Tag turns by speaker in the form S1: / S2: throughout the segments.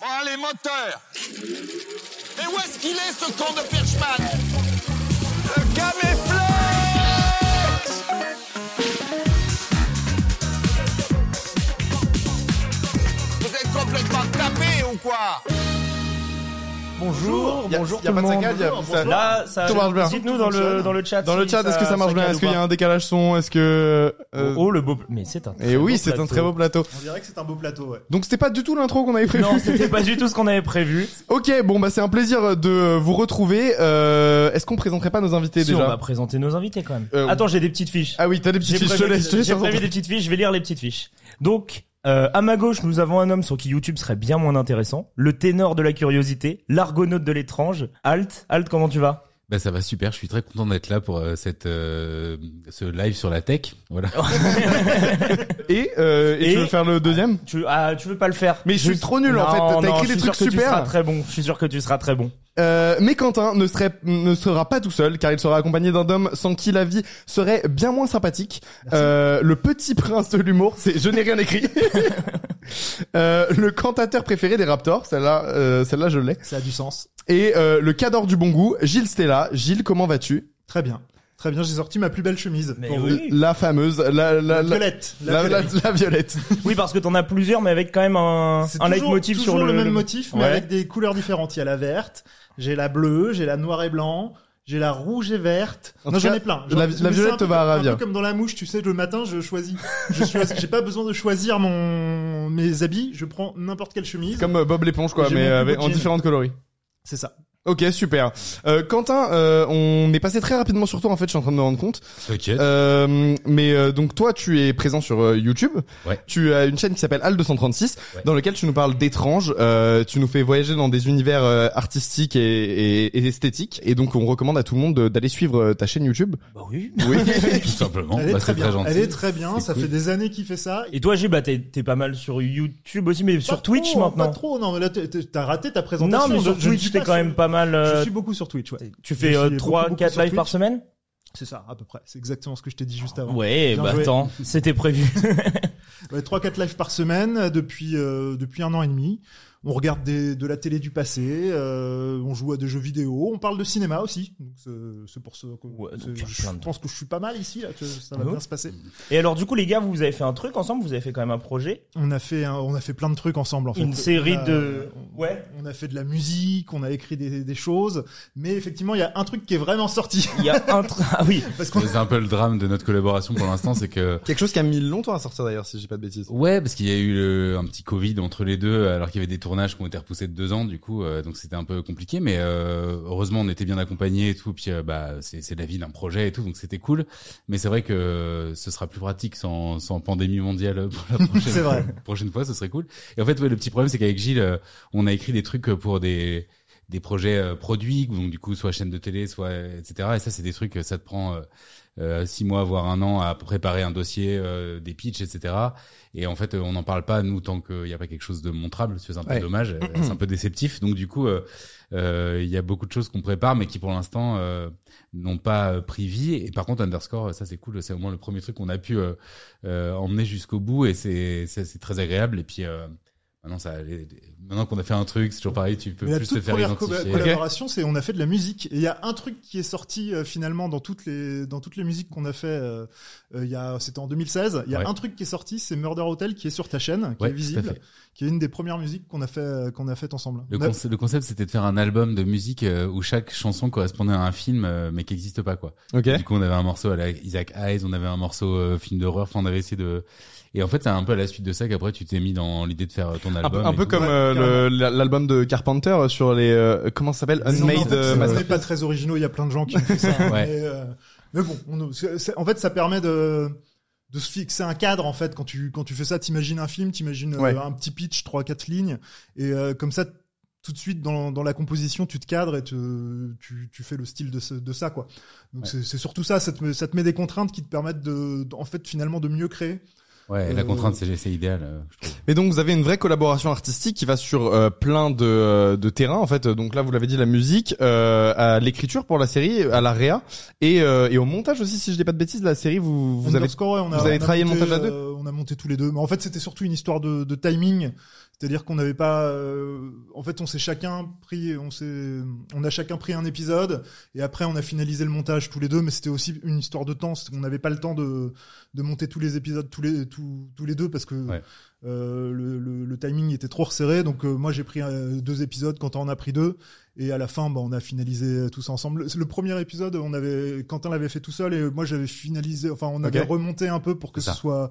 S1: Bon, allez, moteur Mais où est-ce qu'il est, ce con de Perchman Le caméflex Vous êtes complètement tapé ou quoi
S2: Bonjour,
S3: Y a-
S2: bonjour
S3: y a
S2: tout
S3: pas
S2: le
S3: de
S2: monde.
S3: saccade, y a- ça-
S2: Là, ça
S3: Tout marche bien.
S2: Dites-nous dans le dans le chat.
S3: Dans le
S2: si
S3: chat, est-ce que ça marche bien
S2: saccade
S3: Est-ce qu'il y a
S2: ou
S3: un décalage son Est-ce que...
S2: pas.
S3: euh,
S2: Oh le beau. Mais c'est un.
S3: Et
S2: très
S3: oui,
S2: beau
S3: c'est un
S2: plateau.
S3: très beau plateau.
S4: On dirait que c'est un beau plateau, ouais.
S3: Donc c'était pas du tout l'intro qu'on avait prévu.
S2: Non, c'était pas du tout ce qu'on avait prévu.
S3: Ok, bon bah c'est un plaisir de vous retrouver. Euh, Est-ce qu'on présenterait pas nos invités
S2: Si, on
S3: déjà
S2: va présenter nos invités quand même.
S3: Euh,
S2: Attends, j'ai des petites fiches.
S3: Ah oui, t'as des petites
S2: J'ai
S3: fiches, je te
S2: prévu-
S3: laisse. je te laisse
S2: j'ai
S3: raconter.
S2: prévu des petites fiches. Je vais lire les petites fiches. Donc. euh, à ma gauche, nous avons un homme sur qui YouTube serait bien moins intéressant, le ténor de la curiosité, l'argonaute de l'étrange. Alt, Alt, comment tu vas
S5: Bah ça va super, je suis très content d'être là pour euh, cette euh, ce live sur la tech. Voilà.
S3: Et, euh, et,
S2: Et-
S3: tu veux faire le deuxième
S2: tu, ah, tu veux pas le faire
S3: Mais je suis trop nul, en fait. T'as écrit
S2: je
S3: des
S2: suis
S3: trucs
S2: sûr que
S3: super.
S2: Tu seras très bon. Je suis sûr que tu seras très bon.
S3: Euh, mais Quentin ne, serait, ne sera pas tout seul car il sera accompagné d'un homme sans qui la vie serait bien moins sympathique. Euh, le petit prince de l'humour, c'est je n'ai rien écrit. Euh, le cantateur préféré des Raptors, celle-là, euh, celle-là je l'ai.
S4: Ça a du sens.
S3: Et euh, le cador du bon goût, Gilles Stella. Gilles, comment vas-tu
S4: Très bien. Très bien, j'ai sorti ma plus belle chemise.
S2: Mais
S4: Pour
S2: oui.
S4: vous.
S3: La fameuse, la la la,
S4: La violette. La
S3: la,
S4: violette.
S3: la- la violette.
S2: Oui, parce que t'en as plusieurs, mais avec quand même un,
S4: C'est
S2: un
S4: toujours-
S2: leitmotiv
S4: toujours
S2: sur le,
S4: le même motif, mais
S2: Ouais.
S4: avec des couleurs différentes. Il y a la verte, j'ai la bleue, j'ai la noire et blanc, j'ai la rouge et verte.
S3: En
S4: non,
S3: tout
S4: j'en
S3: cas,
S4: ai plein.
S3: la-
S4: J'en-
S3: la
S4: mais c'est un
S3: violette
S4: peu
S3: va
S4: comme-
S3: ravir.
S4: Un peu comme dans la mouche, tu sais, le matin, je choisis. Je choisis. j'ai pas besoin de choisir mon mes habits. Je prends n'importe quelle chemise.
S3: Comme euh, Bob l'éponge quoi,
S4: J'ai
S3: mais
S4: mon plus
S3: avec,
S4: beau
S3: en
S4: jean.
S3: différentes coloris.
S4: C'est ça.
S3: Ok super. Euh, Quentin, euh, on est passé très rapidement sur toi en fait, je suis en train de me rendre compte.
S4: Oh.
S5: T'inquiète.
S4: Ah
S3: Euh, mais euh, donc toi, tu es présent sur euh, YouTube.
S5: Ouais.
S3: Tu as une chaîne qui s'appelle Al 236,
S5: Ouais.
S3: dans laquelle tu nous parles d'étranges. euh, tu nous fais voyager dans des univers euh, artistiques et, et- et esthétiques. Et donc, on recommande à tout le monde de- d'aller suivre euh, ta chaîne YouTube.
S2: Bah oui.
S3: Oui.
S5: Tout simplement.
S4: Elle est
S5: Bah,
S4: très
S5: c'est
S4: bien.
S5: très gentil.
S4: Elle est très bien.
S5: C'est
S4: Ça
S5: cool.
S4: fait des années qu'il fait ça.
S2: Et toi, Gilles, bah, t'es, t'es pas mal sur YouTube aussi, mais sur
S4: Pas
S2: Twitch
S4: trop, hein,
S2: maintenant.
S4: Pas trop. Non, mais là, t'es- t'es- t'as raté ta
S2: non,
S4: présentation.
S2: mais
S4: sur
S2: sur Twitch,
S4: suis
S2: t'es
S4: pas
S2: quand
S4: sur-
S2: même pas mal. euh,
S4: Je suis beaucoup sur Twitch, ouais.
S2: Tu
S4: je
S2: fais
S4: suis
S2: euh,
S4: beaucoup,
S2: trois,
S4: beaucoup
S2: quatre
S4: sur
S2: lives par
S4: Twitch.
S2: semaine
S4: C'est ça, à peu près. C'est exactement ce que je t'ai dit juste avant.
S2: Ouais,
S4: Bien
S2: bah
S4: joué.
S2: attends, c'était prévu.
S4: Ouais, 3-4 lives par semaine euh, depuis, euh, depuis un an et demi. On regarde des, de la télé du passé, euh, on joue à des jeux vidéo, on parle de cinéma aussi. Donc c'est c'est pour ça que
S2: Ouais, donc
S4: c'est-
S2: il y a
S4: je
S2: plein de-
S4: pense que je suis pas mal ici, là, que ça va
S2: Ouais.
S4: bien se passer.
S2: Et alors, du coup, les gars, vous avez fait un truc ensemble, vous avez fait quand même un projet,
S4: On a fait, un- on a fait plein de trucs ensemble en fait.
S2: une série
S4: On a-
S2: de. Ouais.
S4: On a fait de la musique, on a écrit des, des choses, mais effectivement il y a un truc qui est vraiment sorti
S2: Il y a un. tra- Ah oui.
S4: parce qu'on
S5: C'est un peu le drame de notre collaboration pour l'instant, c'est que
S3: Quelque chose qui a mis longtemps à sortir d'ailleurs, si j'ai pas de bêtises.
S5: ouais, parce qu'il y a eu le- un petit Covid entre les deux, alors qu'il y avait des tournages qui ont été repoussés de deux ans, du coup, euh, donc c'était un peu compliqué, mais euh, heureusement on était bien accompagnés et tout, puis euh, bah c'est c'est la vie d'un projet et tout, donc c'était cool. Mais c'est vrai que euh, ce sera plus pratique sans, sans pandémie mondiale pour la prochaine,
S4: C'est vrai.
S5: prochaine fois, ce serait cool. Et en fait, ouais, le petit problème, c'est qu'avec Gilles, euh, on a écrit des trucs euh, pour des des projets euh, produits, donc du coup soit chaîne de télé, soit euh, etc. Et ça, c'est des trucs, euh, ça te prend euh, euh, six mois voire un an à préparer un dossier, euh, des pitchs, etc. Et en fait, euh, on n'en parle pas nous tant qu'il n'y a pas quelque chose de montrable. C'est un peu
S3: Ouais.
S5: dommage, euh, c'est un peu déceptif. Donc du coup, euh, euh, il y a beaucoup de choses qu'on prépare, mais qui pour l'instant euh, n'ont pas euh, pris vie. Et par contre, underscore, ça c'est cool. C'est au moins le premier truc qu'on a pu euh, euh, emmener jusqu'au bout, et c'est c'est c'est très agréable. Et puis euh, maintenant, ça, les- les- maintenant qu'on a fait un truc, c'est toujours pareil. Tu peux
S4: Mais la
S5: plus te
S4: toute
S5: faire
S4: première co-
S5: identifier.
S4: collaboration, c'est on a fait de la musique. Et il y a un truc qui est sorti euh, finalement dans toutes les dans toutes les musiques qu'on a fait. euh, euh, Il y a c'était en 2016. Il y a
S5: Ouais.
S4: un truc qui est sorti, c'est Murder Hotel qui est sur ta chaîne, qui
S5: Ouais,
S4: est
S5: tout à
S4: visible,
S5: fait.
S4: qui est une des premières musiques qu'on a fait euh, qu'on a fait ensemble.
S5: Le,
S4: On a-
S5: conce- le concept, c'était de faire un album de musique euh, où chaque chanson correspondait à un film, euh, mais qui n'existe pas, quoi.
S3: Ok.
S5: Du coup, on avait un morceau à la Isaac Hayes, on avait un morceau euh, film d'horreur, enfin, on avait essayé de... Et en fait, c'est un peu à la suite de ça qu'après, tu t'es mis dans l'idée de faire euh, ton
S3: Un peu,
S5: album.
S3: un
S5: et
S3: peu
S5: tout.
S3: comme
S4: Ouais,
S3: euh, le- l'album de Carpenter euh, sur les euh, comment ça s'appelle
S4: Mais non, mais en
S3: Unmade
S4: fait,
S3: euh,
S4: c'est- on
S3: Master.
S4: n'est pas très originaux. Il y a plein de gens qui ont fait ça.
S5: Ouais.
S4: mais, euh, mais bon, on- c'est- c'est- en fait, ça permet de de se fixer un cadre en fait quand tu quand tu fais ça t'imagines un film t'imagines euh,
S3: Ouais.
S4: un petit pitch trois quatre lignes et euh, comme ça tout de suite dans, dans la composition tu te cadres et te, tu, tu fais le style de, ce- de ça quoi donc
S5: Ouais.
S4: c'est c'est surtout ça ça te, met- ça te met des contraintes qui te permettent de, de- en fait finalement de mieux créer
S5: Ouais, la
S4: Euh,
S5: contrainte, c'est c'est idéal. euh, je trouve.
S3: Mais donc vous avez une vraie collaboration artistique qui va sur euh, plein de, euh, de terrains en fait. Donc là vous l'avez dit la musique, euh, à l'écriture pour la série, à la réa et, euh, et au montage aussi si je dis pas de bêtises de la série vous vous avez
S4: Underscore, ouais, on a-
S3: vous avez
S4: on a
S3: travaillé le
S4: monté,
S3: montage à deux
S4: euh, On a monté tous les deux. Mais en fait, c'était surtout une histoire de, de timing. C'est-à-dire C'est-à-dire qu'on n'avait pas. euh, en fait, on s'est chacun pris, on s'est, on a chacun pris un épisode et après on a finalisé le montage tous les deux. Mais c'était aussi une histoire de temps. On n'avait pas le temps de de monter tous les épisodes tous les tous, tous les deux parce que
S5: Ouais.
S4: euh, le, le- le timing était trop resserré. Donc euh, moi j'ai pris euh, deux épisodes, Quentin en a pris deux et à la fin bah, on a finalisé tous ensemble. Le premier épisode, on avait Quentin l'avait fait tout seul et moi j'avais finalisé. Enfin, on avait
S3: Ok.
S4: remonté un peu pour que
S5: C'est
S4: ce
S5: ça.
S4: soit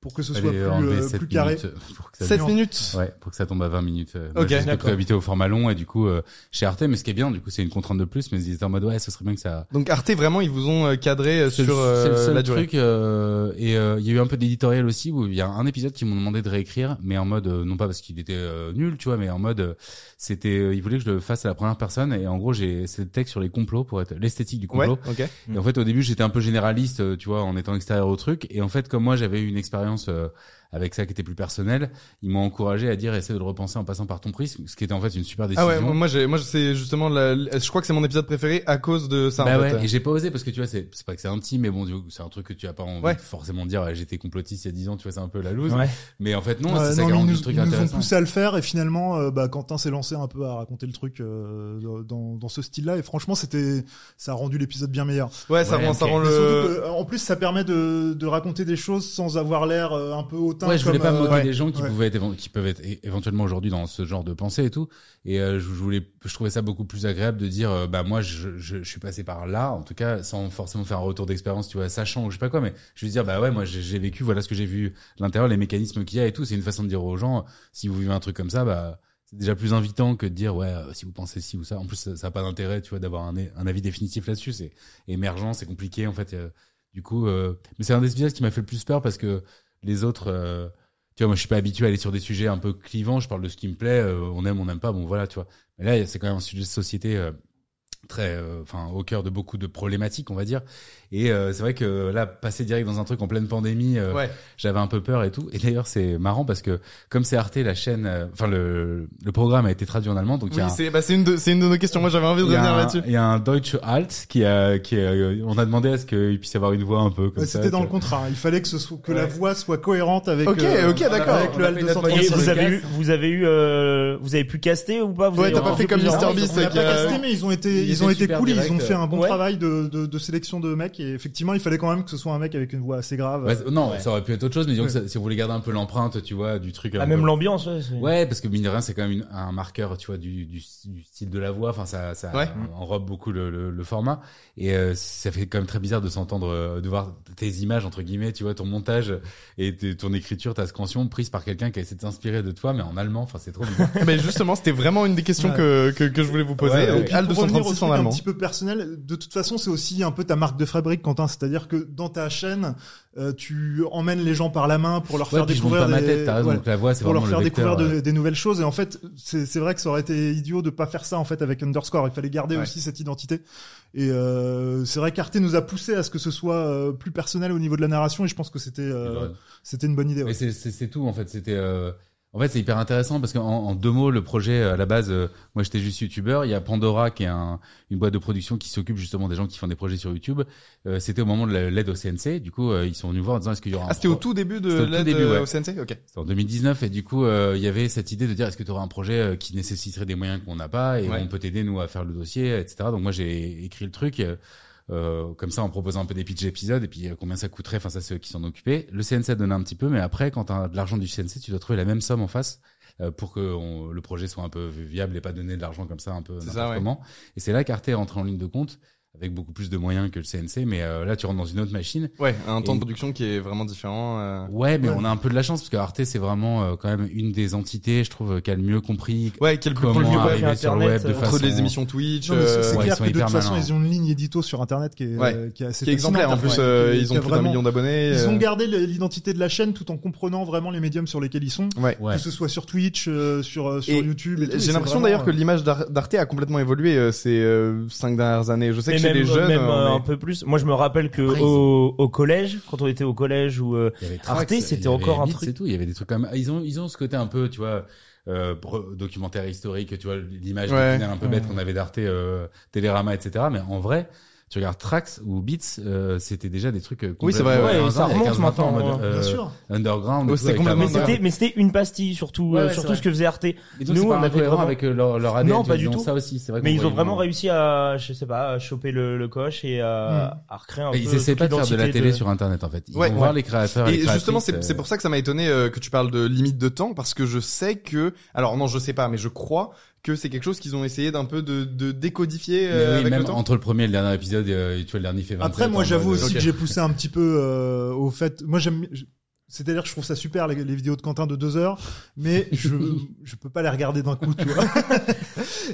S4: pour que ce soit
S5: Fallait
S4: plus,
S5: enlever
S4: euh,
S5: sept
S4: plus carré.
S5: minutes pour que ça
S3: 7 minutes.
S5: Ouais, pour que ça tombe à 20 minutes. Euh,
S3: Ok,
S5: moi, j'ai
S3: d'accord.
S5: plutôt habité au format long et du coup euh, chez Arte, mais ce qui est bien, du coup c'est une contrainte de plus, mais ils étaient en mode ouais, ce serait bien que ça.
S3: Donc Arte, vraiment, ils vous ont euh, cadré euh,
S5: C'est
S3: sur
S5: le-
S3: euh,
S5: c'est le seul
S3: la durée.
S5: truc euh, et euh, il y a eu un peu d'éditorial aussi où il y a un épisode qui m'ont demandé de réécrire, mais en mode euh, non pas parce qu'il était euh, nul, tu vois, mais en mode euh, c'était euh, ils voulaient que je le fasse à la première personne et en gros j'ai c'est le texte sur les complots pour être l'esthétique du
S3: Ouais,
S5: complot.
S3: ok.
S5: Et en fait, au début, j'étais un peu généraliste, euh, tu vois, en étant extérieur au truc. Et en fait, comme moi, j'avais eu une expérience euh, avec ça qui était plus personnelle, ils m'ont encouragé à dire essaie de le repenser en passant par ton prisme, ce qui était en fait une super
S3: Ah
S5: décision.
S3: ouais, moi j'ai, moi c'est justement, la- la- je crois que c'est mon épisode préféré à cause de ça.
S5: Bah
S3: en
S5: ouais,
S3: fait. euh.
S5: et j'ai pas osé parce que tu vois, c'est c'est pas que c'est intime, mais bon, du coup, c'est un truc que tu as pas envie
S3: Ouais.
S5: de forcément dire. ouais, J'étais complotiste il y a 10 ans, tu vois, c'est un peu la loose.
S2: Ouais.
S5: Mais en fait, non,
S4: Ouais,
S5: c'est ça qui
S4: mais
S5: a
S4: ils
S5: rendu
S4: nous,
S5: le truc
S4: ils nous ont
S5: intéressant.
S4: poussé à le faire et finalement, euh, bah, Quentin s'est lancé un peu à raconter le truc euh, dans, dans ce style-là et franchement, c'était, ça a rendu l'épisode bien meilleur.
S3: Ouais, ça
S5: Ouais,
S3: rend, ça
S5: ok.
S3: rend
S4: Mais surtout
S3: le.
S4: que, euh, en plus, ça permet de, de raconter des choses sans avoir l'air euh, un peu hautain.
S5: Ouais, je voulais
S4: comme,
S5: pas me
S4: euh,
S5: moquer
S4: ouais.
S5: des gens qui
S4: ouais.
S5: pouvaient être évent- qui peuvent être é- éventuellement aujourd'hui dans ce genre de pensée et tout. Et euh, je je voulais, je trouvais ça beaucoup plus agréable de dire, euh, bah moi, je, je, je suis passé par là, en tout cas, sans forcément faire un retour d'expérience, tu vois, sachant ou je sais pas quoi, mais je veux dire, bah ouais, moi j'ai j'ai vécu, voilà ce que j'ai vu, à l'intérieur, les mécanismes qu'il y a et tout. C'est une façon de dire aux gens, euh, si vous vivez un truc comme ça, bah c'est déjà plus invitant que de dire ouais euh, si vous pensez ci ou ça en plus ça n'a pas d'intérêt tu vois d'avoir un, un avis définitif là-dessus c'est émergent c'est compliqué en fait euh, du coup euh, mais c'est un des épisodes qui m'a fait le plus peur parce que les autres euh, tu vois, moi, je suis pas habitué à aller sur des sujets un peu clivants. Je parle de ce qui me plaît. euh, on aime, on n'aime pas. Bon, voilà, tu vois. Mais là, c'est quand même un sujet de société euh, très, euh, enfin, au cœur de beaucoup de problématiques, on va dire. Et euh, c'est vrai que là, passer direct dans un truc en pleine pandémie, euh,
S3: Ouais.
S5: j'avais un peu peur et tout. Et d'ailleurs, c'est marrant parce que comme c'est Arte, la chaîne, euh, enfin, le, le programme a été traduit en allemand, donc il y
S3: Oui,
S5: a un-
S3: c'est, bah, c'est une de, c'est une de nos questions. Moi, j'avais envie de
S5: il y a
S3: revenir
S5: un-
S3: là-dessus.
S5: il y a un Deutsche Alt qui a, qui a- euh, on a demandé à ce qu'il puisse avoir une voix un peu comme
S4: Ouais,
S5: ça.
S4: C'était dans
S5: tu
S4: le
S5: vois.
S4: contrat. Il fallait que ce soit, que la
S5: Ouais.
S4: voix soit cohérente avec.
S3: Ok,
S4: euh,
S3: ok, d'accord.
S4: Avec le
S3: On a
S4: Hal
S3: fait une autre
S4: 231.
S2: Et
S3: Sur
S2: vous
S3: le
S2: avez eu, vous avez eu, euh, vous avez pu caster ou pas Vous
S3: Ouais,
S2: avez
S3: t'as
S2: eu
S3: pas
S2: un
S3: fait comme
S2: public
S3: Mister
S2: genre-
S3: Beast,
S4: On n'a
S3: qui
S4: pas
S3: a-
S4: casté, mais ils ont été,
S5: Ils
S4: ils ont été
S5: étaient super
S4: cool. Ils
S5: directs,
S4: ont fait un bon
S2: ouais.
S4: travail de, de, de sélection de mecs. Et effectivement, il fallait quand même que ce soit un mec avec une voix assez grave.
S5: Ouais, c'est- non, ça aurait pu être autre chose, mais disons que ça- si on voulait garder un peu l'empreinte, tu vois, du truc.
S2: Ah,
S5: un
S2: même
S5: peu-
S2: l'ambiance. Ouais, c'est-
S5: Ouais, parce que mine de rien, c'est quand même une- un marqueur, tu vois, du, du, du style de la voix. Enfin, ça, ça
S3: Ouais.
S5: enrobe beaucoup le, le, le format. Et euh, ça fait quand même très bizarre de s'entendre, euh, de voir tes images, entre guillemets, tu vois, ton montage et t- ton écriture, ta scansion prise par quelqu'un qui a essayé de s'inspirer de toi, mais en allemand. Enfin, c'est trop bizarre.
S3: Mais justement, c'était vraiment une des questions
S4: Ouais.
S3: que, que, que je voulais vous poser.
S5: Ouais,
S3: Donc,
S5: ouais.
S3: Al
S4: Pour revenir au
S3: 236
S4: truc
S3: en
S4: un
S3: allemand.
S4: petit peu personnel, de toute façon, c'est aussi un peu ta marque de fabrique, Quentin. C'est-à-dire que dans ta chaîne, euh, tu emmènes les gens par la main pour leur
S5: Ouais,
S4: faire
S5: puis je monte pas
S4: découvrir
S5: ma
S4: des-
S5: tête, t'as raison.
S4: voilà,
S5: Donc la voix, c'est
S4: pour
S5: vraiment
S4: leur faire
S5: le vecteur.
S4: découvrir de- des nouvelles choses. Et en fait, c'est c'est vrai que ça aurait été idiot de pas faire ça en fait avec Underscore. Il fallait garder
S3: Ouais.
S4: aussi cette identité. Et euh, c'est vrai qu'Arte nous a poussé à ce que ce soit euh, plus personnel au niveau de la narration. Et je pense que c'était
S5: euh,
S4: euh, c'était une bonne idée.
S5: Mais
S4: ouais.
S5: c'est- c'est c'est tout en fait. C'était euh, en fait c'est hyper intéressant parce qu'en en deux mots le projet euh, à la base, euh, moi j'étais juste youtubeur. Il y a Pandora qui est un, une boîte de production qui s'occupe justement des gens qui font des projets sur YouTube. Euh, C'était au moment de la- l'aide au CNC. Du coup euh, ils sont venus voir en disant est-ce qu'il y aura un
S3: Ah, c'était au
S5: pro-
S3: tout début de
S5: C'était au tout
S3: l'aide
S5: début,
S3: euh,
S5: ouais.
S3: au CNC? Ok.
S5: c'était en 2019 et du coup euh, il y avait cette idée de dire est-ce que tu auras un projet euh, qui nécessiterait des moyens qu'on n'a pas et
S3: Ouais.
S5: on peut t'aider nous à faire le dossier etc donc moi j'ai écrit le truc euh, euh, comme ça en proposant un peu des pitch épisodes et puis euh, combien ça coûterait enfin ça ceux qui s'en occupaient le CNC a donné un petit peu mais après quand tu as de l'argent du CNC tu dois trouver la même somme en face euh, pour que on- le projet soit un peu viable et pas donner de l'argent comme ça un peu
S3: C'est
S5: n'importe
S3: ça, ouais.
S5: comment et c'est là qu'Arte est rentré en ligne de compte avec beaucoup plus de moyens que le CNC mais euh, là tu rentres dans une autre machine
S3: Ouais, un temps
S5: Et-
S3: de production qui est vraiment différent. euh.
S5: Ouais, mais
S4: Ouais.
S5: on a un peu de la chance parce que Arte c'est vraiment euh, quand même une des entités, je trouve, euh, qui a le mieux compris
S3: Ouais, quel plus
S5: comment
S3: proche du
S2: arriver
S3: web.
S5: arriver sur le web
S2: Internet,
S5: de
S2: euh,
S5: façon
S3: Entre les émissions Twitch,
S4: Non, mais c'est-
S3: euh,
S4: c'est
S5: ouais,
S4: clair
S5: ils sont
S4: que de toute
S5: hyper
S4: façon,
S5: malins.
S4: ils ont une ligne édito sur Internet qui est,
S3: Ouais.
S4: euh, qui est assez
S3: qui est exemplaire. En
S4: fascinante,
S3: plus,
S4: ouais.
S3: euh,
S4: Qui-
S3: ils
S4: qui
S3: ont
S4: a
S3: plus d'un
S4: vraiment-
S3: million d'abonnés.
S4: Ils
S3: euh.
S4: ont gardé le- l'identité de la chaîne tout en comprenant vraiment les médiums sur lesquels ils sont.
S3: Ouais.
S5: Ouais.
S4: Que ce soit sur Twitch, euh, sur, euh, sur
S3: Et
S4: YouTube. et tout, et
S3: J'ai
S4: c'est
S3: l'impression
S4: vraiment,
S3: d'ailleurs que
S4: euh,
S3: l'image d'Ar- d'Arte a complètement évolué euh, ces euh, cinq dernières années. Je sais
S2: Et
S3: que chez
S2: même,
S3: les jeunes,
S5: hein,
S2: même,
S3: euh,
S2: euh,
S3: on est-
S2: un peu plus. Moi, je me rappelle que
S5: Après, ils
S2: au, au collège, quand on était au collège, ou euh,
S5: Il y avait
S2: Arte,
S5: Trax,
S2: c'était
S5: il y avait
S2: encore un
S5: Beats
S2: truc.
S5: et tout. Il y avait des trucs quand même. Ils ont, ils ont ce côté un peu, tu vois, euh, re- documentaire historique, tu vois, l'image
S3: Ouais.
S5: originale un peu bête qu'on avait d'Arte, euh, Télérama, etc. Mais en vrai, tu regardes Trax ou Beats, euh, c'était déjà des trucs. euh,
S3: Oui, c'est vrai,
S5: complètement
S3: ouais,
S5: zinzin,
S2: et ça
S5: il y a
S2: remonte
S5: 15, 20 ans, en
S2: maintenant, hein.
S5: mode,
S4: Bien
S5: euh,
S4: sûr.
S5: Underground.
S3: Ouais,
S5: et
S3: c'est
S5: tout, avec
S3: complètement
S2: Mais
S5: Underground.
S2: c'était, mais c'était une pastille surtout,
S5: Ouais,
S2: euh,
S5: ouais, c'est
S2: surtout
S5: vrai.
S2: ce que faisait Arte.
S5: Et donc, c'est
S2: Nous,
S5: pas
S2: on avait
S5: incohérent
S2: vraiment-
S5: avec euh, leur, leur ADN.
S2: Non, pas
S5: ils
S2: du
S5: ont
S2: tout.
S5: Ça aussi, c'est vrai.
S2: Mais
S5: qu'on
S2: ils ont
S5: voyait
S2: vraiment réussi à, je sais pas, à choper le, le coche et à, à recréer un peu.
S5: Et Ils essaient
S2: toute
S5: pas de faire de la
S2: l'identité
S5: télé sur Internet, en fait. Ils
S3: Ouais,
S5: vont
S3: ouais.
S5: voir les créateurs. les
S3: Et justement,
S5: créatrices,
S3: c'est
S5: euh,
S3: c'est pour ça que ça m'a étonné euh, que tu parles de limite de temps, parce que je sais que, alors non, je sais pas, mais je crois que c'est quelque chose qu'ils ont essayé d'un peu de, de décodifier
S5: mais
S3: euh,
S5: oui,
S3: avec
S5: même
S3: le temps.
S5: entre le premier et le dernier épisode, euh, tu vois, le dernier fait euh, 20
S4: Après, moi, j'avoue aussi
S3: ok.
S4: que j'ai poussé un petit peu euh, au fait. Moi, j'aime. je- C'est-à-dire, que je trouve ça super les, les vidéos de Quentin de deux heures, mais je je peux pas les regarder d'un coup, tu vois.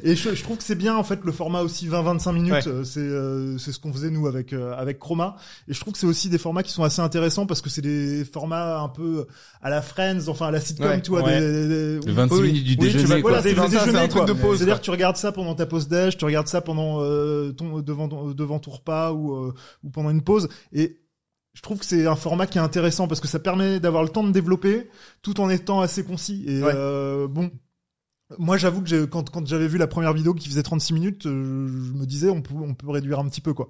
S4: Et je, je trouve que c'est bien en fait le format aussi 20-25 minutes.
S3: Ouais.
S4: euh, C'est euh, c'est ce qu'on faisait nous avec euh, avec Chroma. Et je trouve que c'est aussi des formats qui sont assez intéressants parce que c'est des formats un peu à la Friends, enfin à la sitcom,
S3: Ouais,
S4: tu vois.
S2: ouais.
S4: Des, des-
S5: Le 26
S3: Oui, oui.
S5: minutes du
S3: Oui, tu vas
S5: déjeuner.
S3: voir
S5: quoi.
S4: voilà,
S3: C'est
S4: c'est
S3: ça,
S4: le
S3: c'est un
S4: déjeuner,
S3: truc
S4: quoi.
S3: de pause,
S4: C'est-à-dire
S3: quoi.
S4: que tu regardes ça pendant ta pause déj, tu regardes ça pendant euh, ton devant ton, devant ton repas ou euh, ou pendant une pause et je trouve que c'est un format qui est intéressant parce que ça permet d'avoir le temps de développer tout en étant assez concis et
S3: Ouais.
S4: euh, bon moi, j'avoue que j'ai- quand, quand j'avais vu la première vidéo qui faisait 36 minutes, euh, je me disais on peut, on peut réduire un petit peu quoi.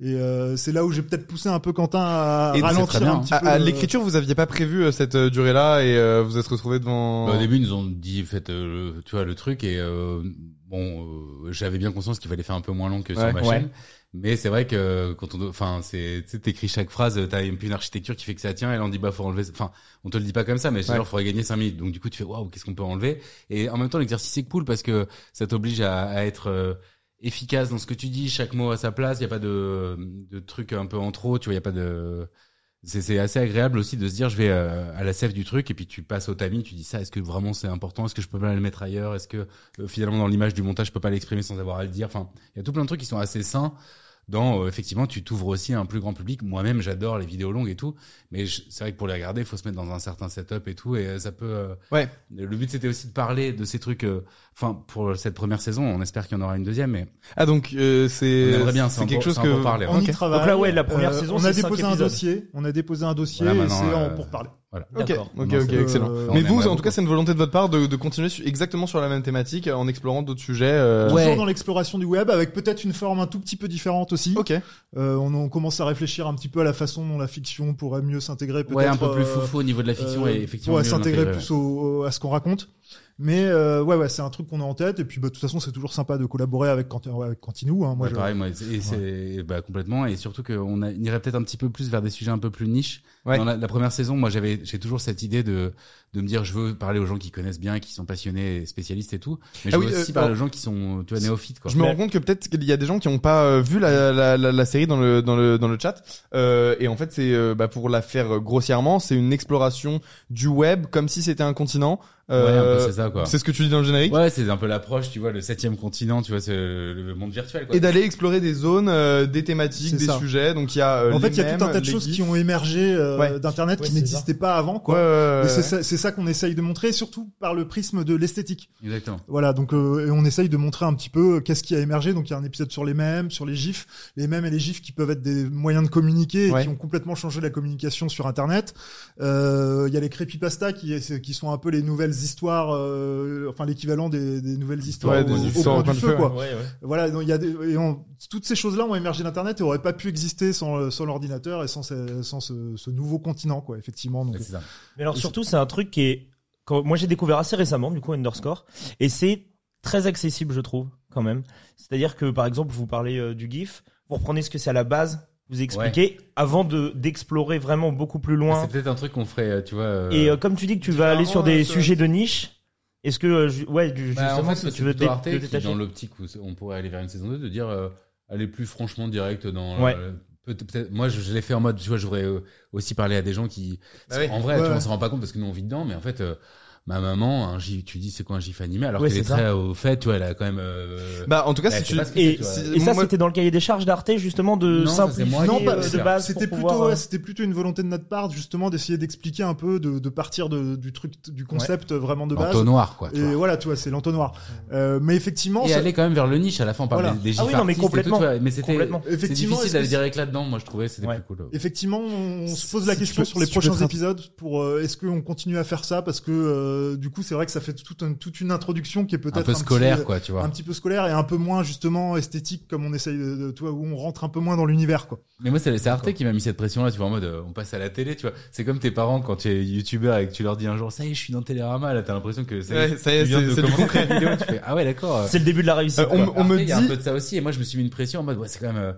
S4: Et euh, c'est là où j'ai peut-être poussé un peu Quentin à
S5: Et c'est très
S4: ralentir
S5: bien,
S4: un
S5: hein.
S4: petit
S3: À,
S4: peu.
S3: Ah, à
S4: euh,
S3: l'écriture, vous aviez pas prévu euh, cette euh, durée-là et euh, vous êtes retrouvé devant.
S5: Bah, au début, ils nous ont dit, faites, euh, le- tu vois, le truc et euh, bon, euh, j'avais bien conscience qu'il fallait faire un peu moins long que
S3: Ouais.
S5: sur ma
S2: Ouais.
S5: chaîne. Mais c'est vrai que quand on, enfin, c'est, tu sais, t'écris chaque phrase, t'as un peu une architecture qui fait que ça tient, et là on dit bah faut enlever, enfin, on te le dit pas comme ça, mais c'est
S3: Ouais.
S5: genre faudrait gagner 5 minutes. Donc du coup tu fais waouh, qu'est-ce qu'on peut enlever Et en même temps l'exercice est cool parce que ça t'oblige à, à être euh, efficace dans ce que tu dis, chaque mot à sa place, il y a pas de, de truc un peu en trop, tu vois, il y a pas de c'est c'est assez agréable aussi de se dire je vais euh, à la sève du truc et puis tu passes au tamis tu dis ça est-ce que vraiment c'est important est-ce que je peux pas le mettre ailleurs est-ce que euh, finalement dans l'image du montage je peux pas l'exprimer sans avoir à le dire enfin il y a tout plein de trucs qui sont assez sains dans euh, effectivement tu t'ouvres aussi à un plus grand public moi-même j'adore les vidéos longues et tout mais je- c'est vrai que pour les regarder il faut se mettre dans un certain setup et tout et euh, ça peut euh,
S3: Ouais.
S5: le but c'était aussi de parler de ces trucs euh, enfin pour cette première saison on espère qu'il y en aura une deuxième mais
S3: Ah donc euh,
S5: on
S3: c'est
S5: aimerait bien
S3: c'est
S5: c'est
S3: quelque chose
S5: que
S3: que.
S5: parler hein. ouais.
S4: on
S3: Ok.
S4: y travaille.
S2: Donc là, ouais, la première
S4: Euh,
S2: saison,
S4: on a
S2: c'est cinq
S4: déposé un
S2: épisodes.
S4: dossier, on a déposé un dossier
S5: Voilà,
S4: et c'est
S5: maintenant, euh,
S4: en- pour parler.
S3: Ok,
S2: D'accord.
S3: ok,
S5: Non,
S3: ok,
S5: c'est-
S3: excellent.
S4: Euh,
S3: Mais
S5: on
S3: vous,
S5: aimerait
S3: en tout cas, c'est une volonté de votre part de, de continuer su- exactement sur la même thématique euh, en explorant d'autres sujets. euh,
S5: Ouais.
S4: Toujours dans l'exploration du web, avec peut-être une forme un tout petit peu différente aussi.
S3: Ok.
S4: Euh, on, on commence à réfléchir un petit peu à la façon dont la fiction pourrait mieux s'intégrer. peut-être,
S5: ouais un peu plus
S4: euh,
S5: foufou au niveau de la fiction
S4: euh,
S5: et effectivement
S4: pourrait
S5: mieux
S4: s'intégrer
S5: l'intégrer, ouais.
S4: plus au- au- à ce qu'on raconte. Mais euh, ouais, ouais, c'est un truc qu'on a en tête. Et puis, bah, de toute façon, c'est toujours sympa de collaborer avec, Quentin- ouais, avec Continu. Hein. Moi,
S5: Ouais,
S4: je-
S5: pareil, moi, et c'est bah, complètement. Et surtout qu'on a- on irait peut-être un petit peu plus vers des sujets un peu plus niches.
S3: Ouais.
S5: Dans la, la première saison, moi, j'avais, j'ai toujours cette idée de de me dire, je veux parler aux gens qui connaissent bien, qui sont passionnés, et spécialistes et tout. Mais
S3: Ah
S5: je
S3: oui,
S5: veux
S3: euh,
S5: aussi parler
S3: alors-
S5: aux gens qui sont, tu vois, néophytes. Quoi.
S3: Je me rends compte que peut-être qu'il y a des gens qui n'ont pas euh, vu la, la, la, la série dans le dans le dans le chat Euh, et en fait c'est euh, bah, pour la faire euh, grossièrement c'est une exploration du web comme si c'était un continent
S5: Ouais, un
S3: Euh,
S5: peu, c'est ça, quoi.
S3: c'est ce que tu dis dans le générique
S5: Ouais, c'est un peu l'approche, tu vois, le septième continent, tu vois, c'est le monde virtuel. Quoi.
S3: et d'aller explorer des zones euh, des thématiques
S4: C'est
S3: des
S4: ça.
S3: sujets donc il y a euh,
S4: en fait,
S3: les
S4: il y a tout un
S3: mèmes,
S4: tas de
S3: les
S4: choses
S3: gifs.
S4: qui ont émergé euh,
S3: Ouais.
S4: d'Internet
S2: Ouais,
S4: qui
S2: c'est
S4: n'existaient pas avant, quoi.
S3: Ouais, ouais, ouais,
S4: Et c'est
S3: ouais.
S4: ça- c'est ça qu'on essaye de montrer, surtout par le prisme de l'esthétique.
S5: Exactement.
S4: Voilà, donc euh, et on essaye de montrer un petit peu euh, qu'est-ce qui a émergé. Donc il y a un épisode sur les mèmes, sur les gifs, les mèmes et les gifs qui peuvent être des moyens de communiquer et
S3: Ouais.
S4: qui ont complètement changé la communication sur Internet. Euh, Il y a les creepypasta qui, qui sont un peu les nouvelles histoires, euh, enfin l'équivalent des, des nouvelles histoires
S3: Ouais,
S4: au,
S3: des
S4: au
S3: histoires
S4: coin du feu, quoi.
S2: Ouais, ouais.
S4: Voilà, donc il y a des, et on- toutes ces choses-là ont émergé d'Internet et auraient pas pu exister sans, sans l'ordinateur et sans, ce- sans ce, ce nouveau continent, quoi. Effectivement, donc
S5: Ouais, c'est ça.
S2: Mais alors surtout, c'est un truc qui est, quand- moi j'ai découvert assez récemment, du coup, Underscore, et c'est très accessible, je trouve, quand même. C'est-à-dire que, par exemple, vous parlez euh, du GIF, vous reprenez ce que c'est à la base, vous expliquez, avant de d'explorer vraiment beaucoup plus loin.
S5: Ah, C'est peut-être un truc qu'on ferait, euh, tu vois. euh,
S2: Et euh, comme tu dis que tu vas aller sur
S3: euh,
S2: des sujets de niche, est-ce que, euh, ju- ouais, du-
S5: Bah,
S2: justement,
S5: en fait,
S2: si
S5: c'est
S2: tu veux
S5: plutôt
S2: dé-
S5: Arte
S2: te
S5: qui,
S2: détacher
S5: dans l'optique où on pourrait aller vers une saison 2, de dire euh, aller plus franchement direct dans.
S2: Ouais.
S5: euh, peut- peut-être- moi, je, je l'ai fait en mode, tu vois, j'aurais euh, aussi parlé à des gens qui.
S3: Bah oui.
S5: En vrai,
S4: Ouais,
S5: tu vois,
S4: ouais.
S5: on s'en rend pas compte parce que nous on vit dedans, mais en fait. euh, Ma maman, un gif, tu dis c'est quoi un gif animé alors
S2: Ouais,
S5: qu'elle est
S2: c'est ça.
S5: très au fait, tu vois, elle a quand même. euh,
S3: bah en tout cas
S5: elle
S3: si
S5: sait
S3: tu
S5: pas ce que c'est,
S2: Et,
S5: tu vois.
S2: et ça,
S3: Moi-
S2: c'était dans le cahier des charges d'Arte, justement, de
S5: Non, ça, c'est
S2: simplifier
S5: moi
S4: Non,
S5: qui-
S4: pas-
S2: euh, de
S5: c'est-
S2: base.
S4: C'était
S2: pour
S4: plutôt,
S2: pouvoir,
S4: ouais,
S2: euh,
S4: c'était plutôt une volonté de notre part, justement, d'essayer d'expliquer un peu, de, de partir de, du truc, du concept euh, vraiment de base.
S5: L'entonnoir, quoi. Tu
S4: bah, Et
S5: vois.
S4: voilà, tu vois, c'est l'entonnoir. Euh, mais effectivement,
S5: Et
S4: ça-
S5: aller quand même vers le niche à la fin, on parle
S4: Voilà.
S5: des, des gifs
S2: Ah oui, non, mais
S5: artistes et tout,
S2: complètement.
S5: tu vois, mais c'était.
S2: Complètement.
S5: C'est
S4: Effectivement,
S5: difficile
S4: est-ce
S5: d'aller
S4: que
S5: direct là-dedans, moi je trouvais, c'était
S2: Ouais.
S5: plus cool. euh.
S4: effectivement, on se pose
S3: Si
S4: la
S3: tu
S4: question
S3: peux-
S4: sur les
S3: si tu peux
S4: prochains
S3: te rapp-
S4: épisodes pour euh, est-ce qu'on continue à faire ça parce que euh, euh, du coup, c'est vrai que ça fait toute une, toute une introduction qui est peut-être
S5: un peu
S4: petit- euh,
S5: scolaire, quoi, tu vois.
S4: un petit peu scolaire et un peu moins justement esthétique comme on essaye de, de- tu vois, où on rentre un peu moins dans l'univers quoi.
S5: Mais moi, c'est c'est Arte qui m'a mis cette pression-là, tu vois, en mode, euh, on passe à la télé, tu vois. C'est comme tes parents quand tu es youtubeur et que tu leur dis un jour, ça y est, je suis dans Télérama, là, t'as l'impression que ça y est,
S3: Ouais, ça y est,
S5: tu viens
S3: c'est-
S5: de
S3: c'est du
S5: commencer ta vidéo, tu fais, ah ouais, d'accord.
S2: C'est le début de la réussite.
S3: Euh, on-
S2: quoi.
S5: Après,
S3: me
S5: il y a un
S3: dit-
S5: peu de ça aussi et moi je me suis mis une pression en mode ouais, c'est quand même euh,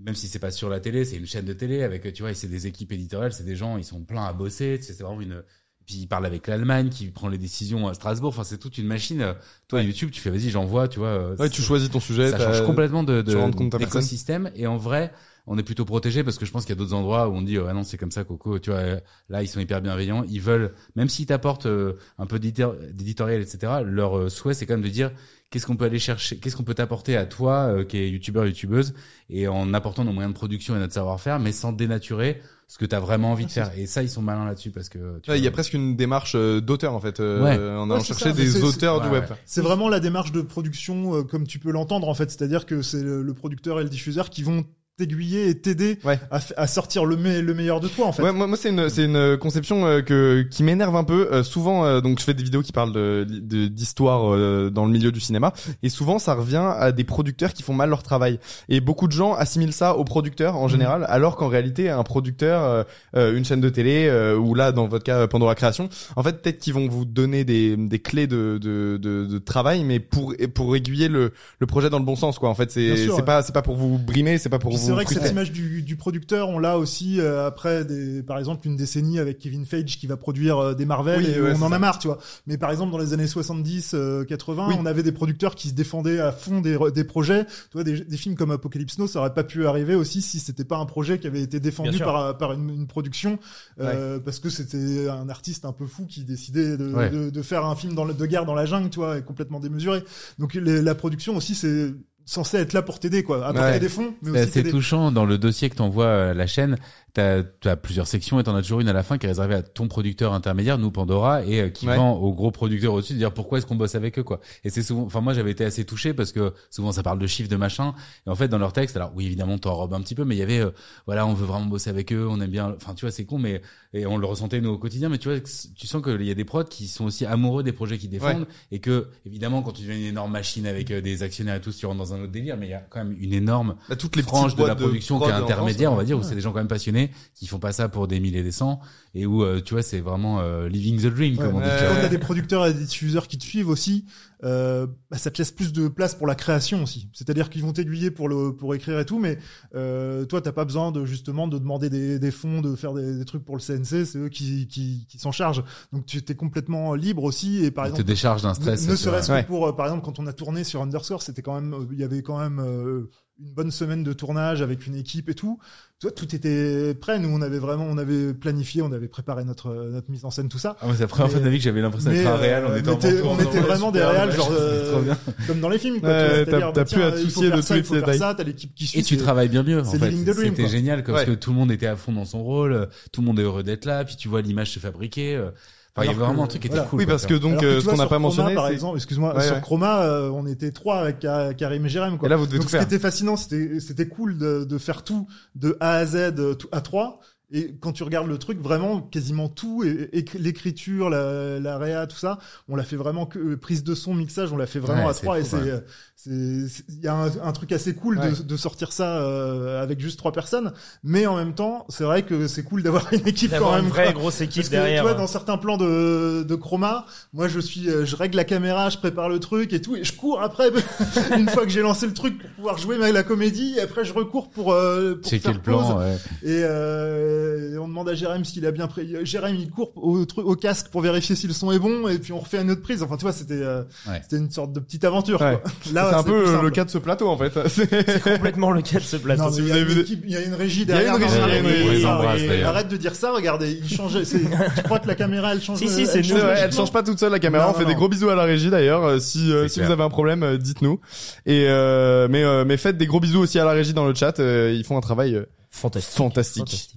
S5: même si c'est pas sur la télé c'est une chaîne de télé avec euh, tu vois et c'est des équipes éditoriales c'est des gens ils sont pleins à bosser tu sais, c'est vraiment une puis ils parlent avec l'Allemagne qui prend les décisions à Strasbourg enfin c'est toute une machine euh, toi YouTube tu fais vas-y j'envoie tu vois euh,
S3: Ouais,
S5: c'est-
S3: tu choisis ton sujet.
S5: ça
S3: t'as-
S5: change complètement de,
S3: euh, tu rends compte
S5: de
S3: à personne.
S5: l'écosystème et en vrai on est plutôt protégé parce que je pense qu'il y a d'autres endroits où on dit euh, ah non c'est comme ça Coco tu vois euh, là ils sont hyper bienveillants ils veulent même s'ils t'apportent euh, un peu d'éditeur- d'éditorial etc leur euh, souhait c'est quand même de dire qu'est-ce qu'on peut aller chercher qu'est-ce qu'on peut t'apporter à toi euh, qui est youtubeur youtubeuse et en apportant nos moyens de production et notre savoir-faire mais sans dénaturer ce que t'as vraiment envie de faire et ça ils sont malins là-dessus parce que tu
S3: Tu vois,
S5: vois,
S3: il y a presque une démarche euh, d'auteur en fait. euh,
S5: Ouais.
S3: En
S4: Ouais,
S3: allant
S4: c'est
S3: chercher
S4: ça, mais
S3: des
S4: c'est-
S3: auteurs du
S5: ouais,
S3: web.
S5: ouais.
S4: C'est vraiment la démarche de production euh, comme tu peux l'entendre en fait, c'est-à-dire que c'est le, le producteur et le diffuseur qui vont t'aiguiller et t'aider
S3: Ouais.
S4: à, f- à sortir le, me- le meilleur de toi en fait.
S3: Ouais, moi, moi c'est une c'est une conception euh, que qui m'énerve un peu euh, souvent euh, donc je fais des vidéos qui parlent de de- d'histoire euh, dans le milieu du cinéma et souvent ça revient à des producteurs qui font mal leur travail et beaucoup de gens assimilent ça aux producteurs
S4: Mmh.
S3: en général alors qu'en réalité un producteur euh, euh, une chaîne de télé euh, ou là dans votre cas euh, Pandora Création en fait peut-être qu'ils vont vous donner des des clés de de de, de travail mais pour et pour aiguiller le le projet dans le bon sens quoi en fait c'est
S4: Bien sûr,
S3: c'est
S4: ouais.
S3: pas c'est pas pour vous brimer c'est pas pour
S4: Puis
S3: vous
S4: c'est vrai que cette
S3: frustrer.
S4: image du, du producteur, on l'a aussi euh, après, des, par exemple, une décennie avec Kevin Feige qui va produire euh, des Marvel
S3: Oui,
S4: et
S3: ouais,
S4: on
S3: c'est
S4: en
S3: ça.
S4: a marre, tu vois. Mais par exemple, dans les années 70, euh, 80,
S3: Oui.
S4: on avait des producteurs qui se défendaient à fond des, re- des projets. Tu vois, des, des films comme Apocalypse Now, ça aurait pas pu arriver aussi si c'était pas un projet qui avait été défendu
S2: Bien sûr.
S4: par, par une, une production, euh, parce que c'était un artiste un peu fou qui décidait de,
S5: Ouais.
S4: de, de faire un film dans le- de guerre dans la jungle, tu vois, et complètement démesuré. Donc les- la production aussi, c'est censé être là pour t'aider, quoi, apporter
S3: Ouais.
S4: des fonds, mais
S5: C'est
S4: aussi
S5: assez
S4: t'aider.
S5: touchant dans le dossier que t'envoies à la chaîne. T'as as plusieurs sections et t'en as toujours une à la fin qui est réservée à ton producteur intermédiaire, nous Pandora, et euh, qui
S3: Ouais.
S5: vend aux gros producteurs au-dessus de dire pourquoi est-ce qu'on bosse avec eux quoi. Et c'est souvent, enfin moi j'avais été assez touché parce que souvent ça parle de chiffres de machin. Et en fait dans leur texte, alors oui évidemment t'enrobes un petit peu, mais il y avait euh, voilà on veut vraiment bosser avec eux, on aime bien. Enfin tu vois c'est con mais et on le ressentait nous au quotidien, mais tu vois tu sens qu'il y a des prods qui sont aussi amoureux des projets qu'ils défendent et que évidemment quand tu deviens une énorme machine avec euh, des actionnaires et tout, tu rentres dans un autre délire, mais il y a quand même une énorme
S3: Bah, toutes
S5: les
S3: les
S5: franges
S3: petites
S5: de la
S3: boîtes
S5: production qui
S3: prod
S5: est
S3: en France,
S5: intermédiaire, on va dire, où
S4: Ouais.
S5: c'est des gens quand même passionnés qui font pas ça pour des milliers des cents et où euh, tu vois c'est vraiment euh, living the dream comme on dit.
S3: ouais.
S5: tu vois.
S4: Quand t'as des producteurs et des diffuseurs qui te suivent aussi, euh, bah, ça te laisse plus de place pour la création aussi. C'est-à-dire qu'ils vont t'aiguiller pour le pour écrire et tout, mais euh, toi t'as pas besoin de justement de demander des, des fonds, de faire des, des trucs pour le CNC, c'est eux qui qui, qui s'en chargent. Donc tu t'es complètement libre aussi et par
S5: Ils te
S4: exemple.
S5: décharge d'un stress.
S4: ne ne
S5: tu vois.
S4: serait-ce
S3: Ouais.
S4: que pour, euh, par exemple, quand on a tourné sur Underscore, c'était quand même, euh, il y avait quand même euh, une bonne semaine de tournage avec une équipe et tout. Toi, tout était prêt. Nous, on avait vraiment, on avait planifié, on avait préparé notre euh, notre mise en scène, tout ça.
S5: Ah, mais c'est la première
S4: Mais-
S5: fois de ma vie que j'avais l'impression d'être
S4: mais,
S5: un réel.
S4: euh,
S5: On était, en
S4: mais t'es-
S5: manteau,
S4: on
S5: en
S4: était
S5: envoie,
S4: vraiment des
S5: super,
S4: réels,
S5: ouais,
S4: genre,
S5: c'était
S4: euh,
S5: trop bien.
S4: comme dans les films. quoi,
S3: Ouais,
S4: tu vois,
S3: t'as-
S4: c'est-à-dire,
S3: t'as
S4: bah,
S3: plus à
S4: tiens,
S3: te
S4: il faut
S3: soucier
S4: faire
S3: de
S4: ça,
S3: tous
S4: il faut
S3: les
S4: faire
S3: détails.
S4: ça, t'as l'équipe qui suit.
S5: Et tu
S4: c'est-
S5: travailles bien mieux. en
S4: c'est
S5: fait.
S4: living the dream,
S5: C'était
S4: quoi.
S5: génial parce
S3: Ouais.
S5: que tout le monde était à fond dans son rôle, euh, tout le monde est heureux d'être là, puis tu vois l'image se fabriquer. euh. Enfin, il y
S4: Alors
S5: avait vraiment
S4: que-
S5: un truc qui était
S4: voilà.
S5: cool.
S3: oui,
S5: quoi,
S3: parce
S5: tu
S3: que
S5: vois.
S3: donc
S4: Alors que
S3: euh,
S4: tu
S3: ce
S4: vois,
S3: qu'on n'a
S4: sur
S3: pas
S4: Chroma,
S3: mentionné,
S4: par
S3: c'est-
S4: exemple, excuse-moi,
S3: Ouais,
S4: sur
S3: ouais.
S4: Chroma, euh, on était trois avec Ka- Karim et Jérém.
S3: Et
S4: Quoi.
S3: là, vous devez
S4: Donc,
S3: tout
S4: ce qui
S3: faire.
S4: était fascinant, c'était c'était cool de, de faire tout de A à Z euh, tout- à trois. Et quand tu regardes le truc, vraiment quasiment tout, et, et que l'écriture, la, la réa, tout ça, on l'a fait vraiment que euh, prise de son, mixage, on l'a fait vraiment
S5: Ouais,
S4: à
S5: c'est
S4: trois. Et
S5: fou,
S4: c'est
S5: ouais.
S4: euh, c'est- c'est- il y a un, un truc assez cool de,
S3: Ouais.
S4: de sortir ça euh, avec juste trois personnes. Mais en même temps, c'est vrai que c'est cool d'avoir une équipe quand
S2: D'avoir
S4: même.
S2: une vraie
S4: quoi.
S2: grosse équipe
S4: Parce que tu vois,
S2: derrière. euh,
S4: dans certains plans de, de chroma, moi je suis, euh, je règle la caméra, je prépare le truc et tout, et je cours après une fois que j'ai lancé le truc pour pouvoir jouer ma- la comédie. Et après je recours pour, euh, pour
S5: Checker
S4: faire
S5: le plan.
S4: pause.
S5: ouais.
S4: Et euh, on demande à Jérém s'il a bien pris. euh, Jérém il court au, tru- au casque pour vérifier si le son est bon, et puis on refait une autre prise. Enfin tu vois, c'était euh,
S5: Ouais.
S4: c'était une sorte de petite aventure.
S3: Ouais.
S4: quoi.
S3: c'est un
S4: c'est
S3: peu
S4: plus
S3: euh,
S4: simple.
S3: le cas de ce plateau en fait. C'est-
S2: Complètement le cas de ce plateau.
S4: Non,
S3: si
S4: mais
S3: vous
S4: il y a
S3: avez
S4: une
S3: vu-
S4: équipe- il y a une régie
S3: Il y a une
S4: derrière.
S3: régie,
S4: dans la-
S3: il y a une régie.
S4: Oui,
S5: On les
S4: ça,
S5: embrasse,
S4: oui.
S5: d'ailleurs.
S4: Arrête de dire ça, regardez, il change. c'est- Tu crois que la caméra, elle change
S2: Si, si,
S4: elle
S2: c'est
S4: change
S2: nous,
S3: C'est vrai, elle
S4: logiquement
S3: change pas toute seule la caméra.
S4: Non,
S3: on fait
S4: non,
S3: des
S4: non.
S3: gros bisous à la régie d'ailleurs. Euh, Si euh,
S5: C'est
S3: si
S5: clair.
S3: vous avez un problème, euh, dites-nous. Et euh, mais euh, mais faites des gros bisous aussi à la régie dans le chat. euh, ils font un travail euh,
S2: Fantastique.
S3: fantastique.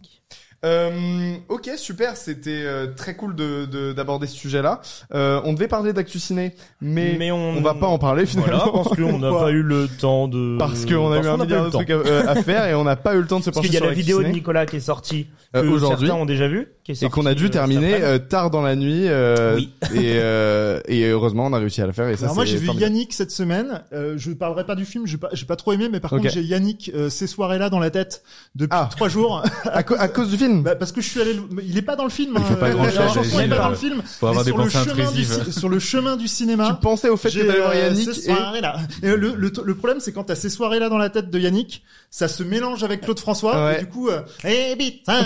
S3: Euh, ok, super. C'était euh, très cool de de- d'aborder ce sujet-là. Euh, on devait parler d'actu ciné, mais,
S2: Mais on-
S3: va pas en parler
S2: Voilà,
S3: finalement.
S2: parce qu'on n'a
S3: Pourquoi
S2: pas eu le temps de.
S3: parce qu'on a eu
S2: parce
S3: un
S2: qu'on pas eu
S3: milliard
S2: le
S3: de
S2: temps.
S3: trucs à, euh, à faire et on n'a pas eu le temps de se
S2: Parce
S3: pencher
S2: qu'il y a
S3: sur
S2: la
S3: l'actu
S2: vidéo de
S3: ciné.
S2: Nicolas qui est sortie que
S3: Euh, aujourd'hui.
S2: certains ont déjà vue, qui est
S3: Et
S2: sorti,
S3: qu'on a
S2: euh,
S3: dû
S2: cet
S3: terminer
S2: après-midi.
S3: euh, tard dans la nuit. euh,
S2: Oui.
S3: et, euh, et heureusement, on a réussi à le faire. Et ça,
S4: Alors moi
S3: c'est
S4: j'ai vu
S3: formidable.
S4: Yannick cette semaine. Euh, je parlerai pas du film, j'ai pas, j'ai pas trop aimé, mais par
S3: Ok.
S4: contre j'ai Yannick euh, ces soirées-là dans la tête depuis
S3: Ah.
S4: trois jours.
S3: À, co- à cause du film.
S4: Bah, parce que je suis allé, le- il est pas dans le film.
S5: Il fait
S4: hein,
S5: pas
S4: euh,
S5: grand-chose,
S4: La chanson est
S5: Gilles,
S4: pas dans le
S5: euh,
S4: film.
S5: Faut avoir
S4: mais
S5: des
S4: sur le
S5: pensées
S4: chemin du
S5: intrusives.
S4: ci- sur le chemin du
S3: Tu
S4: cinéma.
S3: pensais au fait que
S4: J'ai,
S3: t'allais voir
S4: euh,
S3: Yannick
S4: ces
S3: et
S4: soirées-là. Et le, le, le problème, c'est quand t'as ces soirées-là dans la tête de Yannick, ça se mélange avec Claude François.
S3: Ouais.
S4: Et du coup, euh, Eh, bite, hein,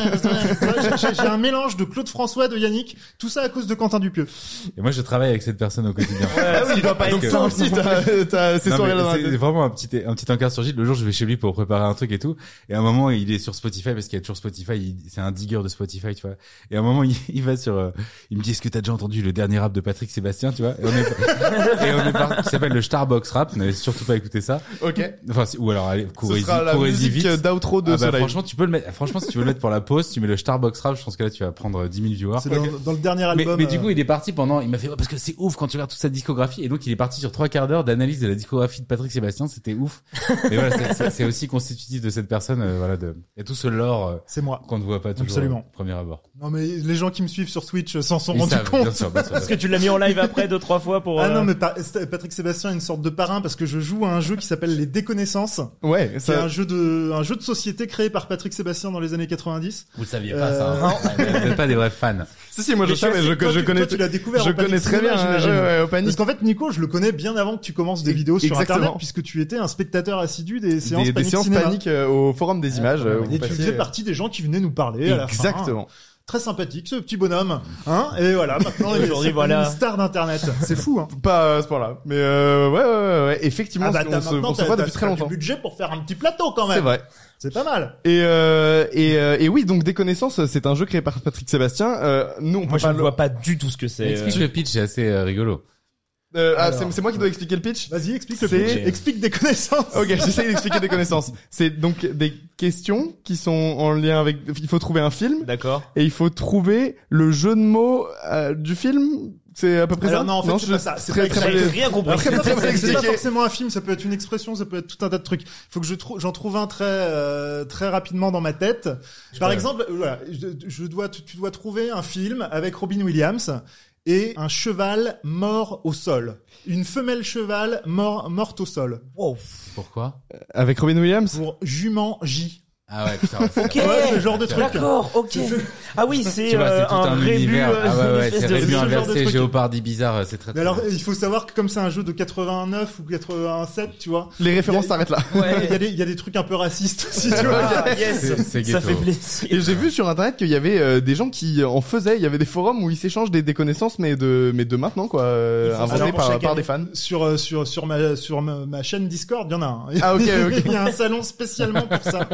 S4: j'ai- j'ai- j'ai un mélange de Claude François, de Yannick. Tout ça à cause de Quentin Dupieux.
S5: Et moi, je travaille avec cette personne au quotidien.
S2: Ouais, ça doit pas
S3: donc
S2: être
S3: ça
S2: simple.
S3: aussi, t'as- t'as ces
S5: Non, mais
S3: soirées-là dans la
S5: C'est
S3: tête.
S5: vraiment un petit, un petit encart sur Gilles. Le jour, je vais chez lui pour préparer un truc et tout. Et à un moment, il est sur Spotify parce qu'il y a toujours Spotify. il- C'est un digger de Spotify, tu vois. Et à un moment, il, il va sur, euh, il me dit, est-ce que t'as déjà entendu le dernier rap de Patrick Sébastien, tu vois? Et on est, et on est par- qui s'appelle le Starbucks rap. N'avez surtout pas écouté ça.
S3: Ok.
S5: Enfin, si- ou alors, allez,
S3: Ce
S5: courez-y,
S3: sera la
S5: courez-y
S3: musique
S5: vite.
S3: euh, d'outro de
S5: Ah bah,
S3: Soleil.
S5: franchement, tu peux le mettre, franchement, si tu veux le mettre pour la pause, tu mets le Starbucks rap. Je pense que là, tu vas prendre euh, 10 000 viewers.
S4: C'est dans, dans le dernier
S5: Mais,
S4: album.
S5: mais du
S4: euh,
S5: coup, il est parti pendant. Il m'a fait Ouais, parce que c'est ouf quand tu regardes toute sa discographie. Et donc, il est parti sur trois quarts d'heure d'analyse de la discographie de Patrick Sébastien. C'était ouf. Mais voilà, c'est- c'est- c'est aussi constitutif de cette personne. euh, voilà, de il y a tout ce lore euh,
S4: c'est moi.
S5: qu'on ne voit pas toujours
S4: Absolument.
S5: au premier abord.
S4: Non mais les gens qui me suivent sur Twitch euh, s'en sont
S5: Ils
S4: rendus
S5: savent,
S4: compte.
S5: bien sûr, bien sûr.
S2: Parce que tu l'as mis en live après deux trois fois pour.
S4: Ah
S2: euh,
S4: non mais par- c'est- Patrick Sébastien est une sorte de parrain parce que je joue à un jeu qui s'appelle Les Déconnaissances.
S3: Ouais,
S4: C'est
S3: ça.
S4: un jeu de un jeu de société créé par Patrick Sébastien dans les années 90.
S5: Vous le saviez
S4: Euh,
S5: pas, ça. hein. Vous n'êtes pas des vrais fans.
S3: Si, si, moi je
S4: Mais
S3: savais,
S4: sais-
S3: je,
S4: toi,
S3: je
S4: tu-
S3: connais,
S4: toi, tu l'as découvert.
S3: je
S4: au Panic
S3: connais très bien,
S4: Cinéma,
S3: hein,
S4: j'imagine.
S3: ouais, ouais, au panique.
S4: Parce qu'en fait, Nico, je le connais bien avant que tu commences des vidéos sur
S3: Exactement.
S4: Internet, puisque tu étais un spectateur assidu des séances
S3: des, des
S4: Panic
S3: séances
S4: Cinéma.
S3: paniques euh, au forum des images. euh, où
S4: Et
S3: vous
S4: tu
S3: passez,
S4: faisais
S3: euh,
S4: partie des gens qui venaient nous parler. à la fin.
S3: Exactement.
S4: Très sympathique, ce petit bonhomme. Hein et voilà, maintenant, il est
S2: Aujourd'hui,
S4: c'est
S2: voilà.
S4: une star d'Internet. C'est fou, hein.
S3: Pas à ce point-là, mais euh, ouais, ouais, ouais, ouais, effectivement,
S4: Ah bah,
S3: on
S4: t'as
S3: se,
S4: maintenant,
S3: on se
S4: t'as-
S3: voit
S4: t'as-
S3: depuis très
S4: t'as
S3: longtemps.
S4: du budget pour faire un petit plateau quand
S3: C'est
S4: même.
S3: vrai.
S4: C'est pas mal.
S3: Et euh, et euh, et oui, donc des connaissances, c'est un jeu créé par Patrick Sébastien. Euh, nous, on
S2: Moi,
S3: peut
S2: je
S3: pas
S2: ne
S3: le-
S2: vois pas du tout ce que c'est.
S5: Explique le pitch, c'est assez euh, rigolo.
S3: Euh, ah,
S4: Alors.
S3: c'est c'est moi qui dois expliquer le pitch.
S4: Vas-y, explique le
S3: C'est-
S4: pitch. Explique des connaissances.
S3: Ok, j'essaye d'expliquer des connaissances. C'est donc des questions qui sont en lien avec. Il faut trouver un film
S2: euh, D'accord.
S3: et il faut trouver le jeu de mots euh, du film. C'est à peu près
S4: Alors
S3: ça.
S4: non, en fait, c'est
S3: je-
S4: pas ça. C'est
S3: très,
S4: pas
S3: très
S4: exact.
S2: J'ai
S3: mal-
S2: rien compris.
S4: Alors, c'est pas,
S3: très mal
S4: forcément- c'est pas
S3: expliqué.
S4: forcément un film, ça peut être une expression, ça peut être tout un tas de trucs. Il faut que je trou- j'en trouve un très euh, très rapidement dans ma tête. Par exemple, euh, voilà, je, je dois tu, tu dois trouver un film avec Robin Williams et un cheval mort au sol, une femelle cheval mort morte au sol
S2: Wow.
S5: Pourquoi
S3: Avec Robin Williams.
S4: pour jument J.
S5: Ah ouais, putain. ouais, c'est-
S2: Ok.
S4: Ouais, ce genre de truc.
S2: D'accord. Ok. Ah oui, c'est
S5: Tu vois,
S2: euh,
S5: c'est tout un,
S2: rébut.
S5: univers.
S2: euh,
S5: ah ouais,
S2: une
S5: ouais,
S2: espèce
S5: c'est
S2: de-
S5: rébut
S4: ce genre de
S5: inversé,
S4: truc.
S5: géopardie bizarre, c'est très,
S4: Mais
S5: très
S4: alors, il faut savoir que comme c'est un jeu de 89 ou 87, tu vois,
S3: Les références
S4: Y a-
S3: s'arrêtent là.
S4: il y, a
S2: Ouais.
S4: des- il y a des trucs un peu racistes, si tu vois.
S2: Ah, yes.
S5: C'est- c'est
S2: Ça
S5: ghetto.
S2: fait plaisir.
S3: Et j'ai vu sur internet qu'il y avait euh, des gens qui en faisaient, il y avait des forums où ils s'échangent des, des connaissances mais de mais de maintenant quoi, euh,
S4: Ils font ça
S3: inventées
S4: pour
S3: par,
S4: chaque
S3: par
S4: année.
S3: des fans.
S4: sur euh, sur sur ma sur ma, ma chaîne Discord, il y en a un.
S3: Ah, ok, ok.
S4: Il y a un salon spécialement pour ça.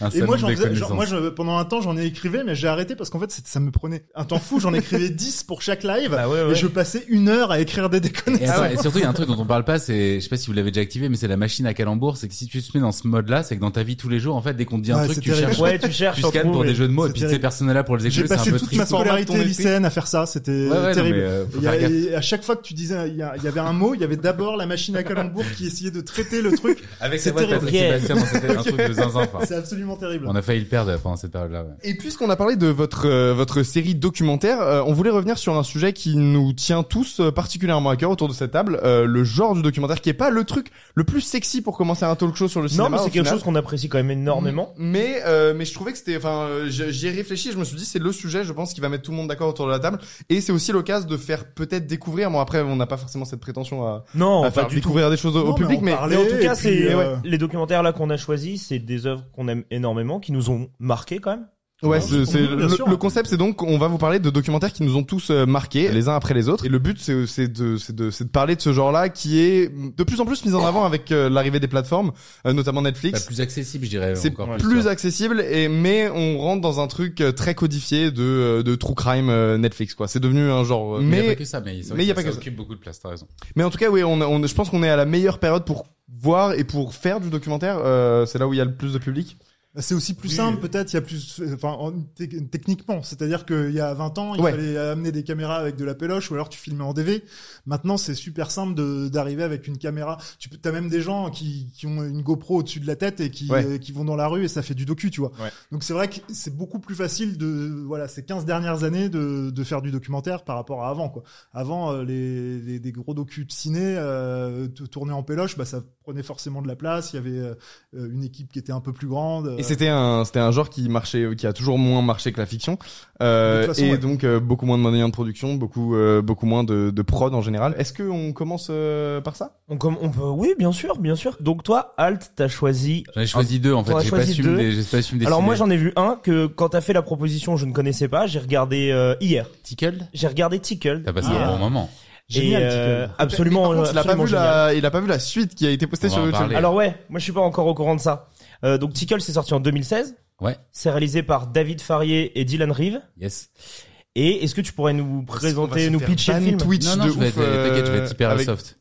S5: un
S4: Et moi
S5: salon
S4: j'en
S5: des
S4: faisais- genre,
S5: connaissances.
S4: moi je, pendant un temps j'en ai écrivé mais j'ai arrêté parce qu'en fait c'est- ça me prenait un temps fou, j'en écrivais 10 pour chaque live
S2: Bah ouais, ouais.
S4: et je passais une heure à écrire des
S5: Et,
S4: déconnexions.
S5: attends, et surtout, il y a un truc dont on parle pas, c'est, je sais pas si vous l'avez déjà activé, mais c'est la machine à calembour. C'est que si tu te mets dans ce mode-là, c'est que dans ta vie tous les jours, en fait, dès qu'on te dit un
S4: Ouais,
S5: truc,
S4: c'est
S5: tu
S4: terrible.
S5: cherches,
S2: Ouais, tu cherches.
S5: tu
S2: t'en
S5: scannes pour
S2: trouves,
S5: des
S2: et-
S5: jeux de mots,
S4: c'est
S5: et puis ces
S4: terrible.
S5: personnes-là pour les
S4: J'ai
S5: écouter, c'est un
S4: passé
S5: peu
S4: toute ma
S5: triste.
S3: Formate ton
S4: scolarité
S3: esprit.
S4: lycéenne à faire ça, c'était
S5: Ouais, ouais, non,
S4: terrible.
S5: mais, euh, faut
S4: Il y a-
S5: faire gaffe.
S4: et à chaque fois que tu disais, il y, a- il y avait un mot, il y avait d'abord la machine à calembour qui essayait de traiter le truc.
S5: Avec
S4: C'est
S5: cette voix de Patrick
S2: terrible.
S5: Sébastien, non, c'était un truc de zinzin. enfin.
S4: C'est absolument terrible.
S5: On a failli le perdre pendant cette période-là. ouais.
S3: Et puisqu'on a parlé de votre euh, votre série documentaire, euh, on voulait revenir sur un sujet qui nous tient tous euh, particulièrement à cœur autour de cette table, euh, le genre du documentaire qui est pas le truc le plus sexy pour commencer un talk show sur le cinéma.
S2: Non, mais
S3: au
S2: c'est quelque
S3: final.
S2: chose qu'on apprécie quand même énormément.
S3: Mais euh, mais je trouvais que c'était enfin euh, j- j'y ai réfléchi, je me suis dit c'est le sujet, je pense qui va mettre tout le monde d'accord autour de la table et c'est aussi l'occasion de faire peut-être découvrir bon après on n'a pas forcément cette prétention à,
S5: Mm.
S2: Non,
S3: à
S2: pas
S3: faire
S2: du tout.
S3: découvrir des choses au, au
S4: Non, mais
S3: public
S4: on
S3: mais
S4: parlait,
S2: Mais en tout
S4: et
S2: cas,
S4: puis,
S2: c'est
S4: euh,
S2: les documentaires là qu'on a choisis, c'est des œuvres qu'on aime énormément, qui nous ont marqué quand même.
S3: Ouais,
S4: Oui,
S3: c'est- c'est-
S4: bien
S3: le,
S4: sûr.
S3: le concept, c'est donc on va vous parler de documentaires qui nous ont tous euh, marqués les uns après les autres. Et le but, c'est c'est de, c'est de, c'est de parler de ce genre-là qui est de plus en plus mis en avant avec euh, l'arrivée des plateformes, euh, notamment
S5: La
S3: Netflix.
S5: plus accessible, je dirais.
S3: C'est
S5: encore
S3: plus,
S5: plus. quoi.
S3: accessible, et mais on rentre dans un truc euh, très codifié de, euh, de true crime euh, Netflix quoi. C'est devenu un genre. euh,
S5: Mais il n'y a
S3: mais
S5: pas que ça, mais, c'est vrai
S3: mais y a pas
S5: ça
S3: que ça.
S5: occupe beaucoup de place, t'as raison.
S3: mais en tout cas, oui, on, on, je pense qu'on est à la meilleure période pour voir et pour faire du documentaire. euh, c'est là où il y a le plus de public.
S4: C'est aussi plus simple, peut-être. Il y a plus, enfin, en- te- techniquement, c'est-à-dire qu'il y a 20 ans, il
S3: Ouais.
S4: fallait amener des caméras avec de la péloche, ou alors tu filmais en DV. Maintenant, c'est super simple de- d'arriver avec une caméra. Tu peux, t'as même des gens qui, qui ont une GoPro au-dessus de la tête et qui,
S3: Ouais.
S4: euh, qui vont dans la rue et ça fait du docu, tu vois.
S2: Ouais.
S4: Donc c'est vrai que c'est beaucoup plus facile de, voilà, ces 15 dernières années de, de faire du documentaire par rapport à avant, quoi. Avant, euh, les, les- des gros docus de ciné euh, t- tournés en péloche, bah ça prenait forcément de la place. Il y avait euh, euh, une équipe qui était un peu plus grande. euh,
S3: Et c'était un, c'était un genre qui marchait, qui a toujours moins marché que la fiction,
S4: De
S3: euh,
S4: toute façon,
S3: et
S4: ouais.
S3: donc euh, beaucoup moins de moyens de production, beaucoup, euh, beaucoup moins de, de prod en général. Est-ce que on commence euh, par ça
S2: On, com- on peut, oui, bien sûr, bien sûr. Donc toi, Alt, t'as choisi.
S5: J'en ai choisi deux en
S2: T'en as
S5: fait. J'ai pas
S2: choisi
S5: su
S2: deux.
S5: me dé- j'ai pas su me décider.
S2: Alors moi, j'en ai vu un que quand t'as fait la proposition, je ne connaissais pas. J'ai regardé euh, hier.
S5: Tickle.
S2: J'ai regardé Tickle.
S5: T'as passé
S2: hier.
S5: un bon moment.
S2: Et, euh, absolument,
S3: Par contre, il a pas
S2: absolument
S3: vu
S2: génial.
S3: la, il a pas vu la suite qui a été postée
S5: On va
S3: sur
S5: en
S3: YouTube.
S5: parler.
S2: Alors ouais, moi je suis pas encore au courant de ça. Euh, donc Tickle c'est sorti en 2016.
S5: Ouais.
S2: C'est réalisé par David Farrier et Dylan Reeve.
S5: Yes.
S2: Et est-ce que tu pourrais nous
S3: On va
S2: présenter,
S3: se
S2: nous
S3: faire
S2: pitcher le
S3: ban
S2: film
S3: Twitch
S5: Non, non,
S3: de
S5: je vais
S3: ouf,
S5: être,
S3: euh,
S5: t'inquiète, je vais être hyper
S3: avec-
S5: soft.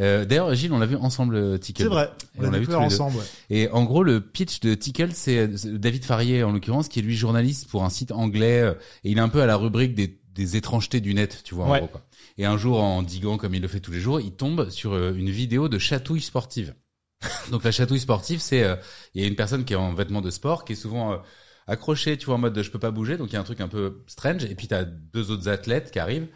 S5: Euh, D'ailleurs, Gilles, on l'a vu ensemble, euh, Tickle.
S4: C'est vrai, on
S5: Et on
S4: l'a
S5: l'a vu
S4: découvert
S5: tous les deux.
S4: ensemble. ouais.
S5: Et en gros, le pitch de Tickle, c'est c'est David Farrier, en l'occurrence, qui est lui journaliste pour un site anglais, euh, et il est un peu à la rubrique des, des étrangetés du net, tu vois, en
S2: Ouais.
S5: gros. quoi. Et un jour, en diguant comme il le fait tous les jours, il tombe sur euh, une vidéo de chatouille sportive. Donc la chatouille sportive, c'est euh, il y a une personne qui est en vêtements de sport, qui est souvent euh, accrochée, tu vois, en mode de, je peux pas bouger, donc il y a un truc un peu strange. Et puis t'as deux autres athlètes qui arrivent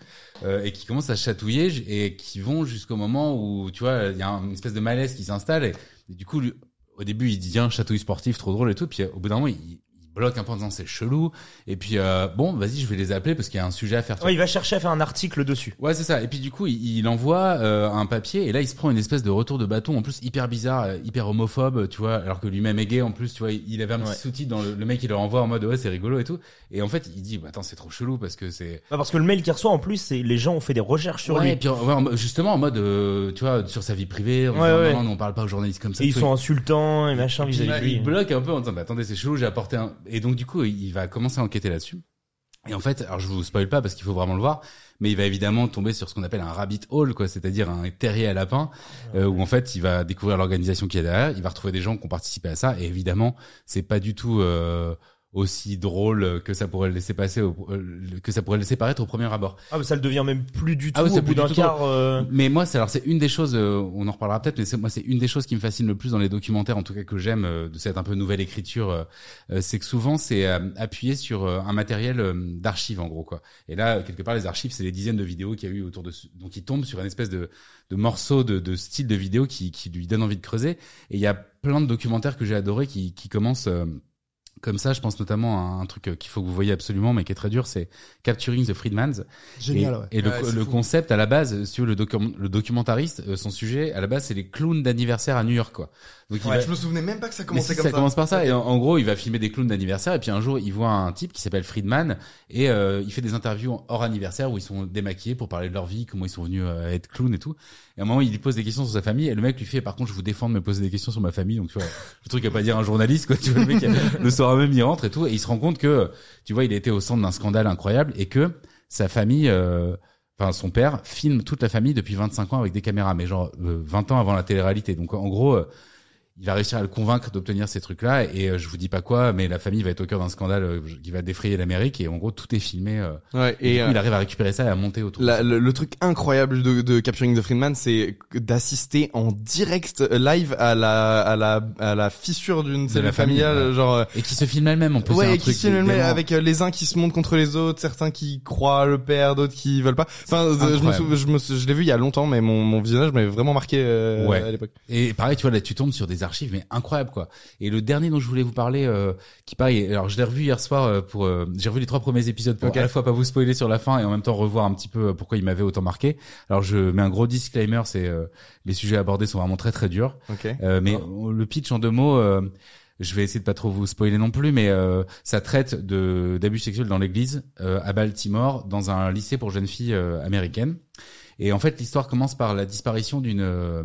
S5: euh, et qui commencent à chatouiller j- et qui vont jusqu'au moment où tu vois il y a un- une espèce de malaise qui s'installe. Et, et du coup, lui- au début, il dit tiens chatouille sportive, trop drôle et tout. Puis euh, au bout d'un moment, il, il bloque un peu en disant c'est chelou. Et puis euh, bon, vas-y, je vais les appeler parce qu'il y a un sujet à faire. tu
S2: Ouais, Il va chercher à faire un article dessus.
S5: Ouais, c'est ça. Et puis du coup, il, il envoie euh, un papier et là, il se prend une espèce de retour de bâton en plus hyper bizarre, euh, hyper homophobe, tu vois, alors que lui-même est gay en plus, tu vois, il, il avait un petit
S2: Ouais.
S5: sous-titre dans le, le mec, il leur envoie en mode ouais, c'est rigolo et tout. Et en fait, il dit bah, attends, c'est trop chelou parce que c'est
S2: Bah, parce que le mail qu'il reçoit en plus, c'est les gens ont fait des recherches sur
S5: Ouais,
S2: lui.
S5: et puis, ouais, en mode- justement en mode euh, tu vois, sur sa vie privée, en
S2: Ouais,
S5: disant,
S2: ouais.
S5: non, non, on parle pas aux journalistes comme ça.
S2: Et ils
S5: tu
S2: sont
S5: vois.
S2: insultants et machin
S5: Puis, bah,
S2: vis-à-vis de
S5: Il
S2: lui.
S5: bloque un peu en disant, bah, attendez, c'est chelou, j'ai apporté un... Et donc, du coup, il va commencer à enquêter là-dessus. Et en fait, alors je vous spoil pas parce qu'il faut vraiment le voir, mais il va évidemment tomber sur ce qu'on appelle un rabbit hole, quoi, c'est-à-dire un terrier à lapin, euh, où en fait, il va découvrir l'organisation qui est derrière, il va retrouver des gens qui ont participé à ça, et évidemment, c'est pas du tout euh, aussi drôle que ça pourrait le laisser passer, au- euh, que ça pourrait le laisser paraître au premier abord.
S2: Ah, bah, ça le devient même plus du tout
S5: Ah ouais, c'est
S2: au bout
S5: plus du
S2: d'un
S5: tout
S2: quart. euh,
S5: Mais moi, c'est alors c'est une des choses. euh, on en reparlera peut-être, mais c'est moi, c'est une des choses qui me fascine le plus dans les documentaires, en tout cas que j'aime euh, de cette un peu nouvelle écriture. euh, euh, c'est que souvent, c'est euh, appuyé sur euh, un matériel euh, d'archives, en gros, quoi. Et là, euh, quelque part, les archives, c'est les dizaines de vidéos qu'il y a eu autour de. ce- Donc, il tombe sur une espèce de, de morceau de, de style de vidéo qui, qui lui donne envie de creuser. Et il y a plein de documentaires que j'ai adoré qui, qui commencent. euh, comme ça, je pense notamment à un truc euh, qu'il faut que vous voyez absolument, mais qui est très dur, c'est Capturing the Freedmans.
S4: Génial,
S5: Et-
S4: ouais.
S5: Et, le,
S3: Ouais,
S5: co-
S3: c'est
S5: le
S3: fou.
S5: concept à la base, si tu veux, le, docu- le documentariste, euh, son sujet à la base, c'est les clowns d'anniversaire à New York, quoi. Donc il
S3: Ouais,
S5: va-
S3: Je me souvenais même pas que ça
S5: mais
S3: commençait
S5: si,
S3: comme
S5: ça, commence par ça. Et en, en gros, il va filmer des clowns d'anniversaire. Et puis un jour, il voit un type qui s'appelle Friedman et euh, il fait des interviews hors anniversaire où ils sont démaquillés pour parler de leur vie, comment ils sont venus euh, être clowns et tout. Et à un moment, il lui pose des questions sur sa famille et le mec lui fait "Par contre, je vous défends de me poser des questions sur ma famille." Donc tu vois, le truc à pas dire à un journaliste quoi. Tu vois, le mec le soir même, il rentre et tout et il se rend compte que tu vois, il a été au centre d'un scandale incroyable et que sa famille euh, Enfin, son père filme toute la famille depuis 25 ans avec des caméras, mais genre euh, 20 ans avant la télé-réalité. Donc, en gros, euh, il va réussir à le convaincre d'obtenir ces trucs-là. Et euh, je vous dis pas quoi, mais la famille va être au cœur d'un scandale euh, qui va défrayer l'Amérique. Et en gros, tout est filmé. euh.
S3: Ouais,
S5: et
S3: et
S5: du coup, il arrive à récupérer ça et à monter autour.
S3: La- le, le truc incroyable de, de Capturing the Friedman, c'est que d'assister en direct euh, live à la, à la, à la fissure d'une
S5: De
S3: cellule
S5: la famille,
S3: familiale,
S5: ouais.
S3: genre, euh,
S5: Et qui se filme elle-même, en plus. c'est un
S3: ouais, et qui
S5: truc
S3: se filment
S5: dément.
S3: avec euh, les uns qui se montent contre les autres, certains qui croient le père, d'autres qui veulent pas. Enfin, euh, je me
S5: incroyable.
S3: sou- je me sou- je l'ai vu il y a longtemps, mais mon, mon visage m'avait vraiment marqué euh,
S5: Ouais.
S3: à l'époque.
S5: Et pareil, tu vois, là, tu tombes sur des archives, mais incroyables, quoi. Et le dernier dont je voulais vous parler, euh, qui pareil, alors je l'ai revu hier soir euh, pour, euh, j'ai revu les trois premiers épisodes pour
S3: Ok.
S5: à la fois pas vous spoiler sur la fin et en même temps revoir un petit peu euh, pourquoi il m'avait autant marqué. Alors je mets un gros disclaimer, c'est euh, les sujets abordés sont vraiment très très durs.
S3: Ok.
S5: Euh, mais
S3: Ah.
S5: on- le pitch en deux mots, euh, je vais essayer de pas trop vous spoiler non plus, mais euh, ça traite de d'abus sexuels dans l'église euh, à Baltimore, dans un lycée pour jeunes filles euh, américaines. Et en fait, l'histoire commence par la disparition d'une. euh,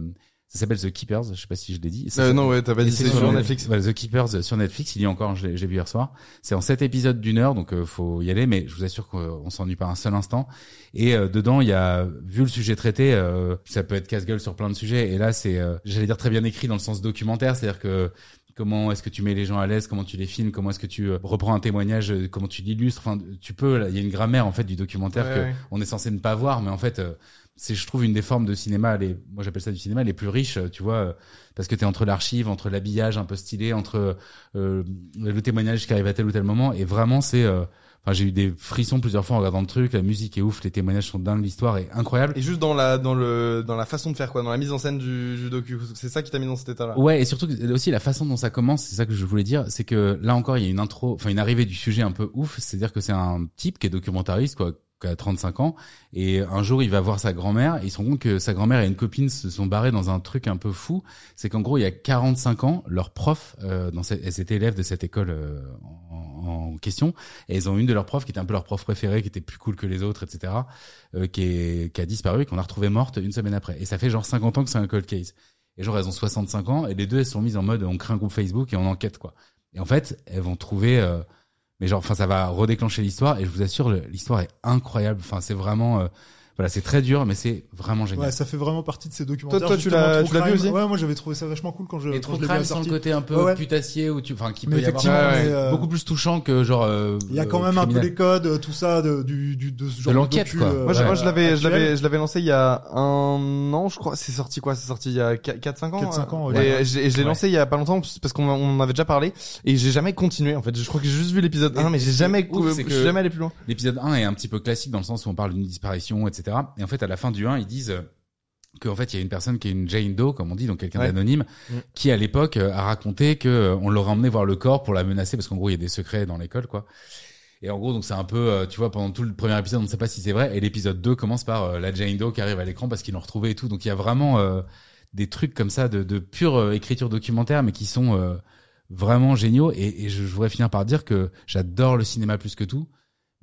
S5: ça s'appelle The Keepers, je sais pas si je l'ai dit. Et ça
S3: Euh,
S5: s'appelle-
S3: non, ouais, t'as pas
S5: et
S3: dit c'est sur Netflix.
S5: voilà, The Keepers sur Netflix, il y a encore, je l'ai j'ai vu hier soir. C'est en sept épisodes d'une heure, donc euh, faut y aller, mais je vous assure qu'on on s'ennuie pas un seul instant. Et euh, dedans, il y a, vu le sujet traité, euh, ça peut être casse-gueule sur plein de sujets. Et là, c'est, euh, j'allais dire très bien écrit dans le sens documentaire, c'est-à-dire que Comment est-ce que tu mets les gens à l'aise Comment tu les filmes Comment est-ce que tu euh, reprends un témoignage euh, Comment tu l'illustres Enfin, tu peux. là, Il y a une grammaire en fait du documentaire
S3: Ouais,
S5: que
S3: ouais.
S5: on est censé ne pas voir, mais en fait, euh, c'est je trouve une des formes de cinéma. Les, moi, j'appelle ça du cinéma les plus riches. euh, Tu vois, euh, parce que t'es entre l'archive, entre l'habillage un peu stylé, entre euh, le témoignage qui arrive à tel ou tel moment. Et vraiment, c'est. euh, Enfin, j'ai eu des frissons plusieurs fois en regardant le truc. La musique est ouf, les témoignages sont dingues, l'histoire est incroyable.
S3: Et juste dans la dans le dans la façon de faire quoi, dans la mise en scène du, du docu, c'est ça qui t'a mis dans cet état-là.
S5: Ouais, et surtout que- aussi la façon dont ça commence, c'est ça que je voulais dire, c'est que là encore il y a une intro, enfin une arrivée du sujet un peu ouf, c'est-à-dire que c'est un type qui est documentariste quoi, qui a 35 ans et un jour il va voir sa grand-mère, et il se rend compte que sa grand-mère et une copine se sont barrées dans un truc un peu fou, c'est qu'en gros il y a 45 ans, leur prof euh, dans cette, elles étaient élèves de cette école euh, en, en question et elles ont une de leurs profs qui était un peu leur prof préférée, qui était plus cool que les autres, etc. euh, qui, est, qui a disparu et qu'on a retrouvé morte une semaine après. Et ça fait genre 50 ans que c'est un cold case. Et genre elles ont 65 ans et les deux elles se sont mises en mode on crée un groupe Facebook et on enquête quoi. Et en fait elles vont trouver, euh, mais genre enfin ça va redéclencher l'histoire et je vous assure le- l'histoire est incroyable. Enfin c'est vraiment euh, voilà c'est très dur mais c'est vraiment génial.
S4: Ouais, ça fait vraiment partie de ces documentaires.
S3: Toi- toi, tu
S4: justement,
S3: l'as-
S4: True
S3: tu l'as vu
S4: Crime.
S3: aussi
S4: Ouais, moi j'avais trouvé ça vachement cool quand je,
S5: et
S4: quand
S5: trop
S4: je l'ai vu à
S5: crâne
S4: la
S5: sans le
S4: sortie.
S5: côté un peu
S4: Ouais, ouais.
S5: putassier ou tu enfin qui
S4: Mais
S5: peut y
S4: effectivement,
S5: avoir
S3: Ouais,
S4: mais,
S3: ouais.
S4: euh,
S5: beaucoup plus touchant que genre euh,
S4: il y a quand
S5: euh,
S4: même un peu
S5: criminel.
S4: les codes, euh, tout ça, de, du, du, de ce genre
S5: l'enquête,
S4: docu,
S5: quoi.
S4: euh,
S3: Moi, je,
S5: Ouais.
S3: moi, je l'avais, je
S4: actuel.
S3: l'avais, je l'avais lancé il y a un an, je crois. C'est sorti quoi C'est sorti il y a 4-5 ans.
S4: 4-5 ans,
S3: euh,
S4: ouais.
S3: Et j'ai- et je l'ai lancé il y a pas longtemps parce qu'on on en avait déjà parlé et j'ai jamais continué en fait. Je crois que j'ai juste vu l'épisode
S5: Et
S3: 1 mais j'ai
S5: c'est
S3: jamais,
S5: ouf,
S3: cou-
S5: c'est
S3: je
S5: que-
S3: suis jamais allé plus loin.
S5: L'épisode 1 est un petit peu classique dans le sens où on parle d'une disparition, etc. Et en fait, à la fin du 1, ils disent euh, qu'en fait, il y a une personne qui est une Jane Doe, comme on dit, donc quelqu'un
S3: Ouais.
S5: d'anonyme,
S3: Mm.
S5: qui à l'époque euh, a raconté que euh, on l'aurait emmené voir le corps pour la menacer, parce qu'en gros, il y a des secrets dans l'école, quoi. Et en gros, donc c'est un peu, euh, tu vois, pendant tout le premier épisode, on ne sait pas si c'est vrai. Et l'épisode 2 commence par euh, la Jane Doe qui arrive à l'écran parce qu'ils l'ont retrouvée et tout. Donc il y a vraiment euh, des trucs comme ça de, de pure euh, écriture documentaire, mais qui sont euh, vraiment géniaux. Et, et je, je voudrais finir par dire que j'adore le cinéma plus que tout.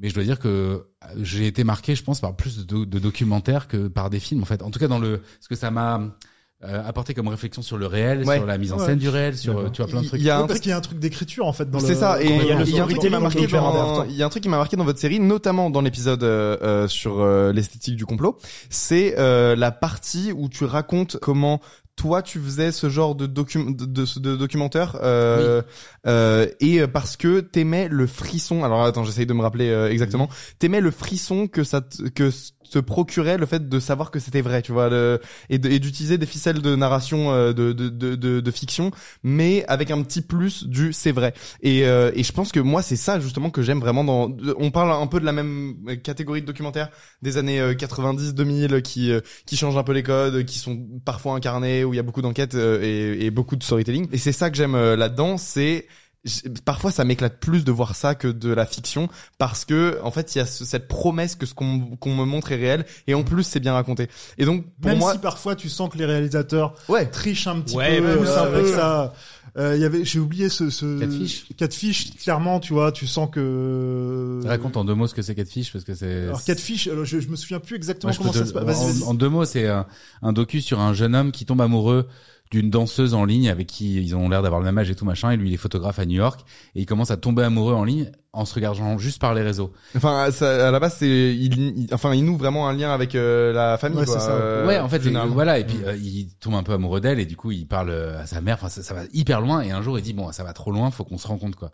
S5: Mais je dois dire que euh, j'ai été marqué, je pense, par plus de, de documentaires que par des films, en fait. En tout cas, dans le ce que ça m'a euh, apporté comme réflexion sur le réel,
S3: Ouais.
S5: sur la mise en
S4: Ouais.
S5: scène du réel, sur euh, tu vois plein de
S3: Il
S5: trucs.
S3: y a un
S4: Ouais, parce
S3: truc.
S4: qu'il y a un truc d'écriture en fait dans le.
S3: C'est ça. Et
S4: dans
S3: il y a
S4: le-
S3: un
S4: dans le
S3: truc qui m'a marqué
S4: documentaire.
S3: dans- il y a un truc qui m'a marqué dans votre série, notamment dans l'épisode euh, euh, sur euh, l'esthétique du complot. C'est euh, la partie où tu racontes comment toi tu faisais ce genre de docu- de, de- de documentaire euh, euh, et euh, parce que t'aimais le frisson. Alors attends, j'essaye de me rappeler euh, exactement. T'aimais le frisson que ça te- que se procurait le fait de savoir que c'était vrai, tu vois, le- et de- et d'utiliser des ficelles de narration euh, de, de, de, de, de fiction, mais avec un petit plus du c'est vrai. Et, euh, et je pense que moi c'est ça justement que j'aime vraiment. Dans, de- on parle un peu de la même euh, catégorie de documentaires des années euh, 90, 2000 qui euh, qui changent un peu les codes, qui sont parfois incarnés, où il y a beaucoup d'enquêtes euh, et, et beaucoup de storytelling. Et c'est ça que j'aime euh, là-dedans, c'est j- Parfois, ça m'éclate plus de voir ça que de la fiction parce que, en fait, il y a ce- cette promesse que ce qu'on qu'on me montre est réel et en plus, c'est bien raconté. Et donc, pour
S4: Même
S3: moi,
S4: si parfois tu sens que les réalisateurs
S3: ouais,
S4: trichent un petit
S2: Ouais,
S4: peu,
S2: même
S4: euh,
S2: ça,
S4: avec
S2: ouais.
S4: ça. Euh, il y avait, j'ai oublié ce, ce
S5: Catfish.
S4: Catfish, clairement, tu vois, tu sens que.
S5: Raconte en deux mots ce que c'est Catfish parce que c'est.
S4: Alors Catfish, alors, je, je me souviens plus exactement
S5: Moi, je
S4: comment
S5: peux
S4: ça
S5: te-
S4: se passe. Vas-y, vas-y.
S5: en, en deux mots, c'est un, un docu sur un jeune homme qui tombe amoureux d'une danseuse en ligne avec qui ils ont l'air d'avoir le même âge et tout machin. Et lui, il est photographe à New York et il commence à tomber amoureux en ligne en se regardant juste par les réseaux.
S3: Enfin, ça, à la base, c'est il, il- enfin, il noue vraiment un lien avec euh, la famille.
S4: Ouais,
S3: quoi,
S4: c'est ça.
S3: euh,
S5: ouais, en fait,
S3: généralement.
S5: et- voilà. Et puis euh, il tombe un peu amoureux d'elle et du coup, il parle euh, à sa mère. Enfin, ça, ça va hyper loin. Et un jour, il dit bon, ça va trop loin, faut qu'on se rencontre quoi.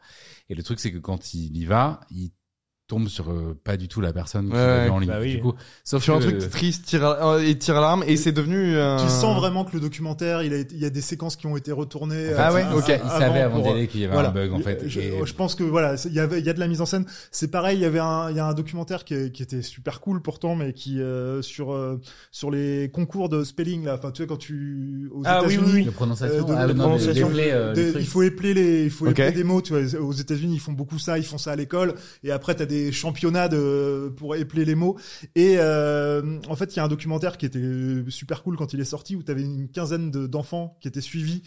S5: Et le truc, c'est que quand il y va, il tombe sur euh, pas du tout la personne qu'il
S3: Ouais,
S5: a vue
S3: ouais.
S5: en ligne.
S2: Bah oui.
S5: Du coup, sauf
S3: sur un
S5: que-
S3: truc triste, tire à- euh, et tire à l'arme, et c'est devenu. euh,
S4: Tu sens vraiment que le documentaire, il, a, été- il y a des séquences qui ont été retournées.
S5: En fait,
S4: euh,
S3: Ah ouais,
S5: il-
S4: a-
S3: ok.
S5: Il savait avant
S4: pour- euh,
S5: d'y aller qu'il y avait
S4: voilà.
S5: un bug en fait.
S4: Je,
S5: Et-
S4: je pense que voilà, c'est- il y avait, il y a de la mise en scène. C'est pareil, il y avait un, il y a un documentaire qui, est- qui était super cool pourtant, mais qui euh, sur euh, sur les concours de spelling là. Enfin, tu sais quand tu aux
S2: Ah oui,
S4: États-Unis,
S2: oui, oui.
S5: De prononciation,
S4: Euh, de-
S5: ah,
S2: de
S5: non,
S2: prononciation.
S5: des- des- euh,
S4: des-
S5: des trucs.
S4: il faut épeler les, il faut
S3: Ok.
S4: épeler des mots. Tu vois, aux États-Unis, ils font beaucoup ça. Ils font ça à l'école. Et après, t'as des championnats de, pour épeler les mots. Et euh, en fait, il y a un documentaire qui était super cool quand il est sorti, où t'avais une quinzaine de- d'enfants qui étaient suivis.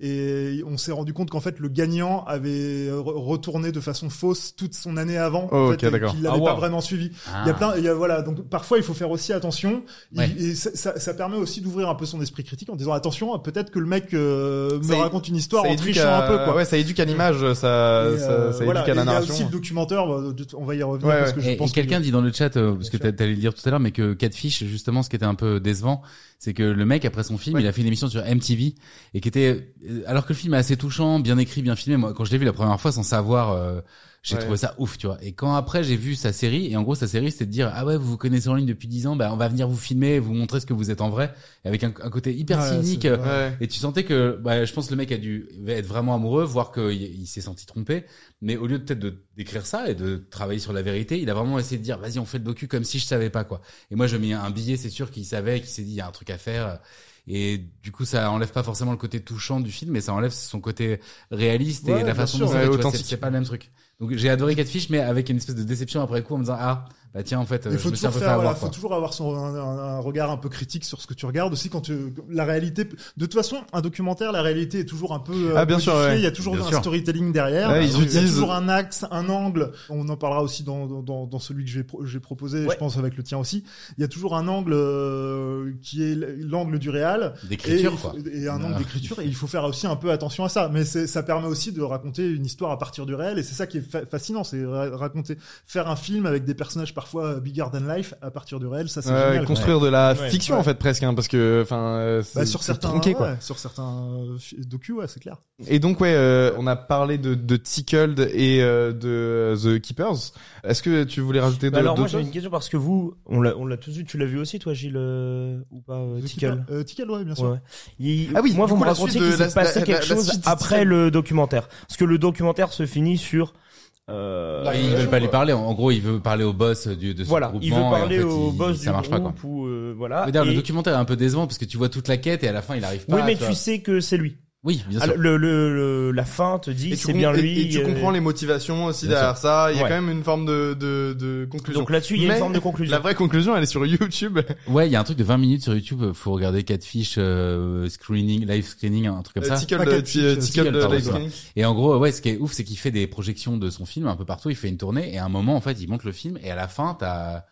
S4: Et on s'est rendu compte qu'en fait, le gagnant avait re- retourné de façon fausse toute son année avant,
S3: Oh,
S4: en fait,
S3: ok,
S4: et
S3: d'accord.
S4: qu'il l'avait
S2: Ah,
S4: pas
S2: wow.
S4: vraiment suivi.
S5: Ah.
S4: Il y a plein, il y a, voilà. Donc parfois il faut faire aussi attention. Il-
S5: Ouais.
S4: et ça, ça- ça permet aussi d'ouvrir un peu son esprit critique en disant attention, peut-être que le mec euh, me
S3: Ça é-
S4: raconte une histoire
S3: ça
S4: en
S3: éduque
S4: trichant
S3: à-
S4: un peu quoi.
S3: Ouais, ça éduque à l'image, ça,
S4: Et,
S3: ça,
S4: euh,
S3: ça éduque
S4: voilà.
S3: à la
S4: Et il y a aussi
S3: narration.
S4: le documentaire. bah, de- On va y revenir
S3: Ouais,
S4: parce
S3: ouais.
S4: que je
S5: Et, et
S4: pense. que-
S5: quelqu'un dit dans le chat, euh, parce que
S4: Bien
S5: t'a-
S4: sûr.
S5: t'allais le dire tout à l'heure, mais que Catfish, justement, ce qui était un peu décevant, c'est que le mec, après son film,
S3: Ouais.
S5: il a fait une émission sur MTV et qui était euh, alors que le film est assez touchant, bien écrit, bien filmé. Moi, quand je l'ai vu la première fois sans savoir, euh, j'ai
S3: Ouais.
S5: trouvé ça ouf, tu vois. Et quand après j'ai vu sa série, et en gros sa série c'était de dire ah ouais vous vous connaissez en ligne depuis 10 ans, bah on va venir vous filmer, vous montrer ce que vous êtes en vrai, Et avec un, un côté hyper
S4: Ouais,
S5: cynique.
S4: c'est
S5: euh,
S4: vrai.
S3: Ouais.
S5: Et tu sentais que, bah, je pense que le mec a dû être vraiment amoureux, voir qu'il il s'est senti trompé. Mais au lieu de peut-être de d'écrire ça et de travailler sur la vérité, il a vraiment essayé de dire, vas-y, on fait le docu comme si je savais pas quoi. Et moi, je mis un billet, c'est sûr qu'il savait, qu'il s'est dit, il y a un truc à faire. Et du coup, ça enlève pas forcément le côté touchant du film, mais ça enlève son côté réaliste
S4: Ouais,
S5: et la
S4: bien
S5: façon
S4: sûr,
S5: dont ça fait,
S3: ouais,
S5: tu vois,
S3: authentique.
S5: c'est- C'est pas le même truc. Donc j'ai adoré Catfish, mais avec une espèce de déception après coup en me disant, ah, bah tiens, en fait, euh,
S4: Il
S5: je
S4: faut
S5: me suis un
S4: toujours,
S5: peu fait
S4: faire, voilà,
S5: avoir.
S4: faut
S5: quoi.
S4: toujours avoir son, un, un- un regard un peu critique sur ce que tu regardes aussi quand tu, la réalité. De toute façon, un documentaire, la réalité est toujours un peu. euh,
S3: Ah, bien
S4: modifiée,
S3: sûr, ouais.
S4: Il y a toujours
S5: Bien
S4: un
S5: sûr.
S4: storytelling derrière.
S3: Ouais, ils
S4: il y a
S3: utilisent-
S4: toujours un axe, un angle. On en parlera aussi dans, dans- dans, dans celui que j'ai pro- j'ai proposé,
S2: Ouais.
S4: je pense avec le tien aussi. Il y a toujours un angle euh, qui est l'angle du réel. Et,
S5: D'écriture,
S4: il faut-
S5: quoi.
S4: et un angle
S5: Ah.
S4: d'écriture, et il faut faire aussi un peu attention à ça. Mais c'est- ça permet aussi de raconter une histoire à partir du réel, et c'est ça qui est fa- fascinant, c'est ra- raconter, faire un film avec des personnages parfois euh, bigger than life à partir du réel, ça c'est
S3: Ouais,
S4: génial. quoi.
S3: construire de la
S2: Ouais.
S3: fiction
S4: Ouais.
S3: en fait presque hein, parce que enfin euh, c'est
S4: Bah, sur
S3: c'est
S4: certains,
S3: tronqué, quoi.
S4: ouais, sur certains euh, fi- docu, ouais, c'est clair.
S3: Et donc ouais, euh, on a parlé de, de Tickled et euh, de The Keepers. Est-ce que tu voulais rajouter de,
S2: Bah alors moi
S3: d'autres
S2: j'ai
S3: choses
S2: une question parce que vous, on l'a, on l'a tous vu, tu l'as vu aussi toi Gilles euh, ou pas euh, Tickle
S4: Euh, Tickle, ouais, bien
S2: Ouais,
S4: sûr.
S2: ouais. Il-
S3: Ah oui,
S2: moi
S3: du
S2: vous
S3: coup,
S2: me
S3: la
S2: racontez
S3: suite de-
S2: qu'il
S3: la-
S2: s'est passé
S3: la-
S2: quelque
S3: la- la
S2: chose
S3: suite,
S2: après
S3: c'est-
S2: le documentaire. Parce que le documentaire se finit sur euh,
S5: Et ils veulent pas lui parler. En en gros, il veut parler au boss du, de son
S2: voilà, il veut
S5: groupement, et en
S2: parler
S5: fait,
S2: au
S5: il-
S2: boss
S5: ça
S2: du
S5: marche
S2: groupe
S5: pas, quoi.
S2: ou euh, voilà.
S5: Mais d'ailleurs,
S2: Et-
S5: le documentaire est un peu décevant parce que tu vois toute la quête et à la fin, il arrive pas.
S2: oui, mais
S5: vois.
S2: tu sais que c'est lui.
S5: Oui, bien sûr.
S2: Ah, le, le- le- la fin te dit
S3: Et tu
S2: c'est
S3: com-
S2: bien
S3: et-
S2: lui.
S3: Et, tu
S2: euh,
S3: comprends les motivations aussi
S5: Bien
S3: derrière ça. Il y a
S2: Ouais.
S3: quand même une forme de, de, de conclusion.
S2: Donc là-dessus, il y a
S3: Mais
S2: une forme de conclusion.
S3: la vraie conclusion, elle est sur YouTube.
S5: Ouais, il y a un truc de 20 minutes sur YouTube. euh, Faut regarder Catfish euh, screening, live screening, un truc
S2: Euh,
S5: comme ça.
S3: Tickle,
S4: Pas
S3: de-
S4: quatre euh,
S3: ti-
S4: chiffres,
S3: Tickle de
S5: pardon,
S3: Life
S5: voilà.
S3: Scanning.
S5: Et en gros, ouais, ce qui est ouf, c'est qu'il fait des projections de son film un peu partout. Il fait une tournée et à un moment, en fait, il monte le film et à la fin, t'as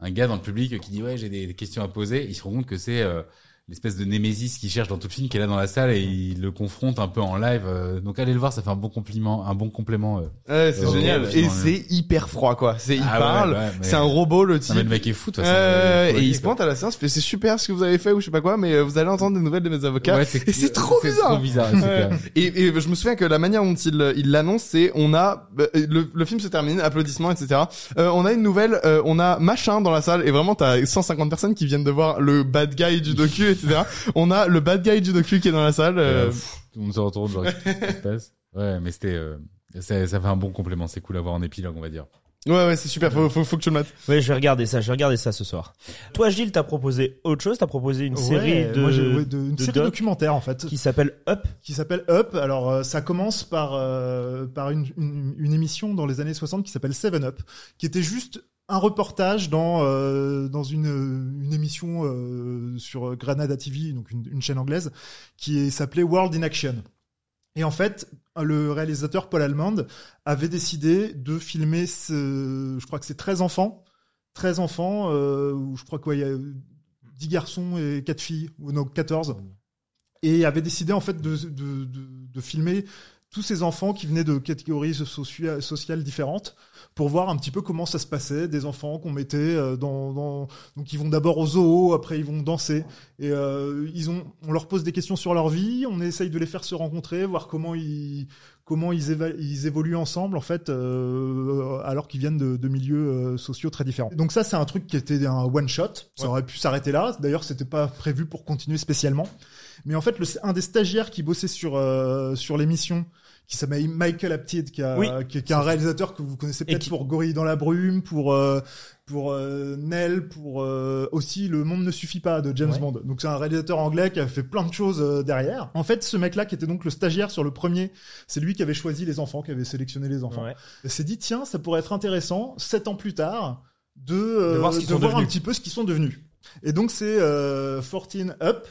S5: un gars dans le public qui dit ouais, j'ai des questions à poser. Il se rend compte que c'est euh, l'espèce de némésis qu'il cherche dans tout le film qui est là dans la salle et il le confronte un peu en live. euh, Donc allez le voir, ça fait un bon compliment, un bon complément. euh.
S3: Ouais, c'est
S5: Ouais,
S3: génial.
S5: ouais,
S3: Et
S5: ouais.
S3: c'est hyper froid, quoi. C'est, il
S5: Ah ouais,
S3: parle.
S5: ouais, mais-
S3: C'est un robot, le
S5: Non, mais le
S3: type.
S5: mec est fou, de toute façon.
S3: Euh,
S5: Il est
S3: et il
S5: fou,
S3: se pointe à la séance, il fait c'est super ce que vous avez fait ou je sais pas quoi, mais euh, vous allez entendre des nouvelles de mes avocats.
S5: Ouais,
S3: Et c'est trop bizarre.
S5: trop bizarre, c'est euh,
S3: Ouais.
S5: clair.
S3: Et, et je me souviens que la manière dont il euh, il l'annonce, c'est on a euh, le, le film se termine, applaudissements, etc. Euh, on a une nouvelle, euh, on a machin dans la salle et vraiment t'as 150 personnes qui viennent de voir le bad guy du docu, etc. on a le bad guy du docu qui est dans la salle.
S5: Euh,
S3: euh,
S5: pff, tout le monde se retourne, genre, qu'est-ce qui se passe Ouais, mais c'était. euh, ça, ça fait un bon complément, c'est cool à voir en épilogue, on va dire.
S3: ouais ouais c'est super, faut, faut, faut que tu le mates.
S2: Ouais, je vais regarder ça, je vais regarder ça ce soir. Toi Gilles, t'as proposé autre chose, t'as proposé une
S4: Ouais,
S2: série de,
S4: moi, j'ai- ouais, de- une
S2: de
S4: série
S2: doc
S4: documentaire en fait
S2: qui s'appelle Up.
S4: qui s'appelle Up. Alors euh, ça commence par euh, par une, une, une émission dans les années 60 qui s'appelle Seven Up, qui était juste un reportage dans euh, dans une euh, une émission euh, sur Granada TV, donc une, une chaîne anglaise, qui est- s'appelait World in Action. Et en fait, le réalisateur Paul Allemand avait décidé de filmer, ce, je crois que c'est 13 enfants, 13 enfants, euh, ou je crois quoi, il y a 10 garçons et 4 filles, ou non, 14, et avait décidé en fait de, de, de, de filmer tous ces enfants qui venaient de catégories socia- sociales différentes pour voir un petit peu comment ça se passait, des enfants qu'on mettait euh, dans, dans... Donc ils vont d'abord au zoo, après ils vont danser, et euh, ils ont, on leur pose des questions sur leur vie, on essaye de les faire se rencontrer, voir comment ils, comment ils, éva- ils évoluent ensemble en fait, euh, alors qu'ils viennent de, de milieux euh, sociaux très différents. Donc ça, c'est un truc qui était un one shot. Ça aurait pu s'arrêter là. D'ailleurs, c'était pas prévu pour continuer spécialement. Mais en fait, le, un des stagiaires qui bossait sur euh, sur l'émission qui s'appelle Michael Apted, qui, a-
S2: Oui.
S4: qui, qui est un réalisateur que vous connaissez
S2: Et
S4: peut-être
S2: qui-
S4: pour Gorille dans la brume, pour euh, pour euh, Nell, pour euh, aussi Le Monde ne suffit pas de James
S2: Ouais.
S4: Bond. Donc c'est un réalisateur anglais qui a fait plein de choses euh, derrière. En fait, ce mec-là qui était donc le stagiaire sur le premier, c'est lui qui avait choisi les enfants, qui avait sélectionné les enfants.
S2: Ouais.
S4: Et s'est dit tiens, ça pourrait être intéressant sept ans plus tard de, euh,
S2: De voir ce qu'ils sont
S4: un
S2: devenus.
S4: petit peu ce qu'ils sont devenus. Et donc c'est euh, 14 Up,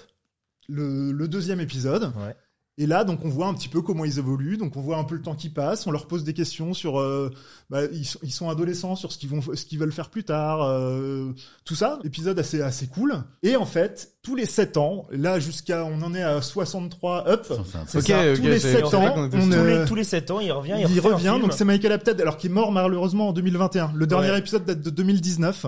S4: le, le deuxième épisode.
S2: Ouais.
S4: Et là, donc, on voit un petit peu comment ils évoluent. Donc, on voit un peu le temps qui passe. On leur pose des questions sur, euh, bah, ils, sont, ils sont adolescents, sur ce qu'ils vont, ce qu'ils veulent faire plus tard, euh, tout ça. Épisode assez, assez cool. Et en fait, tous les 7 ans, là, jusqu'à, on en est à 63 up.
S5: Putain, c'est un-
S2: C'est
S3: Ok,
S2: ça.
S3: ok,
S4: Tous les
S3: j'ai-
S4: sept
S3: je savais
S4: ans,
S3: qu'on était
S4: on
S3: sur-
S2: Tous,
S4: euh,
S2: les, tous les 7 ans, il revient, il,
S4: Il,
S2: refait un
S4: revient,
S2: film.
S4: donc c'est Michael Apted, alors qui est mort malheureusement en 2021. Le dernier épisode date de 2019.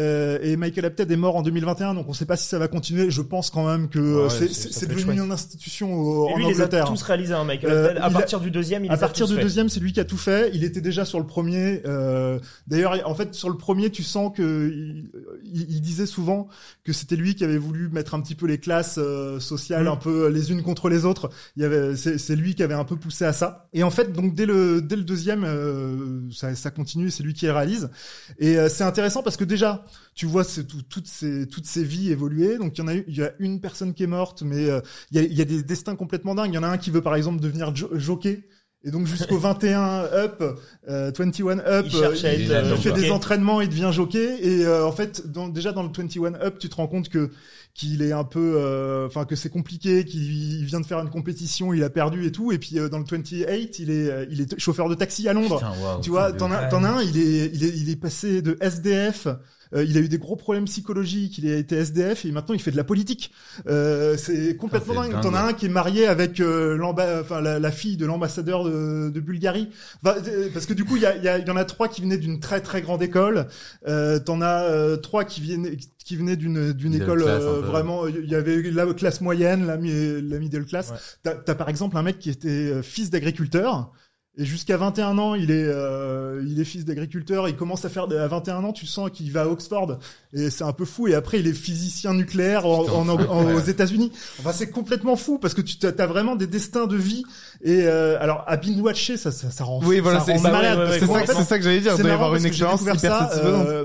S4: Euh, et Michael Apted est mort en 2021, donc on ne sait pas si ça va continuer. Je pense quand même que euh,
S5: Ouais,
S4: c'est-
S5: ça- ça
S4: c'est
S5: peut être
S4: devenu
S5: chouette.
S4: une institution au-
S2: Et
S4: en
S2: lui, il les a
S4: Angleterre.
S2: tous réalisés, hein, Michael
S4: Euh,
S2: Apted. À
S4: il a-
S2: partir du deuxième, il
S4: à
S2: les a
S4: partir
S2: tous
S4: du
S2: faits.
S4: deuxième, c'est lui qui a tout fait. Il était déjà sur le premier. Euh, D'ailleurs, en fait, sur le premier, tu sens que il, il- il disait souvent que c'était lui qui avait voulu mettre un petit peu les classes euh, sociales
S2: Mhm.
S4: un peu les unes contre les autres. Il y avait, c'est c'est lui qui avait un peu poussé à ça. Et en fait, donc dès le dès le deuxième, euh, ça, ça continue. C'est lui qui les réalise. Et euh, c'est intéressant parce que déjà, tu vois c'est tout- toutes ces toutes ces vies évoluer. Donc il y en a eu- il y a une personne qui est morte, mais euh, il y, a, il y a des destins complètement dingues. Il y en a un qui veut par exemple devenir jo- jockey. Et donc jusqu'au 21 up, euh, 21 up,
S2: Il cherche à
S4: euh, il,
S5: être, euh,
S4: il fait
S2: jockey.
S4: des entraînements, il devient jockey. Et euh, en fait, dans- déjà dans le 21 up, tu te rends compte que qu'il est un peu, euh, enfin que c'est compliqué, qu'il il vient de faire une compétition, il a perdu et tout. Et puis euh, dans le 28, il est euh, il est chauffeur de taxi à Londres.
S5: Putain, waouh.
S4: Tu vois,
S5: de-
S4: t'en as, t'en as un, il est, il est, il est passé de SDF. euh, il a eu des gros problèmes psychologiques, il a été SDF et maintenant il fait de la politique. Euh, c'est complètement
S5: Putain, c'est
S4: dingue. T'en as
S5: dingue.
S4: un qui est marié avec euh, l'amba- enfin, la, la fille de l'ambassadeur de, de Bulgarie. Enfin, euh, parce que du coup, il y, a, il y, a- il y en a trois qui venaient d'une très très grande école. Euh, T'en as euh, trois qui viennent qui venaient d'une d'une
S5: Middle
S4: école
S5: class,
S4: euh,
S5: un peu.
S4: vraiment. Il y avait la classe moyenne, la, mi- la middle class.
S2: Ouais.
S4: T'as t'as par exemple un mec qui était euh, fils d'agriculteur. Et jusqu'à 21 ans, il est, euh, il est fils d'agriculteur. Il commence à faire à 21 ans, tu sens qu'il va à Oxford, et c'est un peu fou. Et après, il est physicien nucléaire en-
S5: Putain,
S4: en-
S5: c'est
S4: en- aux
S5: incroyable.
S4: États-Unis. Enfin, c'est complètement fou parce que tu as vraiment des destins de vie. Et euh, alors, à binge watcher, ça, ça, ça rend,
S3: Oui, voilà,
S4: ça
S3: c'est
S4: rend
S3: ça,
S4: malade.
S2: ouais, ouais,
S4: parce
S3: c'est
S4: que
S3: ça,
S2: complètement.
S3: c'est ça que j'allais dire.
S4: c'est
S3: Vous allez
S4: marrant
S3: avoir
S4: parce
S3: une
S4: que j'ai
S3: expérience
S4: découvert
S3: hyper
S4: ça,
S3: satisfaisante.
S4: euh,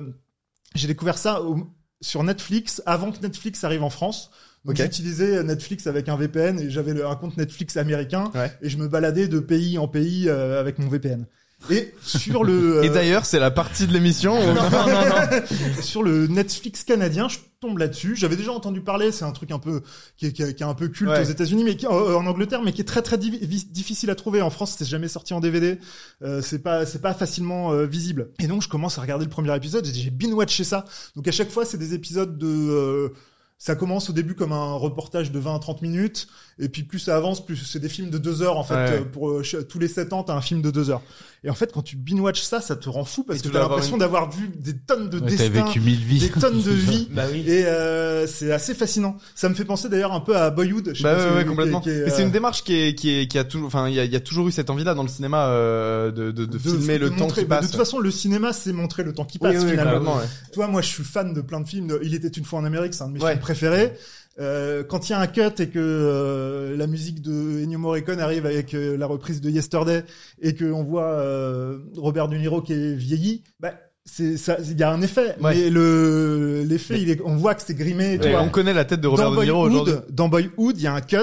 S4: J'ai découvert ça au- sur Netflix avant que Netflix arrive en France. Donc
S3: Ok.
S4: j'utilisais Netflix avec un VPN et j'avais le- un compte Netflix américain
S3: Ouais.
S4: et je me baladais de pays en pays euh, avec mon VPN. Et sur le
S3: Et
S4: euh,
S3: d'ailleurs, c'est la partie de l'émission. où-
S4: sur le Netflix canadien, je tombe là-dessus. J'avais déjà entendu parler, c'est un truc un peu qui est, qui est- qui est un peu culte
S3: Ouais.
S4: aux États-Unis, mais qui- euh, en Angleterre, mais qui est très très divi- vi- difficile à trouver. En France, c'est jamais sorti en DVD, euh, c'est pas c'est pas facilement euh, visible. Et donc je commence à regarder le premier épisode, j'ai- j'ai binge watché ça. Donc à chaque fois, c'est des épisodes de euh, ça commence au début comme un reportage de 20 à 30 minutes, et puis plus ça avance, plus c'est des films de deux heures en fait.
S3: Ouais.
S4: euh, Pour euh, ch- tous les 7 ans, t'as un film de deux heures. Et en fait, quand tu binge watches ça, ça te rend fou parce
S3: Et
S4: que
S3: tu
S4: t'as
S3: dois avoir
S4: l'impression d'avoir vu des tonnes de
S5: Ouais, T'as
S4: destins
S5: vécu mille vies.
S4: des tonnes de vie.
S2: Bah oui.
S4: Et euh, c'est assez fascinant. Ça me fait penser d'ailleurs un peu à Boyhood. Je sais
S3: Bah
S4: pas si
S3: ouais,
S4: vous
S3: ouais,
S4: voyez,
S3: complètement.
S4: qui est,
S3: Mais c'est une
S4: euh,
S3: démarche qui est, qui est, qui a toujours, enfin, il y a, il y a toujours eu cette envie-là dans le cinéma euh, de, de, de filmer le temps
S4: montrer-
S3: qui
S4: bah,
S3: passe.
S4: De toute façon, le cinéma, c'est montrer le temps qui
S3: Oui,
S4: passe
S3: oui,
S4: finalement.
S3: complètement, ouais.
S4: Toi, moi, je suis fan de plein de films. de- Il était une fois en Amérique, c'est un de mes
S3: Ouais.
S4: films préférés. Euh, quand il y a un cut et que euh, la musique de Ennio Morricone arrive avec euh, la reprise de Yesterday et que on voit euh, Robert De Niro qui est vieilli, bah c'est ça, il y a un effet.
S3: Ouais.
S4: Mais le l'effet, il est, on voit que c'est grimé. et
S3: Et
S4: tout.
S3: on connaît la tête de Robert
S4: dans
S3: De Niro aujourd'hui.
S4: Boyhood, dans Boyhood, il y a un cut.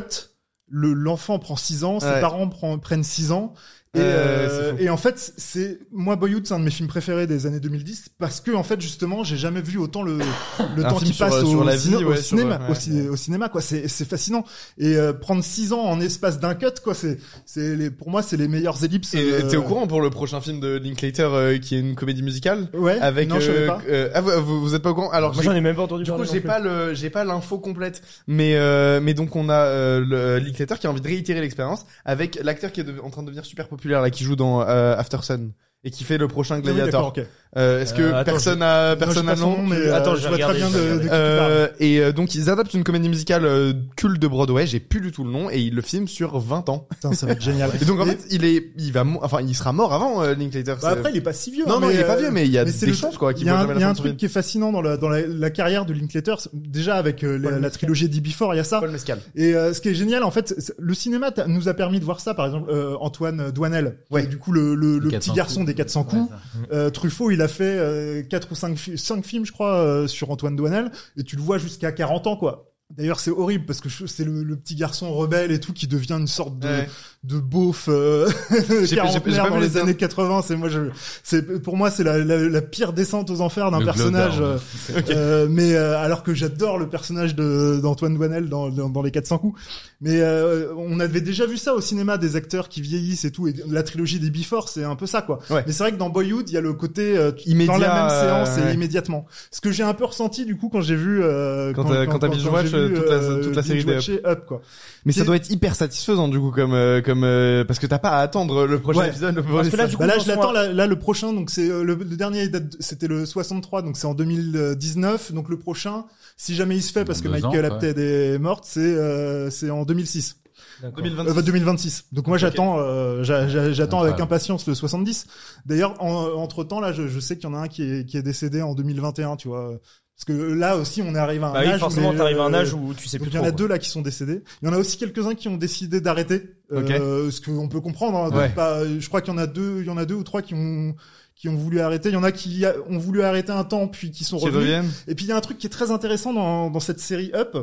S4: Le l'enfant prend 6 ans, ses
S3: Ouais.
S4: parents prend- prennent 6 ans. Et,
S3: Ouais, ouais,
S4: euh,
S3: c'est fou.
S4: et en fait, c'est moi Boyhood, c'est un de mes films préférés des années 2010 parce que en fait justement, j'ai jamais vu autant le le
S3: Un
S4: temps
S3: film
S4: qui passe
S3: sur-
S4: au,
S3: sur la
S4: ciné-
S3: vie,
S4: au
S3: ouais, sur-
S4: cinéma,
S3: ouais,
S4: au, ciné-
S3: ouais.
S4: au cinéma quoi. C'est c'est fascinant. Et euh, prendre 6 ans en espace d'un cut quoi, c'est c'est les pour moi c'est les meilleures ellipses.
S3: Et
S4: euh,
S3: t'es au courant pour le prochain film de Linklater euh, qui est une comédie musicale
S4: Ouais.
S3: avec
S4: non, je savais
S3: euh,
S4: pas.
S3: euh, ah, vous, vous- vous êtes pas au courant Alors
S2: Moi,
S3: j'ai-
S2: j'en ai même pas entendu
S3: du coup
S2: parler
S3: j'ai
S2: non plus.
S3: pas le j'ai pas l'info complète, mais euh, mais donc on a euh, le Linklater qui a envie de réitérer l'expérience avec l'acteur qui est de- en train de devenir super populaire là qui joue dans euh, After Sun et qui fait le prochain
S4: Ah oui,
S3: Gladiator.
S4: d'accord, ok.
S3: Euh, Est-ce que
S2: Euh, attends,
S3: personne a
S4: Non, je sais
S3: personne
S4: pas
S3: a
S4: son
S3: nom
S4: nom, mais euh,
S2: Attends, je
S4: je
S2: vais
S4: vois très
S2: regarder, je
S4: bien
S2: vais
S4: de, de qui
S2: regarder.
S4: tu parles.
S3: Euh, et euh, donc ils adaptent une comédie musicale euh, culte de Broadway, j'ai plus du tout le nom, et ils le filment sur 20 ans.
S4: Putain, ça va être génial.
S3: Et donc en
S4: Et-
S3: fait, il est, il va, mo- enfin, il sera mort avant euh, Linklater.
S4: Bah
S3: c'est-
S4: après, il est pas si vieux.
S3: non,
S4: hein,
S3: non, il est pas
S4: euh,
S3: vieux, mais il y a
S4: mais c'est
S3: des
S4: le-
S3: chances quoi. qu'il
S4: Il y a
S3: voit
S4: un,
S3: jamais la
S4: il y a
S3: fin
S4: un
S3: de son
S4: truc
S3: vie.
S4: qui est fascinant dans la, dans la, la carrière de Linklater. c'est- Déjà avec euh, la, la trilogie d'E Before, il y a ça.
S3: Paul Mescal.
S4: Et euh, ce qui est génial, en fait, c'est- le cinéma t'a- nous a permis de voir ça. Par exemple, euh, Antoine Douanel, qui
S3: Ouais.
S4: est du coup le, le, le
S5: 400
S4: petit garçon
S5: coups.
S4: des 400 coups.
S5: Ouais,
S4: Euh, Truffaut, il a fait euh, quatre ou cinq, fi- cinq films, je crois, euh, sur Antoine Douanel, et tu le vois jusqu'à 40 ans, quoi. D'ailleurs, c'est horrible parce que je- c'est le, le petit garçon rebelle et tout qui devient une sorte de,
S3: Ouais.
S4: de beauf euh,
S3: j'ai pas
S4: quarantenaire
S3: vu
S4: dans
S3: les
S4: les années 80. C'est moi, je, c'est pour moi, c'est la, la, la pire descente aux enfers d'un
S5: Le
S4: personnage.
S5: Glodard,
S4: euh, euh, mais euh, alors que j'adore le personnage de d'Antoine Douanel dans, dans dans les 400 coups. Mais euh, on avait déjà vu ça au cinéma des acteurs qui vieillissent et tout. Et la trilogie des Before, c'est un peu ça, quoi.
S3: Ouais.
S4: Mais c'est vrai que dans Boyhood, il y a le côté euh,
S3: Immédiat,
S4: dans la même
S3: euh,
S4: séance
S3: ouais.
S4: et immédiatement. Ce que j'ai un peu ressenti du coup quand j'ai vu euh,
S3: Quand, euh, quand t'as mis le
S4: j'ai
S3: watch,
S4: vu
S3: watch euh, toute la, toute la série des-
S4: Watcher Up quoi.
S3: Mais ça
S4: C'est-
S3: doit être hyper satisfaisant du coup comme euh, comme euh, parce que t'as pas à attendre le prochain
S4: Ouais.
S3: épisode. Le
S2: Parce que là,
S3: prochain-
S2: du coup,
S4: Bah là,
S2: dans
S4: je
S2: son-
S4: l'attends. Là, là, le prochain, donc c'est euh, le, le dernier, il date- c'était le 63, donc c'est en 2019. Donc le prochain, si jamais il se fait, parce que
S5: Dans deux
S4: Michael
S5: ans, quoi.
S4: Apted est morte, c'est euh, c'est en 2006,
S2: D'accord.
S3: 2026.
S4: Euh, 2026. Donc moi, j'attends, euh, j'a- j'a- j'attends avec
S5: Incroyable.
S4: impatience le 70. D'ailleurs, entre temps, là, je, je sais qu'il y en a un qui est, qui est décédé en 2021, tu vois. Parce que là aussi, on est arrivé à un
S2: Bah
S4: âge.
S2: oui,
S4: où
S2: forcément,
S4: les-
S2: t'arrives à un âge où tu sais
S4: donc
S2: plus
S4: il y
S2: trop.
S4: en a
S2: quoi.
S4: deux là qui sont décédés. Il y en a aussi quelques-uns qui ont décidé d'arrêter, euh, ce qu'on peut comprendre. hein, de
S3: Ouais.
S4: pas- je crois qu'il y en a deux, il y en a deux ou trois qui ont qui ont voulu arrêter. Il y en a qui a- ont voulu arrêter un temps puis qui sont
S3: Qui
S4: revenus.
S3: reviennent.
S4: Et puis il y a un truc qui est très intéressant dans, dans cette série Up,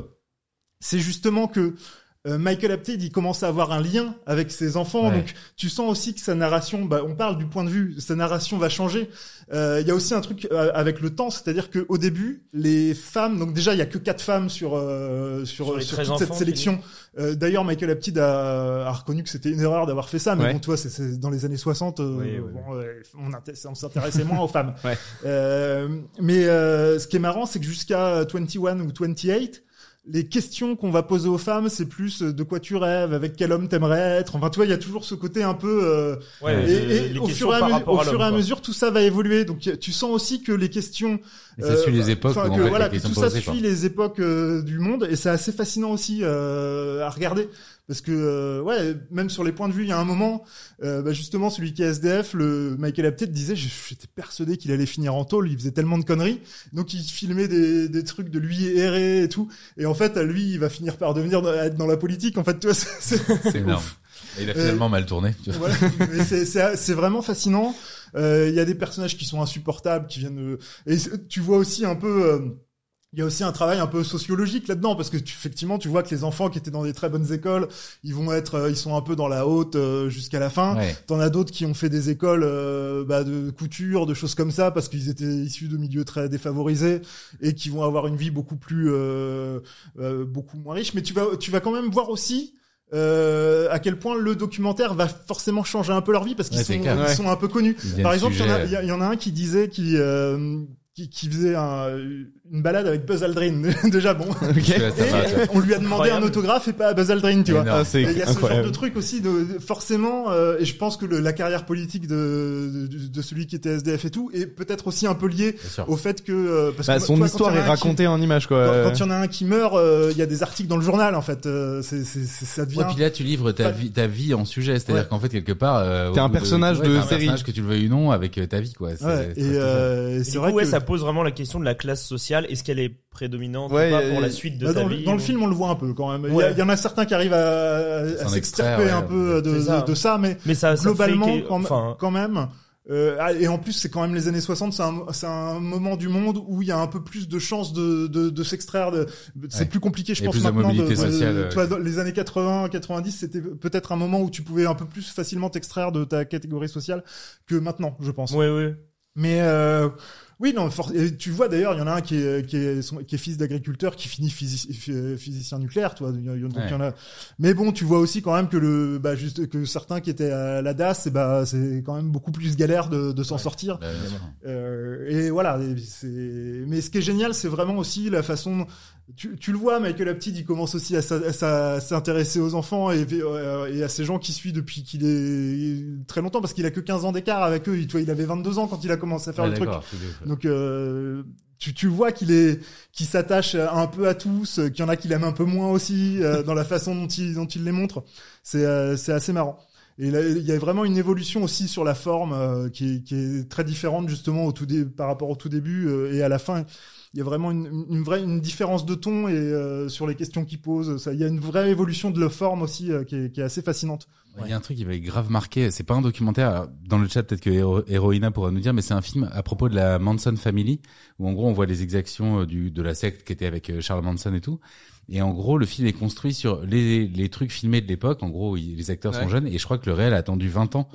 S4: c'est justement que euh, Michael Apted, il commence à avoir un lien avec ses enfants,
S5: Ouais.
S4: donc tu sens aussi que sa narration, bah, on parle du point de vue, sa narration va changer. Euh, Il y a aussi un truc euh, avec le temps, c'est-à-dire que au début, les femmes, donc déjà il y a que quatre femmes sur euh, sur,
S2: Sur les
S4: sur
S2: 13
S4: toute cette
S2: enfants,
S4: sélection. Euh, D'ailleurs, Michael Apted a, a reconnu que c'était une erreur d'avoir fait ça, mais
S3: Ouais.
S4: bon, toi, c'est- c'est dans les années 60, euh,
S2: Oui, oui,
S4: bon, euh, on, inté- on s'intéressait moins aux femmes.
S3: Ouais.
S4: Euh, mais euh, ce qui est marrant, c'est que jusqu'à 21 ou 28, les questions qu'on va poser aux femmes, c'est plus euh, de quoi tu rêves, avec quel homme t'aimerais être. Enfin, tu vois, il y a toujours ce côté un peu. euh,
S2: Ouais,
S4: et
S2: les-
S4: et
S2: les
S4: au
S2: questions
S4: fur et à,
S2: par
S4: mesure-
S2: rapport
S4: au
S2: à
S4: fur et
S2: l'homme,
S4: à
S2: quoi.
S4: mesure, tout ça va évoluer. Donc, y a- tu sens aussi que les questions
S5: Et ça suit les époques.
S4: Euh, Enfin,
S5: où, en
S4: que,
S5: fait,
S4: voilà,
S5: les
S4: que
S5: questions
S4: tout ça
S5: posées,
S4: suit
S5: quoi.
S4: les époques euh, du monde et c'est assez fascinant aussi euh, à regarder parce que euh, ouais, même sur les points de vue, il y a un moment, euh, bah, justement celui qui est SDF, le Michael Apted disait, je- j'étais persuadé qu'il allait finir en tôle, il faisait tellement de conneries, donc il filmait des, des trucs de lui errer et tout, et en fait à lui il va finir par devenir dans, être dans la politique, en fait tu vois, c'est- c'est-
S5: C'est énorme. Et il a
S4: Euh,
S5: finalement mal tourné. tu vois.
S4: voilà. Mais c'est- c'est c'est vraiment fascinant. Euh, Il y a des personnages qui sont insupportables, qui viennent. euh, Et c'est- tu vois aussi un peu. euh, il y a aussi un travail un peu sociologique là-dedans parce que tu, effectivement tu vois que les enfants qui étaient dans des très bonnes écoles, ils vont être, euh, ils sont un peu dans la haute euh, jusqu'à la fin.
S5: Ouais.
S4: T'en as d'autres qui ont fait des écoles euh, bah, de couture, de choses comme ça, parce qu'ils étaient issus de milieux très défavorisés et qui vont avoir une vie beaucoup plus, euh, euh, beaucoup moins riche. Mais tu vas, tu vas quand même voir aussi. euh, à quel point le documentaire va forcément changer un peu leur vie parce qu'ils
S5: Ouais,
S4: sont,
S5: c'est clair.
S4: ils
S3: Ouais.
S4: sont un peu connus.
S5: Il y a
S4: Par
S5: un
S4: exemple, il y en a-
S5: sujet,
S4: il y, a- il y en a un qui disait qui, euh, qui, qui faisait un- une balade avec Buzz Aldrin. Déjà bon,
S5: euh,
S3: Ok.
S5: ouais, ça
S4: Et
S5: va, ça va.
S4: on lui a demandé un
S2: Incroyable.
S4: autographe et pas à Buzz Aldrin, tu vois.
S5: Énorme.
S3: Ah, c'est
S4: Et Il y a ce genre
S3: incroyable.
S4: de truc aussi, de, de- forcément, euh, et je pense que le- la carrière politique de, de, de celui qui était SDF et tout est peut-être aussi un peu liée
S5: Bien sûr.
S4: au fait que... euh, parce
S3: Bah,
S4: que
S3: son
S4: toi, quand
S3: histoire
S4: il y
S3: est
S4: en a un qui-
S3: racontée en image quoi.
S4: Quand quand il y en a un qui meurt, euh, il y a des articles dans le journal, en fait. euh, c'est c'est- c'est- ça devient...
S5: Ouais, puis là, tu livres ta
S4: Pas-
S5: vie, ta vie en sujet. C'est-à-dire
S4: Ouais.
S5: qu'en fait, quelque part, euh, au
S3: T'es un
S5: bout de-
S3: personnage
S5: ouais,
S3: de
S5: t'es un
S3: série.
S5: personnage que tu le veuilles ou non avec euh, ta vie, quoi. C'est-
S4: Ouais,
S5: c'est
S4: et
S5: presque ça.
S4: euh,
S2: Et
S4: c'est
S2: du
S4: vrai
S2: coup, ouais,
S4: que...
S2: ça pose vraiment la question de la classe sociale. Est-ce qu'elle est prédominante
S3: Ouais,
S2: ou pas
S3: et-
S2: pour la suite de
S4: Bah,
S2: ta
S4: dans, le-
S2: vie euh.
S4: dans le
S2: ou-
S4: film, on le voit un peu quand même. Il y a-
S2: Ouais.
S4: il y, en a certains qui arrivent à, à
S5: S'en
S4: s'extirper
S5: extraire,
S4: un
S5: ouais.
S4: peu de
S2: C'est ça.
S4: de- de ça, mais
S2: Mais ça, ça
S4: globalement
S2: fait que-
S4: quand, m-
S5: hein.
S2: enfin,
S4: quand même euh, ah, et en plus c'est quand même les années 60 c'est un, c'est un moment du monde où il y a un peu plus de chances de, de, de s'extraire de- c'est
S5: Ouais.
S4: plus compliqué je
S5: Et
S4: pense
S5: plus de
S4: maintenant
S5: mobilité
S4: de-
S5: sociale,
S4: de-
S5: euh,
S4: tu vois, dans les années 80 90 c'était peut-être un moment où tu pouvais un peu plus facilement t'extraire de ta catégorie sociale que maintenant je pense
S2: ouais, ouais.
S4: mais euh, oui, non, for- et tu vois d'ailleurs, il y en a un qui est, qui est, son- qui est fils d'agriculteur qui finit physi- phy- physicien nucléaire, toi. Il y en- il y en- donc
S5: Ouais.
S4: il y en a. Mais bon, tu vois aussi quand même que le, bah, juste que certains qui étaient à la DAS, eh bah, c'est quand même beaucoup plus galère de, de s'en sortir.
S5: Bah, bien sûr.
S4: Euh, et voilà. et c'est- Mais ce qui est génial, c'est vraiment aussi la façon. Tu, tu le vois, Michael Apted, il commence aussi à, s'a- à s'a- à s'intéresser aux enfants et, euh, et à ces gens qui suit depuis qu'il est très longtemps, parce qu'il a que 15 ans d'écart avec eux. Il, tu vois, il avait 22 ans quand il a commencé à faire
S5: Ouais,
S4: le truc.
S5: d'accord, c'est ouf, ouais.
S4: Donc euh, tu, tu vois qu'il est, qu'il s'attache à- un peu à tous, euh, qu'il y en a qui l'aiment un peu moins aussi euh, dans la façon dont il, dont il les montre. C'est, euh, c'est assez marrant. Et là, il y a vraiment une évolution aussi sur la forme euh, qui, est- qui est très différente justement au tout dé- par rapport au tout début euh, et à la fin. Il y a vraiment une, une vraie une différence de ton et euh, sur les questions qu'il pose. Ça, il y a une vraie évolution de la forme aussi euh, qui, est, qui est assez fascinante.
S5: Il y a un truc qui m'avait grave marqué, c'est pas un documentaire, alors, dans le chat peut-être que Hero- Heroina pourra nous dire, mais c'est un film à propos de la Manson Family, où en gros on voit les exactions euh, du, de la secte qui était avec euh, Charles Manson et tout. Et en gros le film est construit sur les, les trucs filmés de l'époque, en gros il- les acteurs
S3: Ouais.
S5: sont jeunes, et je crois que le réel a attendu 20 ans,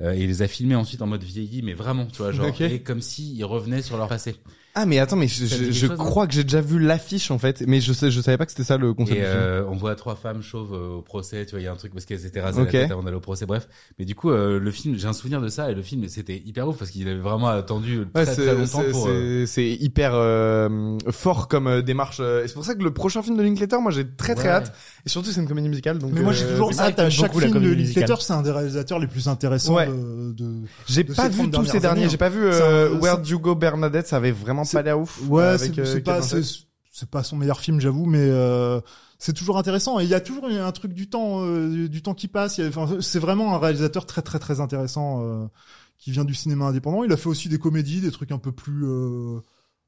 S5: euh, et il les a filmés ensuite en mode vieilli, mais vraiment, tu vois, genre,
S3: Ok.
S5: et comme s'ils revenaient sur leur passé.
S3: Ah mais attends mais je,
S5: Ça
S3: je,
S4: hein.
S5: dit quelque
S3: je
S5: chose,
S3: crois que j'ai déjà vu l'affiche en fait mais je sais je savais pas que c'était ça le concept.
S5: Et
S3: du film.
S5: euh, on voit trois femmes chauves euh, au procès, tu vois, il y a un truc parce qu'elles étaient rasées
S3: Ok.
S5: la tête avant d'aller au procès, bref. Mais du coup, euh, le film, j'ai un souvenir de ça, et le film, c'était hyper ouf parce qu'il avait vraiment attendu
S3: Ouais,
S5: très très longtemps
S3: c'est-
S5: pour...
S3: c'est-
S5: euh,
S3: c'est hyper euh, fort comme euh, démarche. euh, Et c'est pour ça que le prochain film de Linklater, moi j'ai très très
S5: Ouais.
S3: hâte. Et surtout c'est une comédie musicale. Donc
S4: Mais moi
S3: euh,
S4: j'ai toujours
S2: c'est vrai
S4: hâte à
S2: que
S4: chaque
S2: beaucoup la
S4: film de
S2: comédie
S4: Linklater,
S2: musicale.
S4: c'est un des réalisateurs les plus intéressants
S3: Ouais.
S4: de, de-
S3: j'ai
S4: de
S3: pas
S4: ces
S3: vu
S4: 30
S3: tous ces
S4: dernières
S3: derniers.
S4: années, hein.
S3: J'ai pas vu
S4: C'est un-
S3: euh,
S4: c'est-
S3: Where You Go Bernadette. Ça avait vraiment
S4: C'est-
S3: pas l'air ouf.
S4: Ouais,
S3: avec,
S4: c'est
S3: euh,
S4: c'est
S3: Kate
S4: pas
S3: Winslet.
S4: c'est c'est pas son meilleur film, j'avoue, mais euh, c'est toujours intéressant. Et il y a toujours un truc du temps euh, du temps qui passe. Il y a- enfin, c'est vraiment un réalisateur très très très intéressant euh, qui vient du cinéma indépendant. Il a fait aussi des comédies, des trucs un peu plus euh,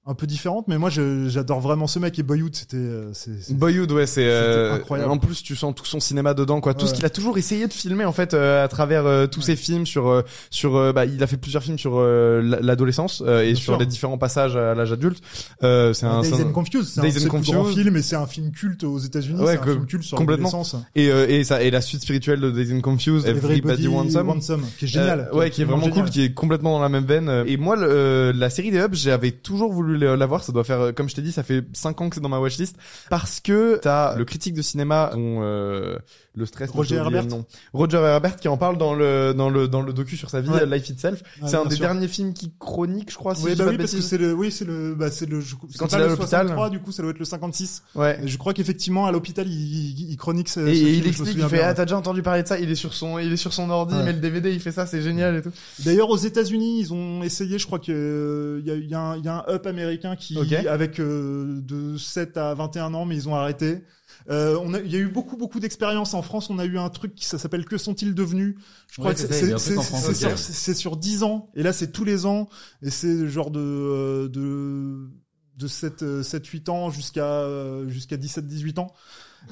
S4: un peu différentes. Mais moi, je- j'adore vraiment ce mec. Et Boyhood, c'était euh, c'est- c'est-
S3: Boyhood, ouais, c'est euh,
S4: C'était incroyable.
S3: En plus, tu sens tout son cinéma dedans, quoi. Tout
S4: Ouais.
S3: ce qu'il a toujours essayé de filmer, en fait, euh, à travers euh, tous
S4: Ouais.
S3: ses films sur euh, sur. euh, bah, il a fait plusieurs films sur euh, l- l'adolescence euh, et
S4: Bien
S3: sur
S4: sûr.
S3: les différents passages à l'âge adulte. Euh, c'est un,
S4: Days
S3: c'est un-
S4: and Confused, c'est un
S3: Days
S4: de
S3: and
S4: ses plus grands
S3: Confused.
S4: films et c'est un film culte aux États-Unis.
S3: Ouais,
S4: c'est un
S3: que-
S4: film culte sur
S3: complètement.
S4: l'adolescence.
S3: et euh, et ça et la suite spirituelle de Days and Confused, Everybody, Wants Some.
S4: qui est génial.
S3: Euh, ouais, qui est vraiment cool, qui est complètement dans la même veine. Euh, Et moi, le, euh, la série des Hubs, j'avais toujours voulu la la voir. Ça doit faire, euh, comme je t'ai dit, ça fait 5 ans que c'est dans ma watchlist. Parce que t'as le critique de cinéma dont euh, le stress...
S4: Roger
S3: j'ai oublié
S4: Herbert.
S3: le nom. Roger Herbert qui en parle dans le, dans le, dans le docu sur sa vie,
S4: Ouais.
S3: Life Itself.
S4: Ouais,
S3: c'est un
S4: bien
S3: des
S4: sûr.
S3: derniers films qui chronique, je crois, si
S4: Oui,
S3: je dis
S4: bah
S3: pas
S4: oui,
S3: de
S4: parce que
S3: bêtises.
S4: c'est le, oui, c'est le, bah, c'est le, je- c'est
S3: Quand
S4: pas
S3: il est à
S4: le
S3: l'hôpital.
S4: 63, du coup, ça doit être le 56.
S3: Ouais.
S4: Et je crois qu'effectivement, à l'hôpital, il, il- il chronique ce,
S3: Et,
S4: ce
S3: et
S4: film, je
S3: il
S4: me
S3: explique, il
S4: souviens
S3: fait,
S4: bien,
S3: ah,
S4: ouais.
S3: t'as déjà entendu parler de ça, il est sur son, il est sur son ordi,
S4: Ouais.
S3: il met le DVD, il fait ça, c'est génial et tout.
S4: D'ailleurs, aux États-Unis, ils ont essayé, je crois que, euh, il y a, il y a un- il y a un up américain qui,
S3: Ok.
S4: avec, euh, de 7 à 21 ans, mais ils ont arrêté. Euh, on a, il y a eu beaucoup, beaucoup d'expériences. En France, on a eu un truc qui, ça s'appelle Que sont-ils devenus? Je crois
S5: Ouais,
S4: que
S5: c'est
S4: c'est
S5: ça, il y a
S4: c'est-
S5: un truc en France
S4: c'est
S5: aussi, ouais.
S4: sur, c'est- c'est sur 10 ans. Et là, c'est tous les ans. Et c'est le genre de, euh, de, de 7, euh, 7 8 ans jusqu'à euh, jusqu'à 17, 18 ans.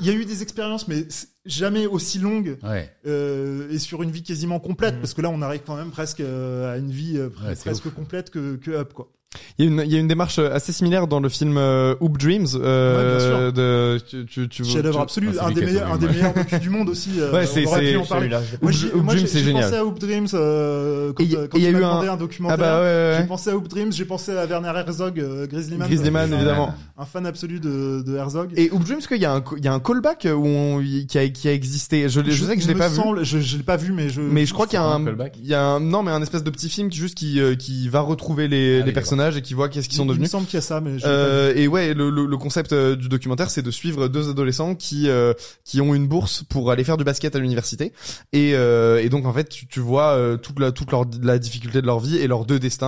S4: Il y a eu des expériences, mais c'est jamais aussi longues
S5: Ouais,
S4: euh, et sur une vie quasiment
S3: Mmh.
S4: complète.
S2: Mhm.
S4: Parce que là, on arrive quand même presque euh, à une vie euh,
S5: Ouais, c'est
S4: presque complète que, que Up, quoi.
S3: Il y, a une, il y a une démarche euh, assez similaire dans le film euh, Hoop Dreams euh, de tu tu, tu
S4: Chef-d'œuvre
S3: tu-
S4: absolu,
S5: Ah, c'est
S4: un
S5: lui
S4: des
S5: qui a
S4: meilleurs, un
S5: tourné,
S4: des meilleurs docus du monde aussi. euh,
S3: Ouais, c'est-
S4: on aurait
S3: c'est-
S4: pu en parler.
S2: Celui-là,
S4: Moi,
S3: Hoop-
S4: j'ai
S3: Hoop
S4: moi, j'ai-
S3: Dreams, c'est
S4: j'ai
S3: génial.
S4: pensé à Hoop Dreams euh, quand,
S3: Et y-
S4: euh, quand
S3: et y a
S4: tu m'as
S3: eu un-
S4: demandé un
S3: Ah
S4: documentaire.
S3: bah ouais,
S4: J'ai
S3: ouais.
S4: pensé à Hoop Dreams, j'ai pensé à Werner Herzog, euh, Grizzlyman.
S3: Grizzlyman,
S4: Je suis un-
S3: évidemment.
S4: Un fan absolu de, de Herzog.
S3: Et Hoop Dreams qu'il y a un co- il y a un callback euh, où on, y- qui a qui a existé. Je, l'ai- je sais que je l'ai
S4: me
S3: pas
S4: semble- Je, je l'ai pas vu, mais je.
S3: vu. Mais je crois qu'il y a
S5: C'est pas
S3: un,
S5: un callback
S3: il y a un, non mais un espèce de petit film qui juste qui euh, qui va retrouver les,
S5: Ah oui,
S3: les
S5: d'accord.
S3: personnages et qui voit qu'est-ce qu'ils sont
S4: il- Il me
S3: devenus.
S4: semble qu'il y a ça, mais. je l'ai pas vu.
S3: Euh, et ouais, le, le, le concept euh, du documentaire, c'est de suivre deux adolescents qui euh, qui ont une bourse pour aller faire du basket à l'université. Et, euh, et donc en fait, tu, tu vois euh, toute la toute leur, la difficulté de leur vie et leurs deux destins.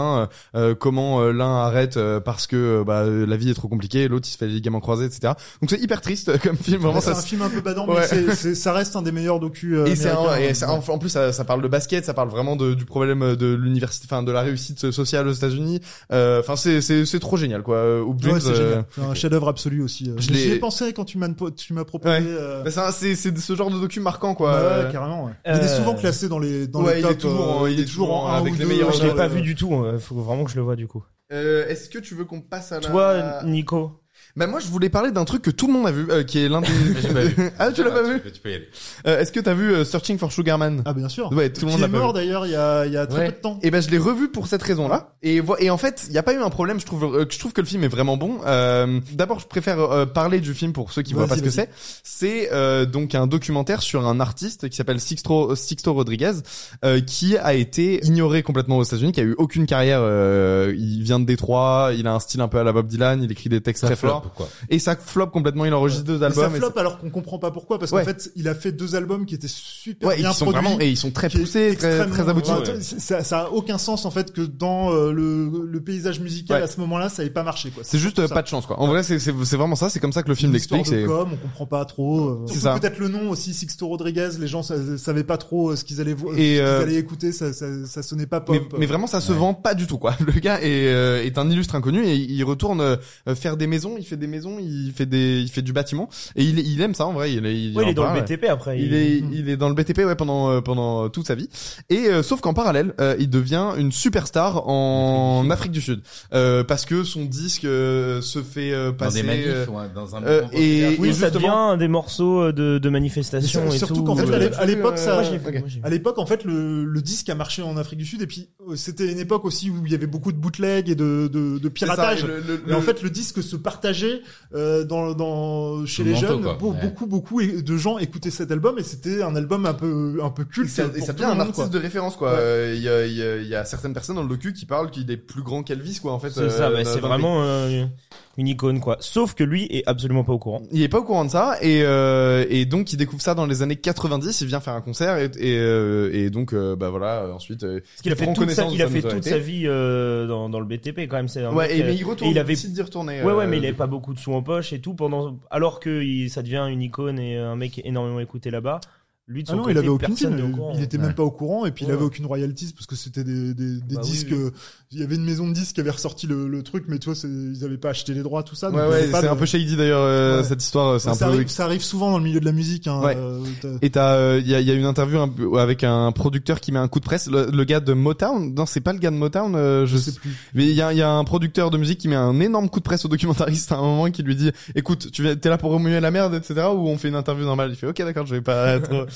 S3: euh, euh, comment euh, l'un arrête euh, parce que euh, bah, euh, la vie est trop compliquée, l'autre il se fait les ligaments croisés, etc. Donc c'est hyper triste euh, comme film. Vraiment,
S4: Ouais,
S3: ça.
S4: c'est un film un peu badant,
S3: Ouais.
S4: mais c'est- c'est- ça reste un des meilleurs docus. euh,
S3: Et c'est un-
S4: américains.
S3: et c'est un- en plus ça, ça parle de basket, ça parle vraiment de, du problème euh, de l'université, enfin de la réussite sociale aux États-Unis. Euh, Enfin c'est c'est c'est trop génial quoi. Hoop
S4: Ouais,
S3: Dreams,
S4: c'est
S3: euh,
S4: génial. C'est un chef-d'œuvre absolu aussi. euh.
S3: Je l'ai-
S4: J'y ai pensé quand tu m'as tu m'as proposé.
S3: Ouais.
S4: euh,
S3: Bah, c'est un- c'est c'est ce genre de docu marquant quoi.
S4: bah
S3: Euh,
S4: ouais, carrément. ouais.
S2: Euh,
S4: Il est souvent classé dans les dans
S3: ouais,
S4: les
S3: il est
S4: top.
S3: toujours en-
S4: euh,
S3: il est toujours en-
S4: un
S3: avec
S4: ou
S3: les
S4: deux,
S3: meilleurs,
S4: euh,
S2: Je l'ai pas
S4: euh,
S2: vu du tout. euh, Faut vraiment que je le vois du coup.
S3: euh, Est-ce que tu veux qu'on passe à la
S2: Toi, Nico.
S3: Bah moi je voulais parler d'un truc que tout le monde a vu, euh, qui est l'un des.
S5: J'ai pas vu.
S3: ah tu l'as pas vu
S5: peux- Tu peux y aller.
S3: Euh, Est-ce que t'as vu euh, Searching for Sugarman
S4: Ah bien sûr.
S3: Ouais, tout le monde
S4: Qui
S3: l'a
S4: est
S3: pas
S4: mort
S3: vu.
S4: d'ailleurs il y a il y a très
S5: Ouais.
S4: peu de temps.
S3: Et ben je l'ai revu pour cette raison-là. Et, vo- et en fait, il n'y a pas eu un problème. Je trouve, euh, que je trouve que le film est vraiment bon. Euh, D'abord, je préfère euh, parler du film pour ceux qui voient
S4: Vas-y,
S3: pas ce que
S4: vas-y.
S3: c'est. C'est euh, donc un documentaire sur un artiste qui s'appelle Sixto, Sixto Rodriguez, euh, qui a été ignoré complètement aux États-Unis, qui a eu aucune carrière. euh, il vient de Détroit, il a un style un peu à la Bob Dylan, il écrit des textes
S5: Ça
S3: très
S5: flop,
S3: forts.
S5: pourquoi
S3: Et ça flop complètement. Il enregistre deux
S4: Et ça
S3: albums. et
S4: flop alors qu'on comprend pas pourquoi parce
S3: Ouais.
S4: qu'en fait il a fait deux albums qui étaient super
S3: Ouais, et
S4: bien
S3: qui sont
S4: produits.
S3: vraiment et ils sont très
S4: qui est
S3: poussés, très,
S4: extrêmement-
S3: très aboutis.
S4: Ouais, c'est- Ça, ça a aucun sens en fait que dans euh, le, le paysage musical
S3: Ouais.
S4: à ce moment-là, ça n'avait pas marché quoi.
S3: C'est juste euh,
S4: ça.
S3: pas de chance quoi. En vrai, c'est c'est c'est vraiment ça. C'est comme ça que le film
S4: L'histoire
S3: l'explique.
S4: de
S3: C'est
S4: com, on comprend pas trop. euh,
S3: C'est
S4: surtout
S3: ça.
S4: Peut-être le nom aussi, Sixto Rodriguez. Les gens sa- savaient pas trop euh, ce qu'ils allaient voir,
S3: Et,
S4: ce qu'ils
S3: euh,
S4: allaient écouter. Ça, ça, ça sonnait pas pop.
S3: mais, mais vraiment ça se
S5: Ouais.
S3: vend pas du tout quoi. Le gars est, euh, est un illustre inconnu et il retourne euh, faire des maisons, il fait des maisons, il fait des, il fait du bâtiment. Et il, il aime ça en vrai. Il, est- il
S2: Ouais, il
S3: en
S2: est dans
S3: parle,
S2: le
S3: ouais.
S2: BTP après.
S3: Il est, il est dans le BTP ouais, pendant, euh, pendant toute sa vie. Et euh, sauf qu'en parallèle, euh, il devient une superstar
S2: Mmh.
S3: en Afrique du Sud. Euh, parce que son disque euh, se fait euh,
S5: Dans
S3: passer...
S5: des manifs,
S3: euh,
S5: ouais, dans un
S3: euh,
S5: mouvement
S3: et-
S5: populaire.
S3: oui,
S2: Oui, ça
S3: justement.
S2: devient un des morceaux euh, de, de manifestations
S4: Mais
S2: et
S4: surtout
S2: tout.
S4: qu'en fait,
S2: euh,
S4: à l'é-
S3: j'ai
S4: à l'époque,
S3: vu,
S4: ça,
S3: euh,
S2: moi, j'ai vu, moi, j'ai vu.
S4: À l'époque, en fait, le, le disque a marché en Afrique du Sud, et puis euh, c'était une époque aussi où il y avait beaucoup de bootleg et de, de, de
S3: c'est ça,
S4: piratage.
S3: et le- le-
S4: Mais en fait, le disque se partageait euh, dans, dans, chez
S5: le
S4: les
S5: manteau,
S4: jeunes.
S5: quoi.
S4: Be-
S5: Ouais.
S4: Beaucoup, beaucoup de gens écoutaient cet album, et c'était un album un peu, un peu
S3: Et
S4: culte.
S3: ça, et
S4: pour
S3: ça
S4: tout
S3: devient
S4: le
S3: un
S4: monde,
S3: artiste
S4: quoi.
S3: de référence quoi.
S4: Ouais.
S3: Euh, Il y, a, il y a- il y a certaines personnes dans le docu qui parlent qu'il est plus grand qu'Elvis quoi en fait.
S2: C'est
S3: euh,
S2: ça, bah,
S3: dans-
S2: c'est
S3: dans le
S2: vraiment euh, une icône quoi. Sauf que lui est absolument pas au courant.
S3: Il est pas au courant de ça et, euh, et donc il découvre ça dans les années 90. Il vient faire un concert et, et, euh, et donc euh, bah voilà euh, ensuite. euh,
S2: Parce qu'il a
S3: Il
S2: fait
S3: prend
S2: toute sa,
S3: connaissance
S2: il a
S3: de
S2: fait
S3: sa
S2: toute sa vie euh, dans, dans le BTP quand même. C'est un
S3: ouais
S2: mec,
S3: et,
S2: euh,
S3: mais il retourne.
S2: et il avait
S3: décide d'y retourner.
S2: Ouais,
S3: euh,
S2: ouais, mais il avait pas beaucoup de sous en poche et tout pendant, alors que il- ça devient une icône et un mec énormément écouté là-bas. Lui, de
S4: Ah
S2: son
S4: non,
S2: côté,
S4: il avait aucune
S2: personne
S4: thune.
S2: n'est au courant.
S4: Il
S3: hein.
S4: était
S5: Ouais.
S4: même pas au courant et puis il
S2: Ouais.
S4: avait aucune royalties parce que c'était des, des, des
S2: Bah oui,
S4: disques.
S2: oui.
S4: euh, Il y avait une maison de disques qui avait ressorti le, le truc, mais tu vois, c'est- ils avaient pas acheté les droits, tout ça. donc
S3: Ouais,
S4: il y
S3: ouais,
S4: avait pas
S3: c'est
S4: de-
S3: un peu shady d'ailleurs euh,
S4: Ouais.
S3: cette histoire. C'est un
S4: ça,
S3: peu.
S4: arrive, ça arrive souvent dans le milieu de la musique. Hein,
S3: Ouais.
S4: euh, t'as-
S3: Et t'as, euh, il y, a, il y a une interview un peu avec un producteur qui met un coup de presse. Le, le gars de Motown, non, c'est pas le gars de Motown, euh, je, sais plus. Mais il y a, il y a un producteur de musique qui met un énorme coup de presse au documentariste à un moment qui lui dit, écoute, tu viens- t'es là pour remuer la merde, etc. Ou on fait une interview normale. Il fait, ok, d'accord, je vais pas être.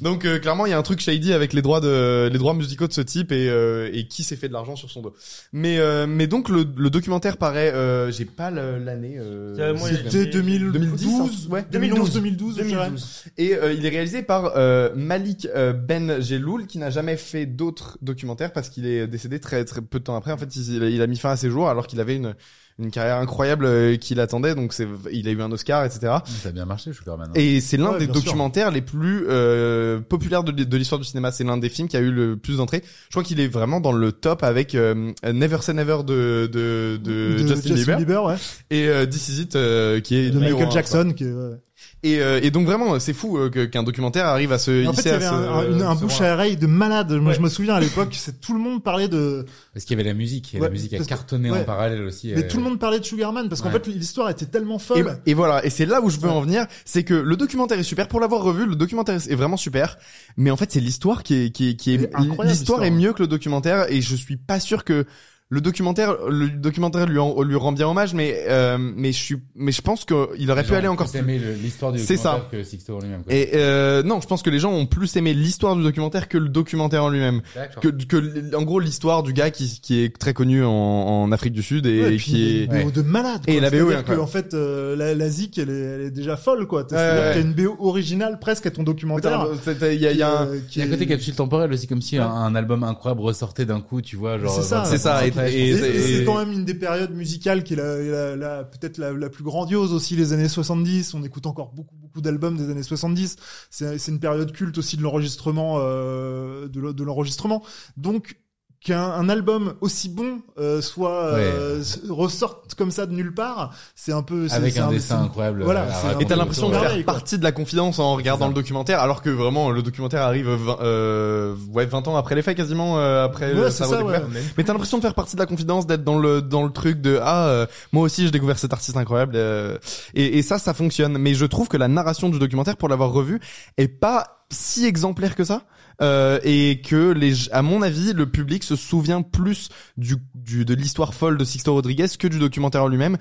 S3: Donc euh, clairement, il y a un truc shady avec les droits de les droits musicaux de ce type et, euh, et qui s'est fait de l'argent sur son dos. Mais euh, mais donc le, le documentaire paraît, euh, j'ai pas le- l'année.
S2: Euh,
S3: Euh,
S2: moi,
S3: c'est-
S4: C'était 2012,
S3: 2010, hein. ouais.
S4: 2011, 2012,
S2: 2012.
S3: et euh, il est réalisé par euh, Malik euh, Ben Jeloul qui n'a jamais fait d'autres documentaires parce qu'il est décédé très très peu de temps après. En fait, il, il a mis fin à ses jours alors qu'il avait une une carrière incroyable euh, qui l'attendait. Donc c'est il a eu un Oscar, etc.
S5: Ça a bien marché, je hein. suis quand même.
S3: Et c'est l'un
S4: Ouais,
S3: des
S4: bien sûr.
S3: documentaires les plus euh, populaires de, de l'histoire du cinéma. C'est l'un des films qui a eu le plus d'entrées. Je crois qu'il est vraiment dans le top avec euh, Never Say Never de de, de,
S4: de
S3: Justin, Bieber,
S4: ouais.
S3: et euh, This Is It euh, qui est
S4: de
S3: numéro
S4: Michael
S3: un,
S4: Jackson. Qui est, ouais.
S3: et, euh, et donc vraiment, c'est fou euh, que- qu'un documentaire arrive à se
S4: En fait, il
S3: hisser
S4: y
S3: à
S4: avait
S3: ce-
S4: un, un- une- un
S3: ce
S4: bouche
S3: rang-là.
S4: à oreille de malade. Moi,
S2: Ouais.
S4: je me souviens à l'époque, c'est tout le monde parlait de,
S5: Parce qu'il y avait la musique, et la
S4: Ouais,
S5: musique a
S4: parce que-
S5: cartonné en
S4: ouais.
S5: parallèle aussi.
S4: mais
S5: euh,
S4: tout le monde parlait de Sugarman parce qu'en
S5: Ouais.
S4: fait, l'histoire était tellement
S3: Et,
S4: folle.
S3: et voilà, et c'est là où je veux en venir, c'est que le documentaire est super. Pour l'avoir revu, le documentaire est vraiment super, mais en fait c'est l'histoire qui est qui est qui est
S4: Elle est incroyable,
S3: l'histoire est
S4: l'histoire. hein.
S3: mieux que le documentaire et je suis pas sûr que le documentaire le documentaire lui en- lui rend bien hommage, mais euh, mais je suis mais je pense que il aurait
S5: les
S3: pu
S5: gens
S3: aller
S5: ont
S3: encore plus.
S5: plus aimé le- l'histoire du
S3: C'est ça.
S5: documentaire que Sixto en lui-même. quoi.
S3: Et euh, non, je pense que les gens ont plus aimé l'histoire du documentaire que le documentaire en lui-même.
S5: D'accord.
S3: Que, que l- en gros l'histoire du gars qui, qui est très connu en, en Afrique du Sud et,
S4: Ouais, et puis,
S3: qui est
S4: il y a une BO de malade.
S3: Et
S4: quoi.
S3: la BO est
S4: C'est-à-dire que,
S3: incroyable.
S4: en fait, euh, la, la zik, elle est, elle est déjà folle, quoi.
S3: Ouais,
S4: C'est-à-dire
S3: ouais.
S4: qu'il y a une BO originale presque à ton
S3: Oui, t'as
S4: documentaire.
S3: raison, c'est- t'as- Il y a, il y a un-
S4: qui, euh,
S5: Il
S4: qui
S5: y a un
S4: est-
S5: côté capsule temporelle aussi, comme si un, un album incroyable ressortait d'un coup, tu vois, genre.
S4: C'est ça.
S5: 25
S3: c'est ça. Et,
S5: après,
S3: et-
S4: Et,
S3: et-
S4: et c'est quand même une des périodes musicales qui est la, la- la- peut-être la, la plus grandiose aussi, les années 70. On écoute encore beaucoup, beaucoup d'albums des années 70. C'est c'est une période culte aussi de l'enregistrement, euh, de l'en- de l'enregistrement. Donc, qu'un un album aussi bon euh, soit euh, s- ressorte comme ça de nulle part, c'est un peu... c'est-
S5: Avec
S4: c'est
S5: un
S4: c'est
S5: dessin
S4: une-
S5: incroyable. euh,
S4: voilà, c'est
S5: à
S4: un-
S5: raconter
S3: et t'as l'impression de
S5: autour.
S3: faire
S4: Pareil, quoi.
S3: partie de la confidence en regardant
S5: ça.
S3: le documentaire, alors que vraiment le documentaire arrive 20, euh, ouais, 20 ans après les faits quasiment euh, après
S4: Ouais,
S3: euh,
S4: c'est
S3: sa
S4: ça,
S3: redécouverte.
S4: ouais.
S3: Mais t'as l'impression de faire partie de la confidence, d'être dans le dans le truc de ah euh, moi aussi j'ai découvert cet artiste incroyable euh, et, et ça ça fonctionne. Mais je trouve que la narration du documentaire pour l'avoir revu est pas si exemplaire que ça euh, et que les à mon avis le public se souvient plus du, du de l'histoire folle de Sixto Rodriguez que du documentaire en lui-même.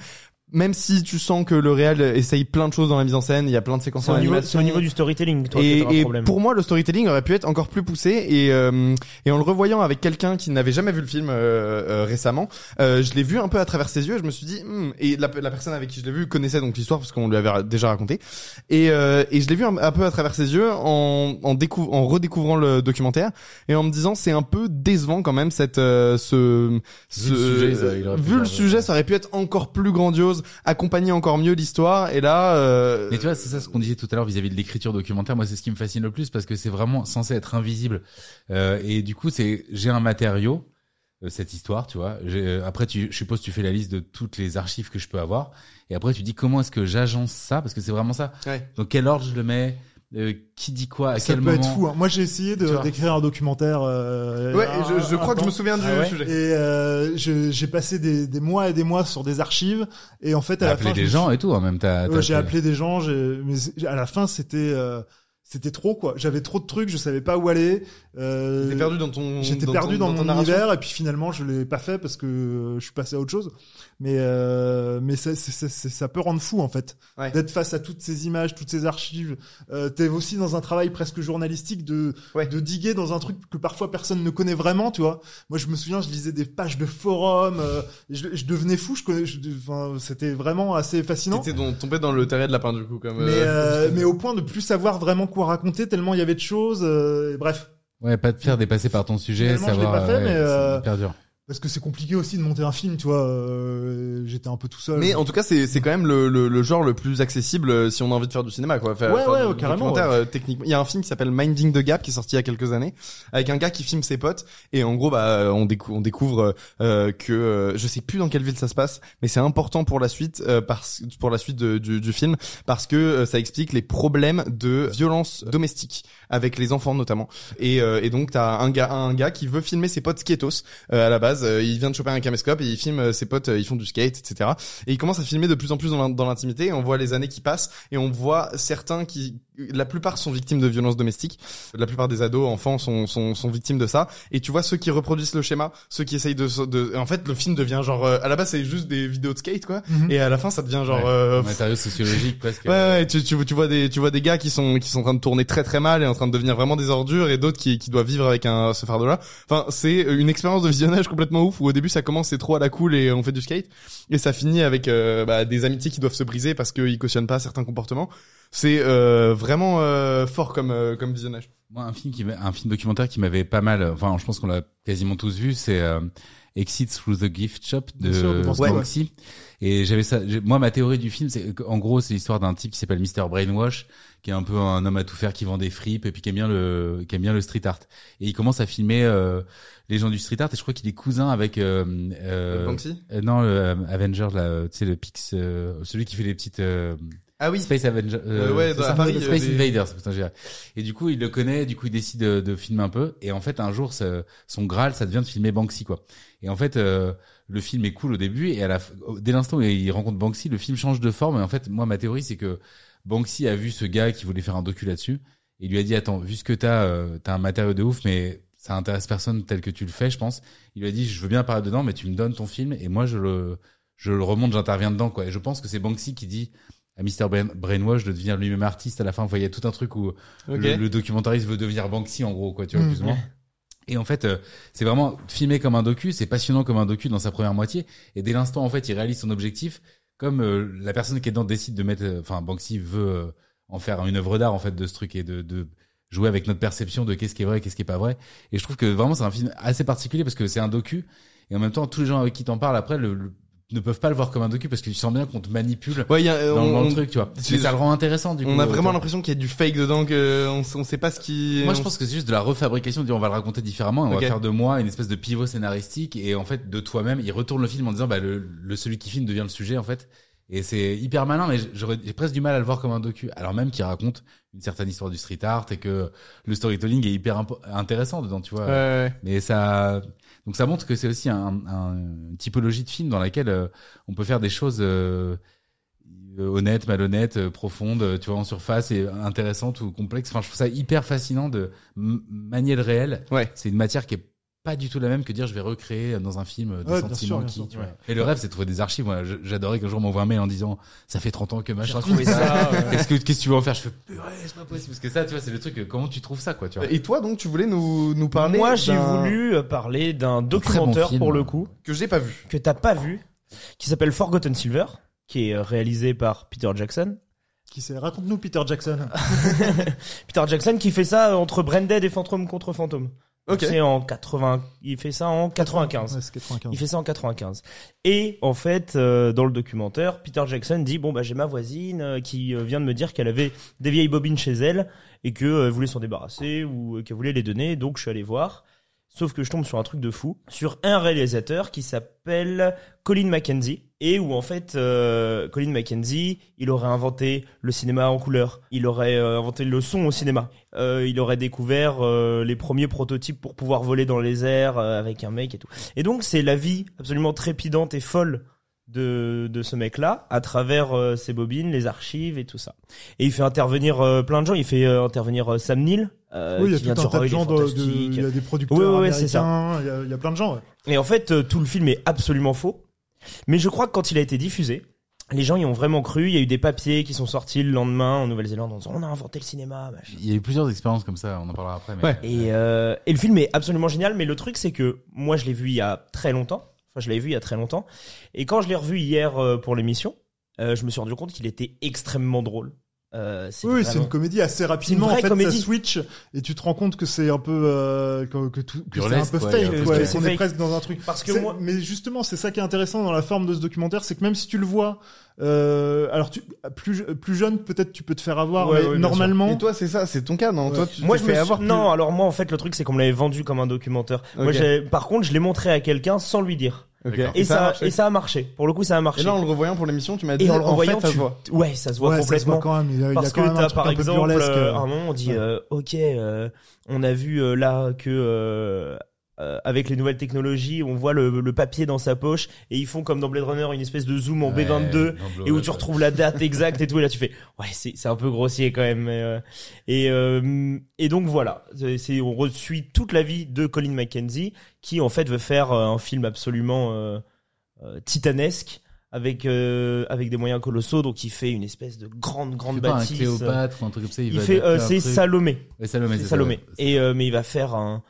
S3: Même si tu sens que le réel essaye plein de choses dans la mise en scène, il y a plein de séquences
S2: C'est
S3: en
S2: au niveau, c'est
S3: animation.
S2: au niveau du storytelling, toi, que t'as
S3: Et,
S2: un
S3: et
S2: problème.
S3: pour moi, le storytelling aurait pu être encore plus poussé. Et, euh, et en le revoyant avec quelqu'un qui n'avait jamais vu le film euh, euh, récemment, euh, je l'ai vu un peu à travers ses yeux. Et je me suis dit, hmm. et la, la personne avec qui je l'ai vu connaissait donc l'histoire parce qu'on lui avait ra- déjà raconté. Et, euh, et je l'ai vu un, un peu à travers ses yeux en, en, découv- en redécouvrant le documentaire et en me disant, c'est un peu décevant quand même cette euh, ce
S5: Vu le sujet, ça, il aurait pu
S3: vu le
S5: faire-
S3: sujet, ça aurait pu être encore plus grandiose, accompagner encore mieux l'histoire. Et là, euh,
S5: Mais tu vois, c'est ça ce qu'on disait tout à l'heure vis-à-vis de l'écriture documentaire. Moi, c'est ce qui me fascine le plus parce que c'est vraiment censé être invisible. Euh, et du coup, c'est j'ai un matériau, euh, cette histoire, tu vois. J'ai- euh, Après, tu, je suppose, tu fais la liste de toutes les archives que je peux avoir. Et après, tu dis comment est-ce que j'agence ça parce que c'est vraiment ça.
S3: Ouais.
S5: Donc, quel ordre je le mets euh, qui dit quoi à
S4: ça
S5: quel
S4: peut
S5: moment.
S4: être fou. hein. Moi, j'ai essayé
S5: Tu
S4: de-
S5: vois.
S4: d'écrire un documentaire. euh,
S3: Ouais,
S4: un-
S3: je, je
S4: un
S3: crois que je
S4: plan.
S3: me souviens du
S2: Ah ouais
S3: sujet.
S4: Et euh, je- j'ai passé des, des mois et des mois sur des archives. Et en fait, à
S5: T'as
S4: la fin,
S5: appelé
S4: je
S5: des
S4: me
S5: gens et tout, hein, même t'as.
S4: Ouais,
S5: t'as-
S4: j'ai appelé des gens, j'ai- mais c'est- à la fin c'était euh, c'était trop quoi. J'avais trop de trucs, je savais pas où aller. Euh,
S3: T'es perdu dans ton.
S4: J'étais
S3: ton-
S4: perdu dans,
S3: ta
S4: mon
S3: narration.
S4: univers et puis finalement je l'ai pas fait parce que euh, je suis passé à autre chose. Mais euh, mais ça, c'est- c'est- c'est- ça peut rendre fou en fait
S3: Ouais.
S4: d'être face à toutes ces images, toutes ces archives. Euh, T'es aussi dans un travail presque journalistique de
S3: Ouais.
S4: de diguer dans un truc que parfois personne ne connaît vraiment, tu vois. Moi je me souviens, je lisais des pages de forums, euh, je, je devenais fou. Je, connais- je- enfin, c'était vraiment assez fascinant.
S3: T'étais dans- tombé dans le terrain de lapin du coup comme.
S4: Mais, euh, mais au point de plus savoir vraiment quoi raconter tellement il y avait de choses. euh, et bref,
S5: Ouais, pas te faire dépasser par ton sujet,
S4: Finalement, je l'ai
S5: savoir.
S4: pas fait,
S5: euh,
S4: mais,
S5: ouais,
S4: euh,
S5: C'est hyper dur.
S4: parce que c'est compliqué aussi de monter un film, tu vois. euh, J'étais un peu tout seul.
S3: Mais en tout cas, c'est c'est quand même le, le, le genre le plus accessible euh, si on a envie de faire du cinéma, quoi. Faire,
S4: Ouais,
S3: faire
S4: ouais,
S3: du
S4: ouais, carrément,
S3: documentaire, euh, techniquement. Il y a un film qui s'appelle Minding the Gap qui est sorti il y a quelques années avec un gars qui filme ses potes et en gros, bah, euh, on, décou- on découvre euh, euh, que euh, je sais plus dans quelle ville ça se passe, mais c'est important pour la suite, euh, parce pour la suite de- du, du film parce que euh, ça explique les problèmes de violence domestique avec les enfants notamment. Et, euh, et donc t'as un gars, un gars qui veut filmer ses potes skatos euh, à la base. euh, il vient de choper un caméscope et il filme euh, ses potes, euh, ils font du skate, etc. Et il commence à filmer de plus en plus dans l'in- dans l'intimité. et On voit les années qui passent et on voit certains qui, la plupart sont victimes de violences domestiques. La plupart des ados, enfants sont, sont, sont victimes de ça. Et tu vois ceux qui reproduisent le schéma, ceux qui essayent de, se- de... en fait, le film devient genre, euh, à la base c'est juste des vidéos de skate quoi.
S4: Mhm.
S3: Et à la fin ça devient genre,
S5: Ouais.
S3: euh,
S5: Matériaux sociologiques presque.
S3: Ouais, ouais, tu, tu, tu vois des tu vois des gars qui sont qui sont en train de tourner très très mal et en train de devenir vraiment des ordures et d'autres qui qui doivent vivre avec un ce fardeau là. Enfin, c'est une expérience de visionnage complètement ouf où au début ça commence c'est trop à la cool et on fait du skate et ça finit avec euh, bah, des amitiés qui doivent se briser parce qu'ils cautionnent pas certains comportements. C'est euh, vraiment euh, fort comme euh, comme visionnage.
S5: Moi, un film qui, m'a- un film documentaire qui m'avait pas mal, enfin, je pense qu'on l'a quasiment tous vu, c'est euh, Exit Through the Gift Shop de
S4: Bien sûr, de Banksy, ouais.
S5: Banksy. Et j'avais ça, j'ai- moi, ma théorie du film, c'est en gros, c'est l'histoire d'un type qui s'appelle Mr. Brainwash, qui est un peu un homme à tout faire, qui vend des fripes et puis qui aime bien le, qui aime bien le street art. Et il commence à filmer euh, les gens du street art et je crois qu'il est cousin avec euh, euh,
S3: Banksy.
S5: euh, non, le euh, Avenger, là, euh, tu sais, le Pix, euh, celui qui fait les petites euh,
S3: Ah oui.
S5: Space Avenger.
S3: Euh, ouais,
S5: c'est
S3: dans- à
S5: ça,
S3: Paris,
S5: le
S3: euh,
S5: Space
S3: des-
S5: Invaders. Putain, j'ai- et du coup, il le connaît, du coup, il décide de, de filmer un peu. Et en fait, un jour, ce- son Graal, ça devient de filmer Banksy, quoi. Et en fait, euh, le film est cool au début, et à la, f- au- dès l'instant où il rencontre Banksy, le film change de forme. Et en fait, moi, ma théorie, c'est que Banksy a vu ce gars qui voulait faire un docu là-dessus, et il lui a dit, attends, vu ce que t'as, euh, t'as un matériau de ouf, mais ça intéresse personne tel que tu le fais, je pense. Il lui a dit, je veux bien apparaître dedans, mais tu me donnes ton film, et moi, je le, je le remonte, j'interviens dedans, quoi. Et je pense que c'est Banksy qui dit, à Mr. Brain- Brainwash de devenir lui-même artiste à la fin. Vous voyez, il y a tout un truc où le, le documentariste veut devenir Banksy, en gros, quoi, tu vois,
S4: Mm,
S5: plus ou moins. Et en fait, euh, c'est vraiment filmé comme un docu, c'est passionnant comme un docu dans sa première moitié. Et dès l'instant, en fait, il réalise son objectif. Comme euh, la personne qui est dedans décide de mettre, euh, enfin, Banksy veut euh, en faire une œuvre d'art, en fait, de ce truc et de, de jouer avec notre perception de qu'est-ce qui est vrai, qu'est-ce qui est pas vrai. Et je trouve que vraiment, c'est un film assez particulier parce que c'est un docu. Et en même temps, tous les gens avec qui t'en parles après le- le- ne peuvent pas le voir comme un docu parce que tu sens bien qu'on te manipule
S3: Ouais, il y a, euh,
S5: dans,
S3: on,
S5: dans le
S3: on-
S5: truc, tu vois.
S3: c'est-
S5: Mais ça le rend intéressant du coup.
S3: on a
S5: euh,
S3: vraiment
S5: tu vois.
S3: l'impression qu'il y a du fake dedans que on, s- on sait pas ce qui.
S5: Moi,
S3: on-
S5: je pense que c'est juste de la refabrication. de Dire, on va le raconter différemment. et On
S3: Ok.
S5: va faire de moi une espèce de pivot scénaristique et en fait de toi-même, il retourne le film en disant, bah le, le celui qui filme devient le sujet en fait. Et c'est hyper malin, mais j'aurais- j'ai presque du mal à le voir comme un docu. Alors même qu'il raconte une certaine histoire du street art et que le storytelling est hyper impo- intéressant dedans, tu vois.
S3: Ouais, ouais.
S5: Mais ça, donc ça montre que c'est aussi un, un- une typologie de film dans laquelle euh, on peut faire des choses euh, euh, honnêtes, malhonnêtes, euh, profondes, euh, tu vois, en surface et intéressantes ou complexes. Enfin, je trouve ça hyper fascinant de m- manier le réel.
S3: Ouais.
S5: C'est une matière qui est pas du tout la même que dire je vais recréer euh, dans un film euh, des
S4: Ouais, bien
S5: sentiments
S4: sûr, bien
S5: qui.
S4: sûr,
S5: tu vois. Et le rêve, c'est de trouver des archives. Moi, je- j'adorais qu'un jour on m'envoie un mail en disant ça fait 30 ans que machin. trouvé ça. Qu'est-ce que qu'est-ce que tu veux en faire Je fais purée, c'est pas possible parce que ça, tu vois, c'est le truc. euh, Comment tu trouves ça, quoi, tu vois
S3: Et toi donc tu voulais nous nous parler
S2: Moi, j'ai
S3: d'un-
S2: voulu euh, parler d'un
S5: très bon
S2: documentaire
S5: film.
S2: pour
S3: hein.
S2: le coup
S3: que j'ai pas vu.
S2: que t'as pas vu, qui s'appelle Forgotten Silver, qui est euh, réalisé par Peter Jackson.
S4: Qui c'est Raconte-nous Peter Jackson.
S2: Peter Jackson qui fait ça euh, entre Branded et Fantôme contre Fantôme.
S3: Ok.
S2: C'est en 80, il fait ça en 95.
S4: Ouais, c'est 95.
S2: Il fait ça en 95. Et en fait, euh, dans le documentaire, Peter Jackson dit bon bah j'ai ma voisine euh, qui euh, vient de me dire qu'elle avait des vieilles bobines chez elle et que euh, elle voulait s'en débarrasser ou euh, qu'elle voulait les donner. Donc je suis allé voir. Sauf que je tombe sur un truc de fou, sur un réalisateur qui s'appelle Colin McKenzie, et où en fait euh, Colin McKenzie, il aurait inventé le cinéma en couleur, il aurait euh, inventé le son au cinéma, Euh, il aurait découvert euh, les premiers prototypes pour pouvoir voler dans les airs euh, avec un mec et tout. Et donc c'est la vie absolument trépidante et folle de, de ce mec-là à travers euh, ses bobines, les archives et tout ça. Et il fait intervenir euh, plein de gens, il fait euh, intervenir euh, Sam Neill. euh,
S4: oui, il
S2: qui
S4: y
S2: vient
S4: a tout un
S2: sur
S4: tas de
S2: Roy, il est
S4: gens, de- de-
S2: fantastique.
S4: il y a des producteurs
S2: Ouais, ouais, ouais, c'est ça.
S4: américains, il y a- il y, a plein de gens. ouais.
S2: Et en fait, euh, tout le film est absolument faux. Mais je crois que quand il a été diffusé, les gens y ont vraiment cru. Il y a eu des papiers qui sont sortis le lendemain en Nouvelle-Zélande en disant on a inventé le cinéma. machin.
S5: Il y a eu plusieurs expériences comme ça, on en parlera après. Mais
S3: Ouais.
S2: Et, euh, et le film est absolument génial. Mais le truc, c'est que moi, je l'ai vu il y a très longtemps. Enfin, je l'avais vu il y a très longtemps. Et quand je l'ai revu hier euh, pour l'émission, euh, je me suis rendu compte qu'il était extrêmement drôle. Euh, c'est
S4: Oui, c'est
S2: vraiment-
S4: une comédie assez
S2: C'est
S4: rapidement.
S2: une
S4: En
S2: vraie
S4: fait,
S2: comédie.
S4: ça switch et tu te rends compte que c'est un peu euh, que, que tout, que c'est un
S5: Burlesque,
S4: peu
S5: quoi,
S4: fake,
S5: il y a un
S2: peu
S4: ouais,
S2: de-
S4: et qu'on
S2: c'est
S4: est
S2: fake.
S4: presque dans un truc.
S2: Parce que
S4: C'est-
S2: moi,
S4: Mais justement, c'est ça qui est intéressant dans la forme de ce documentaire, c'est que même si tu le vois, euh, alors tu, plus plus jeune, peut-être tu peux te faire avoir,
S2: Ouais,
S4: mais
S2: ouais, bien
S4: normalement,
S3: Et toi, c'est ça, c'est ton cas, non
S4: Ouais.
S3: Toi, tu
S2: moi
S3: t'es
S2: je
S3: fait
S2: me suis-
S3: avoir. plus-
S2: non. Alors moi, en fait, le truc, c'est qu'on me l'avait vendu comme un documentaire. Moi,
S3: Ok.
S2: j'ai- par contre, je l'ai montré à quelqu'un sans lui dire.
S3: Ok.
S5: D'accord.
S2: Et
S3: a
S2: ça,
S3: marché.
S2: et ça a marché. Pour le coup, ça a
S3: Et
S2: marché.
S3: là, en le revoyant pour l'émission, tu m'as dit.
S2: Et en le
S3: fait,
S2: renvoyant,
S3: ça
S2: tu-
S3: se voit.
S2: ouais, ça se voit
S4: ouais, ça se
S2: complètement.
S4: voit quand même. Il y a, il y a
S2: Parce
S4: quand
S2: que
S4: même un
S2: t'as
S4: truc
S2: par
S4: un peu
S2: exemple,
S4: burlesque.
S2: euh, à un moment on dit
S4: Ouais.
S2: euh, ok, euh, on a vu euh, là que euh, euh, avec les nouvelles technologies, on voit le, le papier dans sa poche et ils font comme dans Blade Runner une espèce de zoom en
S5: Ouais,
S2: B22
S5: dans Blow
S2: et où
S5: Up,
S2: tu
S5: ouais.
S2: retrouves la date exacte et tout et là tu fais ouais c'est c'est un peu grossier quand même mais, euh, et euh, et donc voilà C'est- c'est on reçuit toute la vie de Colin McKenzie qui en fait veut faire euh, un film absolument euh, euh, titanesque avec euh, avec des moyens colossaux donc il fait une espèce de grande
S5: Il
S2: grande
S5: fait pas un
S2: bâtisse
S5: Cléopâtre ou un truc comme ça. Il,
S2: il
S5: va
S2: fait
S5: adapter
S2: euh,
S5: un
S2: c'est
S5: truc.
S2: Salomé
S5: Ouais, Salomé.
S2: C'est
S5: c'est
S2: Salomé
S5: ça.
S2: et euh, mais il va faire un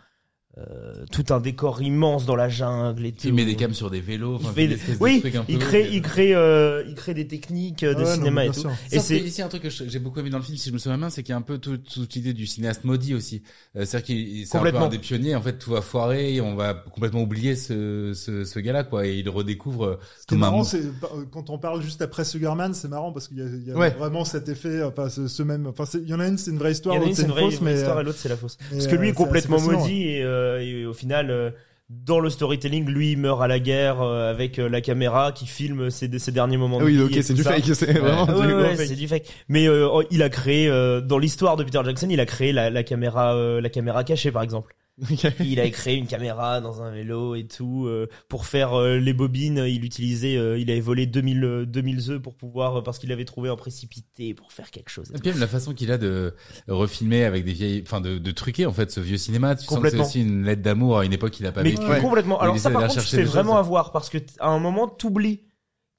S2: euh, tout un décor immense dans la jungle et tout
S5: Il met des cams sur des
S2: Il
S5: vélos. enfin,
S2: fait
S5: une
S2: des-
S5: espèce de
S2: oui
S5: truc un
S2: il
S5: peu-
S2: crée il crée euh, il crée des techniques euh, de
S4: Ah ouais, non,
S2: cinéma
S4: mais
S2: et
S4: bien
S2: tout
S4: sûr.
S2: et
S5: Sauf que
S2: c'est
S5: ici un truc que je- j'ai beaucoup aimé dans le film, si je me souviens bien, c'est qu'il y a un peu tout- toute l'idée du cinéaste maudit aussi. Euh, C'est-à-dire qu'il il- c'est un peu
S2: Complètement.
S5: un des pionniers. En fait, tout va foirer, et on va complètement oublier ce ce, ce gars-là, quoi. Et il redécouvre euh,
S4: Ce qui est
S5: comme un
S4: marrant,
S5: monstre.
S4: c'est euh, quand on parle juste après Sugarman, c'est marrant parce qu'il y a, il y a
S3: Ouais.
S4: vraiment cet effet, enfin ce, ce même, enfin c'est- il y en a une c'est une vraie
S2: il
S4: histoire,
S2: y en a
S4: l'autre,
S2: une
S4: c'est
S2: c'est une vraie
S4: fausse,
S2: vraie
S4: mais
S2: histoire
S4: euh,
S2: et l'autre c'est la fausse
S4: mais,
S2: parce que
S4: euh,
S2: lui est
S4: c'est assez
S2: complètement
S4: fascinant,
S2: maudit et, euh, et au final euh, dans le storytelling lui il meurt à la guerre euh, avec euh, la caméra qui filme ses, ses derniers moments
S3: Ah
S2: de
S3: oui,
S2: vie
S3: ok,
S2: et
S3: c'est
S2: tout
S3: du
S2: ça.
S3: fake, c'est vraiment
S2: Ah
S3: du
S2: ouais,
S3: gros
S2: ouais,
S3: fake.
S2: c'est du fake. Mais euh, oh, il a créé euh, dans l'histoire de Peter Jackson, il a créé la, la caméra, euh, la caméra cachée par exemple.
S3: Ok.
S2: Il a créé une caméra dans un vélo et tout euh, pour faire euh, les bobines. Il utilisait, euh, il avait volé 2000 euh, 2000 œufs pour pouvoir euh, parce qu'il avait trouvé un précipité pour faire quelque chose.
S5: Et puis même la façon qu'il a de refilmer avec des vieilles, enfin de, de truquer en fait ce vieux cinéma, tu sens que c'est
S2: Complètement.
S5: aussi une lettre d'amour à une époque qu'il a pas
S2: Mais
S5: vécu.
S3: Ouais.
S2: complètement.
S5: Il
S2: Alors ça
S5: essaie
S2: par
S5: d'aller
S2: contre, tu te
S5: chercher
S2: fais
S5: des
S2: vraiment
S5: choses.
S2: avoir parce que t- à un moment t'oublies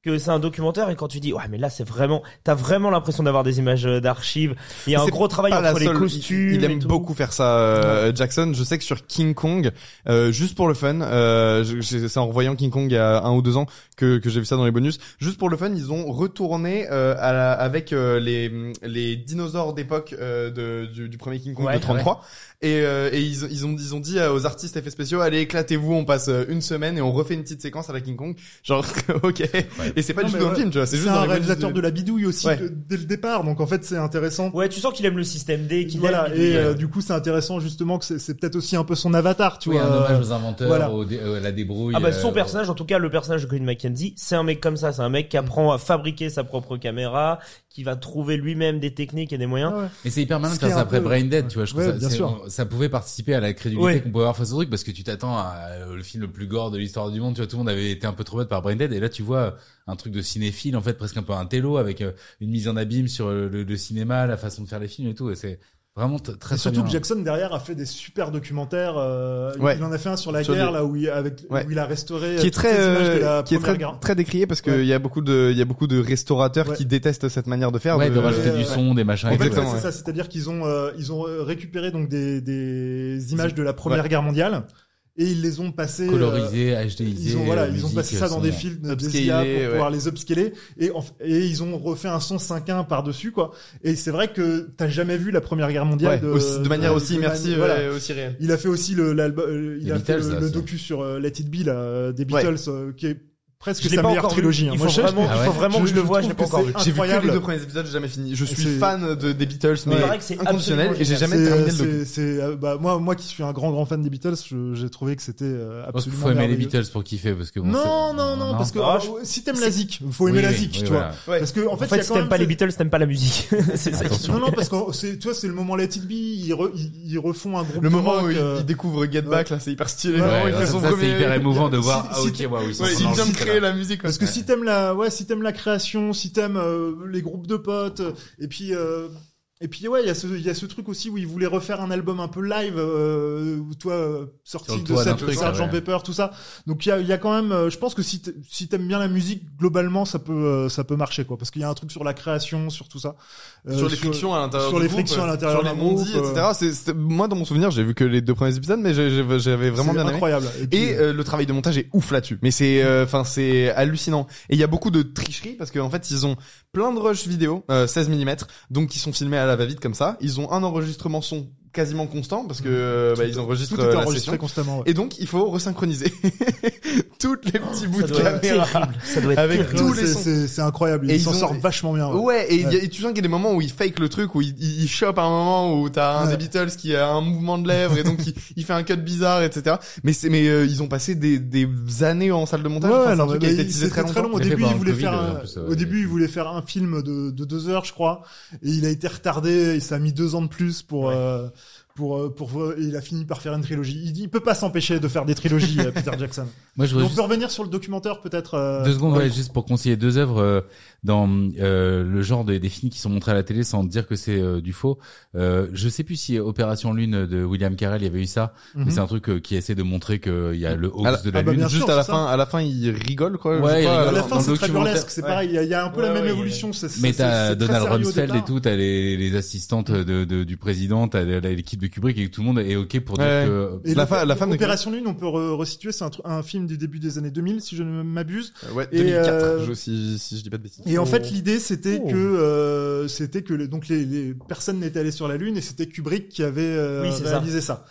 S2: que c'est un documentaire et quand tu dis ouais mais là c'est vraiment t'as vraiment l'impression d'avoir des images euh, d'archives. Il y a un
S3: C'est
S2: gros travail
S3: pas la
S2: entre les
S3: seule.
S2: costumes.
S3: Il, il
S2: et
S3: aime
S2: tout.
S3: beaucoup faire ça, euh, Jackson. Je sais que sur King Kong, euh, juste pour le fun, euh, je- je- c'est en revoyant King Kong il y a un ou deux ans que, que j'ai vu ça dans les bonus. Juste pour le fun, ils ont retourné euh, à la- avec euh, les, les dinosaures d'époque euh, de- du, du premier King Kong
S2: Ouais,
S3: de 33. Et, euh, et ils, ils ont, ils ont dit euh, aux artistes effets spéciaux, allez éclatez-vous, on passe euh, une semaine et on refait une petite séquence à la King Kong. Genre, ok. Et c'est pas
S4: Non,
S3: du tout
S4: mais
S3: dans le
S4: ouais.
S3: film, tu vois. C'est juste
S4: C'est
S3: dans
S4: un
S3: les bonus
S4: réalisateur de la bidouille aussi
S3: Ouais.
S4: de- dès le départ, donc en fait c'est intéressant.
S2: Ouais, tu sens qu'il aime le système D, qu'il
S4: Voilà,
S2: aime.
S4: et
S2: il-
S4: euh, du coup c'est intéressant justement que c'est- c'est peut-être aussi un peu son avatar, tu
S5: Oui,
S4: vois.
S5: un
S4: euh,
S5: hommage aux inventeurs,
S4: voilà.
S5: aux dé- euh, à la débrouille.
S2: Ah bah
S5: euh,
S2: son personnage, en tout cas le personnage de Colin McKenzie, c'est un mec comme ça, c'est un mec qui apprend à fabriquer sa propre caméra, qui va trouver lui-même des techniques et des moyens.
S4: ouais.
S5: Et c'est hyper malin
S4: Ce
S5: de faire
S4: qui est
S5: ça
S4: un
S5: après
S4: peu-
S5: Brain Dead, tu vois. Je trouve
S4: Ouais,
S5: ça,
S4: bien
S5: c'est-
S4: sûr.
S5: on- ça pouvait participer à la crédulité
S2: Ouais.
S5: qu'on pouvait avoir face au truc parce que tu t'attends à euh, le film le plus gore de l'histoire du monde. Tu vois, tout le monde avait été un peu trop bête par Brain Dead et là tu vois euh, un truc de cinéphile en fait, presque un peu un télo avec euh, une mise en abîme sur euh, le, le cinéma, la façon de faire les films et tout. Et c'est vraiment t- très
S4: Et surtout
S5: très
S4: que
S5: bien.
S4: Jackson derrière a fait des super documentaires. euh,
S3: Ouais.
S4: Il en a fait un sur la
S3: Sur
S4: guerre
S3: le-
S4: là où il, avec,
S3: Ouais.
S4: où il a restauré
S3: qui est
S4: toutes
S3: très
S4: ces images de
S3: euh,
S4: la
S3: qui est
S4: première
S3: très,
S4: guerre.
S3: très décrié parce que
S4: Ouais.
S3: il y a beaucoup de il y a beaucoup de restaurateurs
S4: Ouais.
S3: qui détestent cette manière de faire
S5: Ouais, de rajouter
S4: euh,
S5: du son, des machins.
S4: En
S5: et
S4: fait,
S5: tout, ouais.
S3: Exactement,
S4: c'est
S3: ouais.
S4: ça, c'est-à-dire qu'ils ont euh, ils ont euh, récupéré donc des, des images de la Première Guerre mondiale et ils les ont passées euh,
S5: colorisé, HDisé.
S4: Ils ont voilà,
S5: euh,
S4: ils ont
S5: musique,
S4: passé ça dans
S5: son.
S4: des films des
S3: Upscalé,
S4: IA pour
S3: ouais.
S4: pouvoir les upscaler et en- et ils ont refait un son 5.1 par-dessus quoi. Et c'est vrai que t'as jamais vu la Première Guerre mondiale
S3: Ouais,
S4: de,
S3: aussi- de manière aussi
S4: de mani-
S3: immersive
S4: voilà.
S3: et aussi réelle.
S4: Il a fait aussi le, l'album- euh, il
S5: Les
S4: a fait
S5: Beatles,
S4: le,
S5: là,
S4: le
S5: ça.
S4: docu sur euh, Let It Be là, euh, des
S3: Ouais.
S4: Beatles, euh, qui est presque
S2: Je l'ai
S4: sa
S2: pas
S4: meilleure
S2: encore vu.
S4: trilogie. hein.
S2: Il faut
S4: Moi, je-
S2: vraiment,
S5: Ah
S2: il faut
S5: ouais.
S2: vraiment que je le vois. Je l'ai pas
S4: trouve que
S2: encore vu.
S4: c'est
S3: J'ai vu que les
S4: incroyable.
S3: deux premiers épisodes, j'ai jamais fini. Je suis
S4: C'est-
S3: fan de, des Beatles,
S2: Il
S3: mais
S2: paraît que c'est
S3: inconditionnel,
S2: absolument
S3: et j'ai
S2: génial.
S3: jamais
S4: C'est-
S3: terminé le
S4: c'est-
S3: docu.
S4: c'est, euh, bah, moi, moi qui suis un grand grand fan des Beatles, je- j'ai trouvé que c'était euh,
S5: Je pense qu'il
S4: absolument.
S5: Oh, faut aimer les
S4: merveilleux.
S5: Beatles pour kiffer parce que bon,
S4: Non,
S5: c'est-
S4: non, non, parce que
S2: Ah,
S4: alors,
S2: je-
S4: si t'aimes la zik, faut aimer
S5: Oui,
S4: la
S5: oui,
S4: zik,
S5: oui,
S4: tu vois.
S5: voilà.
S4: Parce que en fait,
S2: En
S4: il y a
S2: fait, si
S4: quand
S2: t'aimes
S4: même
S2: pas les
S4: cette-
S2: Beatles, t'aimes pas la musique. C'est ça.
S5: Attention.
S4: Non, non, parce que c'est, tu vois, c'est le moment Let It Be, ils, re- ils- ils refont un groupe
S3: Le
S4: de
S3: moment
S4: rock,
S3: où il,
S4: euh,
S3: il découvre Get Back, là, c'est hyper stylé.
S4: Ouais,
S5: Ouais,
S3: vraiment, il
S5: ouais,
S3: fait
S5: ça,
S3: son
S5: ça, c'est
S3: premier-
S5: hyper émouvant de
S4: Si-
S5: voir. Ah
S4: si
S5: ok,
S4: t'es-
S5: waouh, ils sont
S3: Ouais,
S5: dans
S3: il
S5: le
S3: vient de
S5: système,
S3: créer
S5: là.
S3: la musique. quoi.
S4: Parce que si t'aimes la, ouais, si t'aimes la création, si t'aimes euh, les groupes de potes, euh, et puis euh, et puis ouais, il y a ce il y a ce truc aussi où ils voulaient refaire un album un peu live, euh, où toi euh,
S5: Sur
S4: sorti
S5: le
S4: de
S5: toit d'un
S4: cette
S5: truc,
S4: Sgt
S5: ouais.
S4: Pepper, tout ça. Donc il y a il y a quand même, euh, je pense que si t'- si t'aimes bien la musique globalement, ça peut euh, ça peut marcher quoi, parce qu'il y a un truc sur la création, sur tout ça. Euh,
S3: sur les frictions à l'intérieur
S4: sur
S3: du
S4: les
S3: groupe,
S4: frictions à
S3: euh,
S4: l'intérieur
S3: sur les
S4: du groupe,
S3: mondis,
S4: euh.
S3: etc. C'est- c'est- moi, dans mon souvenir, j'ai vu que les deux premiers épisodes, mais j'ai- j'ai- j'avais vraiment
S4: c'est
S3: bien aimé.
S4: incroyable. Et, puis,
S3: Et euh, le travail de montage est ouf là-dessus. Mais c'est, euh, enfin, c'est hallucinant. Et il y a beaucoup de tricherie parce qu'en fait, ils ont plein de rushs vidéo, euh, 16 mm, donc qui sont filmés à la va-vite comme ça. Ils ont un enregistrement son quasiment constant parce que euh, bah, ils enregistrent
S4: tout
S3: euh,
S4: est
S3: la
S4: enregistré
S3: session.
S4: constamment. ouais.
S3: Et donc, il faut resynchroniser toutes les petits bouts
S2: Ça
S3: de
S2: doit être
S3: caméra.
S2: terrible. Ça doit être
S3: Avec
S2: terrible.
S4: Non,
S3: tous les
S4: c'est-
S3: sons.
S4: c'est c'est incroyable.
S3: Et
S4: ils
S3: ils
S4: s'en
S3: ont-
S4: sortent vachement bien. ouais.
S3: Ouais, et, il Y a, et tu sens qu'il y a des moments où il fake le truc, où il, il, il chope un moment où t'as un
S4: Ouais.
S3: des Beatles qui a un mouvement de lèvres et donc il, il fait un cut bizarre, etc. Mais c'est, mais euh, ils ont passé des, des années en salle de montage.
S4: Ouais,
S3: Enfin, c'est
S4: non,
S3: un truc qui
S4: mais
S3: a été
S4: il-
S3: teasé très
S4: c'était
S3: longtemps.
S4: Au
S5: Il a fait
S4: début,
S5: pendant
S4: il voulait
S5: le
S4: faire,
S5: Covid, euh,
S4: un-
S5: en plus, ouais,
S4: au début,
S5: il-
S4: il voulait faire un film de, de deux heures, je crois, et il a été retardé. Et ça a mis deux ans de plus pour. euh, pour, euh, pour, et il a fini par faire une trilogie. Il, il peut pas s'empêcher de faire des trilogies, euh, Peter Jackson.
S5: Moi, je
S4: Donc,
S5: voudrais
S4: on peut revenir sur le documentaire, peut-être. euh,
S5: Deux secondes,
S4: ouais.
S5: ouais, juste pour conseiller deux œuvres euh, dans euh, le genre des, des films qui sont montrés à la télé sans dire que c'est euh, du faux. Euh, je sais plus si Opération Lune de William Carell, il y avait eu ça,
S4: Mhm.
S5: mais c'est un truc euh, qui essaie de montrer qu'il y a le hoax
S3: Ah,
S5: de la
S4: ah bah,
S5: Lune.
S4: bien
S3: Juste
S4: sûr,
S3: à la
S4: c'est
S3: fin, à la fin, il rigole, quoi. je
S5: Ouais,
S3: sais
S5: il
S3: pas,
S5: rigole.
S4: À la
S5: dans
S4: fin,
S5: le
S4: c'est très
S5: documentaire-
S4: burlesque, c'est
S3: ouais.
S4: pareil. Il y a- il y, a un peu
S3: Ouais,
S4: la même
S3: ouais,
S4: évolution. c'est- c'est-
S5: Mais
S4: c'est- c'est
S5: t'as
S4: très
S5: Donald
S4: sérieux au
S5: Rumsfeld
S4: départ.
S5: et tout, t'as les, les assistantes de, de- du président, t'as la- l'équipe de Kubrick et tout le monde est ok pour dire
S3: Ouais.
S5: que.
S4: Et
S3: La
S4: l'opé-
S3: fa- la femme de-
S4: Opération Lune, on peut re- resituer, c'est un, tru- un film du début des années 2000, si je ne m'abuse.
S3: Euh, Ouais,
S4: Et,
S3: 2004,
S4: euh,
S3: je, si, si je dis pas de bêtises.
S4: Et en fait, l'idée c'était
S2: Oh.
S4: que euh, c'était que les- donc les, les personnes n'étaient allées sur la lune et c'était Kubrick qui avait euh,
S2: Oui, c'est ça.
S4: réalisé ça.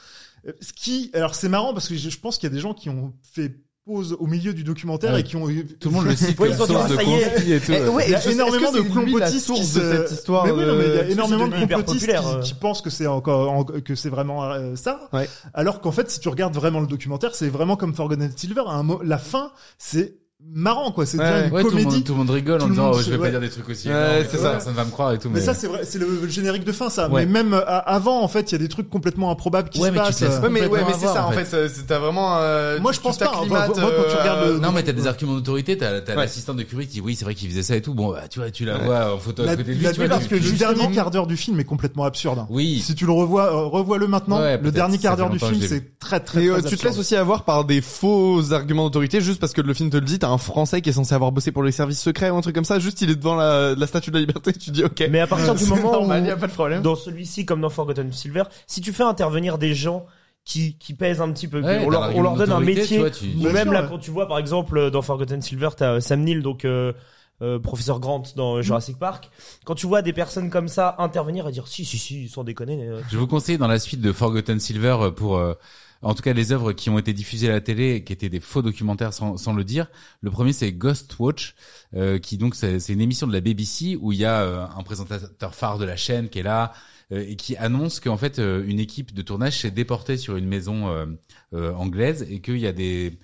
S4: Euh, Ce qui, alors c'est marrant parce que je, je pense qu'il y a des gens qui ont fait pause au milieu du documentaire
S5: Ouais.
S4: et qui ont eu
S5: Tout le monde le cite
S2: Ouais,
S5: comme
S2: ils ont dit,
S5: source
S2: ah,
S5: de
S2: ça y est.
S5: conflit et tout.
S3: Eh, ouais,
S4: Il y
S3: est-ce
S4: a
S3: que-
S4: énormément
S3: est-ce
S4: de
S3: que c'est lui la
S4: complotistes
S3: source de
S4: euh,
S3: cette histoire.
S4: Mais oui, non, mais il y a
S3: euh,
S4: énormément de
S2: devenu hyper
S4: complotistes
S2: populaire,
S4: qui, qui
S2: euh.
S4: pensent que c'est encore en- que c'est vraiment euh, ça,
S3: Ouais.
S4: alors qu'en fait, si tu regardes vraiment le documentaire, c'est vraiment comme Forgotten Silver. à un mo- la fin, c'est marrant quoi. C'est
S3: Ouais,
S4: devient une
S5: Ouais, tout, le
S4: comédie.
S5: monde, tout le monde rigole
S4: Tout
S5: en
S4: le
S5: disant
S4: monde
S5: oh, je
S4: se-
S5: vais pas
S4: ouais.
S5: dire des trucs aussi.
S3: Ouais,
S5: énormes,
S3: c'est
S5: mais
S3: ça.
S5: Personne va me croire et tout.
S4: Mais, ça, c'est vrai, c'est le générique de fin, ça.
S5: Ouais.
S4: Mais même euh, avant, en fait, il y a des trucs complètement improbables qui
S5: Ouais,
S4: se
S5: mais tu te
S4: passent.
S5: laisses
S4: euh.
S3: Ouais, mais, ouais,
S5: complètement
S3: mais c'est
S5: avoir,
S3: ça,
S5: en
S3: en fait. euh, c'est- T'as vraiment, euh,
S4: Moi,
S3: tu-
S4: je pense
S3: tu
S4: pas, hein.
S3: t'acclimates,
S4: Moi, moi, quand tu
S3: euh,
S4: regardes le-
S5: Non, mais t'as des arguments d'autorité, t'as, t'as
S3: Ouais.
S5: l'assistant de Kubrick qui dit oui, c'est vrai qu'il faisait ça et tout. Bon, bah, tu vois, tu la vois en photo à
S4: La-
S5: côté de lui.
S4: la-
S5: tu vois,
S4: parce que
S5: tu- tu-
S4: le dernier
S5: justement-
S4: quart d'heure du film est complètement absurde. hein.
S5: Oui.
S4: Si tu le revois, euh, revois-le maintenant.
S5: Ouais,
S4: le
S5: peut-être,
S4: dernier
S5: ça
S4: quart
S5: fait
S4: d'heure du
S5: longtemps
S4: film,
S5: que je l'ai
S4: c'est très très.
S3: Et
S4: très
S3: euh, tu te
S4: absurde.
S3: laisses aussi avoir par des faux arguments d'autorité juste parce que le film te le dit, t'as un français qui est censé avoir bossé pour les services secrets ou un truc comme ça, juste il est devant la, la statue de la liberté, tu dis ok.
S2: Mais à partir du
S3: C'est
S2: moment
S3: normal,
S2: où-
S3: y a pas de problème.
S2: Dans celui-ci, comme dans Forgotten Silver, si tu fais intervenir des gens qui, qui pèsent un petit peu,
S5: Ouais,
S2: on,
S5: t'as
S2: leur, on leur donne un
S5: l'autorité,
S2: métier,
S5: tu vois, tu-
S2: ou
S4: Bien
S2: même
S4: sûr,
S2: là,
S4: ouais.
S2: quand tu vois, par exemple, euh, dans Forgotten Silver, t'as euh, Sam Neill, donc euh, euh, professeur Grant dans euh, Jurassic Park. Quand tu vois des personnes comme ça intervenir et dire si, si, si, sans déconner, euh,
S5: Je vous conseille dans la suite de Forgotten Silver euh, pour, euh, en tout cas, les œuvres qui ont été diffusées à la télé, et qui étaient des faux documentaires sans, sans le dire. Le premier, c'est Ghost Watch, euh, qui donc c'est c'est une émission de la BBC où il y a euh, un présentateur phare de la chaîne qui est là euh, et qui annonce qu'en fait euh, une équipe de tournage s'est déportée sur une maison euh, euh, anglaise et qu'il y a des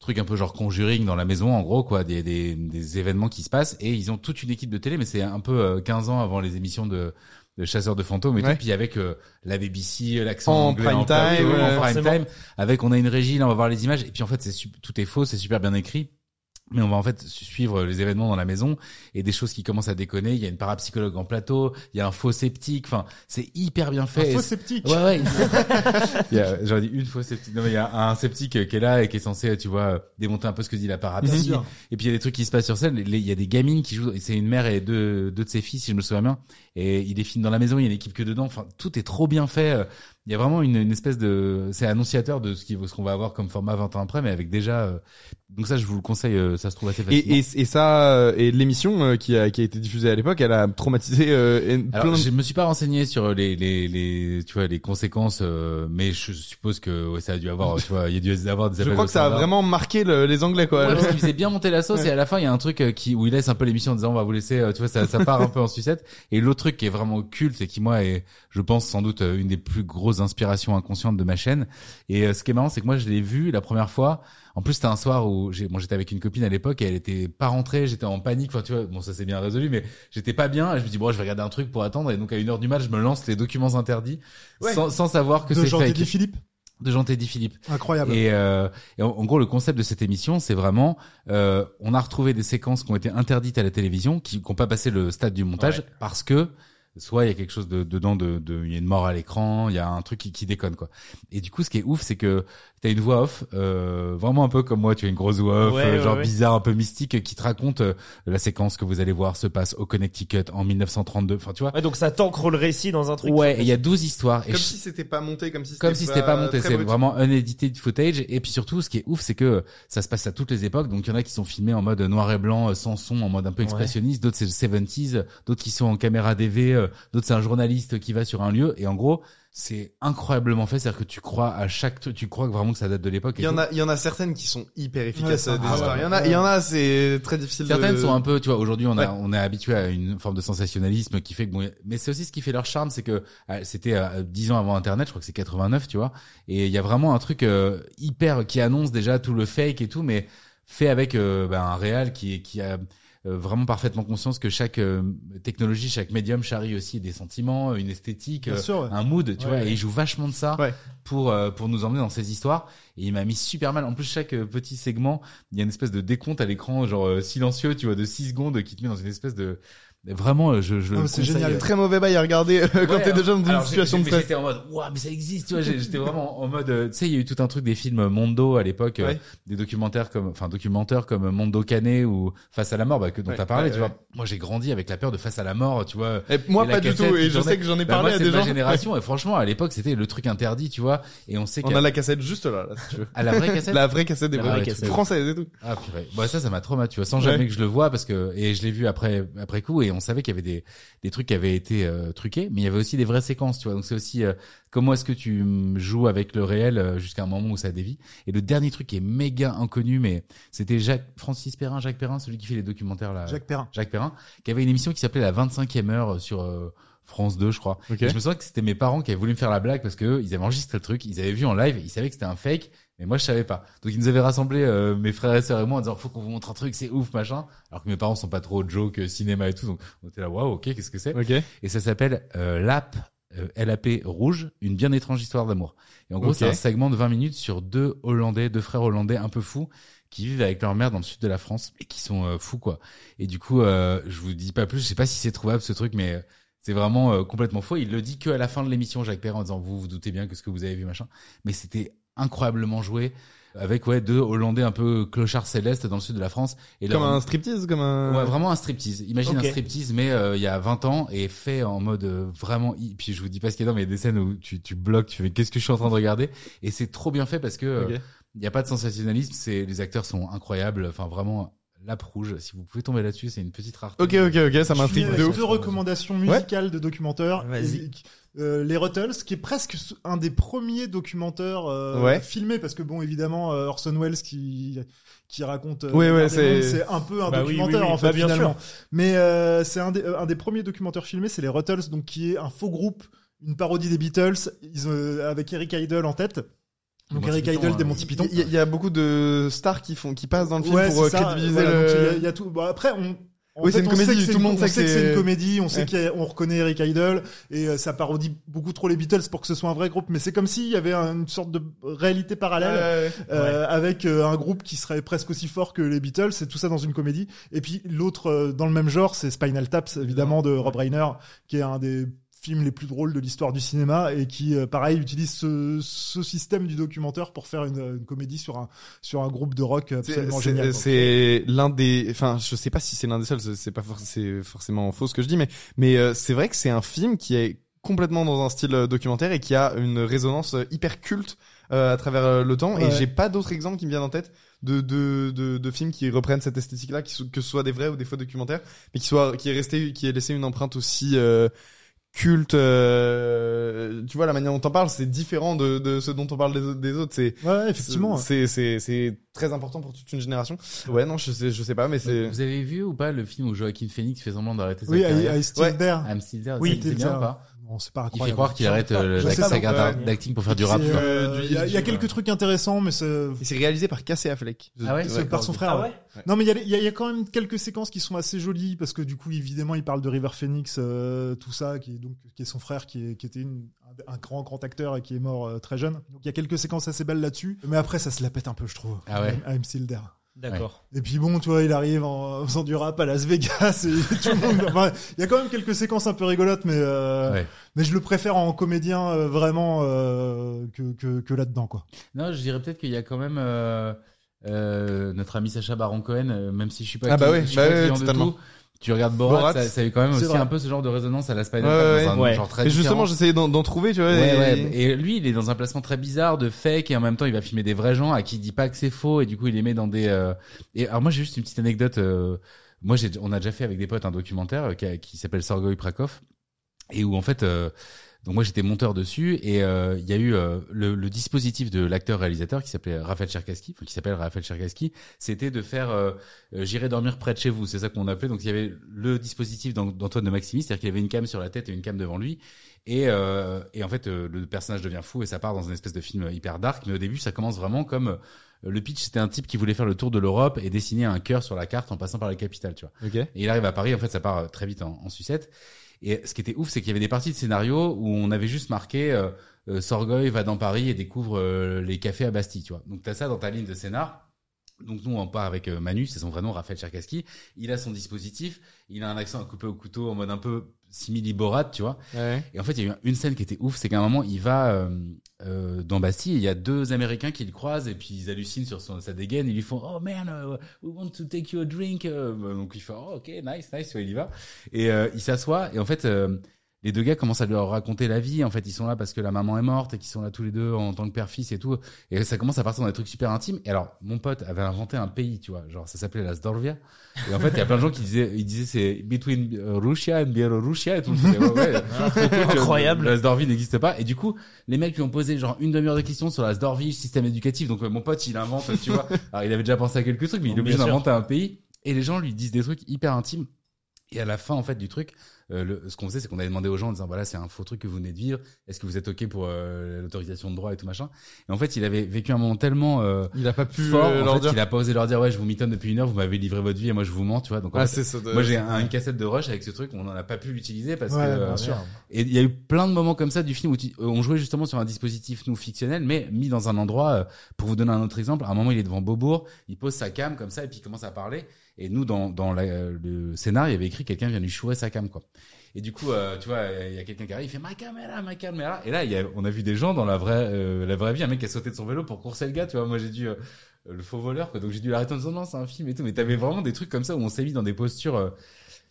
S5: trucs un peu genre conjuring dans la maison en gros quoi des, des, des événements qui se passent et ils ont toute une équipe de télé mais c'est un peu euh, 15 ans avant les émissions de, de chasseurs de fantômes et
S3: Ouais.
S5: tout puis avec euh, la BBC l'accent
S3: En
S5: anglais,
S3: prime
S5: en plat-
S3: time,
S5: en
S3: euh,
S5: prime
S2: forcément.
S5: time avec on a une régie là on va voir les images et puis en fait c'est sup- tout est faux c'est super bien écrit mais on va en fait su- suivre les événements dans la maison et des choses qui commencent à déconner il y a une parapsychologue en plateau il y a un faux sceptique enfin c'est hyper bien
S4: Un
S5: fait
S4: faux
S5: Et
S4: sceptique.
S5: Ouais, ouais. il y a, j'aurais dit une fausse sceptique. Non, mais il y a un sceptique qui est là et qui est censé, tu vois, démonter un peu ce que dit la
S4: Bien
S5: parapsychie.
S4: sûr.
S5: Et puis il y a des trucs qui se passent sur scène. Les- Il y a des gamines qui jouent. C'est une mère et deux, deux de ses filles, si je me souviens bien. Et il est film dans la maison. Il y a une équipe que dedans. Enfin, tout est trop bien fait. il y a vraiment une, une espèce de, c'est annonciateur de ce qui- ce qu'on va avoir comme format 20 ans après, mais avec déjà, euh, donc ça, je vous le conseille, euh, ça se trouve assez facilement.
S3: Et, et, et ça, euh, et l'émission euh, qui a, qui a été diffusée à l'époque, elle a traumatisé euh, en-
S5: Alors,
S3: plein de...
S5: je me suis pas renseigné sur les les, les tu vois les conséquences, euh, mais je suppose que ouais, ça a dû avoir, tu vois, il y a dû avoir des.
S3: Je
S5: appels
S3: crois
S5: au
S3: que ça a
S5: standard.
S3: vraiment marqué le- les Anglais, quoi.
S5: Ouais, parce qu'il faisait bien monter la sauce et à la fin il y a un truc euh, qui où il laisse un peu l'émission en disant on va vous laisser euh, tu vois ça, ça part un peu en sucette et l'autre truc qui est vraiment culte et qui moi est je pense sans doute euh, une des plus grosses inspirations inconscientes de ma chaîne et euh, ce qui est marrant c'est que moi je l'ai vu la première fois en plus c'était un soir où j'ai bon j'étais avec une copine à l'époque et elle était pas rentrée j'étais en panique enfin tu vois bon ça s'est bien résolu mais j'étais pas bien et je me dis bon je vais regarder un truc pour attendre et donc à une heure du match je me lance les documents interdits
S4: Ouais.
S5: sans, sans savoir que
S4: de
S5: c'est
S4: Jean
S5: fake
S4: Teddy Philippe.
S5: de Jean Teddy Philippe
S2: Ah bah.
S4: Incroyable.
S5: et, euh, et en, en gros, le concept de cette émission, c'est vraiment, euh, on a retrouvé des séquences qui ont été interdites à la télévision, qui n'ont pas passé le stade du montage, parce que soit il y a quelque chose de, dedans, de, de- il y a une mort à l'écran, il y a un truc qui, qui déconne quoi. Et du coup, ce qui est ouf, c'est que t'as une voix off, euh, vraiment un peu comme moi, tu as une grosse voix off,
S2: Ouais,
S5: euh,
S2: ouais,
S5: genre
S2: ouais.
S5: bizarre, un peu mystique, qui te raconte euh, la séquence que vous allez voir se passe au Connecticut en 1932. Enfin, tu vois.
S2: Ouais, donc ça t'ancre le récit dans un truc.
S5: Ouais, et il y a 12 histoires. et
S3: Comme
S5: ch-
S3: si c'était pas monté, comme si c'était
S5: comme si c'était pas monté,
S3: très
S5: c'est
S3: brut.
S5: vraiment un édité de footage. Et puis surtout, ce qui est ouf, c'est que ça se passe à toutes les époques. Donc il y en a qui sont filmés en mode noir et blanc, euh, sans son, en mode un peu
S2: Ouais.
S5: expressionniste. D'autres c'est le 70s, d'autres qui sont en caméra DV, euh, d'autres c'est un journaliste qui va sur un lieu. Et en gros, c'est incroyablement fait. C'est-à-dire que tu crois à chaque, truc- tu crois que vraiment que ça date de l'époque. et
S3: Il y en
S5: tout.
S3: a, il y en a certaines qui sont hyper efficaces
S4: Ouais,
S3: euh, des
S5: ah ouais.
S3: histoires. Il y en a, il y en a, c'est très difficile. de-
S5: Certaines sont un peu, tu vois, aujourd'hui on a,
S3: Ouais.
S5: on est habitué à une forme de sensationnalisme qui fait que bon, y a- mais c'est aussi ce qui fait leur charme, c'est que ah, c'était euh, 10 ans avant Internet, je crois que c'est 89, tu vois, et il y a vraiment un truc euh, hyper qui annonce déjà tout le fake et tout, mais fait avec euh, bah, un réal qui qui a euh, vraiment parfaitement conscience que chaque euh, technologie, chaque médium charrie aussi des sentiments, une esthétique,
S4: Bien
S5: euh,
S4: sûr. ouais.
S5: un mood, tu
S4: Ouais,
S5: vois,
S4: ouais.
S5: et il joue vachement de ça
S3: Ouais.
S5: pour euh, pour nous emmener dans ces histoires. Et il m'a mis super mal. En plus, chaque euh, petit segment, il y a une espèce de décompte à l'écran, genre euh, silencieux, tu vois, de 6 secondes, qui te met dans une espèce de vraiment, euh, je, je
S4: Non,
S5: le
S4: mais c'est
S5: conseille,
S4: génial.
S5: euh,
S3: Très mauvais bail à regarder euh, Ah, quand
S5: Ouais,
S3: t'es déjà dans
S5: alors,
S3: une
S5: j'ai-
S3: situation de
S5: j'ai- mais
S3: stress.
S5: J'étais en mode, waouh, mais ça existe, tu vois. j'ai- J'étais vraiment en mode, euh, tu sais, il y a eu tout un truc des films Mondo à l'époque, euh,
S3: Ouais.
S5: des documentaires comme, enfin, documentaires comme Mondo Canet ou Face à la mort, bah, que dont
S3: Ouais,
S5: t'as parlé,
S3: ouais,
S5: tu
S3: ouais.
S5: vois. Moi, j'ai grandi avec la peur de Face à la mort, tu vois.
S3: Et moi,
S5: Et la
S3: pas du tout.
S5: cassette qui
S3: Et je
S5: tournait.
S3: sais que j'en ai
S5: Bah,
S3: parlé
S5: moi,
S3: à
S5: c'est
S3: des
S5: de ma
S3: gens.
S5: génération et franchement à l'époque c'était le truc interdit tu vois et on sait
S3: On
S5: qu'à
S3: a la cassette juste là, là, si tu veux.
S5: à la vraie cassette
S3: La vraie cassette des
S2: La
S3: vrais
S5: vraie
S3: trucs
S2: cassette.
S3: françaises et tout.
S5: ah purée bah ça ça m'a traumatisé tu vois sans
S3: Ouais.
S5: jamais que je le vois parce que et je l'ai vu après après coup et on savait qu'il y avait des des trucs qui avaient été euh, truqués mais il y avait aussi des vraies séquences tu vois donc c'est aussi euh, comment est-ce que tu mm, joues avec le réel euh, jusqu'à un moment où ça dévie et le dernier truc qui est méga inconnu mais c'était Jacques Francis Perrin Jacques Perrin celui qui fait les documentaires là
S4: Jacques Perrin.
S5: Jacques Perrin, qui avait une émission qui s'appelait La 25e heure sur euh, France 2, je crois.
S3: Ok.
S5: Et je me souviens que c'était mes parents qui avaient voulu me faire la blague parce que eux, ils avaient enregistré le truc, ils avaient vu en live, ils savaient que c'était un fake, mais moi je savais pas. Donc ils nous avaient rassemblés, euh, mes frères et sœurs et moi, en disant faut qu'on vous montre un truc, c'est ouf, machin. Alors que mes parents sont pas trop joke, euh, cinéma et tout, donc on était là, waouh, ok, qu'est-ce que c'est
S3: Ok.
S5: et ça s'appelle euh, LAP. euh, LAP rouge, une bien étrange histoire d'amour. Et en gros,
S3: Ok.
S5: c'est un segment de 20 minutes sur deux Hollandais, deux frères hollandais un peu fous qui vivent avec leur mère dans le sud de la France et qui sont euh, fous quoi. Et du coup, euh, je vous dis pas plus, je sais pas si c'est trouvable ce truc mais euh, c'est vraiment euh, complètement faux. Il le dit que à la fin de l'émission Jacques Perrin en disant vous vous doutez bien que ce que vous avez vu machin, mais c'était incroyablement joué avec ouais deux Hollandais un peu clochards célestes dans le sud de la France et
S3: Comme
S5: leur-
S3: un striptease, comme un.
S5: Ouais, vraiment un striptease. Imagine
S2: Ok.
S5: un striptease, mais euh, il y a 20 ans et fait en mode euh, vraiment. hi- Puis je vous dis pas ce qu'il y a dedans, mais il y a des scènes où tu, tu bloques, tu fais qu'est-ce que je suis en train de regarder. Et c'est trop bien fait parce que euh, il
S3: Ok.
S5: y a pas de sensationnalisme. C'est les acteurs sont incroyables. Enfin vraiment la rouge. Si vous pouvez tomber là-dessus, c'est une petite rareté.
S3: Ok, ok, ok, ça
S4: Je finis
S3: m'intrigue
S4: avec
S3: de
S5: ouais,
S3: ouf.
S4: deux recommandations musicales de documentaires.
S2: Vas-y.
S4: Et, euh, les Ruttles, qui est presque un des premiers documentaires euh,
S3: Ouais.
S4: filmés, parce que bon, évidemment, euh, Orson Welles qui qui raconte euh,
S3: Ouais,
S4: la
S3: ouais,
S4: guerre des
S3: c'est-
S4: mondes, c'est un peu un
S2: Bah oui,
S4: documentaire
S2: oui, oui,
S4: en fait
S2: bah bien sûr.
S4: finalement. Mais euh, c'est un des euh, un des premiers documentaires filmés, c'est les Ruttles, donc qui est un faux groupe, une parodie des Beatles, ils, euh, avec Eric Idle en tête. Donc
S5: Monty
S4: Eric
S5: Python,
S4: Idle des
S5: hein.
S4: Monty Python.
S3: Il y, a- il y a beaucoup de stars qui font, qui passent dans le film
S4: Ouais,
S3: pour euh,
S4: c'est ça,
S3: crédibiliser
S4: voilà, donc il y a-
S3: le.
S4: il y, a tout. Bon, après, on. en
S3: Oui, c'est
S4: fait,
S3: une
S4: on sait
S3: comédie,
S4: que c'est
S3: tout le monde
S4: on
S3: sait que c'est-
S4: une comédie, on sait
S3: Ouais.
S4: qu'il y a- on reconnaît Eric Idle et euh, ça parodie beaucoup trop les Beatles pour que ce soit un vrai groupe, mais c'est comme s'il y avait une sorte de réalité parallèle
S3: Ouais,
S4: euh, avec euh, un groupe qui serait presque aussi fort que les Beatles, c'est tout ça dans une comédie. Et puis l'autre euh, dans le même genre, c'est Spinal Taps évidemment de Rob Reiner, qui est un des films les plus drôles de l'histoire du cinéma et qui euh, pareil utilise ce, ce système du documentaire pour faire une, une comédie sur un sur un groupe de rock
S3: C'est-
S4: absolument génial.
S3: C'est
S4: quoi.
S3: c'est l'un des, enfin, je sais pas si c'est l'un des seuls, c'est c'est pas forc- c'est forcément faux ce que je dis, mais mais euh, c'est vrai que c'est un film qui est complètement dans un style euh, documentaire et qui a une résonance euh, hyper culte euh, à travers euh, le temps. Et
S4: Ouais.
S3: j'ai pas d'autres exemples qui me viennent en tête de de de, de films qui reprennent cette esthétique-là, qui so- que ce soit des vrais ou des faux documentaires, mais qui soit qui est resté, qui ait laissé une empreinte aussi euh, culte. euh, tu vois la manière dont on parle, c'est différent de de ce dont on parle des, autres- des autres. C'est
S4: Ouais, effectivement.
S3: c'est c'est c'est très important pour toute une génération. Ouais, non, je sais je sais pas, mais c'est
S5: Vous avez vu ou pas le film où Joaquin Phoenix fait semblant d'arrêter sa
S4: Oui,
S5: carrière
S4: à, à Steve
S3: Ouais.
S4: Dare.
S5: I'm still there,
S4: Oui,
S5: c'est- c'est bien
S4: ça.
S5: ou pas
S4: Bon, c'est pas
S5: Il fait
S4: incroyable.
S5: croire qu'il arrête euh,
S4: Je
S5: la-
S4: sais
S5: sa
S4: pas,
S5: carrière
S2: ouais.
S5: d'acting pour faire du
S4: C'est,
S5: rap. quoi.
S4: euh,
S3: du-
S4: Il y a- il y a
S3: du-
S4: quelques trucs intéressants, mais c'est
S3: et c'est réalisé par Cassé Affleck.
S5: Ah ouais
S4: c'est
S5: Ouais,
S4: par son frère. ouais. Non, mais il y, a les- il y a- il y a quand même quelques séquences qui sont assez jolies parce que du coup, évidemment, il parle de River Phoenix, euh, tout ça, qui est donc qui est son frère, qui, est- qui était une- un grand grand acteur et qui est mort euh, très jeune. Donc il y a quelques séquences assez belles là-dessus, mais après ça se la pète un peu, je trouve.
S5: Ah ouais.
S4: I'm still there.
S2: D'accord.
S4: Et puis bon, tu vois, il arrive en faisant du rap à Las Vegas et tout le monde. enfin, il y a quand même quelques séquences un peu rigolotes, mais euh,
S5: Ouais.
S4: mais je le préfère en comédien euh, vraiment euh, que que, que là-dedans quoi.
S5: Non, je dirais peut-être qu'il y a quand même euh, euh, notre ami Sacha Baron Cohen, euh, même si je suis pas
S3: Ah bah
S5: cli-
S3: ouais,
S5: je suis
S3: bah
S5: pas
S3: ouais,
S5: client de
S3: totalement.
S5: tout, Tu regardes Borat,
S3: Borat,
S5: ça, ça a eu quand même
S4: c'est
S5: aussi
S4: vrai.
S5: un peu ce genre de résonance à la Spider-Man
S3: Ouais,
S5: dans un
S2: ouais.
S5: genre très
S3: Et justement,
S5: différent.
S3: j'essayais d'en d'en trouver, tu vois.
S5: Ouais,
S3: et-
S5: ouais. Et lui, il est dans un placement très bizarre de fake et en même temps, il va filmer des vrais gens à qui il dit pas que c'est faux et du coup, il les met dans des. euh, Et alors moi, j'ai juste une petite anecdote. euh, Moi, j'ai, on a déjà fait avec des potes un documentaire euh, qui, a- qui s'appelle Sorgoy Prakov et où en fait. euh, donc moi j'étais monteur dessus et euh, il y a eu euh, le, le dispositif de l'acteur réalisateur qui s'appelait Raphaël Cherkaski, enfin, qui s'appelle Raphaël Cherkaski, c'était de faire euh, euh, j'irai dormir près de chez vous, c'est ça qu'on appelait. Donc il y avait le dispositif d'An- d'Antoine de Maximis, c'est-à-dire qu'il avait une cam sur la tête et une cam devant lui et, euh, et en fait, euh, le personnage devient fou et ça part dans un espèce de film hyper dark. Mais au début, ça commence vraiment comme euh, le pitch, c'était un type qui voulait faire le tour de l'Europe et dessiner un cœur sur la carte en passant par la capitale, tu vois. Et il arrive à Paris, en fait, ça part euh, très vite en, en sucette. Et ce qui était ouf, c'est qu'il y avait des parties de scénario où on avait juste marqué euh, euh, Sorgoy va dans Paris et découvre euh, les cafés à Bastille, tu vois. Donc t'as ça dans ta ligne de scénar. Donc nous on part avec euh, Manu, c'est son vrai nom, Raphaël Cherkaski. Il a son dispositif, il a un accent à couper au couteau en mode un peu simili Borat, tu vois.
S3: Ouais.
S5: Et en fait, il y a eu une scène qui était ouf, c'est qu'à un moment, il va euh, euh, dans Bastille, et il y a deux Américains qui le croisent et puis ils hallucinent sur son, sa dégaine, ils lui font Oh man, euh, we want to take you a drink. euh. Donc il fait Oh, ok, nice, nice, ouais, il y va. Et euh, il s'assoit et en fait, euh, les deux gars commencent à leur raconter la vie. En fait, ils sont là parce que la maman est morte et qu'ils sont là tous les deux en tant que père-fils et tout. Et ça commence à partir dans des trucs super intimes. Et alors, mon pote avait inventé un pays, tu vois, genre ça s'appelait la Sdorvia. Et en fait, il y a plein de gens qui disaient, ils disaient c'est between euh, Russia and Bielorussia et tout. Je disais, ouais, ouais, trop cool, tu vois,
S2: Incroyable.
S5: La Sdorvie n'existe pas. Et du coup, les mecs lui ont posé genre une demi-heure de questions sur la Sdorvie, système éducatif. Donc euh, mon pote, il invente, tu vois. Alors il avait déjà pensé à quelques trucs, mais il
S2: Bien
S5: est obligé
S2: sûr.
S5: d'inventer un pays. Et les gens lui disent des trucs hyper intimes. Et à la fin, en fait, du truc, euh, le, ce qu'on faisait, c'est qu'on avait demandé aux gens en disant, voilà, c'est un faux truc que vous venez de vivre. Est-ce que vous êtes OK pour euh, l'autorisation de droit et tout machin Et en fait, il avait vécu un moment tellement euh,
S3: Il a pas pu
S5: fort,
S3: euh,
S5: en
S3: leur
S5: fait,
S3: dire.
S5: il a pas osé leur dire, ouais, je vous mitonne depuis une heure, vous m'avez livré votre vie et moi je vous mens, tu vois. Donc, en
S3: Ah,
S5: fait,
S3: c'est ça. de-
S5: moi j'ai un- une cassette de rush avec ce truc, on n'en a pas pu l'utiliser parce
S4: Ouais,
S5: que
S4: bien
S5: euh,
S4: sûr.
S5: et il y a eu plein de moments comme ça du film où tu- euh, on jouait justement sur un dispositif nous fictionnel, mais mis dans un endroit. euh, pour vous donner un autre exemple, à un moment il est devant Beaubourg, il pose sa cam comme ça et puis il commence à parler. Et nous dans dans la- euh, le scénario il y avait écrit quelqu'un vient lui chourer sa cam quoi. Et du coup euh, tu vois euh, il y a quelqu'un qui arrive, il fait ma caméra, ma caméra. Et là il y a, on a vu des gens dans la vraie euh, la vraie vie, un mec qui a sauté de son vélo pour courser le gars. Tu vois moi j'ai dû euh, le faux voleur quoi, donc j'ai dû l'arrêter en disant non c'est un film et tout. Mais t'avais vraiment des trucs comme ça où on s'est mis dans des postures. euh,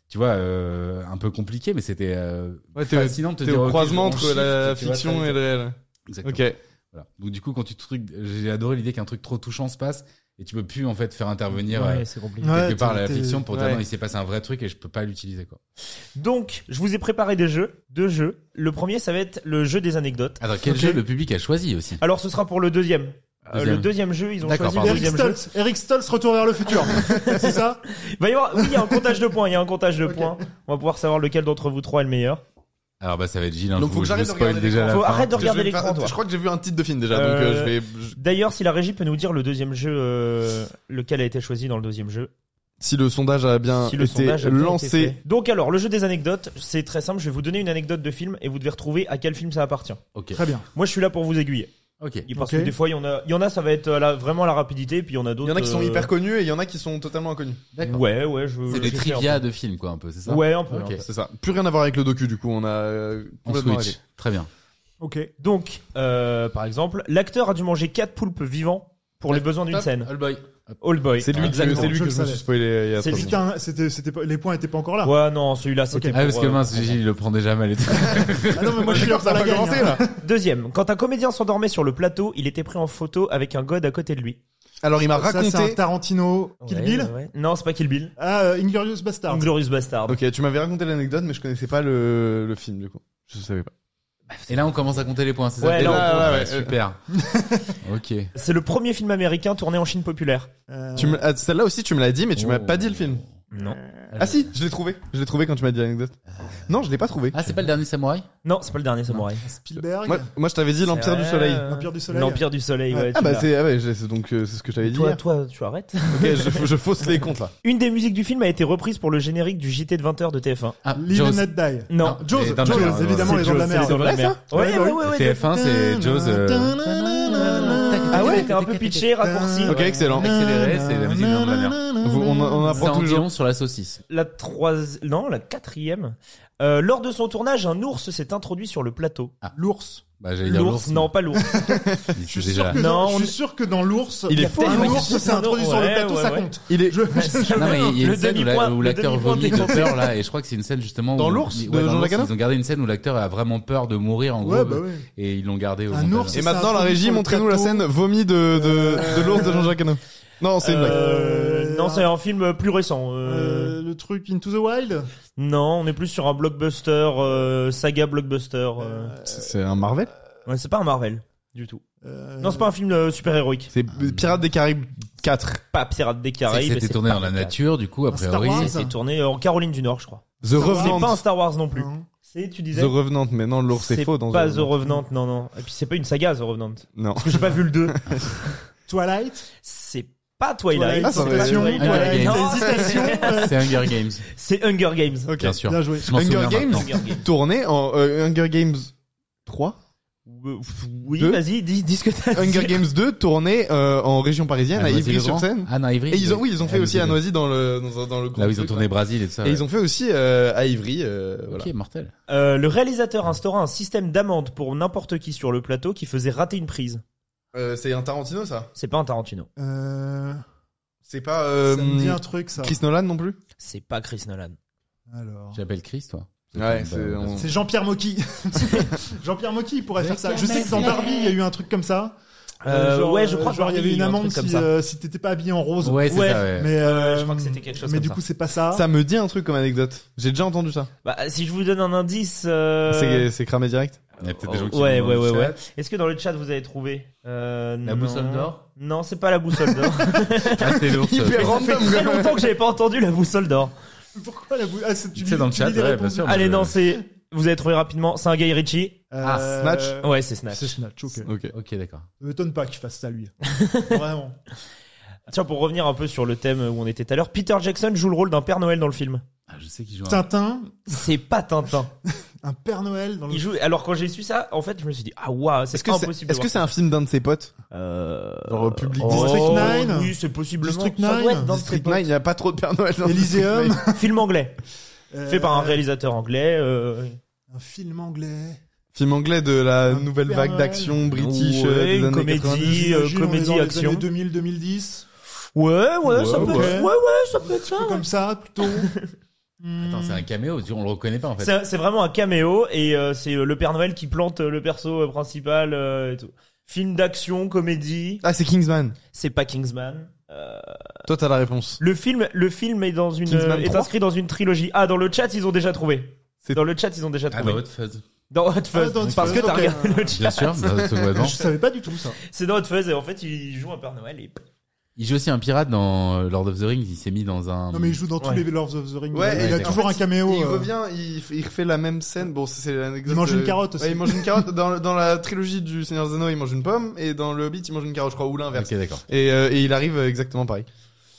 S5: tu vois, euh, un peu compliquées, mais c'était euh,
S3: Ouais, t'es-
S5: fascinant de te
S3: T'es
S5: dire,
S3: au
S5: ok,
S3: croisement
S5: on
S3: entre
S5: shift,
S3: la
S5: tu vois,
S3: fiction
S5: ça,
S3: et le réel.
S5: Exactement.
S3: Ok.
S5: Voilà. Donc du coup, quand tu truc, j'ai adoré l'idée qu'un truc trop touchant se passe et tu peux plus en fait faire intervenir euh,
S2: Ouais, c'est compliqué.
S4: Ouais,
S5: quelque part
S4: t'es-
S5: la
S4: t'es-
S5: fiction pour
S3: ouais.
S5: dire non, il s'est passé un vrai truc et je peux pas l'utiliser quoi.
S2: Donc, je vous ai préparé des jeux, deux jeux. Le premier, ça va être le jeu des anecdotes.
S5: Attends, quel
S2: Ok.
S5: jeu le public a choisi aussi
S2: Alors, ce sera pour le deuxième. Euh,
S5: Deuxième.
S2: le deuxième jeu, ils ont
S5: D'accord,
S2: choisi le
S5: pardon.
S4: Eric
S2: deuxième jeu.
S4: Stoltz, Eric Stoltz, retour vers le futur. c'est ça
S2: Il va y avoir, oui, il y a un comptage de points, il y a un comptage de points. On va pouvoir savoir lequel d'entre vous trois est le meilleur.
S5: Alors bah ça va être Gilles. hein,
S3: Donc,
S5: je
S3: faut
S5: vous-
S3: que
S5: je vous
S3: j'arrête de
S5: spoil
S3: regarder
S5: déjà
S2: l'écran.
S5: la
S2: Faut-
S5: fin.
S2: arrête de
S3: Parce que je vais
S2: regarder
S3: me faire-
S2: l'écran, toi.
S3: Je crois que j'ai vu un titre de film déjà, donc
S2: Euh,
S3: euh, je vais. je-
S2: D'ailleurs, si la régie peut nous dire le deuxième jeu, euh, lequel a été choisi dans le deuxième jeu,
S3: Si le sondage a bien
S2: si le
S3: été
S2: sondage a bien été
S3: lancé.
S2: fait. Donc alors, le jeu des anecdotes, c'est très simple. Je vais vous donner une anecdote de film et vous devez retrouver à quel film ça appartient.
S5: Ok.
S4: Très bien.
S2: Moi, je suis là pour vous aiguiller.
S5: Ok.
S2: Et Parce
S4: Ok.
S2: que des fois, il y en a, il y en a, ça va être à la- vraiment à la rapidité, puis il y en a
S3: Il
S2: d'autres.
S3: y en a qui sont
S2: euh,
S3: hyper connus et il y en a qui sont totalement inconnus.
S5: D'accord.
S2: Ouais, ouais, je.
S5: C'est des
S2: je sais un
S5: trivia
S2: peu.
S5: de films quoi un peu, c'est ça
S2: Ouais, un peu.
S5: Ok.
S2: un peu.
S3: C'est ça. Plus rien à voir avec le docu, du coup, on a euh,
S5: On
S3: complètement
S5: switch. Très bien.
S4: Ok.
S2: Donc, euh, par exemple, l'acteur a dû manger quatre poulpes vivants pour les besoins d'une
S5: Top.
S2: scène.
S5: All boy.
S2: Old Boy.
S3: C'est lui, que-
S2: Ah, Exactement.
S3: c'est lui
S4: Je
S3: que
S4: le
S3: je me suis
S4: savais.
S3: spoilé euh, il y a
S2: C'est
S3: trois
S2: lui
S3: ans.
S4: C'était un- c'était- c'était pas- les points étaient pas encore là.
S2: Ouais, non, celui-là, c'était
S4: Ok.
S5: Ah,
S2: pour,
S5: parce que
S2: euh,
S5: mince, Gilles, il le prend déjà mal. et tout.
S4: Ah non, mais moi je suis
S3: D'accord,
S4: là pour
S3: ça a
S4: la
S3: pas
S4: gagne,
S3: commencé
S4: hein.
S3: là.
S2: Deuxième, quand un comédien s'endormait sur le plateau, il était pris en photo avec un god à côté de lui.
S3: Alors il m'a
S4: Ça, c'est un
S3: raconté.
S4: Tarantino. Kill
S2: Ouais,
S4: Bill
S2: ouais. Non, c'est pas Kill Bill.
S4: Ah, euh, Inglorious Bastard.
S2: Glorious Bastard.
S3: Ok, tu m'avais raconté l'anecdote, mais je connaissais pas le, le film du coup. Je savais pas.
S5: Et là, on commence à compter les points, c'est ça
S2: Ouais,
S5: Et
S2: là,
S5: là,
S3: on-
S5: ouais,
S3: ouais, ouais.
S5: super. ok.
S2: C'est le premier film américain tourné en Chine populaire.
S4: Euh,
S3: Tu me- ah, Celle-là aussi, tu me l'as dit, mais tu m'as
S5: Oh.
S3: pas dit le film.
S2: Non.
S3: Ah si, je l'ai trouvé. Je l'ai trouvé quand tu m'as dit l'anecdote. Non, je l'ai pas trouvé.
S5: Ah, c'est pas le dernier samouraï
S2: Non, c'est pas le dernier samouraï.
S4: Spielberg.
S3: Moi, moi, je t'avais dit l'Empire du Soleil.
S4: L'Empire du Soleil.
S2: L'Empire du Soleil, ouais.
S3: Ah
S2: tu
S3: bah
S2: l'as.
S3: c'est ah ouais, j'ai- c'est donc euh, c'est ce que je t'avais dit.
S2: Toi,
S3: hier.
S2: toi, tu arrêtes.
S3: Ok, je, je fausse les comptes là.
S2: Une des musiques du film a été reprise pour le générique du JT de 20h de TF1.
S5: Ah,
S4: Live and
S5: Jaws.
S4: Let Die.
S2: Non.
S5: Non.
S4: Jaws,
S5: Les Dents de la
S4: Jaws,
S5: Mer,
S4: évidemment,
S2: C'est
S4: les gens de la
S2: Jaws,
S4: mer.
S2: c'est les Dents de la
S3: C'est vrai,
S2: mer. hein, Ouais, ouais, ouais, ouais.
S5: TF1, c'est Jaws. euh,
S2: Ah ouais, t'es un peu pitché, raccourci.
S3: Ok, excellent.
S5: Accéléré, c'est la musique de la mer.
S3: Vous- on, on
S5: Ça
S3: apprend
S5: en
S3: tous les
S5: dit
S3: jours.
S5: long sur la saucisse.
S2: La troisième, non, la quatrième. Euh, lors de son tournage, un ours s'est introduit sur le plateau.
S4: L'ours.
S5: Bah, j'allais dire
S2: L'ours,
S5: l'ours.
S2: non, pas l'ours.
S5: il-
S4: Je
S5: c'est
S4: suis
S5: déjà.
S4: sûr que
S2: Non,
S4: dans- je
S2: on-
S4: suis sûr que dans l'ours,
S2: Il est
S4: un
S2: tellement
S4: ours
S2: sûr.
S4: s'est introduit sur le
S2: Ouais,
S4: plateau,
S2: ouais,
S4: ça
S2: ouais.
S4: compte.
S3: Il est
S4: Je- je-
S5: Non, mais il y a
S2: Le
S5: une scène où
S2: demi-point-
S5: la- où
S2: le
S5: l'acteur
S2: demi-point
S5: vomit de
S2: décompté.
S5: peur là, et je crois que c'est une scène justement où
S3: Dans l'ours
S5: il-
S3: de
S5: ouais, dans
S3: Jean
S5: l'ours,
S3: Lagana
S5: ils ont gardé une scène où l'acteur a vraiment peur de mourir
S2: Oh,
S5: en
S4: Ouais,
S5: gros,
S4: bah
S5: euh,
S4: oui.
S5: et ils l'ont gardé au
S4: Un
S5: montage.
S4: ours,
S3: Et
S4: C'est
S3: maintenant
S4: ça,
S3: la
S4: un
S3: régie,
S4: truc
S3: montrez-nous
S4: sur
S3: la
S4: le
S3: scène vomi de de, de l'ours de Jean-Jacques Hano. Non, c'est une blague.
S2: Euh, non, c'est un film plus récent. euh,
S4: Euh, le truc Into the Wild.
S2: Non, on est plus sur un blockbuster, euh, saga blockbuster. euh.
S3: C'est c'est un Marvel.
S2: Ouais, c'est pas un Marvel du tout.
S4: Euh,
S2: Non, c'est pas un film euh, super héroïque.
S3: C'est Pirates des Caraïbes 4.
S2: Pas Pirates des
S5: C'est que
S2: Caraïbes.
S5: C'était
S2: c'est
S5: tourné
S2: pas
S5: dans la
S2: Pirates.
S5: nature, du coup, a
S4: Un Star
S5: priori.
S4: Wars.
S2: C'est tourné en Caroline du Nord, je crois.
S3: The
S2: C'est pas un
S3: Revenant.
S2: Star Wars non plus.
S5: Mm.
S4: hein.
S2: C'est tu disais.
S3: The Revenant, mais non, l'ours c'est faux dans
S2: pas
S3: The
S2: The Revenant, non non. Et puis c'est pas une saga The Revenant.
S3: Non.
S2: Parce que j'ai pas vu le 2.
S4: Twilight.
S2: C'est pas Twilight.
S3: Ah, ça
S2: c'est
S3: va.
S2: pas
S4: Hésitation.
S2: Twilight.
S5: Twilight.
S2: Non,
S4: Hésitation.
S5: C'est Hunger Games,
S2: C'est Hunger Games.
S3: Ok.
S5: bien sûr.
S4: Bien joué.
S5: Je m'en
S3: Hunger
S5: souviens
S3: Games
S5: maintenant.
S2: Hunger Games.
S3: Tourné en euh, Hunger Games 3.
S2: Euh, Oui,
S3: Deux.
S2: vas-y, dis, dis ce que t'as dit.
S3: Hunger Games 2 tourné euh, en région parisienne à Ivry-sur-Seine.
S5: Ah non, Ivry.
S3: Et ils ont oui, ils ont fait aussi à Noisy
S5: Noisy.
S3: dans le dans, un- dans le groupe
S5: Là où ils ont
S3: truc,
S5: tourné
S3: là.
S5: Brésil et tout ça.
S3: Et
S5: ouais.
S3: ils ont fait aussi euh, à Ivry euh, voilà.
S5: Ok, mortel.
S2: Euh, le réalisateur instaura un système d'amende pour n'importe qui sur le plateau qui faisait rater une prise.
S3: Euh, c'est un Tarantino ça.
S2: C'est pas un Tarantino.
S4: Euh,
S3: C'est pas
S4: ça
S3: euh,
S4: me dit un truc, ça.
S3: Chris Nolan non plus
S2: C'est pas Chris Nolan.
S4: Alors.
S5: J'appelle Chris, toi.
S3: Ouais,
S5: Bah,
S3: c'est-
S5: bah,
S3: on-
S4: C'est Jean-Pierre Mocky. Jean-Pierre Mocky pourrait faire ça. Je sais que dans Barbie, il y a eu un truc comme ça.
S2: Euh,
S4: genre,
S2: ouais, je crois que
S4: genre, il y
S2: Barbie,
S4: avait une
S2: un
S4: amende
S2: truc comme
S4: si,
S2: ça.
S4: euh, si t'étais pas habillé en rose.
S5: Ouais, c'est
S2: Ouais.
S5: ça, ouais.
S4: Mais euh,
S2: je crois que c'était quelque chose
S4: Mais
S2: comme
S4: du
S2: ça.
S4: coup, c'est pas ça.
S3: Ça me dit un truc comme anecdote. J'ai déjà entendu ça.
S2: Bah, si je vous donne un indice. euh,
S3: C'est c'est cramé direct.
S5: Il y a peut-être des gens qui
S2: ouais,
S5: vont
S2: ouais,
S5: dans
S2: ouais,
S5: le
S2: ouais.
S5: chat.
S2: Est-ce que dans le chat vous avez trouvé euh,
S5: La
S2: non.
S5: boussole d'or
S2: Non, c'est pas la boussole d'or.
S5: Ah, c'était l'ours.
S3: Hyper
S5: euh,
S2: Ça fait
S3: random.
S2: très longtemps que j'avais pas entendu la boussole d'or.
S4: Pourquoi la boule Ah, c'est tu
S5: C'est
S4: lis-
S5: dans le
S4: tu
S5: chat,
S4: lis les
S5: ouais, bien
S4: réponses. Euh,
S5: sûr.
S2: Allez,
S5: je-
S2: non, c'est. Vous avez trouvé rapidement. C'est un Guy Ritchie.
S5: Ah,
S4: Euh,
S3: Snatch.
S2: Ouais, c'est Snatch.
S4: C'est Snatch, ok.
S3: OK.
S5: Ok, d'accord.
S4: Ne m'étonne pas qu'il fasse ça lui. Vraiment.
S2: Ah, Tiens, pour revenir un peu sur le thème où on était tout à l'heure, Peter Jackson joue le rôle d'un Père Noël dans le film.
S5: Ah, je sais qui joue. un-
S4: Tintin,
S2: C'est pas Tintin.
S4: un Père Noël dans le.
S2: Il joue. Alors quand j'ai su ça, en fait, je me suis dit ah waouh,
S3: Est-ce
S2: c'est
S3: que c'est
S2: impossible.
S3: est-ce que c'est un film d'un de ses potes genre public
S4: District
S2: Euh, Oh,
S4: 9?
S2: Oui, c'est possiblement.
S4: District
S2: Ça doit
S4: 9?
S2: être dans
S3: District
S2: ces
S3: 9, il y a pas trop de Père Noël dans
S4: Elyséum.
S3: District
S2: potes. Film anglais,
S4: Euh,
S2: fait par un réalisateur anglais. euh,
S4: Un film anglais.
S3: Film anglais de la
S4: Un
S3: nouvelle
S4: Père
S3: vague
S4: Noël.
S3: d'action british
S2: Ouais,
S3: euh, des
S2: une
S3: années
S2: comédie.
S3: 90.
S2: euh,
S4: J'imagine, on est
S2: comédie
S4: dans les
S2: action.
S4: années 2000, 2010.
S2: Ouais, ouais, ça
S3: Ouais,
S2: peut.
S3: ouais.
S2: Être... ouais, ouais, ça peut être ça.
S4: Un peu Comme ça, plutôt. Hmm.
S5: Attends, c'est un caméo, tu- on le reconnaît pas en fait.
S2: C'est c'est vraiment un caméo et euh, c'est euh, le Père Noël qui plante euh, le perso euh, principal euh, et tout. Film d'action, comédie,
S3: Ah, c'est Kingsman.
S2: c'est pas Kingsman. Euh,
S3: Toi t'as la réponse.
S2: le film, le film est dans une
S3: Kingsman
S2: euh, est
S3: 3?
S2: inscrit dans une trilogie. Ah, dans le chat ils ont déjà trouvé.
S3: C'est-
S2: Dans le chat ils ont déjà
S5: Ah,
S2: trouvé.
S5: bah, Hot Fuzz.
S2: dans Hot Fuzz.
S4: Ah, dans Hot
S2: parce
S4: Fuzz,
S2: que t'as
S4: ok.
S2: regardé le chat.
S5: Bien sûr, dans-
S4: Je
S5: complètement.
S4: savais pas du tout ça.
S2: C'est dans Hot Fuzz et en fait il joue un Père Noël et
S5: Il joue aussi un pirate dans euh, Lord of the Rings, il s'est mis dans un.
S4: Non mais il joue dans tous
S2: Ouais.
S4: les Lords of the Rings.
S3: Ouais,
S4: il
S5: et
S4: a
S5: en
S4: toujours
S3: fait,
S4: un caméo.
S3: il
S4: euh,
S3: revient, il, f- il refait la même scène. Bon, ça, c'est l'anecdote.
S4: Il mange une
S3: euh,
S4: carotte aussi.
S3: ouais, il mange une carotte. Dans, dans la trilogie du Seigneur des Anneaux, il mange une pomme. Et dans le Hobbit, il mange une carotte, je crois, ou l'inverse.
S5: Ok, d'accord.
S3: Et, euh, et il arrive exactement pareil.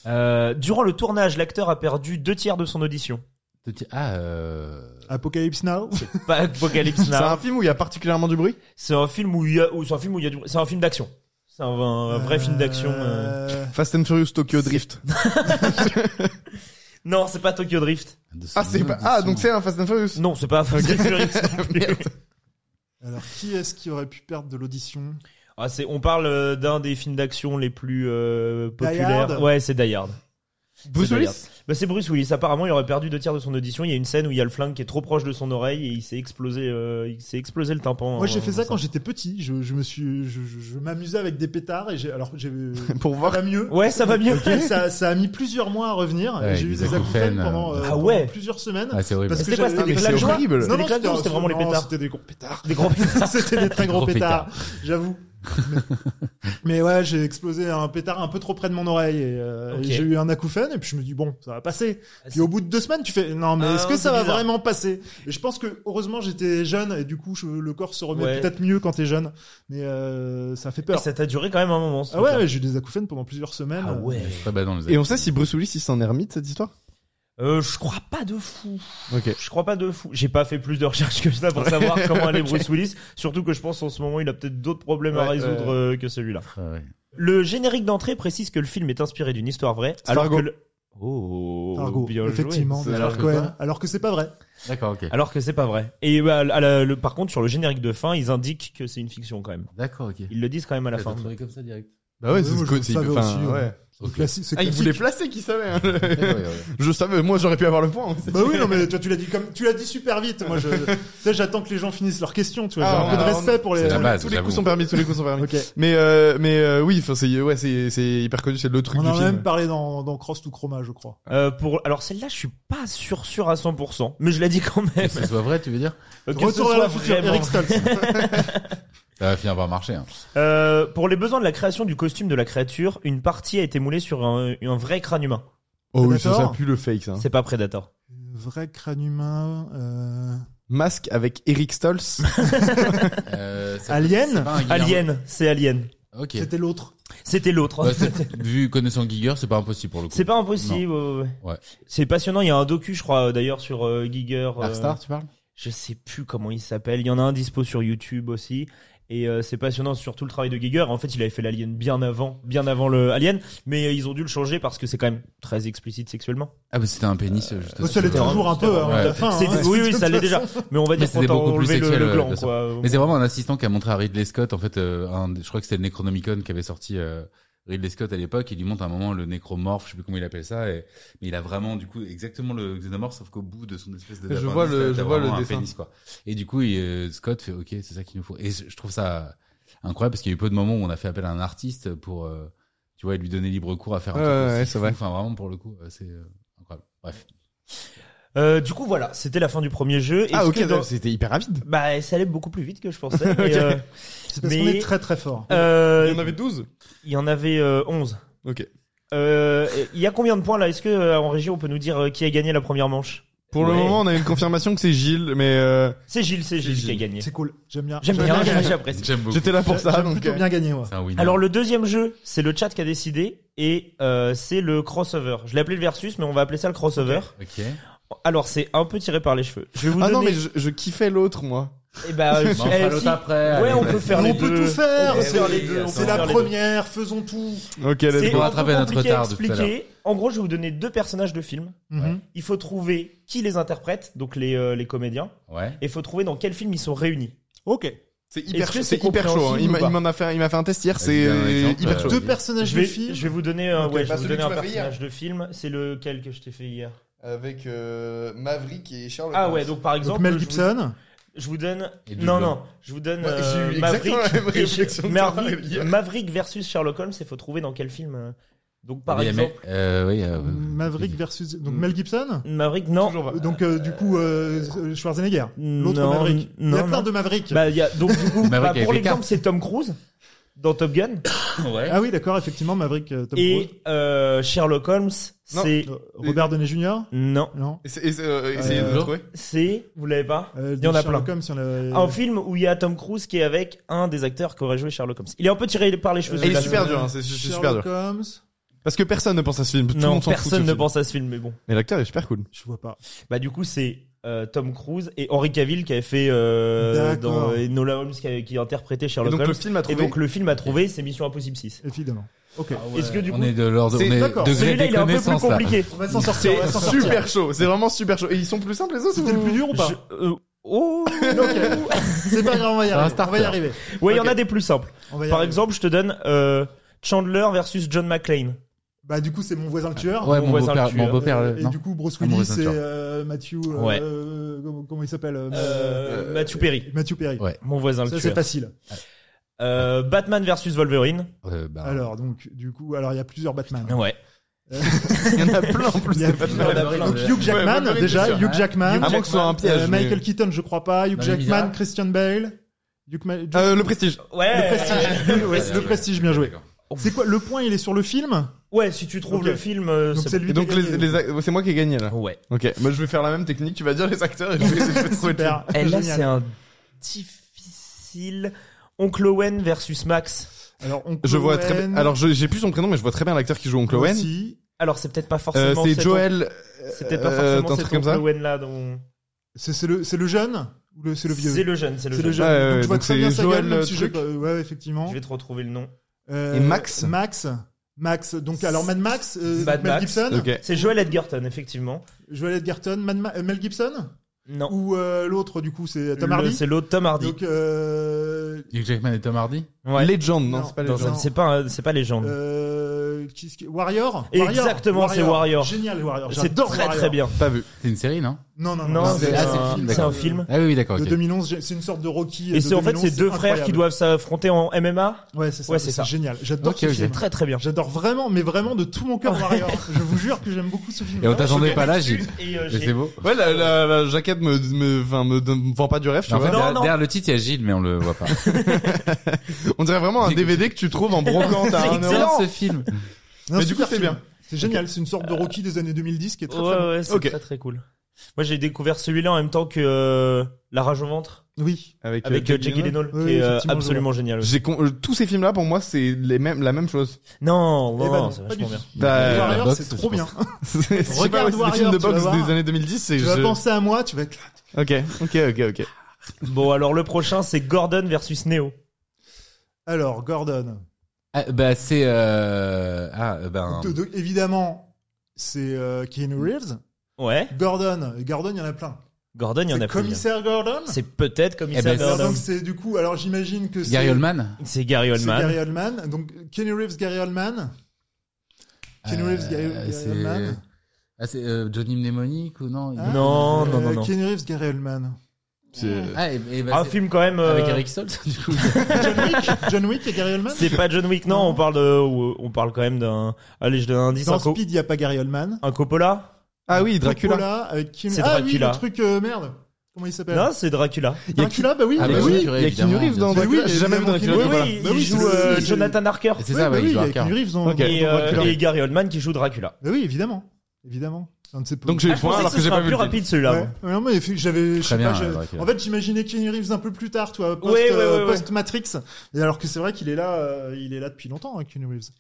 S2: Euh, durant le tournage, l'acteur a perdu deux tiers de son audition.
S5: Petit- Ah, euh.
S4: Apocalypse Now.
S2: Pas Apocalypse
S3: C'est un
S2: Now.
S3: film où il y a particulièrement du bruit.
S2: C'est un film où il y a, où- c'est un film où il y a du, c'est un film d'action. C'est un, un vrai film d'action. euh.
S4: Euh,
S3: Fast and Furious Tokyo Drift.
S2: Non, c'est pas Tokyo Drift.
S5: de son
S3: Ah, c'est pas, ah, donc c'est un Fast and Furious.
S2: Non, c'est pas Fast and Furious non plus.
S4: Alors qui est-ce qui aurait pu perdre de l'audition
S2: Ah, c'est, on parle euh, d'un des films d'action les plus euh, populaires.
S4: Hard
S2: ouais, c'est Die Hard.
S3: Bruce
S2: C'est Die
S3: Willis
S2: Hard. Bah, c'est Bruce Willis. Apparemment, il aurait perdu deux tiers de son audition. Il y a une scène où il y a le flingue qui est trop proche de son oreille et il s'est explosé, euh, il s'est explosé le tympan.
S4: Moi, j'ai fait ça
S2: Euh,
S4: quand j'étais petit. Je, je me suis, je, je- je m'amusais avec des pétards et j'ai, alors j'ai,
S3: pour
S4: ça
S3: voir.
S4: va mieux.
S2: Ouais, ça va mieux.
S4: Et ça, ça a mis plusieurs mois à revenir.
S5: Ouais,
S4: j'ai eu
S5: des
S4: des acouphènes
S5: acouphènes,
S4: pendant, euh,
S2: Ah
S4: pendant
S2: ouais.
S4: plusieurs semaines.
S5: Ah, c'est horrible.
S4: Parce que
S2: C'était quoi,
S4: j'avais-
S2: c'était des
S3: C'est
S2: claques de joie
S3: horrible.
S2: C'était les claques de joie ou c'était vraiment les
S4: non,
S2: pétards
S4: C'était des gros pétards.
S2: Des grands
S4: C'était des très
S5: Des
S4: gros
S5: gros
S4: pétards, j'avoue. Mais, mais ouais, j'ai explosé un pétard un peu trop près de mon oreille et, euh,
S2: Ok.
S4: et j'ai eu un acouphène et puis je me dis bon, ça va passer. Puis au bout de deux semaines, tu fais non mais
S2: Ah,
S4: est-ce
S2: non,
S4: que
S2: c'est
S4: ça va
S2: bizarre.
S4: vraiment passer Et je pense que heureusement j'étais jeune et du coup je- le corps se remet
S2: Ouais.
S4: peut-être mieux quand t'es jeune, mais euh, ça fait
S2: Et
S4: peur.
S2: ça t'a duré quand même un moment. ce
S4: Ah ouais,
S2: truc-là.
S4: ouais, j'ai eu des acouphènes pendant plusieurs semaines.
S2: Ah ouais.
S5: C'est pas badant, les
S3: Et on sait si Bruce Willis il s'en est remis de cette histoire
S2: Euh, je crois pas de fou.
S3: Ok.
S2: Je crois pas de fou. J'ai pas fait plus de recherches que ça pour savoir comment aller Bruce Willis. Surtout que je pense en ce moment il a peut-être d'autres problèmes à
S3: Ouais,
S2: résoudre euh, que celui-là.
S5: Ah ouais.
S2: Le générique d'entrée précise que le film est inspiré d'une histoire vraie. Alors
S3: Fargo.
S2: que le... Oh,
S4: Fargo,
S2: bien joué.
S4: effectivement, de
S5: Alors
S4: Leonard
S5: que
S4: Cohen.
S5: quoi
S4: alors que c'est pas vrai.
S5: D'accord, ok.
S2: Alors que c'est pas vrai. Et bah, à la- le, par contre, sur le générique de fin, ils indiquent que c'est une fiction quand même.
S5: D'accord, ok.
S2: Ils le disent quand même à la fin.
S5: comme ça direct.
S3: Bah ouais,
S4: Ouais,
S3: c'est
S4: moi,
S3: ce
S4: je
S3: côté.
S4: le savais
S3: Enfin,
S4: aussi, ouais.
S3: ouais.
S4: C'est Classique, c'est
S3: Ah, il
S4: classique.
S3: voulait placer qu'il savait. hein. Je savais, moi j'aurais pu avoir le point. en fait.
S4: Bah oui, non, mais toi, tu l'as dit comme, tu l'as dit super vite. Moi, je, tu sais, j'attends que les gens finissent leurs questions, tu vois.
S3: Ah,
S4: J'ai un peu
S3: on-
S4: de respect pour les.
S5: C'est la base,
S3: Tous les
S5: j'avoue.
S3: coups sont permis, tous les coups sont permis.
S4: Ok.
S3: Mais euh, mais euh, oui, enfin, c'est ouais, c'est c'est hyper connu, c'est le truc
S4: On
S3: du
S4: en a
S3: film.
S4: même parlé dans, dans Cross to Chroma, je crois.
S2: Euh, pour... Alors celle-là, je suis pas sûr sûr à 100%, mais je la dis quand même.
S5: Que ce soit vrai, tu veux dire
S2: Que ce
S4: Retour vers
S2: soit
S4: le futur,
S2: vraiment
S4: Eric Stoltz.
S5: Ça va finir par marcher. Hein.
S2: Euh, pour les besoins de la création du costume de la créature, une partie a été moulée sur un, un vrai crâne humain.
S3: Oh oui, ça, ça
S4: Predator.
S3: pue le fake ça.
S2: C'est pas Predator.
S4: Vrai crâne humain, euh...
S3: Masque avec Eric Stoltz.
S5: Euh, ça-
S4: Alien
S5: c'est pas un Guillermo-
S2: Alien, c'est Alien.
S5: Ok.
S4: c'était l'autre.
S2: C'était l'autre.
S5: Bah, c'est- vu connaissant Giger, c'est pas impossible pour le coup.
S2: c'est pas impossible. ouais, ouais, ouais.
S5: Ouais.
S2: C'est passionnant. Il y a un docu, je crois, euh, d'ailleurs, sur euh, Giger. euh,
S5: Darkstar, tu parles
S2: je sais plus comment il s'appelle. Il y en a un dispo sur YouTube aussi. Et euh, c'est passionnant surtout le travail de Giger. En fait, il avait fait l'Alien bien avant, bien avant le Alien, mais euh, ils ont dû le changer parce que c'est quand même très explicite sexuellement.
S5: Ah, bah c'était un pénis, euh, juste.
S4: Moi, ça l'est
S2: c'était
S4: toujours un peu, hein,
S5: ouais.
S4: à la fin.
S2: C'est-
S4: hein.
S2: oui, oui, ça l'est déjà. Mais on va
S5: Mais
S2: dire qu'on
S5: c'était
S2: t'a
S5: beaucoup plus
S2: enlevé le,
S5: sexuel,
S2: le
S5: euh,
S2: gland,
S5: bien sûr.
S2: quoi. au
S5: Mais c'est vraiment un assistant qui a montré à Ridley Scott, en fait, euh, un, je crois que c'était le Necronomicon qui avait sorti euh, Ridley Scott à l'époque, il lui montre à un moment le nécromorphe, je sais plus comment il appelle ça, et, mais il a vraiment, du coup, exactement le xénomorphe, sauf qu'au bout de son espèce de...
S3: Je
S5: d'appendice,
S3: vois le-
S5: t'as
S3: je vois le
S5: vraiment un
S3: dessin.
S5: pénis, quoi. Et du coup, il, euh, Scott fait, ok, c'est ça qu'il nous faut. Et je je trouve ça incroyable, parce qu'il y a eu peu de moments où on a fait appel à un artiste pour, euh, tu vois, lui donner libre cours à faire un
S3: Ouais,
S5: truc
S3: ouais,
S5: aussi
S3: ouais, c'est
S5: fou.
S3: vrai.
S5: Enfin, vraiment, pour le coup, euh, c'est euh, incroyable. Bref.
S2: Euh, du coup, voilà, c'était la fin du premier jeu. Est-ce
S3: Ah ok,
S2: que dans-
S3: c'était hyper rapide.
S2: Bah, ça allait beaucoup plus vite que je pensais. mais, euh,
S4: C'est parce qu'on
S2: mais,
S4: est très très fort.
S2: euh,
S3: Il y en avait 12.
S2: il y en avait euh, 11.
S3: Ok.
S2: Euh, il y a combien de points là Est-ce que euh, en régie on peut nous dire euh, qui a gagné la première manche
S3: Pour le
S2: Ouais.
S3: moment, on a une confirmation que c'est Gilles, mais euh,
S2: C'est Gilles, c'est Gilles, qui a
S5: Gilles.
S2: gagné.
S4: C'est cool. J'aime bien.
S2: J'aime bien, j'apprécie.
S5: J'aime beaucoup.
S3: j'étais là pour ça,
S4: J'aime
S3: donc. euh.
S4: plutôt bien gagné, moi.
S5: C'est un winner.
S2: Alors le deuxième jeu, c'est le chat qui a décidé et euh, c'est le crossover. Je l'ai appelé le versus, mais on va appeler ça le crossover.
S5: Ok.
S2: Alors c'est un peu tiré par les cheveux. Je vais vous
S3: Ah non,
S2: donner.
S3: mais je, je kiffais l'autre, moi.
S2: Eh ben, euh,
S5: Bon, on fera
S2: eh,
S5: l'autre
S2: si.
S5: après.
S2: Ouais,
S5: allez,
S2: on peut
S5: vas-y.
S2: faire
S4: Mais
S2: les
S4: on peut
S2: deux.
S4: tout faire.
S2: On peut
S5: Eh
S2: faire
S5: oui,
S2: les deux. on
S5: attends.
S2: peut
S4: C'est la
S2: faire les deux.
S4: première, faisons tout.
S3: Ok, let's
S2: C'est
S5: pour
S3: go.
S2: un
S5: rattraper
S2: peu
S5: notre
S2: compliqué à
S5: retard de tout à
S2: expliquer. En gros, je vais vous donner deux personnages de film.
S4: Mhm.
S2: Il faut trouver qui les interprète, donc les, euh, les comédiens,
S5: Ouais.
S2: et il faut trouver dans quel film ils sont réunis.
S4: Ok.
S3: C'est
S2: Est-ce
S3: hyper,
S2: que
S3: chaud,
S2: c'est
S3: c'est hyper chaud. hein.
S2: compréhensible
S3: Il
S2: ou
S3: m'a-
S2: pas
S3: il m'en a fait, un- il m'a fait un test hier. C'est
S5: Vas-y, donne un exemple,
S3: hyper
S5: euh,
S3: chaud.
S4: Deux personnages
S2: Je
S4: de
S2: vais,
S4: films.
S2: je vais vous donner, un-
S3: Ok,
S2: ouais, je
S3: pas
S2: vais vous
S3: celui
S2: donner
S3: que
S2: un
S3: tu m'as fait hier.
S2: personnage de film. C'est lequel que je t'ai fait hier
S3: Avec euh, Maverick et Charles.
S2: Ah ouais, donc par
S4: Donc
S2: exemple,
S4: Mel
S2: je vous- Ah
S4: Gibson.
S2: Je, vous donne.
S5: Et Jude
S2: Non,
S5: Law.
S2: non, je vous donne
S3: Moi, Bah, j'ai
S2: euh,
S3: eu exactement la même
S2: Maverick, et-
S3: réflexion que toi,
S2: Maverick,
S3: hier.
S2: Maverick versus Sherlock Holmes. Il faut trouver dans quel film. euh. Donc par
S5: Oui, mais-
S2: exemple,
S5: euh, oui, euh,
S4: Maverick versus. Donc
S2: Mm.
S4: Mel Gibson.
S2: Maverick, non.
S3: Toujours pas.
S4: Donc euh, du coup euh, Schwarzenegger. L'autre
S2: Non,
S4: Maverick. Il y a
S2: non,
S4: plein
S2: non.
S4: de Maverick.
S2: Bah, il y a, donc du coup, bah,
S5: Maverick avec
S2: pour
S5: les
S2: l'exemple,
S5: cartes.
S2: c'est Tom Cruise dans Top Gun.
S5: Ouais.
S4: Ah oui, d'accord, effectivement, Maverick euh, Tom Cruise.
S2: Et euh, Sherlock Holmes, c'est
S4: Euh, Robert Downey Jr.
S2: non,
S4: Non.
S3: Et c'est- et c'est, euh, Essayez de
S4: Euh,
S3: le trouver.
S2: c'est vous l'avez pas
S4: Euh,
S2: Il y en a
S4: Sherlock
S2: plein. Ah,
S4: Holmes, il y en a-
S2: Un film où il y a Tom Cruise qui est avec un des acteurs qui aurait joué Sherlock Holmes. Il est un peu tiré par les cheveux.
S4: Euh,
S3: Et il
S2: celui-là.
S3: est super dur, hein, c'est c'est super
S4: Sherlock
S3: dur.
S4: Holmes.
S3: Parce que personne ne pense à ce film. Tout le
S2: Non,
S3: monde s'en fout de
S2: personne
S3: ce
S2: ne
S3: film.
S2: pense à ce film, mais bon.
S3: Mais l'acteur est super cool.
S4: Je vois pas.
S2: Bah du coup, c'est euh, Tom Cruise et Henry Cavill qui avait fait euh,
S4: D'accord.
S2: dans et Nola Holmes qui, a- qui interprétait
S3: Et
S2: Sherlock
S3: donc
S2: Holmes.
S3: le film a
S2: et
S3: trouvé.
S2: donc le film a trouvé, c'est Mission Impossible 6.
S4: Évidemment. Ok.
S2: Est-ce que du
S5: on
S2: coup,
S5: est de l'ordre, on
S3: C'est-
S5: est
S4: d'accord.
S5: degré
S2: celui-là
S5: des
S2: il est un peu plus
S5: connaissances là.
S2: compliqué.
S4: On va s'en sortir. on va s'en sortir.
S3: Super chaud. C'est vraiment super chaud. Et ils sont plus simples les autres.
S4: C'était le
S3: ou-
S4: plus dur ou pas
S2: Je- euh, Oh
S4: Ok. C'est pas grave, on va y
S5: Ça
S4: arriver.
S5: reste
S4: On va y arriver.
S2: Ouais, il y en
S4: Ok.
S2: a des plus simples.
S4: On va y
S2: Par
S4: arriver.
S2: exemple, je te donne euh, Chandler versus John McClane.
S4: Bah, du coup, c'est mon voisin le tueur.
S5: Ouais,
S2: Mon
S5: mon
S2: voisin
S5: beau-père,
S2: le
S5: mon
S2: tue,
S5: beau-père,
S4: Euh,
S5: le-
S4: et
S5: non.
S4: du coup, Bruce
S5: Ah, mon
S4: Willis
S5: voisin
S4: et
S5: tueur.
S4: euh, Matthew. euh,
S2: Ouais.
S4: euh, comment, comment il s'appelle euh,
S2: Euh, Matthew Perry,
S4: Matthew Perry.
S5: Ouais.
S2: mon voisin le
S4: Ça,
S2: tueur.
S4: c'est facile.
S2: Euh, Batman versus Wolverine.
S5: Euh, bah,
S4: Alors, donc, du coup, alors il y a plusieurs Batman.
S2: Ouais.
S3: Il y en a plein en plus.
S4: Il y a-
S3: c'est pas
S4: il y
S3: mal.
S4: en a
S5: Wolverine,
S4: Donc,
S5: le-
S4: Hugh Jackman,
S3: Wolverine,
S4: déjà,
S5: bien sûr.
S4: Hugh Jackman.
S3: À moins que ce soit un piège.
S4: Euh,
S3: mais-
S4: Michael Keaton, je crois pas. Hugh
S5: Dans les
S4: Jackman,
S5: Misérables.
S4: Christian Bale. Hugh Ma- Hugh-
S3: Euh, le prestige.
S2: Ouais.
S4: Le prestige. Ouais, c'est
S5: bien
S4: le
S5: joué.
S4: prestige, bien joué.
S5: D'accord.
S4: C'est quoi Le point, il est sur le film.
S2: Ouais, si tu trouves
S4: Ok.
S2: le film, euh,
S4: Donc
S2: c'est
S4: c'est
S2: bon.
S4: lui.
S3: Et donc
S4: qui a
S3: les,
S4: gagné.
S3: les ac- c'est moi qui ai gagné là.
S2: Ouais.
S3: Ok, moi je vais faire la même technique. Tu vas dire les acteurs et je vais, je vais trouver. le
S4: Super.
S2: Et Eh, là,
S4: Génial.
S2: c'est un difficile. Oncle Owen versus Max.
S4: Alors, on
S3: Je vois très bien. Alors je- j'ai plus son prénom, mais je vois très bien l'acteur qui joue Oncle Owen.
S2: Alors, c'est peut-être pas
S3: Euh,
S2: forcément.
S3: c'est
S2: cet
S3: Joel.
S2: oncle- C'est peut-être pas
S3: euh,
S2: forcément
S3: un
S2: cet
S3: truc comme
S2: oncle
S3: ça.
S2: Owen là. dont-
S4: C'est c'est le, c'est le jeune ou le- c'est le vieux
S2: C'est le jeune, c'est le
S4: C'est le
S2: jeune.
S4: jeune.
S3: Ouais, ouais,
S4: donc,
S3: ouais,
S4: je vois
S3: euh, donc
S4: très bien
S3: c'est
S4: sa gueule,
S3: Joel,
S4: même si
S3: le
S4: je sais
S3: truc.
S4: pas- Ouais, effectivement.
S2: Je vais te retrouver le nom.
S4: Euh,
S3: Et Max
S4: Max. Max. Donc, alors, Mad Max, euh,
S2: Mad
S4: Mel
S2: Max.
S4: Gibson,
S3: Ok.
S2: C'est Joel Edgerton, effectivement.
S4: Joel Edgerton, Mad Ma- euh, Mel Gibson,
S2: Non.
S4: ou euh, l'autre, du coup, c'est Tom
S2: Le-
S4: Hardy.
S2: C'est l'autre Tom Hardy.
S4: Donc, euh,
S5: Hugh Jackman et Tom Hardy
S2: Ouais.
S3: Legend, non,
S4: Non.
S3: c'est pas
S2: Dans un-
S3: Legend.
S2: C'est pas, un- c'est pas légende.
S4: euh, qui- qui- Warrior.
S2: Exactement, c'est Warrior.
S4: Génial, Warrior.
S2: c'est très
S4: J'adore Warrior.
S2: très bien.
S3: Pas vu.
S5: C'est une série, non
S4: Non, non, non.
S2: Non, c'est
S5: ah,
S2: un,
S5: film,
S2: c'est un
S5: d'accord.
S2: film.
S5: Ah oui, oui, d'accord.
S4: De
S5: ok.
S4: 2011, j'ai- c'est une sorte de Rocky. euh,
S2: Et
S4: de
S2: c'est en fait
S4: 2011,
S2: ces deux frères qui
S4: incroyable.
S2: doivent s'affronter en MMA.
S4: Ouais, c'est ça.
S2: Ouais, c'est
S4: c'est
S2: ça.
S4: génial. J'adore
S5: Ok,
S4: ce
S5: ok.
S4: film.
S2: Très très bien.
S4: J'adore vraiment, mais vraiment de tout mon cœur Warrior. Je vous jure que j'aime beaucoup ce film.
S5: Et on t'attendait Ah, pas là, Gilles.
S2: Et, euh,
S5: Mais
S2: j'ai-
S5: C'est beau.
S3: Ouais, la, la, la jaquette me, me, enfin, me, don- me vend pas du rêve, tu
S5: En
S3: vois.
S5: fait,
S2: Non,
S5: derrière,
S2: non.
S5: derrière le titre, il y a Gilles, mais on le voit pas.
S3: On dirait vraiment un
S5: Dis-
S3: DVD que tu trouves en brocante hein. à
S2: C'est
S3: un euro.
S2: excellent.
S5: ce film.
S4: Non,
S3: Mais du
S4: super
S3: coup, c'est
S4: film.
S3: bien.
S4: C'est génial. C'est une sorte de Rocky des années 2010 qui est très,
S2: Ouais,
S4: très bon.
S2: ouais, c'est
S3: Ok.
S2: très très cool. Moi, j'ai découvert celui-là en même temps que euh, La Rage au ventre
S4: Oui.
S2: avec
S3: euh,
S2: euh, Jackie Gyllenhaal,
S4: Oui,
S2: qui est euh,
S4: effectivement,
S2: absolument génial. aussi.
S3: J'ai con- euh, tous ces films là pour moi c'est les mêmes la même chose.
S2: Non,
S4: Eh
S2: non,
S4: ben non,
S2: c'est
S4: pas du
S2: vachement bien.
S4: tout.
S3: Bah,
S5: la
S4: Warrior,
S5: boxe,
S4: c'est
S5: je
S4: trop
S5: pense.
S4: bien.
S3: Je sais pas, ouais,
S4: Regarde
S3: c'est des films
S4: Warrior,
S3: de
S4: tu vas
S3: boxe
S4: voir.
S3: des années 2010 c'est
S4: Tu
S3: je...
S4: vas penser à moi, tu vas être
S3: OK, OK, OK, OK.
S2: Bon, alors le prochain, c'est Gordon versus Neo.
S4: Alors, Gordon.
S5: Ah, bah, c'est, euh, ah, euh, ben,
S4: De- de- évidemment, c'est euh, Keanu Reeves.
S2: Ouais.
S4: Gordon. Gordon, il y en a plein.
S2: Gordon, il y en
S4: C'est
S2: a plus.
S4: Commissaire Gordon.
S2: C'est peut-être
S5: Eh ben,
S2: Commissaire
S4: Alors,
S2: Gordon.
S4: donc, c'est du coup, alors j'imagine que c'est.
S5: Gary Oldman.
S2: C'est Gary
S4: c'est Gary
S2: Oldman.
S4: Oldman. Donc, Keanu Reeves, Gary Oldman. Keanu Reeves, Gary,
S5: Euh,
S4: Gary
S5: c'est-
S4: Oldman.
S5: Ah, c'est euh, Johnny Mnemonic ou non il-
S4: Ah,
S2: Non, non, non,
S4: euh,
S2: non.
S4: Keanu Reeves, Gary Oldman.
S3: C'est euh,
S5: Ah, et, et bah,
S2: Un
S5: c'est-
S2: film quand même. euh,
S5: Avec Eric Stoltz, du coup.
S4: John Wick, John Wick et Gary Oldman.
S2: C'est pas John Wick, non. On parle de, ou- on parle quand même d'un. Allez, je donne un indice.
S4: Dans
S2: Un, co-
S4: Speed, il n'y a pas Gary Oldman.
S2: un Coppola.
S3: Ah oui, Dracula.
S4: Coppola avec Keanu-
S2: C'est
S4: ah
S2: Dracula.
S4: oui, le truc, euh, merde. Comment il s'appelle
S2: Non, c'est Dracula.
S4: Dracula, bah oui.
S5: Ah,
S4: bah
S5: bah
S4: oui.
S5: oui,
S3: Il y a Keanu Reeves dans
S5: évidemment,
S4: bien sûr.
S3: Dracula,
S4: Oui,
S3: j'ai
S4: oui,
S3: jamais vu
S4: évidemment,
S3: Dracula.
S4: Keanu
S2: Oui,
S4: Reeves.
S3: voilà.
S2: oui,
S4: Bah
S2: il
S4: oui,
S2: joue
S4: c'est-
S2: euh,
S4: c'est-
S2: Jonathan Harker.
S5: C'est
S4: Ouais,
S5: ça,
S4: bah
S5: avec
S4: oui,
S5: Joe
S4: il y a
S5: Harker.
S4: Keanu Reeves dans-
S3: Ok.
S2: Et,
S4: dans
S2: euh,
S4: Dracula.
S2: et Gary Oldman qui joue Dracula.
S4: Bah oui, évidemment. Évidemment. C'est un de ses pots.
S3: Donc j'ai
S2: Ah,
S3: le
S2: je
S3: point
S2: pensais
S3: alors
S2: que
S3: que
S2: ce
S3: j'ai
S2: serait
S3: pas
S2: un plus
S3: vu le titre.
S2: rapide celui-là.
S4: Ouais.
S2: moi.
S4: Ouais, non, mais j'avais, je sais
S5: bien,
S4: pas, je-
S5: Dracula.
S4: en fait, j'imaginais Keanu Reeves un peu plus tard, toi, post,
S2: Ouais, ouais,
S4: euh,
S2: ouais, ouais.
S4: post Matrix. Et alors que c'est vrai qu'il est là, euh, il est là depuis longtemps, hein, Keanu Reeves.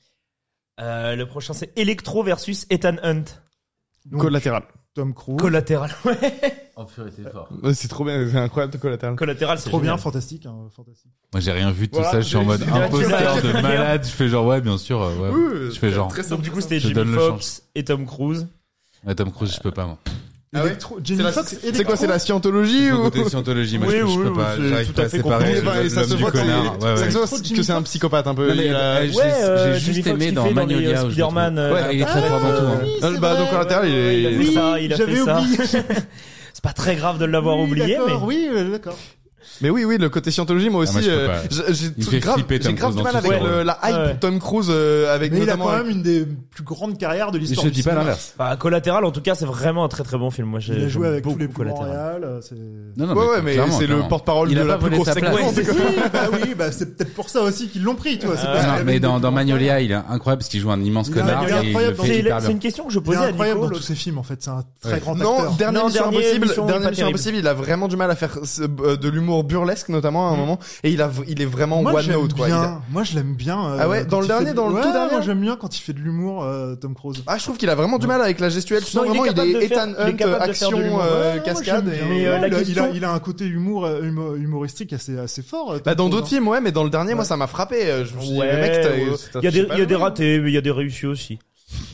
S2: Euh, le prochain c'est Electro versus Ethan Hunt.
S4: Donc,
S3: Collatéral.
S4: Tom Cruise.
S2: Collatéral. Ouais.
S5: Oh, purée, t'es fort.
S3: Ouais, C'est trop bien, c'est incroyable collatéral.
S2: Collatéral, c'est
S4: Trop bien,
S2: génial.
S4: fantastique, hein, fantastique.
S5: Moi, j'ai rien vu de tout
S4: Voilà,
S5: ça, je suis en mode
S4: j'ai- j'ai-
S5: imposteur
S2: j'ai-
S5: de malade. Je fais genre, ouais, bien sûr, euh, ouais.
S3: Oui,
S5: je fais genre.
S3: très
S2: Donc du coup c'était
S5: Je
S2: Jimmy
S5: donne le
S2: Fox et Tom Cruise.
S5: Ouais, Tom Cruise, je peux pas, moi.
S3: Ah ouais
S4: Electro-
S3: C'est
S4: Jamie
S3: la-
S4: Foxx,
S3: C'est quoi, c'est la scientologie
S5: C'est mon
S3: ou
S5: côté scientologie, moi,
S2: Oui,
S5: je, je
S2: oui,
S5: peux
S2: oui,
S5: pas,
S2: c'est
S5: j'arrive
S2: tout
S5: pas
S2: à
S5: à
S2: fait
S5: séparer
S3: Et
S5: le-
S2: compréhensible.
S3: bah, et ça
S5: l'homme
S3: se
S5: du
S3: voit que
S5: connard. Ouais,
S3: ça
S5: ouais.
S3: se voit que c'est un psychopathe un peu.
S5: Non, mais,
S3: il a-
S5: euh, je
S2: Ouais,
S5: l'ai-
S2: euh,
S5: j'ai juste
S2: Jimmy Fox
S5: aimé
S2: qui
S5: dans
S2: fait dans les,
S5: Magnolia.
S2: euh,
S5: où je le
S2: Spider-Man,
S5: trouve.
S2: euh,
S5: Ouais, il est très fort dans tout. hein.
S4: Ah oui,
S3: Non,
S4: c'est
S3: bah,
S4: vrai,
S3: donc collatéral, il
S2: Il a
S3: est
S2: fait ça, il a
S4: j'avais
S2: fait ça.
S4: oublié.
S2: C'est pas très grave de l'avoir
S4: Oui,
S2: oublié, mais
S4: d'accord, Oui, euh, d'accord.
S3: Mais oui, oui, le côté scientologie, moi
S5: Ah, moi,
S3: aussi,
S5: je peux
S3: euh,
S5: pas.
S3: j'ai- j'ai
S5: Il me
S3: tout-
S5: fait
S3: grave,
S5: flipper, Tom
S3: j'ai grave du
S5: Cruise,
S3: mal
S5: dans
S3: avec
S5: tout ça.
S3: le- la hype
S2: Ouais.
S3: Tom Cruise euh, avec
S4: Mais il a
S3: notamment.
S4: quand
S3: avec-
S4: même une des plus grandes carrières de
S5: Et
S4: l'histoire.
S5: Je
S4: du
S5: dis pas
S4: cinéma.
S5: l'inverse.
S2: Bah, collatéral en tout cas c'est vraiment un très très bon film. Moi j'ai
S4: Il a joué
S2: j'aime
S4: avec tous
S2: beaucoup
S4: les plus grands
S2: Collatéral.
S4: réals, euh, c'est-
S5: Non, non,
S3: Ouais, ouais, mais
S5: clairement,
S3: c'est le
S5: clairement.
S3: porte-parole
S5: Il
S3: de
S5: a
S3: la
S5: pas
S3: plus
S5: volé
S3: grosse
S5: sa place.
S3: secte.
S2: Ouais, c'est ça.
S4: Oui, bah oui, bah c'est peut-être pour ça aussi qu'ils l'ont pris, tu vois. c'est
S2: Ah,
S4: parce
S5: Non,
S4: qu'il avait
S5: mais
S4: une
S5: dans,
S4: des
S5: dans
S4: plus
S5: Magnolia, il est incroyable parce qu'il joue un immense
S4: Il est
S5: connard.
S4: incroyable.
S5: et il
S4: incroyable
S5: le
S4: dans
S5: fait
S2: C'est
S5: hyper
S2: c'est
S5: bien.
S2: une question que je
S4: grandes
S2: posais
S4: carrières. Il est
S2: à
S4: incroyable
S2: Nico.
S4: dans tous ces films, en fait. C'est un
S5: Ouais.
S4: très grand
S3: Non,
S4: acteur.
S3: dernier
S2: Non,
S3: Mission
S2: dernier
S3: Impossible,
S2: Mission
S3: dernier
S2: pas
S3: Mission
S2: terrible.
S3: Impossible, il a vraiment du mal à faire ce- euh, de l'humour burlesque notamment
S2: Mm.
S3: à un moment, et il a v- il est vraiment
S4: Moi,
S3: one
S4: j'aime
S3: note quoi. Il
S4: bien.
S3: a-
S4: Moi, je l'aime bien. euh,
S3: Ah ouais,
S4: quand
S3: dans le
S4: il fait
S3: dernier,
S4: de-
S3: dans le
S4: Ouais,
S3: tout dernier
S4: Moi, j'aime bien quand il fait de l'humour, euh, Tom Cruise.
S3: Ah, je trouve qu'il a vraiment du
S4: Mm.
S3: mal avec la gestuelle. Tu
S2: Non,
S3: sens
S2: il est
S3: vraiment il
S2: capable de
S3: est
S2: faire-
S3: Ethan
S2: il est
S3: Hunt
S2: capable de faire
S3: action
S2: de l'humour.
S3: euh,
S4: Ouais, moi,
S3: cascade.
S4: j'aime bien.
S3: et- Bah,
S2: Mais, euh,
S4: il,
S2: la
S4: a, il,
S2: question-
S4: a, il a un côté humour, euh, humo- humoristique assez, assez fort. euh,
S3: Bah,
S4: Tom
S3: dans
S4: Cruise,
S3: d'autres
S4: hein.
S3: films, ouais, mais dans le dernier, moi,
S4: Ouais.
S3: ça m'a frappé. euh, Je me suis dit,
S2: Ouais,
S3: mais mec, t'as-
S2: ouais.
S3: t'as-
S2: Il y a
S3: je sais
S2: des,
S3: pas,
S2: il y a des
S3: ouais.
S2: ratés, mais il y a des réussis aussi.
S4: hein.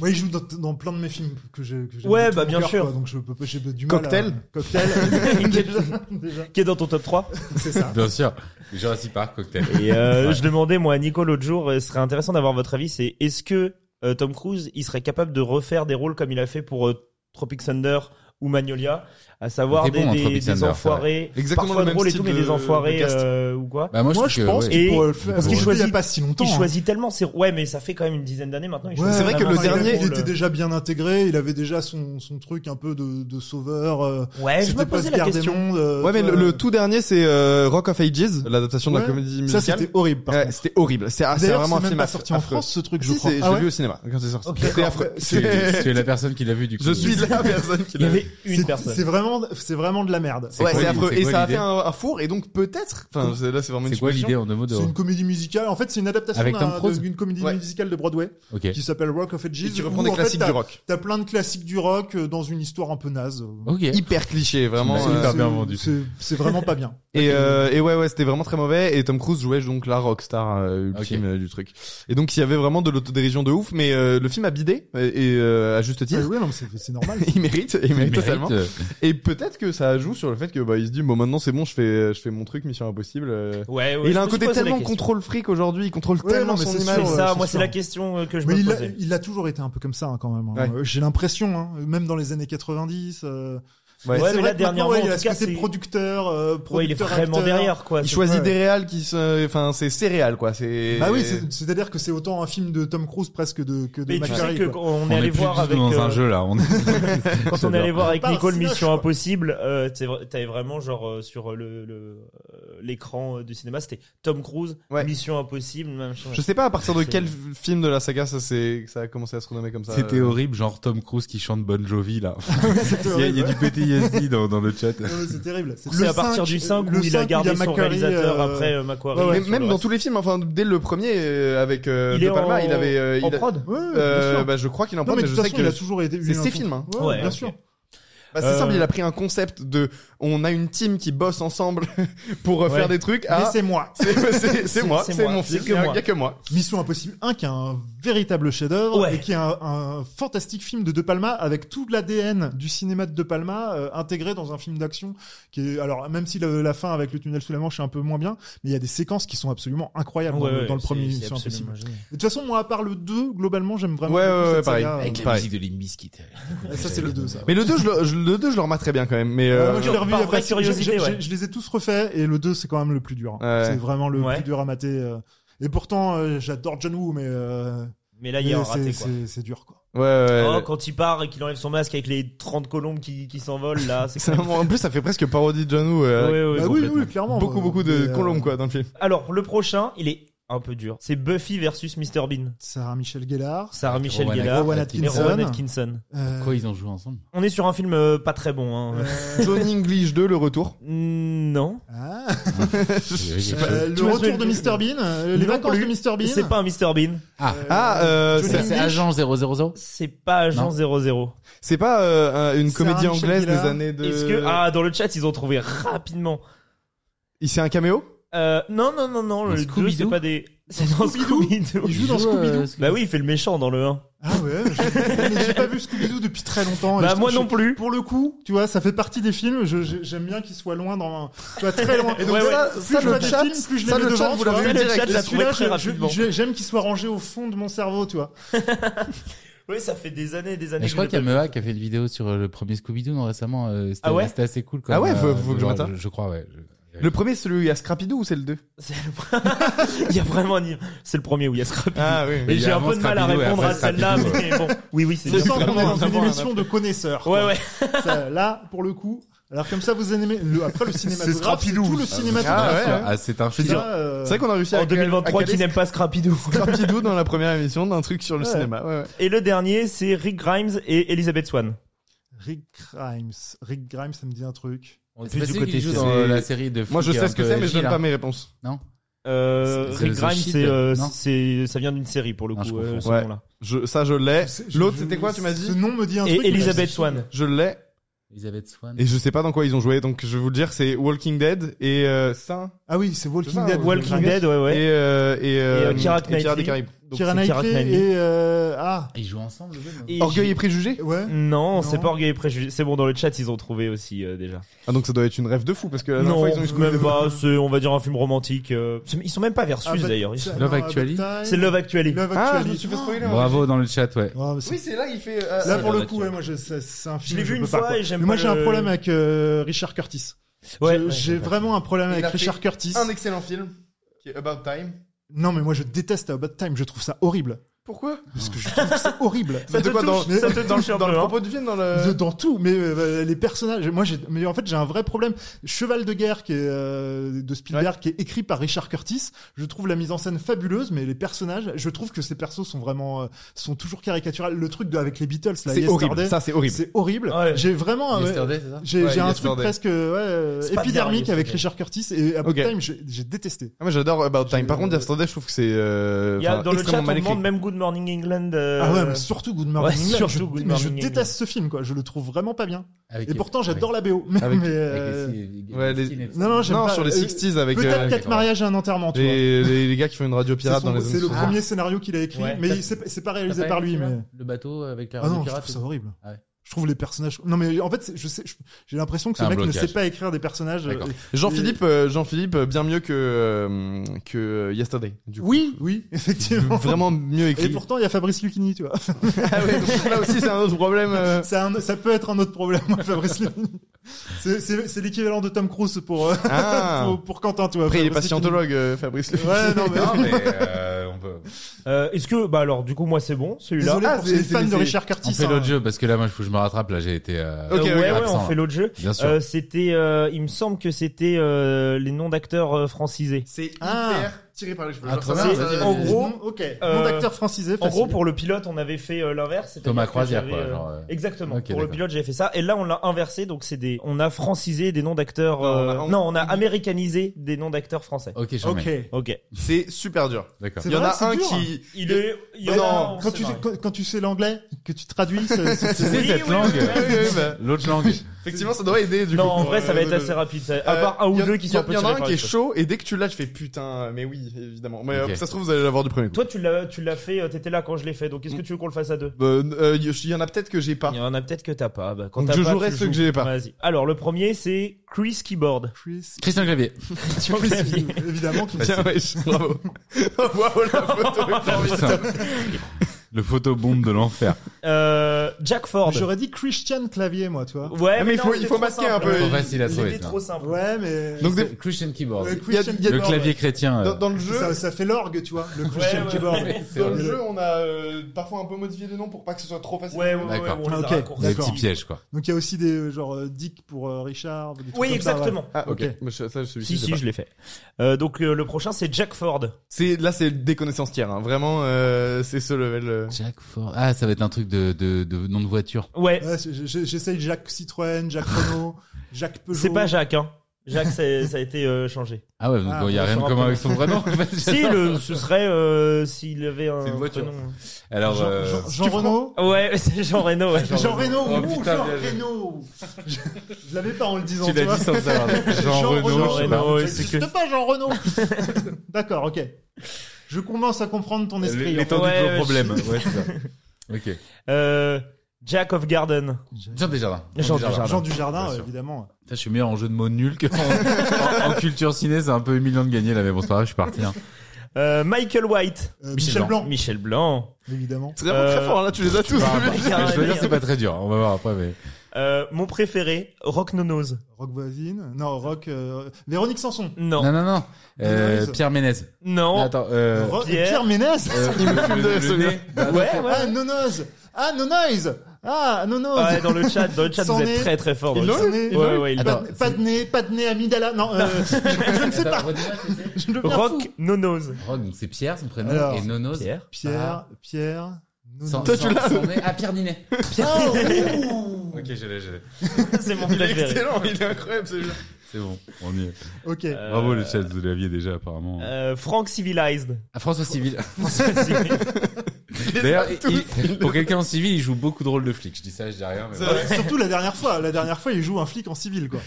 S4: Moi, il joue dans, dans plein de mes films que j'ai. que j'aime
S2: Ouais,
S4: de
S2: bah,
S4: tout mon
S2: bien sûr.
S4: quoi, donc je peux, pas- j'ai du mal. à-
S3: Cocktail
S4: Cocktail. déjà, déjà.
S2: Qui est dans ton top 3
S4: C'est ça.
S5: Bien sûr. Jurassic Park, Cocktail.
S2: Et euh, je demandais moi à Nico l'autre jour, euh, ce serait intéressant d'avoir votre avis, c'est est-ce que euh, Tom Cruise, il serait capable de refaire des rôles comme il a fait pour euh, Tropic Thunder ou Magnolia, à savoir
S5: Il
S2: des,
S5: était bon dans
S2: des-
S5: Tropic
S2: des
S5: Thunder,
S2: enfoirés,
S3: Exactement
S2: parfois
S3: le même
S2: drôles et
S3: style
S2: tout, mais
S3: de-
S2: des
S3: de
S2: enfoirés
S3: cast.
S2: euh, ou quoi.
S5: Bah, moi,
S4: Moi,
S5: je,
S4: je pense
S5: ouais.
S2: que-
S4: qu'il
S2: Et-
S4: pourrait le faire.
S2: parce qu'il
S4: Parce qu'il
S2: choisit-
S4: il y a pas si longtemps.
S2: Il
S4: hein.
S2: choisit tellement ses... Ouais, mais ça fait quand même une dizaine d'années maintenant. il
S4: Ouais,
S2: choisit
S3: c'est vrai que le
S2: vraiment ses
S3: dernier,
S4: il
S2: rôles.
S4: était déjà bien intégré, il avait déjà son, son truc un peu de, de sauveur. euh,
S2: Ouais, Eh, je
S4: c'était
S2: me
S4: pas
S2: posais
S4: ce
S2: la
S4: quart des
S2: question.
S4: mondes, euh,
S3: Ouais, mais
S4: toi,
S3: le, le tout dernier, c'est euh, Rock of Ages, l'adaptation de la
S4: Ouais.
S3: comédie
S4: Ça,
S3: musicale.
S4: c'était horrible. Par
S3: Ouais,
S4: contre.
S3: c'était horrible. C'est Ah, c'est
S4: D'ailleurs,
S3: vraiment un
S4: c'est même
S3: film
S4: pas
S3: aff-
S4: sorti en
S3: affreux.
S4: France, ce truc, je
S3: Si,
S4: crois.
S3: c'est- je
S4: Ah
S3: l'ai
S4: ouais
S3: vu au cinéma quand c'est sorti.
S2: Ok,
S3: C'était
S2: d'accord.
S3: affreux.
S5: Tu es, tu es la personne qui l'a vu, du coup.
S3: Je suis la personne qui
S2: Il y
S3: l'a vu.
S2: avait une
S4: C'est-
S2: personne.
S4: C'est vraiment, c'est vraiment de la merde.
S5: C'est
S3: Ouais,
S5: quoi
S3: c'est
S5: l'idée
S3: affreux.
S5: C'est
S3: Et
S5: quoi
S3: ça a
S5: l'idée
S3: fait un, un four, et donc peut-être. Enfin, c'est- là, c'est vraiment une
S5: C'est quoi
S3: supposition.
S5: l'idée en deux mots de...
S4: C'est une comédie musicale. En fait, c'est une adaptation
S5: Avec Tom
S4: d'un-
S5: Cruise
S4: d'une comédie
S3: Ouais.
S4: musicale de Broadway
S5: Ok.
S4: qui s'appelle Rock of Ages.
S3: Et qui
S4: où,
S3: reprend des
S4: en fait,
S3: classiques
S4: t'as-
S3: du rock.
S4: T'as plein de classiques du rock euh, dans une histoire un peu naze.
S2: Oh,
S5: Ok.
S3: Hyper cliché, vraiment.
S5: C'est hyper
S3: euh,
S5: bien vendu.
S4: C'est c'est vraiment pas bien.
S3: Et, euh, et ouais, ouais, c'était vraiment très mauvais. Et Tom Cruise jouait donc la rockstar euh, ultime
S5: Ok.
S3: euh, du truc. Et donc il y avait vraiment de l'autodérision de ouf. Mais euh, le film a bidé et, et, euh, à juste
S4: Ah
S3: titre.
S4: ouais, non, mais c'est c'est normal.
S3: Il mérite, il mérite
S5: Mérite,
S3: totalement.
S5: euh,
S3: Et peut-être que ça joue sur le fait que bah il se dit bon maintenant c'est bon je fais je fais mon truc Mission Impossible. euh.
S2: Ouais, ouais,
S3: Et
S2: je
S3: il a
S2: me
S3: un
S2: suis
S3: côté
S2: posé la
S3: tellement
S2: question.
S3: contrôle fric aujourd'hui, il contrôle
S4: Ouais,
S3: tellement
S4: non, mais
S3: son
S4: c'est
S3: image.
S2: C'est ça,
S4: Ouais,
S2: moi
S4: c'est
S2: c'est la
S4: sûr.
S2: question euh, que je
S4: Mais
S2: me
S4: il a,
S2: posais.
S4: il a toujours été un peu comme ça hein, quand même. hein.
S3: Ouais.
S4: Euh, J'ai l'impression, hein, même dans les années 90. euh,
S3: Ouais,
S4: c'est
S2: mais
S4: vrai
S2: là,
S4: que maintenant,
S2: dernièrement,
S4: ouais,
S2: en
S4: il a
S2: tout
S4: ce
S2: cas,
S4: côté
S2: c'est-
S4: producteur, euh, producteur
S2: Ouais, il est vraiment
S4: acteur.
S2: derrière quoi.
S3: Il
S2: C'est-
S3: choisit
S4: ouais.
S3: des réals qui se enfin c'est céréales quoi, c'est
S4: Bah oui, c'est- c'est-à-dire que c'est autant un film de Tom Cruise presque de, que de
S2: Mais tu sais
S4: McFarlane,
S2: que
S4: quoi.
S2: quand on
S5: On
S2: est
S5: est
S2: allé
S5: plus
S2: voir
S5: du
S2: avec
S5: tout dans un
S2: euh,
S5: jeu, là. On est-
S2: quand on est allé voir avec
S4: Par
S2: Nicole
S4: Sinoche,
S2: Mission
S4: Bah, quoi.
S2: Impossible, euh, c'est vrai- t'avais vraiment genre euh, sur le le, euh, l'écran euh, du cinéma, c'était Tom Cruise,
S3: Ouais.
S2: Mission Impossible, machin.
S3: Je sais pas à partir de
S2: C'est-
S3: quel film de la saga ça c'est que ça a commencé à se renommer comme ça.
S5: C'était
S3: euh.
S5: horrible, genre Tom Cruise qui chante Bon Jovi, là.
S4: C'était
S5: Il y a, il y a
S4: horrible.
S5: du PTSD dans, dans le chat.
S4: Non, mais C'est terrible.
S2: C'est à partir
S4: euh,
S2: du 5 où il a gardé son réalisateur après euh, Macquarie.
S3: Mais
S2: sur
S3: même
S2: le
S3: dans
S2: reste.
S3: tous les films, enfin dès le premier euh, avec euh,
S2: Il
S3: De
S2: est
S3: Palma,
S2: en-
S3: il avait euh,
S2: en
S3: il a-
S2: prod.
S4: Ouais, ouais, bien
S3: euh,
S4: sûr.
S3: bah je crois qu'il en
S4: Non,
S3: prend
S4: mais
S3: mais
S4: de toute
S3: je sais
S4: façon, il
S3: que
S4: a toujours été.
S3: c'est
S4: eu un
S3: ses
S4: ton-
S3: films, hein.
S4: Ouais,
S2: Ouais,
S4: bien
S2: ok.
S4: sûr.
S3: Bah, c'est
S2: Euh,
S3: simple, il a pris un concept de on a une team qui bosse ensemble pour euh,
S2: Ouais.
S3: faire des trucs
S4: Mais
S3: à
S4: c'est moi.
S3: c'est c'est- c'est
S2: C'est-
S3: moi,
S2: c'est
S3: c'est
S2: moi,
S3: mon
S2: c'est
S3: film,
S2: que
S3: il y a-
S2: moi.
S3: il y a que moi.
S4: Mission Impossible 1 qui est un véritable chef-d'œuvre
S2: Ouais.
S4: et qui est un, un fantastique film de De Palma avec tout l'ADN du cinéma de De Palma euh, intégré dans un film d'action qui est alors même si la, la fin avec le tunnel sous la Manche est un peu moins bien mais il y a des séquences qui sont absolument incroyables dans,
S2: Ouais,
S4: le-
S2: ouais,
S4: dans le
S2: c'est-
S4: premier
S2: c'est
S4: Mission
S2: absolument
S4: Impossible.
S2: génial.
S4: De toute façon moi à part le 2 globalement j'aime vraiment
S3: Ouais,
S4: beaucoup
S3: ouais,
S4: cette
S3: ouais, pareil.
S4: saga.
S3: Avec la
S4: Ouais,
S3: musique
S5: de Limp Bizkit.
S4: ça c'est le 2 ça.
S3: Mais le 2 je le, je- le deux, je le remas très bien quand même mais
S4: Ouais,
S3: euh,
S4: moi, je l'ai
S2: par
S4: revu il y a
S2: vraie
S4: presque- je-
S2: curiosité,
S4: je- je-
S2: ouais.
S4: je les ai tous refaits et le 2 c'est quand même le plus dur. hein.
S3: Ouais.
S4: C'est vraiment le
S2: Ouais.
S4: plus dur à mater. euh. Et pourtant euh, j'adore John Woo mais euh,
S2: Mais là, il y a un
S4: mais c'est-
S2: raté quoi.
S4: c'est c'est dur quoi.
S3: ouais, ouais,
S2: Oh,
S3: ouais.
S2: quand il part et qu'il enlève son masque avec les 30 colombes qui, qui s'envolent là, c'est
S3: C'est
S2: quand même-
S3: vraiment- en plus ça fait presque parodie de Janou
S2: Ouais,
S3: euh,
S2: ouais,
S4: Bah oui,
S2: complètement.
S4: oui, clairement.
S3: beaucoup
S4: euh,
S3: beaucoup
S4: mais,
S3: de
S4: euh,
S3: colombes quoi dans le film.
S2: Alors, le prochain, il est un peu dur. C'est Buffy versus Mr Bean.
S4: Sarah Michel Gellar.
S2: Sarah Michel
S5: Rowan
S2: Gellar
S4: Rowan
S2: et euh,
S4: Atkinson.
S2: Rowan Atkinson.
S4: euh,
S5: Quoi, ils ont joué ensemble
S2: On est sur un film euh, pas très bon. Hein.
S4: euh,
S3: Johnny English 2 le retour.
S2: Non.
S4: ah,
S5: Ah,
S4: euh, le
S2: Tu m'as
S4: retour
S2: fait-
S4: de Mr Bean, euh, les
S2: Non
S4: vacances
S2: plus.
S4: de Mr Bean.
S2: C'est pas un Mr Bean.
S3: Ah euh,
S4: Johnny
S3: c'est-
S4: English.
S5: c'est Agent 000
S2: C'est pas Agent
S5: Non.
S2: 00.
S3: c'est pas euh, un- une
S4: Sarah
S3: comédie
S4: Michel
S3: anglaise des
S4: Gellar.
S3: années de
S2: Est-ce que ah dans le chat ils ont trouvé rapidement.
S3: Il c'est un caméo
S2: Euh, non non non non le 2
S5: Scooby-Doo
S2: c'est pas des c'est dans Scooby-Doo.
S4: Il joue euh, dans Scooby-Doo.
S2: Bah oui, il fait le méchant dans le 1.
S4: Ah ouais, j'ai- mais j'ai pas vu Scooby-Doo depuis très longtemps. et
S2: bah
S4: je-
S2: moi
S4: je-
S2: non plus.
S4: Pour le coup, tu vois, ça fait partie des films. je- je- J'aime bien qu'ils soient loin, dans, un- tu vois, très loin.
S3: Et donc
S2: Ouais,
S3: ça,
S2: ouais.
S4: Plus
S3: ça
S4: je
S3: le
S4: vois des
S3: chat,
S4: films, plus je les
S3: ça
S4: mets
S3: le
S4: devant,
S3: chat vous
S4: tu vois.
S3: l'avez
S2: Ça,
S3: vu
S2: le
S3: direct.
S2: chat, l'a
S4: Celui-là,
S2: trouvé très
S4: je- je-
S2: rapidement.
S4: je- J'aime qu'ils soient rangés au fond de mon cerveau, tu vois.
S2: Oui, ça fait des années et des années
S5: Mais je crois
S2: que j'ai
S5: qu'il y a
S2: pas vu.
S5: Mea qui a fait une vidéo sur euh, le premier Scooby-Doo non, récemment. euh, C'était
S2: Ah ouais
S5: c'était assez cool. Comme,
S3: Ah ouais, faut-
S5: euh,
S3: faut que je
S5: genre,
S3: mette ça.
S5: Je crois, ouais. Je-
S3: Le premier, c'est celui où il y a Scrappy Doo ou c'est le 2
S2: C'est le- Il y a vraiment un- c'est le premier où il y a Scrappy.
S3: Ah oui.
S5: Mais
S2: Et
S5: il y
S2: j'ai
S5: a
S2: un peu
S5: avant
S2: de mal à
S5: Scrappy-Doo et
S2: répondre à
S5: après
S2: celle-là
S5: Scrappy-Doo,
S2: mais bon. Oui oui, c'est
S4: Je
S2: bien.
S4: sens qu'on est dans une
S3: Vraiment,
S4: émission de connaisseurs.
S2: Ouais
S4: quoi.
S2: ouais.
S4: Ça, là, pour le coup, alors comme ça, vous aimez le, après le cinématographe, c'est tout le
S3: Ah
S4: cinématographe.
S3: ouais, ouais.
S5: Ah, c'est un
S4: Ça,
S5: film.
S4: euh,
S3: C'est vrai qu'on a réussi à
S2: En 2023
S3: à
S2: qui
S3: caler
S2: n'aime pas Scrappy Doo.
S3: Scrappy Doo dans la première émission d'un truc sur le
S4: Ouais.
S3: cinéma. Ouais, ouais.
S2: Et le dernier c'est Rick Grimes et Elizabeth Swan.
S4: Rick Grimes. Rick Grimes, ça me dit un truc.
S5: On
S2: plus
S5: pas
S2: du
S5: celui
S2: côté
S5: qui joue
S2: c'est-
S5: dans euh, la série de.
S3: Moi je
S5: flics
S3: sais ce que
S5: un
S3: c'est
S5: peu
S3: mais je donne
S5: edgy,
S3: pas
S5: là.
S3: mes réponses.
S5: Non.
S2: Euh,
S5: C'est- c'est
S2: Rick
S5: The
S2: Grimes
S5: Shield,
S2: c'est euh,
S5: non
S2: c'est ça vient d'une série pour le
S5: Ah, je
S2: coup
S5: confonds.
S2: euh, ce
S3: Ouais.
S2: nom-là.
S3: Je, ça je l'ai.
S4: Je-
S3: L'autre
S4: je-
S3: c'était quoi tu m'as
S4: Ce
S3: dit
S4: nom me dit un
S2: Et
S4: truc.
S2: Elizabeth Swan.
S3: Je l'ai
S5: Elizabeth Swan.
S3: et je sais pas dans quoi ils ont joué donc je vais vous le dire c'est Walking Dead et euh, ça
S4: Ah oui, c'est Walking
S3: C'est ça,
S4: Dead.
S3: Walking
S2: Walking Dead ouais ouais.
S3: et euh, et, euh,
S2: Pirate
S3: et Pirates des
S2: Knightley.
S3: Caraïbes.
S2: Donc,
S4: Kira
S2: c'est Keira
S4: Knightley
S2: Knightley.
S4: et euh, ah
S5: Ils jouent ensemble, le jeu, non
S2: Et
S3: Orgueil
S2: j'ai-
S3: et préjugés
S4: ouais.
S2: Non,
S4: Non.
S2: c'est pas orgueil et préjugé. C'est bon, dans le chat, ils ont trouvé aussi euh, déjà.
S3: Ah donc ça doit être une rêve de fou parce que Euh, la dernière
S2: non,
S3: fois ils ont eu ce coup de-
S2: même pas. C'est, on va dire, un film romantique. euh, c'est- Ils sont même pas versus
S4: Ah, bah,
S2: d'ailleurs. Ils
S4: ça,
S2: sont-
S5: Love
S4: non,
S5: Actually.
S4: Time.
S2: C'est Love Actually.
S4: Love
S3: Ah,
S4: Actually.
S3: je me suis fait spoiler.
S5: Bravo dans le chat, ouais.
S4: Oh, c'est-
S3: Oui, c'est là il fait. euh,
S4: Là pour
S2: Love
S4: le coup,
S2: Actually.
S4: ouais, moi je- c'est c'est un
S2: Je
S4: film.
S2: l'ai vu une
S4: peux pas,
S2: fois
S4: quoi.
S2: et j'aime
S4: Mais moi
S2: pas
S4: j'ai un
S2: le-
S4: problème avec euh, Richard Curtis.
S2: Ouais.
S4: Je- j'ai vraiment un problème
S3: Il
S4: avec
S3: a fait
S4: Richard Curtis.
S3: un excellent film qui est About Time.
S4: Non mais moi je déteste About Time, je trouve ça horrible.
S3: Pourquoi
S4: Parce que je trouve que c'est horrible.
S2: Ça
S3: De
S2: te
S3: quoi,
S2: touche,
S3: dans-
S2: ça te touche un
S3: Dans le
S2: peu, hein.
S3: propos du film, dans le.
S4: De- dans tout, mais euh, les personnages. Moi, j'ai, mais en fait, j'ai un vrai problème. Cheval de guerre, qui est euh, de Spielberg, qui est écrit par Richard Curtis. Je trouve la mise en scène fabuleuse, mais les personnages, je trouve que ces persos sont vraiment, euh, sont toujours caricaturales. Le truc de avec les Beatles, là,
S3: C'est horrible.
S4: Yesterday,
S3: Ça c'est horrible.
S4: c'est horrible.
S2: Ouais.
S4: J'ai vraiment, euh,
S5: Yesterday, c'est ça
S4: j'ai,
S3: Ouais,
S4: j'ai un truc
S3: Yesterday.
S4: presque ouais, euh,
S2: C'est pas
S4: épidermique
S2: bien,
S4: avec
S2: Yesterday.
S4: Richard Curtis et About
S3: Ok.
S4: Time, j'ai, j'ai détesté.
S3: Ah, moi j'adore About Time. Par
S4: Je-
S3: contre, Yesterday, je trouve que c'est euh,
S2: Il y a,
S3: enfin,
S2: dans le chat,
S3: extrêmement
S2: on
S3: mal écrit.
S2: demande même Good Morning England. euh,
S4: ah ouais, mais surtout Good Morning
S2: ouais,
S4: England.
S2: surtout
S4: je,
S2: Good
S4: mais
S2: Morning
S4: je
S2: England.
S4: déteste ce film, quoi. Je le trouve vraiment pas bien.
S5: Avec-
S4: Et pourtant, j'adore la BO. Mais,
S3: Avec-
S4: mais,
S5: avec les-
S4: euh,
S5: les-
S3: ouais, les-
S5: les-
S4: non, non, j'aime
S3: Non,
S4: pas.
S3: sur les
S4: Euh,
S3: 60s avec
S4: Peut-être
S3: euh,
S4: quatre mariages et un enterrement, tu vois.
S3: les, les, les gars qui font une radio pirate
S4: C'est son-
S3: dans les
S4: C'est
S3: années
S4: le
S3: 60.
S4: premier scénario qu'il a écrit,
S5: Ouais.
S4: mais
S5: T'as-
S4: il- c'est c'est pas
S5: T'as
S4: réalisé
S5: pas
S4: par
S5: aimé
S4: lui.
S5: celui-là
S4: Mais...
S5: Le bateau avec la
S4: Ah non, je
S5: pirate
S4: trouve ça horrible.
S5: Ah ouais.
S4: Je trouve les personnages. Non mais en fait, c'est- je sais, je- j'ai l'impression que ce
S5: Un
S4: mec ne
S5: blocage.
S4: sait pas écrire des personnages.
S5: D'accord.
S4: euh,
S3: Jean-Philippe, euh, Jean-Philippe, euh, bien mieux que euh, que euh, Yesterday. Du coup.
S4: Oui, oui, effectivement.
S3: Vraiment mieux
S4: Et
S3: écrit.
S4: pourtant, il y a Fabrice Lucchini, tu vois.
S3: Ah ouais, donc là aussi c'est un autre problème. euh.
S4: C'est un- ça peut être un autre problème, Fabrice Lucchini. C'est- C'est c'est l'équivalent de Tom Cruise pour, euh,
S3: Ah.
S4: pour, pour Quentin, tu vois.
S3: Après il est
S4: Fabrice
S3: patientologue, euh, Fabrice.
S4: Lucchini. Ouais, non mais.
S5: Non, mais euh, on peut.
S2: euh, Est-ce que, bah alors, du coup, moi, c'est bon, celui-là.
S4: Désolé
S3: Ah,
S4: pour
S3: c'est-
S4: les
S3: c'est-
S4: fans de
S3: c'est-
S4: Richard
S5: On
S4: Curtis.
S5: fait
S4: hein.
S5: l'autre jeu parce que là, moi, il faut que je me rattrape. Là, j'ai été. euh,
S2: Euh,
S3: Ok, ok,
S2: ouais, ouais,
S5: absent,
S2: on fait
S5: là.
S2: l'autre jeu.
S5: Bien sûr.
S2: Euh, c'était, euh, il me semble que c'était euh, les noms d'acteurs euh, francisés.
S3: C'est
S4: Ah.
S3: hyper tiré par les cheveux.
S5: Ah,
S3: Genre,
S5: trop
S3: ça,
S5: bien,
S3: ça,
S5: vas-y,
S3: ça,
S5: vas-y.
S2: en gros,
S4: ok.
S2: euh,
S4: Nom d'acteur francisé.
S2: En gros,
S4: facile.
S2: pour le pilote, on avait fait euh, l'inverse. c'est-à-dire
S5: Thomas
S2: que
S5: Croisière,
S2: j'avais,
S5: quoi,
S2: euh,
S5: genre, euh,
S2: Exactement.
S5: ok,
S2: pour le
S5: d'accord.
S2: pilote, j'avais fait ça. Et là, on l'a inversé. Donc, c'est des, on a francisé des noms d'acteurs.
S3: Non, on a-
S2: euh,
S3: on-
S2: Non, on a américanisé des noms d'acteurs français.
S5: Ok, je
S4: Ok.
S5: remets.
S2: Ok.
S3: C'est super dur.
S5: D'accord.
S4: C'est
S3: Il y en
S4: vrai,
S3: a
S4: c'est
S3: un
S4: dur.
S3: qui
S2: Il est. Il y en
S3: Non,
S2: a un, on
S4: Oh Quand
S2: s'est
S4: tu,
S2: marré.
S4: quand, quand tu sais l'anglais, que tu traduis, c'est- c'est-
S5: Tu
S4: c'est-
S5: sais
S2: Oui,
S5: cette
S2: oui,
S5: langue.
S2: oui,
S3: oui, oui, bah.
S5: L'autre langue.
S3: effectivement ça doit aider du
S2: Non,
S3: coup.
S2: en vrai, ça va
S3: Euh,
S2: être
S3: de-
S2: assez rapide. ça. À part un
S3: Euh,
S2: ou
S3: y a-
S2: deux qui
S3: y
S2: sont
S3: a-
S2: un peu
S3: Il y en
S2: tirés
S3: a un
S2: par
S3: qui
S2: les
S3: est
S2: cheveux.
S3: chaud et dès que tu l'as, tu fais putain, euh, mais oui, évidemment. Mais euh,
S5: Ok.
S3: ça se trouve, vous allez l'avoir du premier coup.
S2: Toi, tu l'as, tu l'as fait. euh, T'étais là quand je l'ai fait. Donc, est-ce que tu veux qu'on le fasse à deux
S3: Euh, euh, y- Il y en a peut-être que j'ai pas.
S2: Il y en a peut-être que t'as pas. Bah, quand
S3: Donc,
S2: t'as
S3: je
S2: pas,
S3: jouerai
S2: tu
S3: ceux que
S2: joues.
S3: j'ai pas.
S2: Vas-y. Alors, le premier, c'est Chris Keyboard.
S4: Chris.
S5: Christian Clavier.
S4: Chris, euh, évidemment. Chris.
S3: Tiens, wesh, bravo. Waouh, la photo est formidable.
S5: Putain. Le photobombe de l'enfer.
S2: Euh, Jack Ford.
S4: J'aurais dit Christian Clavier, moi, tu vois.
S2: Ouais,
S3: Ah, mais il
S2: non,
S3: faut-
S2: c'était
S3: il faut
S2: trop
S3: masquer
S2: simple.
S3: un peu.
S5: Trop facile à
S2: C'était
S5: trouver.
S2: trop simple.
S4: Ouais, mais.
S3: Donc, des-
S5: ça. Christian Keyboard.
S4: le
S3: il y a-
S4: Christian
S3: il y a-
S5: Le
S4: Keyboard,
S5: clavier
S4: ouais.
S5: chrétien. euh,
S3: Dans, dans le jeu,
S4: Ça, ça fait l'orgue, tu vois, le Christian
S2: ouais,
S4: Keyboard.
S2: ouais.
S5: c'est
S3: dans le
S5: vrai.
S3: jeu, on a euh, parfois un peu modifié les noms pour pas que ce soit trop facile.
S2: Ouais, ouais, ouais,
S5: D'accord.
S2: on les a
S4: Ah, ok.
S2: raccourcis.
S5: Des
S4: D'accord.
S5: petits pièges, quoi.
S4: Donc il y a aussi des euh, genre euh, Dick pour euh, Richard. des trucs
S2: Oui,
S4: comme ça, ouais.
S2: exactement.
S3: Ah, ok.
S4: Ok.
S3: Mais je- ça, je- celui-ci,
S2: Si,
S3: je sais
S2: si,
S3: pas.
S2: je l'ai fait. Euh, donc, euh, le prochain, c'est Jack Ford.
S3: C'est là, c'est des connaissances tiers. hein. Vraiment, euh, c'est ce level. euh.
S5: Jack Ford. Ah, ça va être un truc de, de, de nom de voiture.
S2: Ouais,
S4: Ouais, c'est- j'ai- j'ai- J'essaye Jacques Citroën, Jacques Renault, Jacques Peugeot.
S2: c'est pas Jacques, hein. Jacques, c'est- ça a été euh, changé.
S5: Ah ouais, donc
S4: Ah,
S5: bon, il y a
S2: on
S5: rien de
S2: saura
S5: commun
S2: pas.
S5: avec son vrai nom. en fait.
S2: si, le, ce serait euh, s'il avait un
S5: C'est une voiture.
S2: prénom.
S5: Alors,
S4: Jean,
S5: euh,
S4: Jean- Jean Renault.
S2: Ouais, c'est Jean Reno. ouais.
S4: Jean Reno.
S5: Oh,
S4: ouh,
S5: putain,
S4: Jean
S5: bien joué.
S4: Reno. Je, je l'avais pas en le disant.
S5: tu l'as
S4: vois.
S5: dit sans le savoir. Jean Renault.
S2: Jean
S5: je sais
S2: Reno,
S5: pas.
S2: ouais,
S4: Ça
S2: c'est
S4: existe
S2: que-
S4: pas Jean Renault. D'accord, ok. Je commence à comprendre ton
S5: Les-
S4: esprit. en fait.
S5: L'étendue
S2: Ouais,
S5: de
S2: ouais,
S5: vos problèmes. Ouais, c'est ça. Ok.
S2: Euh, Jack of Garden.
S5: Jean Desjardins.
S2: Jean Desjardins.
S4: Jean Dujardin,
S5: Bien
S4: ouais,
S5: sûr.
S4: évidemment.
S5: Putain, Je suis meilleur en jeu de mots nuls que en, en- en culture ciné. C'est un peu humiliant de gagner là, mais bon, c'est pas grave, je suis parti. hein.
S2: Euh, Michael White.
S4: Euh,
S5: Michel
S4: Michel Blanc,
S2: Michel Blanc.
S4: évidemment.
S3: C'est vraiment très
S2: Euh,
S3: fort. Là, tu les as tous.
S5: Bah,
S3: vu.
S5: Mais je veux dire, c'est pas très dur. On va voir après, mais.
S2: Euh, mon préféré, Rock Nonos.
S4: Rock voisine. Non, Rock. euh, Véronique Sanson.
S2: Non.
S5: Non, non, non. Euh,
S4: Menez.
S5: Pierre Ménez.
S2: Non.
S5: Attends, euh,
S4: Ro-
S2: Pierre.
S4: Pierre, Ménès.
S5: euh,
S3: fume de-
S5: le- le
S3: celui-là.
S5: nez. Bah,
S2: ouais, ouais.
S4: Ah, Nonoz. Ah, Nonoise. Ah, Nonoz.
S2: Ouais, dans le chat, dans le chat,
S4: Sans
S2: vous
S4: nez.
S2: êtes très très fort.
S4: Ils l'ont eu, ils l'ont
S2: Ouais,
S4: eu.
S2: ouais, ils
S5: Attends.
S2: l'ont
S4: Pas, de- pas de nez, pas de nez, amidala. Non, euh, je, je ne sais pas. Je
S2: eu.
S4: deviens fou.
S2: Rock Nonos.
S5: Rogue, donc c'est Pierre, son prénom,
S4: Alors,
S5: et Nonos.
S2: Pierre.
S4: Pierre, Pierre.
S5: Sans,
S4: Nonoz.
S3: Toi, tu l'as.
S5: sans nez. Ah, Pierre Dinet.
S4: Ah,
S5: ok, je l'ai, je l'ai.
S2: c'est mon
S3: Il est
S2: préféré.
S3: excellent. Il est incroyable celui-là.
S5: C'est bon, on y est.
S4: ouh. oh. Ok.
S2: Euh,
S5: Bravo, le chat, vous l'aviez déjà, apparemment.
S2: Euh, Frank Civilized.
S5: Ah, François Civil.
S3: Il est
S5: D'ailleurs,
S3: pas
S5: il-
S3: tous.
S5: il- pour quelqu'un en civil, il joue beaucoup de rôles de flic. Je dis ça, je dis rien. Mais
S3: C'est
S5: voilà.
S4: Surtout la dernière fois. La dernière fois, il joue un flic en civil, quoi.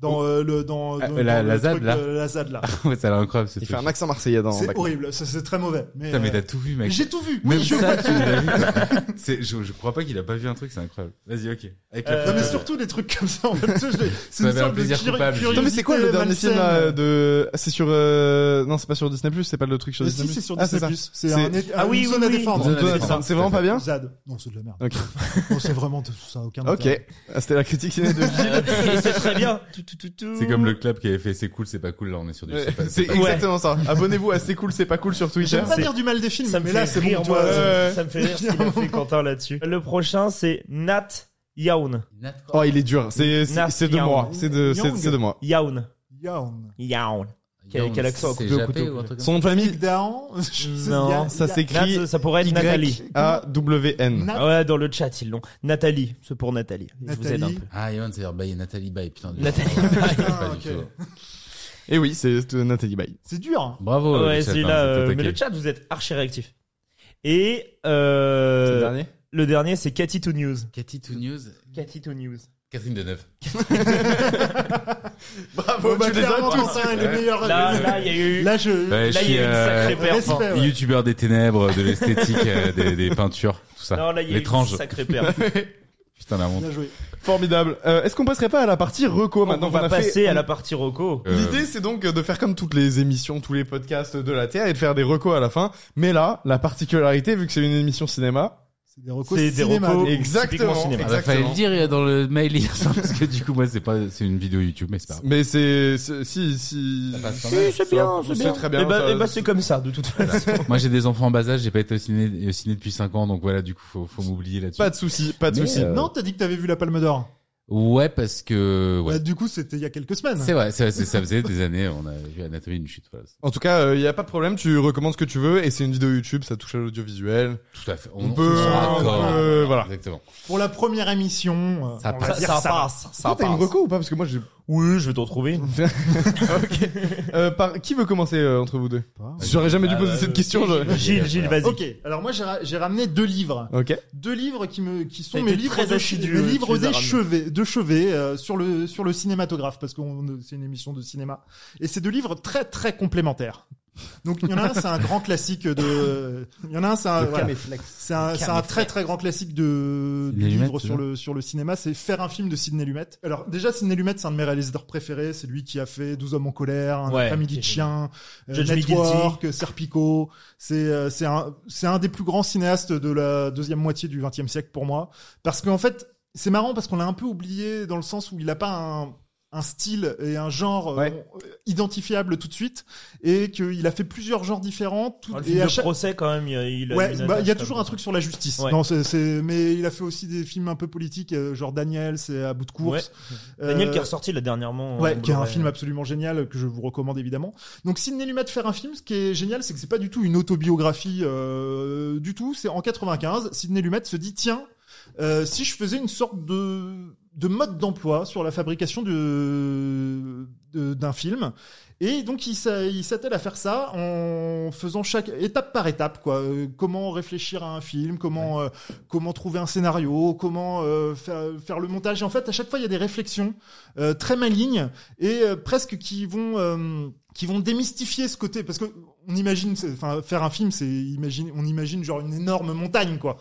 S4: dans euh, le dans,
S5: Ah,
S4: dans-
S5: la-
S4: dans
S5: la
S4: le
S5: ZAD,
S4: truc,
S5: là. Ah,
S4: euh, la ZAD là.
S5: Ouais, ça a l'air incroyable ce
S3: Il fait
S5: truc.
S3: un accent marseillais dans.
S4: C'est
S3: Bac-
S4: horrible, ça, c'est très mauvais. Mais,
S5: Putain, mais
S4: euh,
S5: t'as tout vu, mec.
S4: j'ai tout vu.
S5: Même
S4: oui, je-
S5: ça, tu l'as vu. C'est- je, je crois pas qu'il a pas vu un truc, c'est incroyable. Vas-y, ok. Avec la
S2: Euh,
S5: photo.
S4: Non mais surtout des trucs comme ça. En fait, tu sais, je l'ai- c'est
S5: Ça
S4: une
S5: avait un
S4: sorte de
S5: plaisir
S4: curi-
S5: coupable.
S4: curiosité
S3: Non mais c'est quoi le dernier film euh, là,
S4: malsaine.
S3: de Ah, C'est sur euh, non c'est pas sur Disney Plus c'est pas le truc sur
S4: Mais
S3: Disney
S4: si, c'est sur
S3: Ah,
S4: Disney+.
S3: ça.
S4: C'est
S3: C'est-
S4: un é-
S2: Ah oui,
S4: une
S2: oui,
S4: zone à
S2: oui.
S4: défendre.
S5: Zone à
S3: C'est-
S5: défendre.
S3: c'est vraiment pas bien
S4: ZAD. Non, c'est de la merde.
S3: Ok.
S4: Non, c'est vraiment tout ça, a aucun
S3: Ok
S4: intérêt.
S3: Ah, c'était la critique ciné de Gilles.
S2: Et c'est très bien. Tout, tout, tout, tout.
S5: C'est comme le club qui avait fait c'est cool, c'est pas cool, là on est sur du c'est pas-
S3: C'est
S5: c'est pas-
S3: exactement ça. Abonnez-vous à C'est cool c'est pas cool sur Twitter.
S4: J'aime pas
S2: C'est-
S4: dire du mal des films,
S2: Ça me
S4: mais
S2: fait
S4: là c'est
S2: rire,
S4: bon, tu
S2: moi,
S4: vois.
S3: euh,
S2: ça me fait rire ce qu'il a fait Quentin là-dessus. Le prochain, c'est Nat Yaun.
S3: Oh il est dur. C'est c'est-
S2: Nas-
S3: c'est de
S2: Young.
S3: moi. C'est de c'est
S4: Young.
S3: c'est de moi.
S2: Yaun.
S4: Yawn.
S2: Yaun. Quel-
S5: Yawn,
S2: quel accent,
S5: c'est
S2: coupé au
S5: jappé
S2: couteau.
S5: ou un truc comme
S3: Son nom de famille
S4: Down. je sais,
S2: Non,
S4: Yann-
S3: ça
S4: Yann-
S3: s'écrit
S2: Nat, ça pourrait être Nathalie.
S3: Y A W N.
S4: Nat-
S2: Ah ouais, dans le chat, ils l'ont. Nathalie, c'est pour Nathalie. Je vous aide un
S4: Nathalie.
S2: peu.
S5: ça. Ah, Yawn, c'est-à-dire Bay, Nathalie Bay, putain. de-
S2: Nathalie.
S5: Pas
S4: Ah,
S5: du
S4: ok.
S5: tout.
S3: Et oui c'est de Nathalie Baye.
S4: C'est dur.
S5: Bravo.
S2: ouais,
S5: le chat,
S2: celui-là,
S5: hein,
S2: euh,
S5: c'était
S2: mais
S5: taquet.
S2: le chat, vous êtes archi réactif. Et
S3: C'est
S2: euh,
S3: le
S2: le, dernier.
S3: dernier.
S2: c'est Cathy to News.
S5: Cathy Two News,
S2: Cathy to News.
S5: Catherine Deneuve.
S3: Bravo
S4: Bah,
S3: tu les as
S4: clairement,
S3: tous.
S4: Quentin est le meilleur.
S2: Là, là, il y a eu, là,
S4: Là, je.
S5: Ouais,
S2: il
S5: je
S2: y
S5: suis
S2: a eu une sacrée
S5: euh,
S2: perf. hein.
S4: Respect, ouais.
S5: youtubeur des ténèbres, de l'esthétique, euh, des, des peintures, tout ça.
S2: Non, là, il y a eu
S5: L'étrange.
S2: une sacrée perf.
S5: Putain, la honte.
S4: Bien joué.
S3: Formidable. Euh, Est-ce qu'on passerait pas à la partie reco maintenant
S2: on
S3: qu'on
S2: va
S3: a fait-
S2: passer à la partie Rocco.
S5: Euh,
S3: L'idée, c'est donc de faire comme toutes les émissions, tous les podcasts de la Terre et de faire des recos à la fin. Mais là, la particularité, vu que c'est une émission cinéma,
S4: C'est des recos
S2: C'est des
S4: cinéma.
S2: recos. Oh,
S3: exactement.
S2: typiquement cinéma.
S5: Ah bah, fallait
S3: exactement.
S5: le dire euh, dans le mail hier soir, parce que du coup, moi, c'est pas, c'est une vidéo YouTube, mais c'est pas grave.
S3: Mais c'est, c'est- si, si.
S2: Si, c'est bien, c'est bien.
S3: très bien.
S2: Eh ben,
S3: ça-
S2: eh ben, c'est comme ça, de toute façon.
S5: Moi, j'ai des enfants en bas âge, j'ai pas été au ciné, au ciné depuis 5 ans, donc voilà, du coup, faut, faut m'oublier là-dessus.
S3: Pas de souci, pas de
S5: Mais,
S3: souci.
S5: euh,
S4: Non, t'as dit que t'avais vu la Palme d'Or.
S5: Ouais, parce que, ouais.
S4: Bah, du coup, c'était il y a quelques semaines.
S5: C'est vrai, c'est vrai, c'est- ça faisait des années, on a vu Anatomie d'une chute, voilà.
S3: En tout cas, il y a pas de problème. Tu recommandes ce que tu veux et c'est une vidéo YouTube. Ça touche à l'audiovisuel.
S5: Tout à fait.
S3: On peut-
S5: se raccorde.
S3: on peut- voilà.
S5: Exactement.
S4: Pour la première émission. euh,
S5: Ça
S4: on
S5: passe.
S4: va dire
S2: Ça
S4: ça.
S2: passe, ça
S3: Toi, T'as une
S2: passe.
S3: reco ou pas Parce que moi, j'ai.
S2: Oui, je vais t'en trouver.
S3: Euh, par... Qui veut commencer euh, entre vous deux
S4: Pas.
S3: J'aurais jamais dû
S2: Ah,
S3: poser
S2: bah,
S3: cette
S2: euh,
S3: question. je-
S2: Gilles, Gilles, vas-y.
S4: euh, Ok. Alors moi, j'ai ra- j'ai ramené deux livres.
S3: Ok.
S4: deux livres qui me qui sont
S2: T'as
S4: mes
S2: été
S4: livres
S2: très
S4: de,
S2: assidu,
S4: mes
S2: euh,
S4: livres
S2: tu les as
S4: des
S2: ramenés.
S4: chevets de chevet euh, sur le sur le cinématographe parce que c'est une émission de cinéma et c'est deux livres très très complémentaires. Donc il y en a un c'est un grand classique de il y en a un c'est un voilà. c'est un, c'est un très très grand classique de
S5: Sidney
S4: du
S5: Lumet,
S4: livre sur
S5: toujours.
S4: le sur le cinéma c'est faire un film de Sidney Lumet. Alors déjà Sidney Lumet c'est un de mes réalisateurs préférés, c'est lui qui a fait 12 hommes en colère, un
S2: Ouais.
S4: après-midi de chien, euh,
S2: Judge Me
S4: Network, Serpico, c'est euh, c'est un c'est un des plus grands cinéastes de la deuxième moitié du XXe siècle pour moi parce qu'en fait c'est marrant parce qu'on l'a un peu oublié dans le sens où il a pas un un style et un genre euh,
S3: Ouais.
S4: identifiable tout de suite et qu'il a fait plusieurs genres différents tout,
S2: Dans Oh, le
S4: et
S2: film
S4: à
S2: de
S4: chaque-
S2: procès, quand même, il y a, il a
S4: Ouais,
S2: une
S4: bah, il y a
S2: attache,
S4: toujours
S2: comme-
S4: un truc sur la justice.
S2: Ouais.
S4: Non, c'est, c'est- mais il a fait aussi des films un peu politiques, euh, genre Daniel, c'est à bout de course. Euh,
S2: Daniel qui est ressorti là dernièrement.
S4: Ouais,
S2: en
S4: qui est un
S2: Blu-ray.
S4: film absolument génial que je vous recommande évidemment. Donc Sidney Lumet faire un film, ce qui est génial, c'est que c'est pas du tout une autobiographie euh, du tout. C'est en 95, Sidney Lumet se dit tiens, euh, si je faisais une sorte de de mode d'emploi sur la fabrication de de- d'un film. Et donc il s'a- il s'attelle à faire ça en faisant chaque étape par étape quoi. Euh, Comment réfléchir à un film, comment euh, comment trouver un scénario, comment euh, faire, faire le montage. Et en fait, à chaque fois il y a des réflexions euh, très malignes et euh, presque qui vont euh, qui vont démystifier ce côté parce que on imagine c'est- enfin faire un film c'est imagine on imagine genre une énorme montagne quoi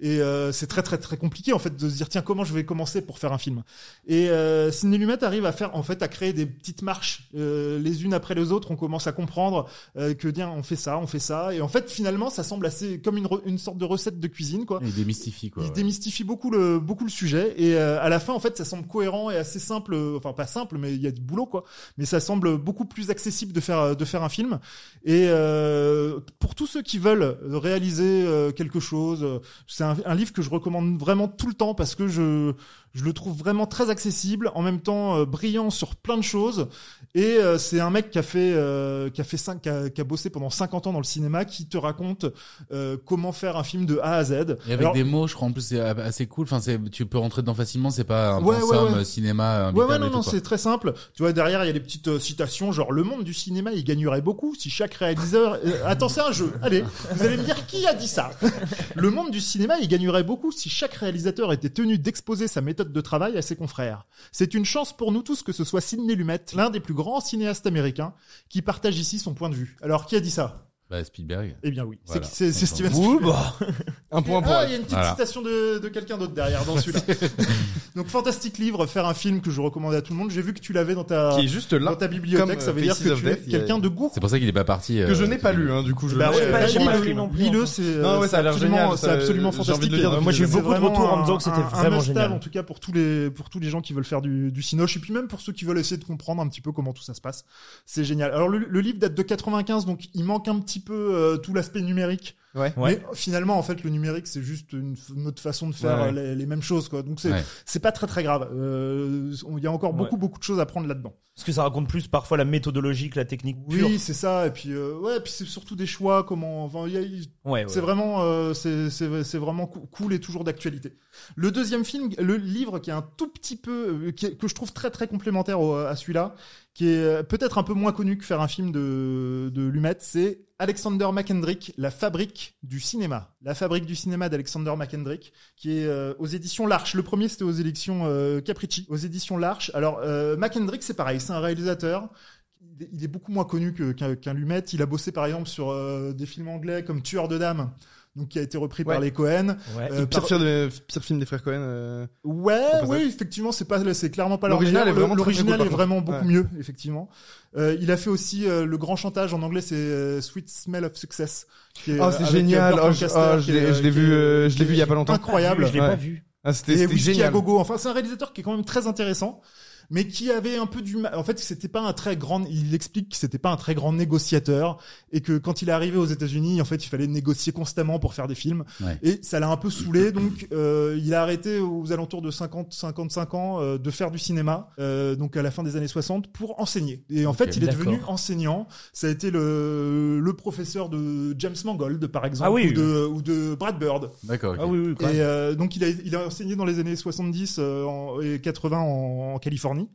S4: et euh, c'est très très très compliqué en fait de se dire tiens comment je vais commencer pour faire un film et euh, Sidney Lumet arrive à faire en fait à créer des petites marches euh, les unes après les autres on commence à comprendre euh, que tiens on fait ça on fait ça et en fait finalement ça semble assez comme une re- une sorte de recette de cuisine quoi
S5: Il démystifie, quoi.
S4: il
S5: ouais.
S4: démystifie beaucoup le beaucoup le sujet et euh, à la fin en fait ça semble cohérent et assez simple euh, enfin pas simple mais il y a du boulot quoi mais ça semble beaucoup plus accessible de faire euh, de faire un film et euh, pour tous ceux qui veulent réaliser euh, quelque chose euh, c'est un, un livre que je recommande vraiment tout le temps parce que je je le trouve vraiment très accessible en même temps euh, brillant sur plein de choses et euh, c'est un mec qui a fait euh, qui a fait cinq qui a, qui a bossé pendant 50 ans dans le cinéma qui te raconte euh, comment faire un film de A à Z
S5: Et avec
S4: Alors-
S5: des mots, je crois, en plus, c'est assez cool. Enfin, c'est, tu peux rentrer dedans facilement, c'est pas un
S4: Ouais,
S5: ouais,
S4: ouais, ouais.
S5: cinéma. un
S4: Ouais, ouais,
S5: bitable
S4: non,
S5: et
S4: non,
S5: tout, quoi.
S4: c'est très simple. Tu vois, derrière, il y a des petites euh, citations, genre le monde du cinéma, il gagnerait beaucoup si chaque réalisateur. Euh, attends, c'est un jeu. Allez, vous allez me dire qui a dit ça. Le monde du cinéma, il gagnerait beaucoup si chaque réalisateur était tenu d'exposer sa méthode méthode de travail à ses confrères. C'est une chance pour nous tous que ce soit Sidney Lumet, l'un des plus grands cinéastes américains, qui partage ici son point de vue. Alors, qui a dit ça
S5: Bah, Spielberg.
S4: Eh bien oui, c'est-
S5: Voilà.
S4: c'est c'est Steven
S2: Ouh, bah.
S3: Un point pour
S4: ah,
S3: elle.
S4: il y a une petite
S5: Voilà.
S4: citation de, de quelqu'un d'autre derrière dans celui-là. Donc fantastique livre, faire un film que je recommande à tout le monde. J'ai vu que tu l'avais dans ta
S3: Qui est juste
S4: dans
S3: là.
S4: ta bibliothèque,
S3: comme,
S4: ça veut
S3: euh,
S4: dire
S3: Faces
S4: que
S3: of
S4: tu es
S3: Death, il y a-
S4: quelqu'un de goût.
S5: C'est pour ça qu'il est pas parti. euh,
S3: Que je n'ai pas lu, hein, du coup. Je
S4: Bah
S3: l'ai-
S4: ouais,
S3: euh,
S4: bah,
S3: j'ai
S2: j'ai
S3: pas
S2: pas
S3: lu.
S2: lu non plus.
S4: Lis-le, c'est
S3: Non, ouais, ça a l'air
S4: absolument-
S3: génial, ça,
S4: c'est absolument
S3: j'ai envie
S4: fantastique.
S3: de le lire, donc
S4: Moi, j'ai eu
S3: c'est
S4: beaucoup de
S2: vraiment
S4: retours en me
S2: un-
S4: disant que c'était
S2: un- un
S4: vraiment
S2: must-have,
S4: génial.
S2: en
S4: En tout cas, pour tous les pour tous les gens qui veulent faire du du cinoche et puis même pour ceux qui veulent essayer de comprendre un petit peu comment tout ça se passe, c'est génial. Alors le, le livre date de 95, donc il manque un petit peu euh, tout l'aspect numérique.
S3: Ouais.
S2: Ouais.
S4: Mais finalement, en fait, le numérique, c'est juste une, f- une autre façon de faire
S3: Ouais, ouais.
S4: euh, Les, les mêmes choses, quoi. Donc c'est
S5: Ouais.
S4: c'est pas très très grave. Euh, on- Il y a encore
S2: Ouais.
S4: beaucoup beaucoup de choses à prendre là-dedans.
S2: Parce que ça raconte plus parfois la méthodologie que la technique pure.
S4: Oui, c'est ça. Et puis euh, ouais, puis c'est surtout des choix. Comment enfin, il y a-
S2: Ouais, ouais.
S4: C'est vraiment, euh, c'est c'est- c'est vraiment cou- cool et toujours d'actualité. Le deuxième film, le livre qui est un tout petit peu, euh, qui est- que je trouve très très complémentaire au- à celui-là, qui est euh, peut-être un peu moins connu que faire un film de, de Lumet, c'est Alexander McKendrick, La fabrique du cinéma. La fabrique du cinéma d'Alexander McKendrick, qui est euh, aux éditions L'Arche. Le premier, c'était aux élections euh, Capricci, aux éditions L'Arche. Alors, euh, McKendrick, c'est pareil, c'est un réalisateur. Il est- Il est beaucoup moins connu que- qu'un qu'un Lumet. Il a bossé par exemple sur euh, des films anglais comme Tueur de dames, donc qui a été repris par
S3: Ouais.
S4: les Cohen.
S2: Ouais.
S4: Euh,
S3: Pire
S4: par-
S3: film de- pire film des frères Cohen. euh,
S4: Ouais,
S3: Au
S4: ouais,
S3: passage.
S4: effectivement, c'est pas, c'est clairement pas
S3: L'original
S4: leur meilleur.
S3: est vraiment
S4: Le-
S3: très, très
S4: L'original
S3: cool,
S4: est
S3: par
S4: vraiment
S3: contre.
S4: beaucoup mieux, effectivement. Euh, il a fait aussi euh, le grand chantage en anglais, c'est euh, Sweet Smell of Success. qui est,
S3: Oh,
S4: euh,
S3: c'est
S4: avec,
S3: génial.
S4: euh, Burt
S3: Oh, je-
S4: Lancaster,
S3: oh, je
S4: qui
S3: l'ai-
S4: est,
S3: je l'ai
S4: qui
S3: vu,
S4: est-
S3: euh, je l'ai
S4: qui
S3: vu il y a
S4: est
S3: pas longtemps.
S4: Incroyable.
S2: Je l'ai
S3: Ouais.
S2: pas vu.
S3: Ah, c'était
S4: Et
S3: c'était
S4: Whisky à
S3: génial.
S4: Gogo. Enfin, c'est un réalisateur qui est quand même très intéressant, mais qui avait un peu du mal. En fait, c'était pas un très grand. Il explique que c'était pas un très grand négociateur et que quand il est arrivé aux États-Unis, en fait, il fallait négocier constamment pour faire des films.
S5: Ouais.
S4: Et ça l'a un peu saoulé, donc euh, il a arrêté aux alentours de 50-55 ans euh, de faire du cinéma, euh, donc à la fin des années 60, pour enseigner. Et en
S5: Ok,
S4: fait, il est
S2: d'accord.
S4: devenu enseignant. Ça a été le, le professeur de James Mangold, par exemple,
S2: Ah oui,
S4: ou, de, ou de Brad Bird.
S5: D'accord. ok.
S2: Ah oui, oui, quand
S4: Et
S2: même.
S4: euh, donc il a, il a enseigné dans les années 70 euh, en- et 80 en, en Californie.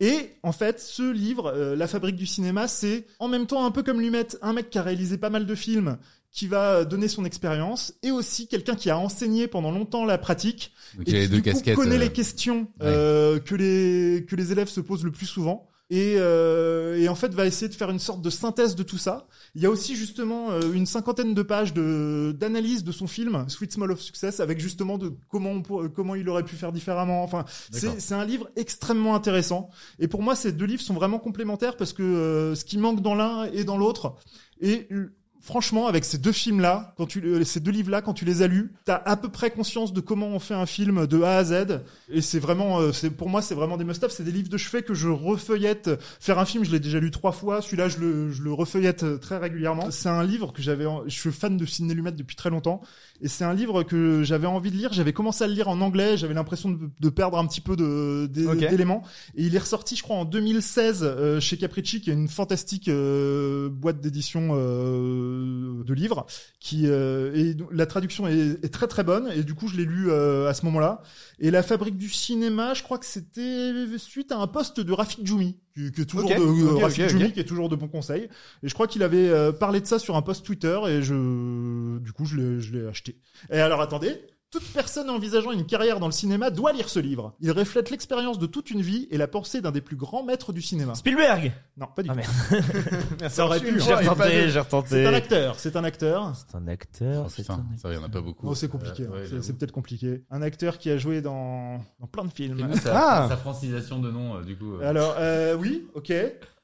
S4: Et en fait, ce livre, euh, La fabrique du cinéma, c'est en même temps un peu comme Lumet, un mec qui a réalisé pas mal de films, qui va euh, donner son expérience, et aussi quelqu'un qui a enseigné pendant longtemps la pratique,
S5: Donc
S4: et
S5: il y a les
S4: qui,
S5: deux
S4: du coup,
S5: casquettes.
S4: connaît
S5: euh,
S4: les questions euh, que les que les élèves se posent le plus souvent et, euh, et en fait va essayer de faire une sorte de synthèse de tout ça. Il y a aussi justement euh, une cinquantaine de pages de d'analyse de son film Sweet Small of Success avec justement de comment on pour- euh, comment il aurait pu faire différemment. Enfin,
S5: D'accord.
S4: c'est c'est un livre extrêmement intéressant et pour moi ces deux livres sont vraiment complémentaires parce que euh, ce qui manque dans l'un et dans l'autre et euh, Franchement, avec ces deux films-là, quand tu, euh, ces deux livres-là, quand tu les as lus, t'as à peu près conscience de comment on fait un film de A à Z. Et c'est vraiment, euh, c'est pour moi, c'est vraiment des must-have. C'est des livres de chevet que je refeuillette. Faire un film, je l'ai déjà lu trois fois. Celui-là, je le, je le refeuillette euh, très régulièrement. C'est un livre que j'avais. en- Je suis fan de Sidney Lumet depuis très longtemps. Et c'est un livre que j'avais envie de lire. J'avais commencé à le lire en anglais. J'avais l'impression de, de perdre un petit peu de- des-
S3: Ok.
S4: d'éléments. Et il est ressorti, je crois, en 2016 euh, chez Capricci, qui est une fantastique euh, boîte d'édition euh, de livres. Qui euh, et donc, la traduction est, est très très bonne. Et du coup, je l'ai lu euh, à ce moment-là. Et la fabrique du cinéma, je crois que c'était suite à un poste de Rafik Djoumi, qui, qui est toujours
S3: Ok,
S4: de euh,
S3: ok,
S4: Rafik
S3: ok,
S4: Djoumi,
S3: ok.
S4: qui est toujours de bons conseils. Et je crois qu'il avait euh, parlé de ça sur un post Twitter et je, du coup, je l'ai, je l'ai acheté. Et alors, attendez. Toute personne envisageant une carrière dans le cinéma doit lire ce livre. Il reflète l'expérience de toute une vie et la pensée d'un des plus grands maîtres du cinéma.
S2: Spielberg
S4: Non, pas du
S2: Ah,
S4: tout.
S2: merde.
S4: Ça aurait pu.
S2: J'ai
S4: hein.
S2: retenté, j'ai
S4: C'est un
S2: retenté.
S4: acteur. C'est un acteur.
S2: C'est un acteur.
S5: oh,
S2: c'est
S5: putain,
S2: un-
S5: ça, il y en a pas beaucoup.
S4: Non, c'est compliqué.
S5: Euh, ouais,
S4: hein. C'est-
S5: j'avoue.
S4: c'est peut-être compliqué. Un acteur qui a joué dans, dans plein de films.
S3: Ah.
S5: Sa francisation de nom, euh, du coup. euh,
S4: Alors, euh, oui, ok.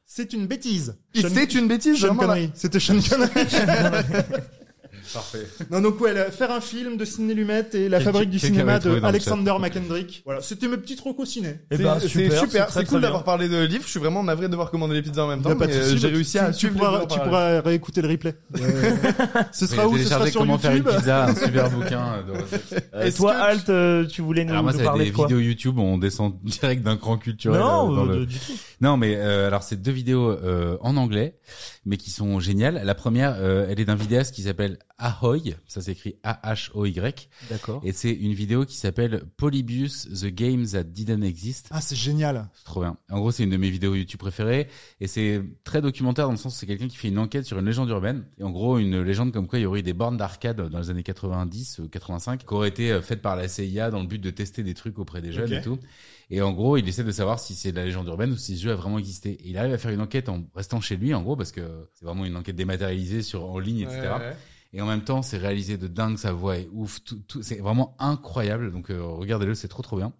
S4: C'est une bêtise.
S3: Et
S4: Sean-
S3: C'est une bêtise,
S4: Sean
S3: vraiment, là.
S4: Connery. C'était Sean Connery.
S5: Parfait.
S4: non, donc, ouais, le- faire un film de Sidney Lumet et la
S5: Quel-
S4: fabrique du
S5: quelqu'un va
S4: cinéma
S5: le trouver
S4: de
S5: dans le
S4: Alexander
S5: chat.
S4: McKendrick. Voilà, c'était mes petits trucs au ciné.
S2: Eh
S3: C'est
S2: ben,
S3: c'est super,
S2: c'est très,
S3: c'est
S2: très
S3: cool
S2: bien.
S3: d'avoir parlé de livres. Je suis vraiment navré de devoir commander les pizzas en même
S4: Y
S3: temps.
S4: a pas de
S3: mais, euh,
S4: souci,
S3: J'ai
S4: bah,
S3: réussi
S4: tu-
S3: à
S4: tu
S3: suivre. les deux
S4: pourras,
S3: en
S4: tu
S3: parallèle.
S4: pourras réécouter le replay. Euh, ce sera où Ce sera
S5: Télécharger
S4: sur
S5: comment faire une
S4: YouTube.
S5: pizza, un super bouquin euh, de recettes.
S2: Euh,
S3: Est-ce
S2: toi,
S3: que tu-
S2: Alt, euh, tu voulais nous,
S5: Alors moi,
S2: nous
S5: ça va être
S2: parler
S5: des
S2: de quoi
S5: vidéos YouTube, on descend direct d'un cran culturel. euh,
S2: Non,
S5: dans
S2: euh,
S5: le-
S2: de- du tout.
S5: Non, mais euh, alors c'est deux vidéos euh, en anglais, mais qui sont géniales. La première, euh, elle est d'un vidéaste qui s'appelle Ahoy, ça s'écrit A-H-O-Y,
S3: D'accord.
S5: et c'est une vidéo qui s'appelle Polybius, The Games That Didn't Exist.
S4: Ah, c'est génial.
S5: Trop bien. En gros, c'est une de mes vidéos YouTube préférées et c'est très documentaire dans le sens où c'est quelqu'un qui fait une enquête sur une légende urbaine. Et en gros, une légende comme quoi il y aurait eu des bornes d'arcade dans les années 90 ou 85 qui auraient été euh, faites par la CIA dans le but de tester des trucs auprès des
S4: Ok.
S5: jeunes et tout. Et en gros, il essaie de savoir si c'est de la légende urbaine ou si ce jeu a vraiment existé. Et il arrive à faire une enquête en restant chez lui, en gros, parce que c'est vraiment une enquête dématérialisée sur, en ligne, etc. Et en même temps, c'est réalisé de dingue, sa voix est ouf, tout, tout, c'est vraiment incroyable. Donc, euh, regardez-le, c'est trop trop bien.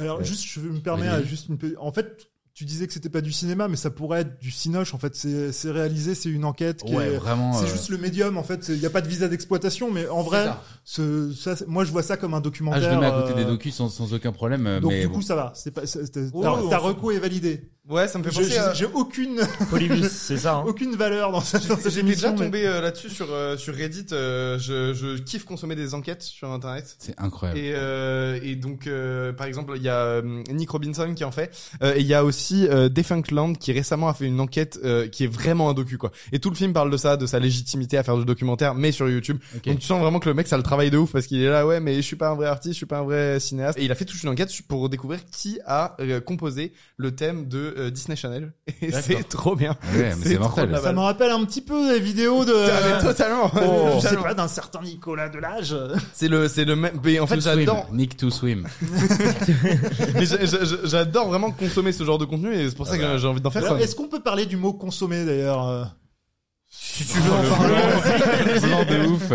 S4: Alors
S5: Ouais.
S4: juste, je me permets
S5: Vas-y.
S4: à juste une pe- En fait, tu disais que c'était pas du cinéma, mais ça pourrait être du cinoche. En fait, c'est c'est réalisé, c'est une enquête. Qui
S5: Ouais,
S4: est...
S5: vraiment.
S4: C'est
S5: euh,
S4: juste le médium. En fait, il n'y a pas de visa d'exploitation, mais en vrai,
S5: c'est ça.
S4: ce- ça, c'est- moi je vois ça comme un
S5: Ah,
S4: documentaire.
S5: je le mets à côté des
S4: euh,
S5: docus sans, sans aucun problème. euh,
S4: Donc
S5: mais
S4: du
S5: bon.
S4: coup, ça va. C'est pas. c'est- c'est-
S3: Oh,
S4: ta-
S3: on
S4: ta
S3: fait-
S4: reco est validée.
S3: Ouais, ça me fait
S4: Je-
S3: penser
S4: je-
S3: à...
S4: J'ai aucune
S2: Polybius, c'est ça. hein.
S4: aucune valeur dans cette, dans cette
S3: J'étais déjà
S4: émission. mais-
S3: tombé euh, là-dessus sur, euh, sur Reddit. euh, je, je kiffe consommer des enquêtes sur Internet.
S5: c'est incroyable.
S3: Et, euh, et donc, euh, par exemple, il y a euh, Nick Robinson qui en fait. Euh, et il y a aussi euh, Defunct Land qui récemment a fait une enquête euh, qui est vraiment un docu, quoi. Et tout le film parle de ça, de sa légitimité à faire du documentaire, mais sur YouTube.
S5: Ok.
S3: Donc tu sens vraiment que le mec, ça le travaille de ouf parce qu'il est là, ouais, mais je suis pas un vrai artiste, je suis pas un vrai cinéaste. Et il a fait toute une enquête pour découvrir qui a euh, composé le thème de euh, Disney Channel. Et
S5: D'accord.
S3: c'est trop bien.
S5: Ouais, mais
S3: c'est
S5: c'est
S3: trop de la
S5: mortel.
S3: balle.
S4: Ça me rappelle un petit peu les vidéos de.
S3: Ah, mais totalement.
S4: Je sais
S3: Totalement.
S4: pas, d'un certain Nicolas Delage.
S3: C'est le, c'est le même. Mais en fait,
S5: To swim.
S3: j'adore.
S5: Nick to swim.
S3: Mais j'a- j'a- j'a- j'adore vraiment consommer ce genre de contenu et c'est pour ça que j'ai envie d'en faire.
S4: Alors,
S3: ça.
S4: Est-ce qu'on peut parler du mot consommer d'ailleurs euh
S3: Si tu veux,
S5: Le blanc- blanc de ouf.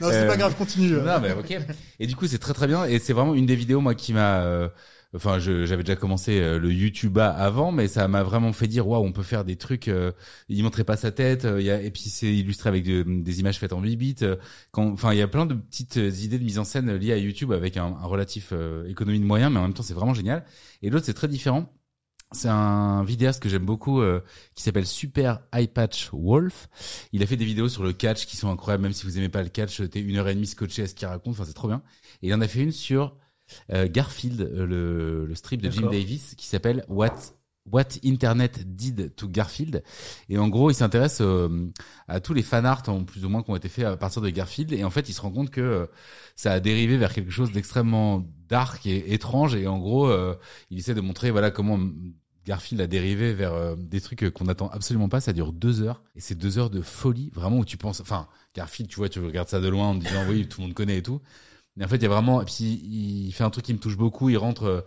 S4: Non, c'est
S5: Euh,
S4: pas grave, continue.
S5: Non, mais ok. Et du coup, c'est très très bien. Et c'est vraiment une des vidéos, moi, qui m'a. euh, Enfin, je- j'avais déjà commencé euh, le YouTube avant, mais ça m'a vraiment fait dire waouh, on peut faire des trucs. euh, il montrait pas sa tête. euh, il y a, et puis c'est illustré avec de- des images faites en 8 bits. euh, quand- Enfin, il y a plein de petites euh, idées de mise en scène liées à YouTube avec un, un relatif euh, économie de moyens, mais en même temps, c'est vraiment génial. Et l'autre, c'est très différent. C'est un vidéaste que j'aime beaucoup euh, qui s'appelle Super Eye Patch Wolf. Il a fait des vidéos sur le catch qui sont incroyables, même si vous aimez pas le catch, t'es une heure et demie scotché à ce qu'il raconte, enfin c'est trop bien. Et il en a fait une sur euh, Garfield, euh, le, le strip de Jim
S2: D'accord.
S5: Davis, qui s'appelle What What Internet Did to Garfield. Et en gros, il s'intéresse euh, à tous les fanarts, en plus ou moins, qui ont été faits à partir de Garfield. Et en fait, il se rend compte que euh, ça a dérivé vers quelque chose d'extrêmement dark et étrange. Et en gros, euh, il essaie de montrer voilà comment Garfield a dérivé vers euh, des trucs euh, qu'on n'attend absolument pas. Ça dure deux heures et c'est deux heures de folie, vraiment où tu penses. Enfin, Garfield, tu vois, tu regardes ça de loin en te disant oui, tout le monde connaît et tout. Mais en fait, il y a vraiment. Et puis il fait un truc qui me touche beaucoup. Il rentre euh,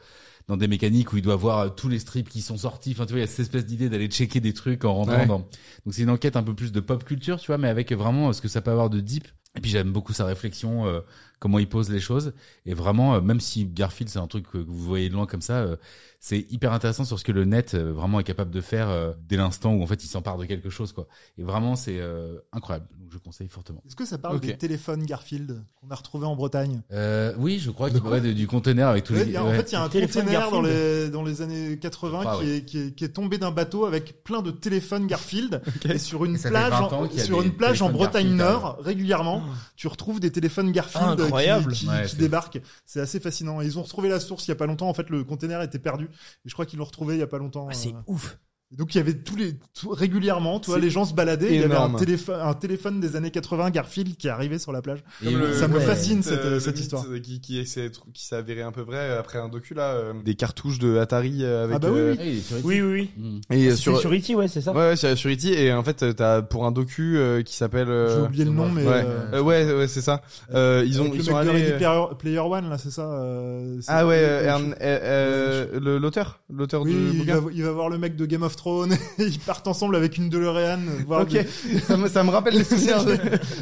S5: dans des mécaniques où il doit voir euh, tous les strips qui sont sortis. Enfin, tu vois, il y a cette espèce d'idée d'aller checker des trucs en rentrant
S3: Ouais.
S5: dans. Donc c'est une enquête un peu plus de pop culture, tu vois, mais avec vraiment euh, ce que ça peut avoir de deep. Et puis j'aime beaucoup sa réflexion, euh, comment il pose les choses. Et vraiment, euh, même si Garfield, c'est un truc que vous voyez de loin comme ça, euh, c'est hyper intéressant sur ce que le net euh, vraiment est capable de faire euh, dès l'instant où en fait il s'empare de quelque chose, quoi. Et vraiment, c'est euh, incroyable. Donc je conseille fortement.
S4: Est-ce que ça parle
S3: Ok.
S4: des téléphones Garfield qu'on a retrouvés en Bretagne
S5: Euh, oui, je crois qu'il parlait de- du conteneur avec tous
S4: Ouais,
S5: les.
S4: il y a- En
S5: ouais.
S4: fait, il y a un
S2: Téléphone
S4: conteneur dans
S2: Garfield.
S4: les, dans les années 80
S5: Ah,
S4: qui, est, qui, est, qui est tombé d'un bateau avec plein de téléphones Garfield. Et sur une
S5: Et ça fait
S4: plage,
S5: 20 ans
S4: en-
S5: qu'il y a
S4: sur
S5: des
S4: une plage en
S5: téléphones
S4: Bretagne
S5: Garfield,
S4: Nord, régulièrement, tu retrouves des téléphones Garfield qui-
S2: Ah. Incroyable.
S4: qui,
S5: Ouais,
S4: qui
S5: c'est-
S4: débarquent. C'est assez fascinant. Et ils ont retrouvé la source il y a pas longtemps. En fait, le conteneur était perdu. Et je crois qu'ils l'ont retrouvé il y a pas longtemps.
S2: Ah, c'est
S4: euh,
S2: ouf.
S4: Donc il y avait tous les tout- régulièrement, tu vois,
S3: C'est
S4: les gens se baladaient. Il y avait un
S3: énorme.
S4: téléphone, un téléphone des années 80 Garfield qui arrivait sur la plage.
S5: Et
S3: Comme le-
S4: ça me
S3: ouais.
S4: fascine
S3: mythe,
S4: cette,
S3: euh, le
S4: cette
S3: mythe,
S4: histoire.
S3: euh, qui qui s'est qui s'est avéré un peu vrai euh, après un docu là euh, des cartouches de Atari euh, avec
S4: Ah bah oui,
S3: euh,
S4: oui.
S5: Ouais, il est sur-
S2: Oui, oui,
S5: Mm.
S3: et euh,
S2: oui. Sur...
S3: sur
S2: sur E.T., ouais, c'est ça.
S3: ouais, ouais sur, sur E.T. et en fait euh, t'as pour un docu euh, qui s'appelle euh,
S4: J'ai oublié le nom, mais
S3: ouais.
S4: euh,
S3: euh, ouais ouais c'est ça euh, ils ont
S4: avec
S3: ils
S4: le
S3: sont
S4: mec de
S3: allés
S4: Ready Player, Player One là, c'est ça. euh, c'est-
S3: ah ouais
S4: le-
S3: euh,
S4: le-
S3: Ern- euh, euh, le- l'auteur l'auteur
S4: Oui,
S3: du
S4: il va,
S3: bouquin
S4: il va voir le mec de Game of Thrones. et ils partent ensemble avec une DeLorean. Voir
S3: ok ça me ça me rappelle les souvenirs de-
S4: le-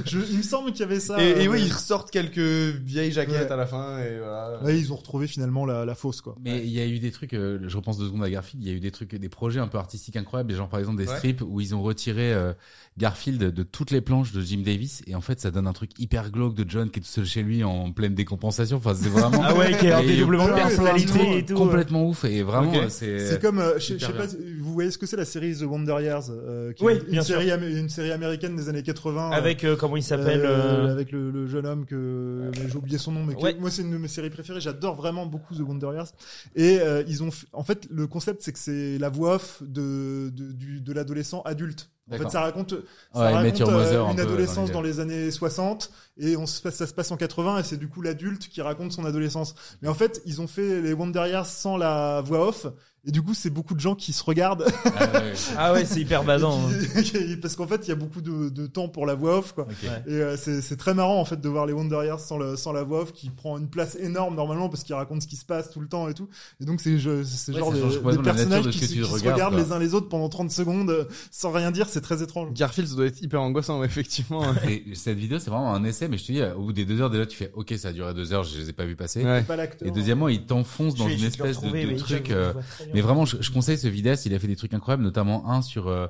S4: je- il me semble qu'il y avait ça.
S3: et,
S4: euh,
S3: et oui
S4: mais-
S3: ils ressortent quelques vieilles jaquettes
S4: Ouais.
S3: à la fin et voilà
S4: Ouais, ils ont retrouvé finalement la, la fausse quoi.
S5: Mais il y a eu des trucs, euh, je repense deux secondes à Garfield, il y a eu des trucs, des projets un peu artistiques incroyables, genre par exemple des
S3: Ouais.
S5: strips où ils ont retiré euh, Garfield de toutes les planches de Jim Davis et en fait ça donne un truc hyper glauque de John qui est tout seul chez lui en pleine décompensation. Enfin c'est vraiment
S2: Ah ouais, qui a un
S5: Et-
S2: dédoublement de
S4: Ouais, ouais,
S2: personnalité et tout.
S5: complètement ouf et vraiment
S3: Ok.
S5: euh, c'est
S4: C'est comme, euh, je je
S5: hyper
S4: sais pas,
S5: bien.
S4: si vous vous voyez ce que c'est la série The Wonder Years, euh, qui
S2: Oui,
S4: est une,
S2: bien sûr.
S4: série, am- une série américaine des années 80. euh,
S2: Avec euh, comment il
S4: euh,
S2: s'appelle euh,
S4: avec le, le jeune homme que bah, j'ai oublié son nom, mais que-
S2: Ouais.
S4: moi c'est une de mes séries préférées. J'adore vraiment beaucoup The Wonder Years. Et euh, ils ont, f- en fait, le concept c'est que c'est la voix off de de, du- de l'adolescent adulte. En
S5: D'accord.
S4: fait, ça raconte ça
S5: Ouais,
S4: raconte,
S5: Met Your
S4: euh,
S5: Mother, un
S4: une
S5: peu,
S4: adolescence
S5: dans
S4: dans les années 60 et on se passe, ça se passe en 80 et c'est du coup l'adulte qui raconte son adolescence. Mais en fait, ils ont fait les Wonder Years sans la voix off et du coup, c'est beaucoup de gens qui se regardent
S5: Ah, ouais, ouais.
S2: Ah ouais, c'est hyper
S4: et
S2: badant. hein.
S4: qui- qui- parce qu'en fait, il y a beaucoup de, de temps pour la voix off quoi.
S5: Ok.
S2: Ouais.
S4: Et euh, c'est c'est très marrant en fait de voir les Wonder Years sans, le- sans la voix off qui prend une place énorme normalement parce qu'ils racontent ce qui se passe tout le temps et tout. Et donc c'est je- c'est
S5: Ouais,
S4: genre
S5: ça
S4: des,
S5: change complètement
S4: des
S5: la nature
S4: personnages
S5: de ce
S4: qui,
S5: que
S4: se-
S5: tu
S4: qui se
S5: regardes,
S4: regardent
S5: quoi.
S4: les uns les autres pendant 30 secondes euh, sans rien dire, c'est très étrange.
S3: Garfield, ça doit être hyper angoissant, effectivement.
S5: Et cette vidéo, c'est vraiment un essai, mais je te dis, euh, au bout des deux heures, déjà, tu fais, ok, ça a duré deux heures, je les ai pas vus passer.
S3: Ouais.
S4: Pas l'acteur.
S5: Et deuxièmement, il t'enfonce dans
S2: Je vais-
S5: une
S2: je vais le
S5: espèce de,
S2: retrouver,
S5: de
S2: mais
S5: truc.
S2: je-
S5: euh,
S2: je vois très bien.
S5: Mais vraiment, je, je conseille ce Vidas, il a fait des trucs incroyables, notamment un sur euh,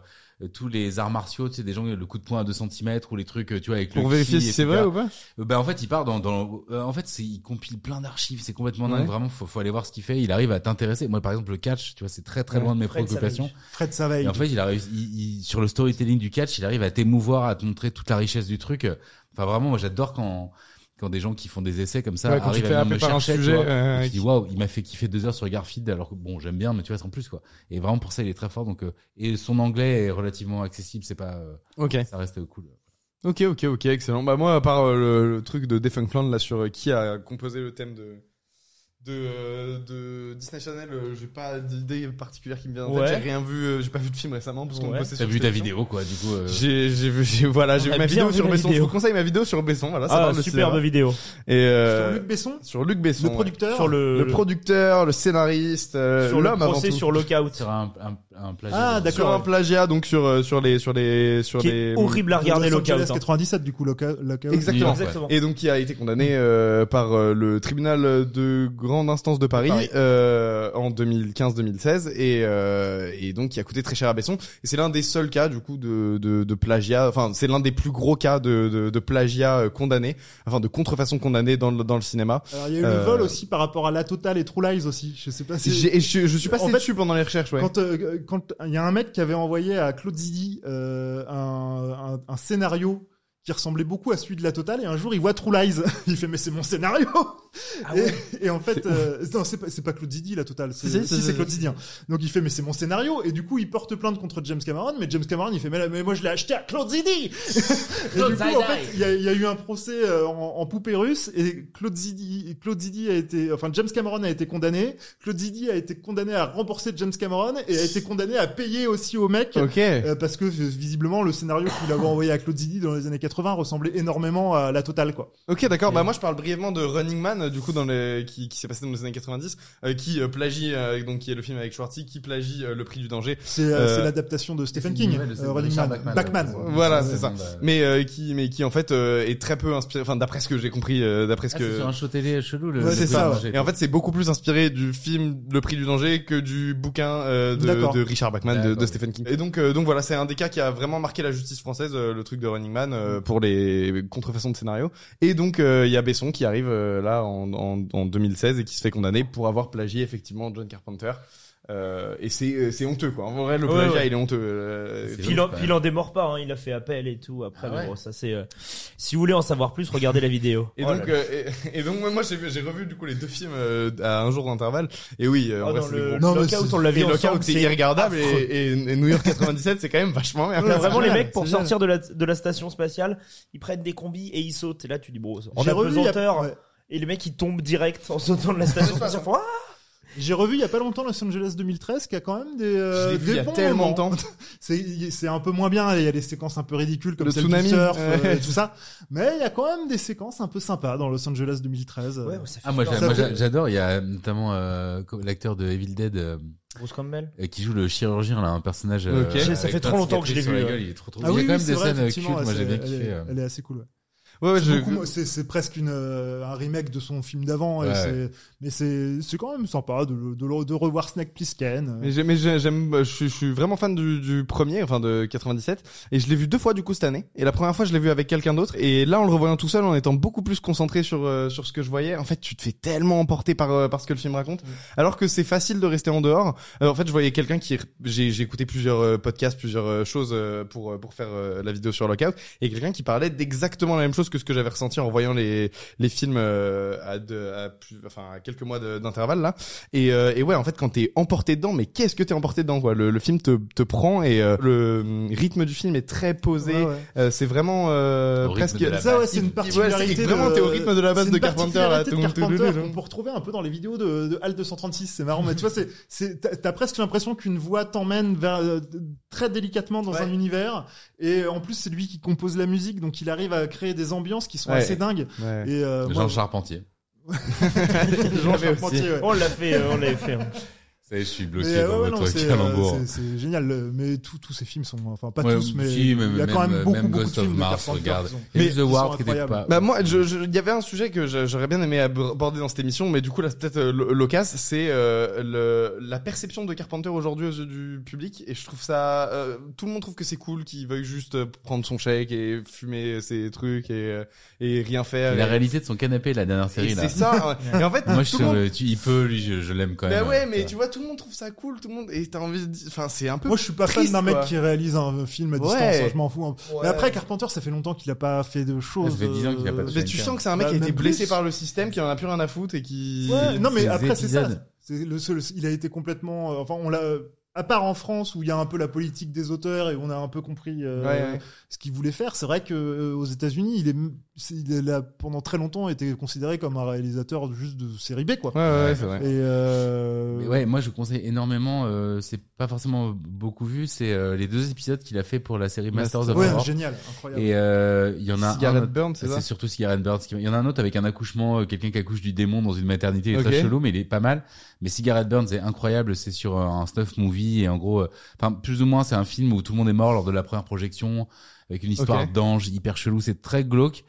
S5: tous les arts martiaux, tu sais, des gens qui ont le coup de poing à 2 cm ou les trucs, euh, tu vois, avec
S3: Pour
S5: le
S3: vérifier
S5: ki,
S3: si c'est
S5: etc.
S3: vrai ou pas.
S5: Euh, Bah en fait, il part dans, dans euh, en fait, c'est il compile plein d'archives, c'est complètement dingue,
S3: Ouais.
S5: vraiment faut, faut aller voir ce qu'il fait, il arrive à t'intéresser. Moi par exemple, le catch, tu vois, c'est très très
S2: Ouais,
S5: loin de mes
S2: Fred
S5: préoccupations.
S2: Savage.
S4: Fred Savage.
S5: Et en fait, il a réussi il- il- sur le storytelling du catch, il arrive à t'émouvoir, à te montrer toute la richesse du truc. Enfin vraiment, moi j'adore quand quand des gens qui font des essais comme ça
S3: Ouais, quand tu
S5: arrivent
S3: te
S5: à
S3: fais happer
S5: venir me
S3: par un
S5: chercher, tu
S3: sujet,
S5: vois.
S3: euh,
S5: Et tu dis waouh, il m'a fait kiffer deux heures sur Garfield alors que bon, j'aime bien, mais tu vois, c'est en plus quoi. Et vraiment pour ça, il est très fort. Donc euh, et son anglais est relativement accessible, c'est pas euh,
S3: Ok.
S5: ça reste euh, cool.
S3: Ok, ok, ok, excellent. Bah moi, à part euh, le, le truc de Defunctland là sur euh, qui a composé le thème de de, euh, de Disney Channel, euh, j'ai pas d'idée particulière qui me vient. en tête.
S2: Ouais.
S3: J'ai rien vu, euh, j'ai pas vu de film récemment parce qu'on
S2: Ouais.
S3: bossait
S5: T'as
S3: sur
S5: vu
S3: cette
S5: ta
S3: émission.
S5: vidéo quoi, du coup. euh,
S3: J'ai j'ai vu j'ai- voilà j'ai
S2: On
S3: vu
S2: a
S3: ma
S2: bien
S3: vidéo
S2: vu
S3: sur
S2: la
S3: Besson. Je
S2: vidéo.
S3: vous conseille ma vidéo sur Besson. Voilà, ça
S2: Ah,
S3: parle de
S2: superbe
S3: cinéma.
S2: vidéo.
S3: Et euh,
S4: Sur Luc Besson,
S3: sur Luc Besson,
S4: le
S3: ouais.
S4: producteur.
S2: Sur le,
S3: le producteur, le scénariste, euh,
S2: sur le
S3: l'homme avant
S2: procès
S3: tout.
S2: sur Lockout.
S5: sur un, un, un plagiat.
S4: Ah,
S5: de-
S3: Sur un
S4: d'accord. ouais.
S3: plagiat donc sur euh, sur les sur les sur
S2: Qui
S3: les
S2: est horrible à regarder
S4: Los Angeles
S2: Lockout. hein.
S4: 97 du coup Lockout. Lockout.
S3: Exact- Exactement.
S2: Exactement.
S3: Et donc qui a été condamné
S4: Mm.
S3: euh, par euh, le tribunal de grande instance de Paris,
S5: Paris.
S3: euh, en 2015-2016 et, euh, et donc qui a coûté très cher à Besson. Et c'est l'un des seuls cas du coup de, de, de plagiat, enfin c'est l'un des plus gros cas de, de, de plagiat euh, condamné, enfin de contrefaçon condamnée dans le, dans le cinéma.
S4: Alors il y a eu
S3: Euh,
S4: le vol aussi par rapport à La Total et True Lies aussi. Je sais pas si.
S3: J'ai- et Je, je suis passé
S4: En fait,
S3: dessus pendant les recherches, ouais.
S4: Quand euh, quand il y a un mec qui avait envoyé à Claude Zidi euh, un, un, un scénario qui ressemblait beaucoup à celui de La Total et un jour il voit True Lies. il fait mais c'est mon scénario.
S2: Ah
S4: et,
S2: ouais.
S4: et en fait euh, non c'est pas c'est pas Claude Zidi La Total. C'est
S3: Si,
S4: si,
S3: si, si,
S4: c'est
S3: si.
S4: Claude Zidi. hein. Donc il fait mais c'est mon scénario et du coup il porte plainte contre James Cameron mais James Cameron il fait mais, là, mais moi je l'ai acheté à Claude Zidi. Et du coup, en fait, il y, a- il y a eu un procès euh, en, en poupée russe et Claude Zidi, Claude Zidi a été, enfin James Cameron a été condamné. Claude Zidi a été condamné à rembourser James Cameron et a été condamné à payer aussi au mec.
S3: Ok.
S4: euh, parce que euh, visiblement le scénario qu'il avait envoyé à Claude Zidi dans les années 80 ressemblait énormément à la totale quoi.
S3: Ok, d'accord. Bah moi, je parle brièvement de Running Man, euh, du coup, dans les qui, qui s'est passé dans les années 90, euh, qui euh, plagie, euh, donc qui est le film avec Schwartzy, qui plagie euh, Le Prix du danger,
S4: C'est euh,
S3: Euh,
S4: c'est l'adaptation de Stephen
S5: une
S4: King,
S5: nouvelle de
S4: euh, Running
S5: Richard
S4: Man,
S5: Bachman.
S4: Bachman.
S3: Voilà, c'est ça.
S5: bah,
S3: mais euh, qui mais qui en fait euh, est très peu inspiré enfin d'après ce que j'ai compris euh, d'après ce
S5: Ah, c'est
S3: que
S5: sur un show télé chelou le
S4: Ouais,
S5: le
S3: c'est ça
S5: Prix du
S3: et en fait c'est beaucoup plus inspiré du film Le Prix du danger que du bouquin euh, de,
S4: D'accord.
S3: de Richard Bachman de,
S5: D'accord,
S3: de Stephen King et donc euh, donc voilà c'est un des cas qui a vraiment marqué la justice française euh, le truc de Running Man euh, pour les contrefaçons de scénario et donc euh, il y a Besson qui arrive euh, là en, en, en 2016 et qui se fait condamner pour avoir plagié effectivement John Carpenter euh, et c'est euh, c'est honteux quoi en vrai le
S2: Ouais,
S3: plagiat
S2: ouais.
S3: il est honteux euh,
S5: C'est
S2: Puis il, en, puis il en démord pas, hein, il a fait appel et tout. Après,
S5: Ah
S2: mais
S5: ouais.
S2: bon, ça c'est. euh, si vous voulez en savoir plus, regardez la vidéo.
S3: Et
S2: Oh là
S3: donc,
S2: là.
S3: euh, et, et donc, moi, moi, j'ai vu- j'ai revu du coup les deux films euh, à un jour d'intervalle. Et oui, euh, en
S2: Ah,
S3: vrai,
S2: dans
S3: c'est des
S2: le
S3: gros-
S4: Non, mais
S2: Lockout,
S4: c'est-
S2: on l'a
S3: Et
S2: vu
S3: Lockout,
S2: ensemble.
S3: c'est
S2: c'est-
S3: irregardable. Et, et- et New York 97, c'est quand même vachement merde.
S2: Ouais, vraiment, les
S4: génial,
S2: mecs, pour
S3: c'est
S2: sortir de la, de la station spatiale, ils prennent des combis et ils sautent. Et là, tu dis, bro, en
S4: J'ai revu, il y a-
S2: apesanteur,
S4: ouais.
S2: et les mecs, ils tombent direct en sautant de la station spatiale. Ils font, Ah
S4: J'ai revu il y a pas longtemps Los Angeles 2013 qui a quand même des, euh,
S3: Je l'ai vu
S4: des
S3: il y a
S4: bons
S3: tellement de
S4: moments.
S3: temps.
S4: C'est y- c'est un peu moins bien. Il y a des séquences un peu ridicules comme
S3: Le
S4: celle
S3: tsunami.
S4: du surf euh,
S3: Ouais.
S4: et tout ça. Mais il y a quand même des séquences un peu sympas dans Los Angeles 2013.
S2: Ouais, ouais, ça fait
S5: Ah moi
S2: peur.
S5: j'a-
S4: Ça
S5: moi,
S4: fait-
S5: j'a- j'adore, il y a notamment euh, co- l'acteur de Evil Dead euh,
S2: Bruce Campbell.
S5: euh, qui joue le chirurgien là, un personnage. euh,
S3: Ok.
S5: avec
S2: Ça fait
S5: plein
S2: trop
S5: de
S2: longtemps que je l'ai
S5: cicatrices sur
S2: vu,
S5: la
S2: ouais.
S5: gueule, il est trop trop.
S4: Ah
S5: il y a
S4: oui,
S5: quand
S4: oui,
S5: même
S4: c'est
S5: des
S4: vrai,
S5: scènes euh,
S4: effectivement,
S5: cultes, moi
S4: ouais,
S5: j'ai bien
S4: c'est- elle,
S5: kiffé.
S4: est-
S5: euh.
S4: elle est assez cool. ouais.
S3: Ouais, ouais,
S4: C'est
S3: je-
S2: hein.
S4: beaucoup moins- C'est c'est presque une, euh, un remake de son film d'avant. et
S5: Ouais,
S4: c'est- Mais c'est c'est quand même sympa de, le- de, le- de revoir Snake Plissken. euh.
S3: Mais j'ai- mais j'ai- j'aime, bah, je suis- je suis vraiment fan du, du premier, enfin de 97, et je l'ai vu deux fois du coup cette année. Et la première fois, je l'ai vu avec quelqu'un d'autre, et là, en le revoyant tout seul, en étant beaucoup plus concentré sur euh, sur ce que je voyais, en fait, tu te fais tellement emporter par euh, par ce que le film raconte,
S2: Mm.
S3: alors que c'est facile de rester en dehors. Euh, en fait, je voyais quelqu'un qui, j'ai j'ai écouté plusieurs euh, podcasts, plusieurs euh, choses euh, pour euh, pour faire euh, la vidéo sur Lockout, et quelqu'un qui parlait d'exactement la même chose que ce que j'avais ressenti en voyant les les films euh, à, deux, à plus, enfin à quelques mois de- d'intervalle là. Et, euh, et ouais, en fait, quand t'es emporté dedans, mais qu'est-ce que t'es emporté dedans quoi le, le film te, te prend et euh, le hum, rythme du film est très posé.
S4: Ouais, ouais.
S3: Euh, c'est vraiment euh,
S5: Au rythme
S3: presque.
S5: de la
S4: Ça, ouais,
S5: base.
S4: c'est une
S3: Ouais, c'est
S4: particularité.
S3: vraiment,
S4: de-
S3: t'es au rythme de la base
S4: c'est une
S3: de Carpenter, là,
S4: particularité
S3: tout- tout-
S4: de
S3: tout- tout-
S4: Carpenter
S3: tout-
S4: qu'on peut retrouver un peu dans les vidéos de, de Hal 236. C'est marrant, mais tu vois, c'est, c'est, t'as, t'as presque l'impression qu'une voix t'emmène vers, euh, très délicatement dans
S3: Ouais.
S4: un univers. Et euh, en plus, c'est lui qui compose la musique, donc il arrive à créer des ambiances qui sont
S3: Ouais.
S4: assez dingues.
S3: Ouais.
S4: Et, euh,
S5: Jean
S4: moi-
S5: Charpentier.
S4: Jean
S3: J'avais aussi.
S4: Charpentier, ouais.
S2: On l'a fait, euh, on l'avait fait. hein.
S5: Ça y est, je suis
S4: Mais,
S5: bloqué
S4: euh,
S5: dans
S4: ouais,
S5: votre
S4: non, c'est,
S5: calembour.
S4: euh, c'est- c'est génial, euh, mais tous tous ces films sont, enfin pas
S5: Ouais,
S4: tous, mais
S5: si, mais
S4: il y a quand
S5: même, euh,
S4: même beaucoup,
S5: même
S4: beaucoup
S5: Ghost
S4: de
S5: of
S4: films de
S5: Mars,
S4: Carpenter
S5: regarde.
S4: qui sont-
S5: Et
S4: mais
S5: The
S4: qui sont
S5: Ward qui n'était
S4: incroyables.
S5: pas.
S3: Bah moi, je- je- il y avait un sujet que je- j'aurais bien aimé aborder dans cette émission, mais du coup là c'est peut-être euh, lo- l'occasion, c'est euh, le- la perception de Carpenter aujourd'hui aux yeux du public, et je trouve ça, euh, tout le monde trouve que c'est cool qu'il veuille juste euh, prendre son chèque et fumer ses trucs et, euh, et rien faire.
S4: euh,
S5: La
S3: Et-
S5: réalité de son canapé, la dernière
S3: et
S5: série, là.
S3: c'est ça. ouais. et en fait,
S5: Moi, je
S3: tout
S5: suis
S3: le
S5: sur
S3: monde.
S5: le- tu- il peut, lui, je, je l'aime quand même.
S3: Bah ouais,
S5: hein,
S3: mais
S5: ça.
S3: tu vois, tout le monde trouve ça cool, tout le monde. Et t'as envie de dire. Enfin, c'est un peu.
S4: Moi, je suis pas
S3: triste,
S4: fan d'un mec
S3: quoi.
S4: qui réalise un film à distance,
S3: Ouais.
S4: hein, je m'en fous. un peu.
S3: Ouais.
S4: Mais après, Carpenter, ça fait longtemps qu'il a pas fait de choses.
S5: Ça fait 10 ans qu'il a pas
S4: euh,
S5: fait.
S3: Mais tu sens que c'est un mec
S4: Bah,
S3: qui a été
S4: même
S3: blessé
S4: plus.
S3: par le système, qui en a plus rien à foutre et qui.
S4: Ouais, non, mais
S5: ces
S4: après, c'est ça.
S5: épisodes.
S4: C'est le seul, il a été complètement, euh, enfin, on l'a, à part en France où il y a un peu la politique des auteurs et on a un peu compris euh,
S3: Ouais, ouais.
S4: ce qu'il voulait faire, c'est vrai que euh, aux États-Unis, il est, c'est- il est là, pendant très longtemps été considéré comme un réalisateur juste de série B, quoi.
S3: Ouais, ouais, ouais, c'est vrai.
S4: Et euh,
S5: Mais ouais, moi je conseille énormément. euh, c'est pas forcément beaucoup vu. C'est euh, les deux épisodes qu'il a fait pour la série Masters of
S4: ouais,
S5: Horror.
S4: génial, incroyable.
S5: Et euh, il y en a
S3: Cigarette
S5: un.
S3: Burn, c'est ça
S5: Bah, C'est surtout Cigarette Burns. qui- Il y en a un autre avec un accouchement, euh, quelqu'un qui accouche du démon dans une maternité. Il est
S3: Ok.
S5: très chelou, mais il est pas mal. Mais Cigarette Burns est incroyable. C'est sur euh, un snuff movie et en gros, euh, enfin plus ou moins, c'est un film où tout le monde est mort lors de la première projection avec une histoire
S3: Ok.
S5: d'ange hyper chelou. C'est très glauque,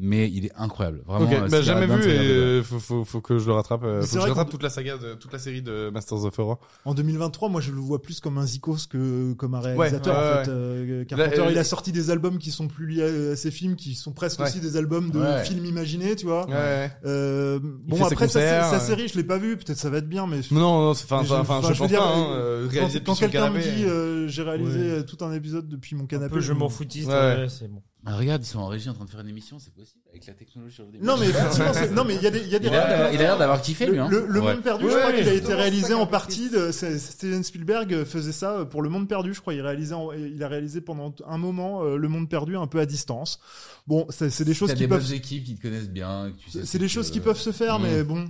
S5: mais il est incroyable. Vraiment.
S3: Ok,
S5: euh,
S3: bah
S5: Cigarette
S3: jamais
S5: Burns,
S3: vu
S5: c'est
S3: et
S5: un des-
S3: euh, faut, faut, faut que je le rattrape. euh,
S4: Mais
S3: Faut
S4: c'est
S3: que je
S4: vrai
S3: rattrape
S4: qu'on-
S3: toute la saga, de, toute la série de Masters of Horror.
S4: En 2023, moi, je le vois plus comme un zikos que comme un réalisateur.
S3: Ouais, ouais,
S4: en fait.
S3: ouais.
S4: Euh, Carpenter,
S3: Là, euh,
S4: il a sorti des albums qui sont plus liés à ses films, qui sont presque
S3: Ouais.
S4: aussi des albums de
S5: Ouais.
S4: films imaginés, tu vois.
S3: ouais.
S4: Euh,
S3: fait
S4: bon,
S3: ses
S4: après, sa-
S3: concerts,
S4: sa,
S3: euh.
S4: série, je l'ai pas vue. Peut-être ça va être bien, mais
S3: Non, non, c'est- enfin,
S4: Mais je-
S3: ça- enfin,
S4: enfin,
S3: je
S4: je
S3: pense
S4: veux dire,
S3: pas, hein,
S4: euh,
S3: euh,
S4: quand,
S3: réalisé
S4: quand
S3: depuis son
S4: quelqu'un me
S3: canapé. hein.
S4: dit euh, j'ai réalisé
S3: Ouais.
S4: euh, tout un épisode depuis mon
S2: Un
S4: canapé,
S2: peu, je m'en foutiste.
S3: Ouais,
S2: ouais, c'est bon.
S5: Ah, regarde, ils sont en régie en train de faire une émission. C'est possible avec la technologie. aujourd'hui.
S4: Non, mais effectivement, c'est- non, mais il y a des, il y a des
S5: Il a l'air d'avoir- il a l'air d'avoir kiffé,
S4: Le,
S5: lui. Hein.
S4: le- le
S5: Ouais.
S4: Monde Perdu, je
S3: Ouais,
S4: crois qu'il a été
S3: justement, c'est
S4: réalisé
S3: ça qui
S4: en
S3: est
S4: partie de c'est- Steven Spielberg euh, faisait ça pour Le Monde Perdu, je crois. Il réalisait, en- il a réalisé pendant un moment euh, Le Monde Perdu un peu à distance. Bon, c'est c'est des choses
S5: T'as
S4: qui
S5: des
S4: peuvent,
S5: bonnes équipes qui te connaissent bien. que tu sais
S4: c'est
S5: ce
S4: des
S5: que-
S4: choses qui peuvent se faire,
S5: Mmh.
S4: mais bon.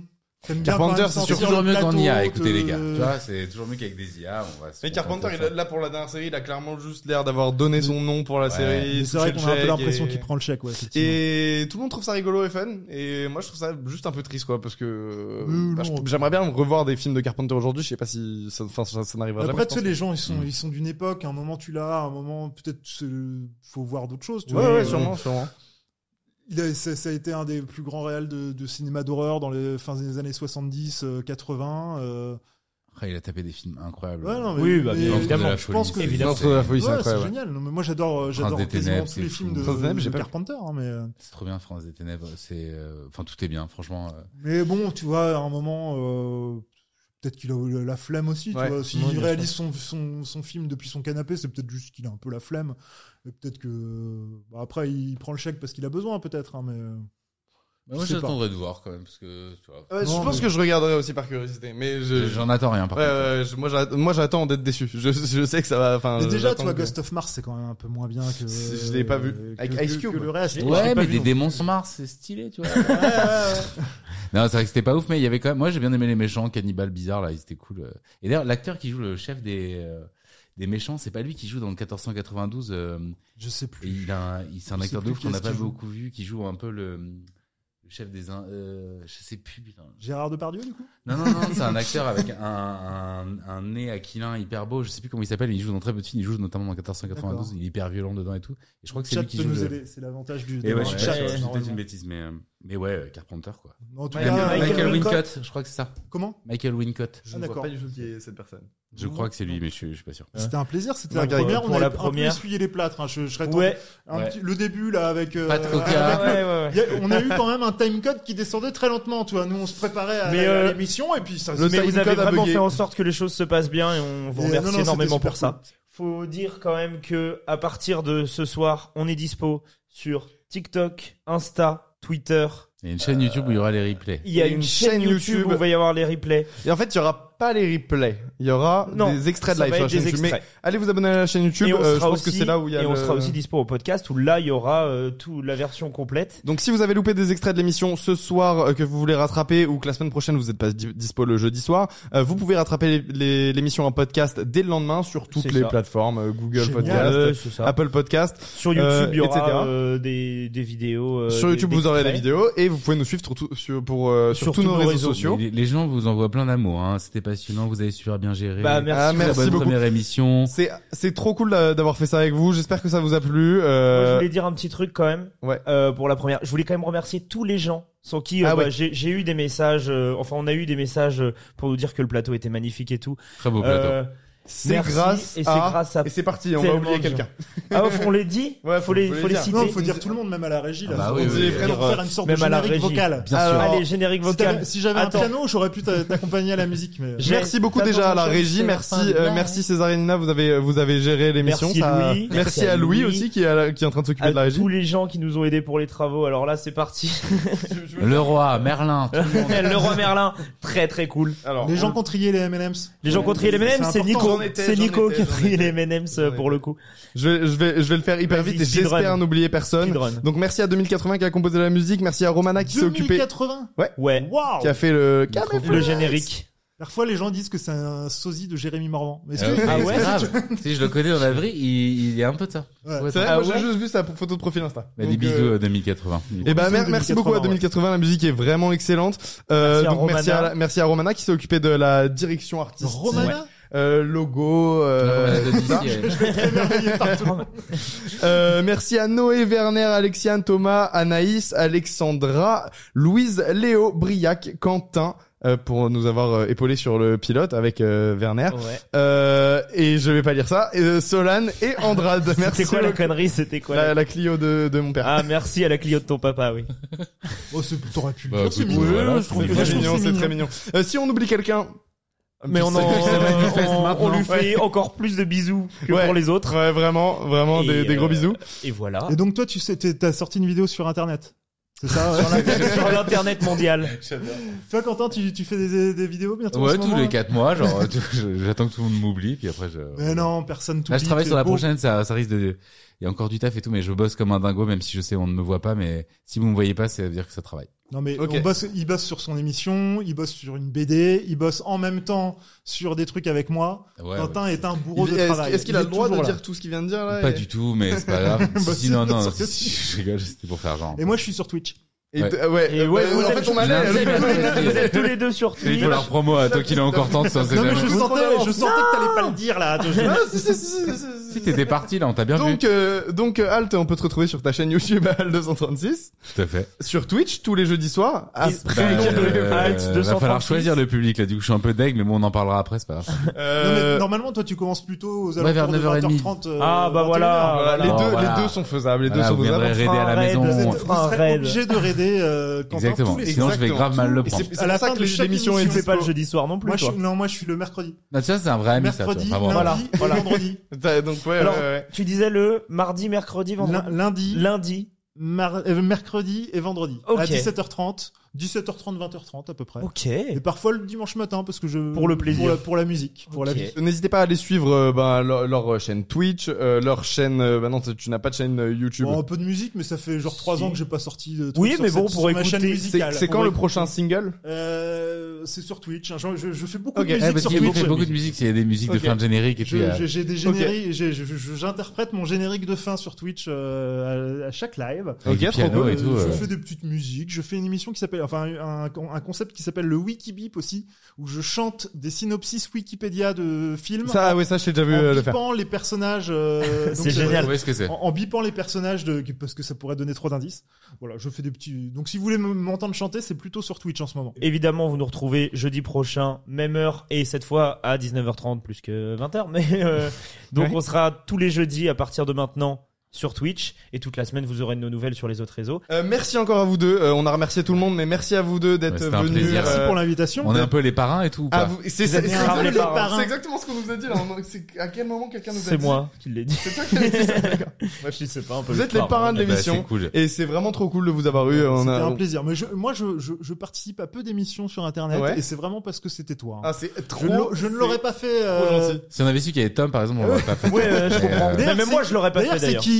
S4: T'aimes bien
S3: Carpenter,
S4: quand même
S3: c'est
S5: C'est
S4: sentir
S5: toujours
S4: le
S5: mieux
S4: plateau, euh,
S5: qu'en IA. Écoutez
S4: te-
S5: les gars, tu vois, c'est toujours mieux qu'avec des IA. On va se
S3: Mais
S5: contenter
S3: Carpenter,
S5: de
S3: il
S5: ça.
S3: a- là pour la dernière série, il a clairement juste l'air d'avoir donné son nom pour la
S5: Ouais.
S3: série.
S4: Mais C'est vrai
S3: touché
S4: qu'on
S3: le
S4: a un peu
S3: chèque
S4: l'impression
S3: et-
S4: qu'il prend le chèque, ouais. effectivement.
S3: Et tout le monde trouve ça rigolo et fun. Et moi, je trouve ça juste un peu triste, quoi, parce que euh,
S4: Euh,
S3: bah, je-
S4: non.
S3: j'aimerais bien revoir des films de Carpenter aujourd'hui. Je sais pas si ça, enfin, ça, ça
S5: Bah,
S3: n'arrivera jamais.
S4: Après, tu
S3: je
S4: sais, les gens, ils sont,
S5: Mm.
S4: ils sont E d'une époque. À un moment, tu l'as. À un moment, peut-être, c'est- faut voir d'autres choses.
S3: pense.
S4: Tu
S3: Ouais,
S4: vois.
S3: ouais,
S4: Euh,
S3: sûrement, sûrement.
S4: Il a, ça, ça a été un des plus grands réals de, de cinéma d'horreur dans les fins des années 70, euh, 80. euh.
S5: Ah, il a tapé des films incroyables.
S4: Ouais, non, mais,
S2: Oui, bah,
S4: mais-
S2: bien
S5: L'entre de
S2: évidemment,
S5: la
S4: je
S5: folie,
S4: pense que-
S5: c'est-
S2: Évidemment.
S3: L'entre de la folie,
S4: Ouais,
S3: c'est
S4: c'est
S3: incroyable.
S4: génial. Non, mais moi, j'adore, euh, j'adore
S5: des
S4: quasiment
S5: Ténèbres,
S4: tous les
S5: c'est
S4: films
S5: fou.
S4: de,
S3: Prince des Ténèbres, j'ai
S4: de
S3: pas vu.
S4: Carpenter, hein, mais. euh,
S5: C'est trop bien, France des Ténèbres. C'est, euh, enfin, tout est bien, franchement. euh.
S4: Mais bon, tu vois, à un moment, euh, peut-être qu'il a eu la flemme aussi.
S3: Ouais.
S4: Tu vois, s'il
S2: Ouais, bien
S4: réalise son, son, son film depuis son canapé, c'est peut-être juste qu'il a un peu la flemme. Et peut-être que bah, après, il prend le chèque parce qu'il a besoin, peut-être. hein, mais
S5: Mais Moi,
S4: Je sais pas.
S5: j'attendrai de voir quand même, parce que tu vois, Euh,
S3: Ouais, je
S4: Non,
S3: pense
S4: mais-
S3: que je regarderai aussi par curiosité, mais je.
S5: j'en attends rien. Par
S3: Ouais,
S5: contre.
S3: ouais, je- moi, j'attends- moi, j'attends d'être déçu. Je, je sais que ça va. Enfin,
S4: Mais déjà,
S3: Euh, j'attends
S4: tu vois,
S3: que-
S4: Ghost of Mars, c'est quand même un peu moins
S2: hein,
S4: bien que.
S3: C'est- je l'ai pas vu.
S4: que-
S3: Avec
S4: que-
S3: Ice Cube.
S4: que le reste.
S5: Ouais, mais des démons sur Mars, c'est stylé, tu vois. non, c'est vrai que c'était pas ouf, mais il y avait quand même. Moi, j'ai bien aimé les méchants, cannibales bizarres, là, ils étaient cool. euh. Et d'ailleurs, l'acteur qui joue le chef des euh, des méchants, c'est pas lui qui joue dans le 1492. euh,
S4: Je sais
S5: Et
S4: plus.
S5: il a, un- il, c'est un
S4: Je sais
S5: acteur de
S4: plus
S5: ouf qu'on
S4: qui
S5: n'a
S4: est-ce
S5: pas
S4: qui joue.
S5: beaucoup vu, qui joue un peu le, le le chef des in- euh, je sais plus putain.
S4: Gérard Depardieu, du coup
S5: Non non non, c'est un acteur avec un, un, un nez aquilin hyper beau, je sais plus comment il s'appelle, mais il joue dans très petit, il joue notamment dans 1492,
S4: D'accord.
S5: il est hyper violent dedans et tout. Et je crois que c'est
S4: Chat
S5: lui qui
S4: peut
S5: joue
S4: nous
S5: le-
S4: aider, c'est l'avantage du
S5: Et ouais,
S4: d'avoir
S5: je
S4: un
S5: suis
S4: chat,
S5: peut-être je dis peut-être
S4: normalement.
S5: une bêtise mais euh, mais ouais, euh, Carpenter quoi.
S4: En tout
S6: Michael-
S4: cas,
S5: Michael,
S4: Michael Wincott.
S5: Wincott, je crois que c'est ça.
S4: Comment
S5: Michael Wincott.
S6: Je
S4: Ah,
S6: ne vois
S4: d'accord.
S6: pas du tout qui est cette personne.
S5: Je crois que c'est lui mais je, suis- je suis pas sûr.
S4: C'était un plaisir, c'était la
S3: Marguerite,
S4: première.
S2: pour
S4: on a
S2: la
S4: un peu
S2: première.
S4: essuyé les plâtres. hein, Je, je serais tenté.
S2: Ouais.
S4: Un
S5: Ouais.
S4: petit- le début là avec. euh,
S5: Pas de coca.
S4: avec le- il y a- on a eu quand même un time code qui descendait très lentement. Tu vois, nous on se préparait à
S2: Mais,
S4: la- à
S2: euh,
S4: l'émission et puis ça. se-
S3: le
S2: mais
S3: timing
S2: vous avez
S3: code Ah, a
S2: vraiment
S3: bugué.
S2: fait en sorte que les choses se passent bien et on
S3: euh,
S2: vous
S4: Et,
S2: remercie
S4: non, non, c'était
S2: énormément
S4: super
S2: pour ça. Faut dire quand même que à partir de ce soir, on est dispo sur TikTok, Insta, Twitter.
S5: Il y a une
S4: Euh,
S5: chaîne YouTube où il y aura les replays.
S2: Il y a
S3: Une
S2: une, chaîne
S3: chaîne
S2: YouTube,
S3: YouTube.
S2: où il va y avoir les replays.
S3: Et en fait, il y aura pas les replays. Il y aura
S2: Non,
S3: des extraits de
S2: ça
S3: live
S2: va
S3: sur la
S2: être
S3: chaîne
S2: des
S3: YouTube. Mais
S2: extraits.
S3: allez vous abonner à la chaîne YouTube.
S2: Et on
S3: euh, je
S2: sera
S3: pense que
S2: aussi-
S3: c'est là où il y a
S2: et on
S3: le-
S2: sera aussi dispo au podcast où là il y aura euh, tout la version complète.
S3: Donc si vous avez loupé des extraits de l'émission ce soir euh, que vous voulez rattraper ou que la semaine prochaine vous n'êtes pas di- dispo le jeudi soir, euh, vous pouvez rattraper les- les- l'émission en podcast dès le lendemain sur toutes
S2: C'est
S3: les
S2: ça.
S3: plateformes euh, Google
S4: Génial.
S3: Podcast,
S2: Ouais, c'est ça.
S3: Apple Podcast.
S2: Sur YouTube, il y
S3: etc.
S2: aura euh, des, des vidéos. euh,
S3: sur
S2: des-
S3: YouTube
S2: des
S3: vous aurez la
S2: extraits.
S3: vidéo et vous pouvez nous suivre sur, tout- sur- pour, euh, sur tous nos réseaux, sociaux.
S5: Les, les gens vous envoient plein d'amour. Hein. C'était passionnant, vous avez super bien géré.
S2: Bah, merci.
S3: Ah,
S5: Très
S3: merci
S5: bonne
S3: beaucoup.
S5: première émission.
S3: C'est c'est trop cool d'a- d'avoir fait ça avec vous. J'espère que ça vous a plu. euh,
S2: Moi, je voulais dire un petit truc quand même.
S3: Ouais.
S2: Euh, pour la première, je voulais quand même remercier tous les gens sans qui euh,
S3: Ah
S2: bah,
S3: ouais.
S2: j'ai j'ai eu des messages. euh, enfin, on a eu des messages euh, pour nous dire que le plateau était magnifique et tout.
S5: Très beau plateau.
S2: Euh,
S3: c'est
S2: merci,
S3: grâce
S2: et c'est grâce
S3: à
S2: à
S3: et c'est parti. On va
S2: tellement
S3: oublier
S2: de
S3: quelqu'un.
S2: ah, ouais, faut- on les dit.
S3: Ouais,
S2: faut les,
S3: faut les
S2: faut les
S3: dire.
S2: citer.
S4: Non, faut dire tout le monde, même à la régie. Là,
S5: Ah bah
S4: faut
S5: oui,
S4: dire-
S5: oui,
S4: faut
S3: oui.
S4: faire une sorte
S2: Même
S4: de
S2: à la
S4: générique
S2: régie.
S4: vocal.
S5: Bien
S3: alors,
S5: sûr.
S2: Allez, générique
S4: Si t'avais-
S2: vocal.
S4: Si j'avais un
S2: Attends.
S4: piano, j'aurais pu t'a- t'accompagner à la musique, mais. euh,
S2: J'ai-
S3: Merci beaucoup
S2: T'as
S3: déjà à la
S2: ton
S3: régie,
S2: chef,
S3: merci,
S2: c'est
S3: euh,
S2: normal.
S3: merci Césarinina, vous avez vous avez géré l'émission.
S2: Merci
S3: ça-
S2: Louis.
S3: merci à Louis aussi qui est, à la- qui est en train de s'occuper de la
S2: à
S3: régie.
S2: tous les gens qui nous ont aidés pour les travaux. Alors là, c'est parti.
S5: Le roi, Merlin. tout-
S2: le roi Merlin, très très cool.
S3: Alors,
S4: Les gens
S3: on-
S4: qui ont trié les M&M's.
S2: Les gens qui ont trié les M&M's,
S4: C'est
S2: c'est
S4: important.
S2: Nico,
S3: J'en étais,
S2: c'est
S3: j'en
S2: Nico
S3: étais,
S2: qui a
S3: j'en
S2: trié les
S3: étais.
S2: M&M's
S3: J'en
S2: euh, pour
S3: étais.
S2: le coup.
S3: je vais je vais je vais le faire hyper
S2: Vas-y,
S3: vite et
S2: speedrun.
S3: j'espère n'oublier personne.
S2: Speedrun.
S3: Donc merci à 2080 qui a composé la musique, merci à Romana qui s'est occupée,
S4: 2080.
S2: Ouais.
S4: Waouh.
S3: qui a fait le
S2: Le générique.
S4: Parfois, les gens disent que c'est un sosie de Jérémy Morvan. Mais est-ce que-
S5: Ah ouais,
S2: Ah ouais
S5: c'est grave. Si je le connais dans la vraie, il, il est un peu de ça.
S4: Ouais.
S5: Ouais,
S3: C'est vrai,
S2: Ah
S3: moi
S2: ouais
S3: j'ai juste vu sa photo de profil Insta.
S5: Bah, des
S3: Donc,
S5: bisous
S3: euh,
S5: à 2080.
S3: Eh ben mer-
S4: Bisous
S3: merci
S4: 2080,
S3: beaucoup à
S4: ouais.
S3: 2080, la musique est vraiment excellente. Euh,
S2: Merci à
S3: donc merci à
S2: Romana.
S3: la- merci à Romana qui s'est occupée de la direction artistique,
S4: Romana
S3: euh, logo, euh,
S5: Euh, ouais.
S3: Euh, merci à Noé, Werner, Alexiane, Thomas, Anaïs, Alexandra, Louise, Léo, Briac, Quentin euh, pour nous avoir euh, épaulés sur le pilote avec euh, Werner.
S2: Ouais.
S3: Euh, et je vais pas lire ça. Euh, Solane et Andrade. merci.
S2: C'était quoi la
S3: beaucoup.
S2: connerie C'était quoi
S3: la,
S2: la...
S3: la Clio de, de mon père.
S2: Ah, merci à la Clio de ton papa, oui.
S4: Oh, c'est- t'aurais pu. le
S5: Bah,
S4: dire, c'est
S5: écoute,
S4: mignon.
S5: voilà,
S4: Ouais,
S5: je trouve
S4: que
S5: que
S3: c'est
S4: c'est
S3: mignon, c'est
S4: mignon.
S3: très mignon. Euh, si on oublie quelqu'un.
S2: Ah, Mais on, en,
S5: qui se manifeste
S2: on-
S5: maintenant.
S2: on lui fait encore plus de bisous que
S3: Ouais.
S2: pour les autres.
S3: Ouais, vraiment, vraiment,
S2: Et,
S3: des, des gros
S2: euh,
S3: bisous.
S2: Et voilà.
S4: Et donc, toi, tu sais, t'es- t'as sorti une vidéo sur Internet. C'est ça ouais.
S2: Sur l'internet mondial.
S4: Toi, Quentin, tu, tu fais des, des vidéos bientôt en ce
S5: Ouais, tous
S4: moment,
S5: les
S4: là
S5: 4 mois, genre, tout- je- j'attends que tout le monde m'oublie, puis après je...
S4: Mais non, personne tout
S5: Là, Bah, je travaille sur la prochaine, ça, ça risque de... Il y a encore du taf et tout, mais je bosse comme un dingo, même si je sais on ne me voit pas, mais si vous me voyez pas, ça veut dire que ça travaille.
S4: Non, mais
S3: Ok.
S4: on bosse, il bosse sur son émission, il bosse sur une BD, il bosse en même temps sur des trucs avec moi.
S5: Ouais,
S4: Quentin est un bourreau
S3: Il-
S4: de travail.
S3: Est-ce est-ce qu'il a
S4: Il
S3: le droit de
S4: toujours là.
S3: dire tout ce qu'il vient de dire là
S5: Pas
S3: et-
S5: du tout, mais c'est pas grave.
S4: Bah,
S5: si,
S4: si,
S5: non, non,
S4: sûr que
S5: si, je rigole, c'était pour faire genre.
S4: Et moi, je suis sur Twitch.
S3: Et
S5: Ouais.
S3: t- ouais,
S2: Et ouais,
S3: euh,
S2: vous
S3: en
S2: êtes-
S3: fait, on allait.
S5: Vous
S2: Vous
S5: êtes-
S2: êtes tous les deux sur
S5: Et Il
S2: Twitch.
S5: faut leur promo à toi qu'il est encore temps de s'en
S4: Non, mais je
S5: séparer.
S4: sentais, je sentais que t'allais pas le dire, là.
S3: Ah, si, si, si, si, si, si, si.
S5: Si t'étais parti là, on t'a bien
S3: Donc,
S5: vu.
S3: euh, donc euh, Alt, on peut te retrouver sur ta chaîne YouTube Alt236,
S5: Tout à fait.
S3: sur Twitch tous les jeudis soirs.
S2: Ah,
S3: à-
S5: Bah,
S3: nom de-
S5: euh,
S2: Alex
S5: va
S2: 236.
S5: falloir choisir le public là. Du coup, je suis un peu deg, mais bon, on en parlera après, c'est pas grave.
S4: Non, mais
S3: Euh,
S4: normalement, toi, tu commences plutôt aux
S5: Ouais, vers
S4: alentours de
S5: 9h30.
S4: 20h30. euh,
S2: Ah, bah
S4: 21h.
S2: voilà.
S3: voilà, les,
S5: Bon,
S3: deux,
S5: voilà.
S3: les deux sont faisables, les deux
S5: Voilà,
S3: sont
S5: vous
S2: Ah,
S5: viendrez
S3: faisables.
S5: raider à la
S2: Arrête,
S5: maison.
S2: vous
S4: Vous
S5: on-
S4: êtes- vous
S2: Un
S4: serez
S2: raid.
S4: obligé de raider euh, Quentin
S5: Exactement.
S4: tous les
S5: Sinon, je vais
S3: Exactement.
S5: grave mal le
S3: hein. Et
S5: prendre.
S3: C'est
S4: À
S3: c'est
S4: la
S3: pour ça
S4: fin
S3: que
S4: de
S3: les
S4: chaque
S3: émissions
S4: émission,
S3: est
S2: Tu le fais
S3: dispo.
S2: pas le jeudi soir non plus,
S4: Moi, je
S2: toi.
S4: suis, non, moi, je suis le mercredi.
S5: Non, tu vois, c'est un vrai ami, ça. Ah, tu
S4: mercredi,
S5: vois, vraiment.
S2: Voilà.
S4: lundi et vendredi.
S3: T'as- Donc ouais,
S2: Alors,
S3: ouais, ouais.
S2: Tu disais le mardi, mercredi, vendredi.
S4: Lin- Lundi,
S2: Lundi.
S4: mar- euh, mercredi et vendredi.
S2: Ok.
S4: À 17h30, 17h30, 20h30 à peu près.
S2: Ok.
S4: Et parfois le dimanche matin parce que je
S2: Pour le plaisir.
S4: pour la, pour la musique, pour la
S2: Ok.
S4: vie.
S3: N'hésitez pas à aller suivre euh, bah, leur, leur chaîne Twitch, euh, leur chaîne. euh, bah non, tu tu n'as pas de chaîne euh, YouTube.
S4: Bon, un peu de musique, mais ça fait genre trois ans que j'ai pas sorti de. trucs
S2: Oui,
S4: sur
S2: mais
S4: cette-
S2: bon, pour
S4: sur ma
S2: écouter,
S4: chaîne
S2: c'est-
S3: c'est
S4: musicale.
S3: c'est quand
S4: Pour
S3: le
S4: écouter.
S3: prochain single
S4: Euh, euh, c'est sur Twitch. hein. Je, je- je fais beaucoup
S3: Ok,
S4: de musique
S5: Eh, parce
S4: sur
S5: qu'il y a
S4: Twitch.
S5: beaucoup, bah, beaucoup de musique, il y a des musiques
S3: Ok.
S5: de fin de générique et puis.
S4: Je-
S5: euh,
S4: J'ai j'ai des génériques, j'ai- je- je- j'interprète mon générique de fin sur Twitch euh, à, à chaque live.
S5: avec
S3: Ok,
S5: du
S3: trop
S5: piano
S4: Euh,
S5: et tout.
S4: je
S5: euh.
S4: fais des petites musiques, je fais une émission qui s'appelle, enfin un, un concept qui s'appelle le Wikibip aussi, où je chante des synopsis Wikipédia de films
S3: Ça, ouais, ça, je t'ai déjà
S4: en
S3: vu euh, le faire.
S4: bipant les personnages. euh, donc
S2: C'est
S4: ça-
S2: génial.
S5: Où est-ce que c'est
S4: En, en bipant les personnages de, parce que ça pourrait donner trop d'indices. Voilà, je fais des petits. Donc si vous voulez m- m'entendre chanter, c'est plutôt sur Twitch en ce moment.
S2: Évidemment, vous nous retrouvez jeudi prochain, même heure, et cette fois à 19h30 plus que 20h. Mais euh, donc
S3: Ouais.
S2: on sera tous les jeudis à partir de maintenant sur Twitch, et toute la semaine vous aurez de nos nouvelles sur les autres réseaux.
S3: Euh, merci encore à vous deux. Euh, on a remercié tout le monde, mais merci à vous deux
S5: Ouais,
S3: d'être
S5: c'était un
S3: venus.
S5: plaisir.
S4: Merci
S3: euh,
S4: pour l'invitation.
S5: On est un peu les parrains et tout ou
S3: à
S5: pas
S3: vous- C'est
S2: Vous êtes
S3: c'est-
S2: bien
S3: c'est-
S2: ramenés
S3: c'est-
S2: par un.
S3: c'est exactement ce qu'on nous a dit là. On- c'est- À quel moment quelqu'un nous a dit
S2: C'est moi qui l'ai dit.
S3: C'est toi qui as dit ça. D'accord.
S2: Moi, je sais pas un peu. hein.
S3: Vous êtes les parrains de
S5: Eh ben,
S3: l'émission.
S5: C'est cool.
S3: Et c'est vraiment trop cool de vous avoir eu. euh, On
S4: C'était
S3: a...
S4: un plaisir. Mais je, moi, je, je, je participe à peu d'émissions sur Internet
S3: Ouais.
S4: et c'est vraiment parce que c'était toi. hein.
S3: Ah, c'est trop.
S4: je, ne l'a- je ne l'aurais pas fait.
S3: c'est trop
S4: Euh...
S3: gentil.
S5: Si on avait su qu'il y avait Tom, par exemple, on l'aurait pas fait.
S2: Ouais, euh, je
S5: Mais,
S2: comprends.
S5: euh,
S2: Mais même
S4: c'est-
S2: moi, je l'aurais pas fait
S4: D'ailleurs, c'est
S2: d'ailleurs.
S4: qui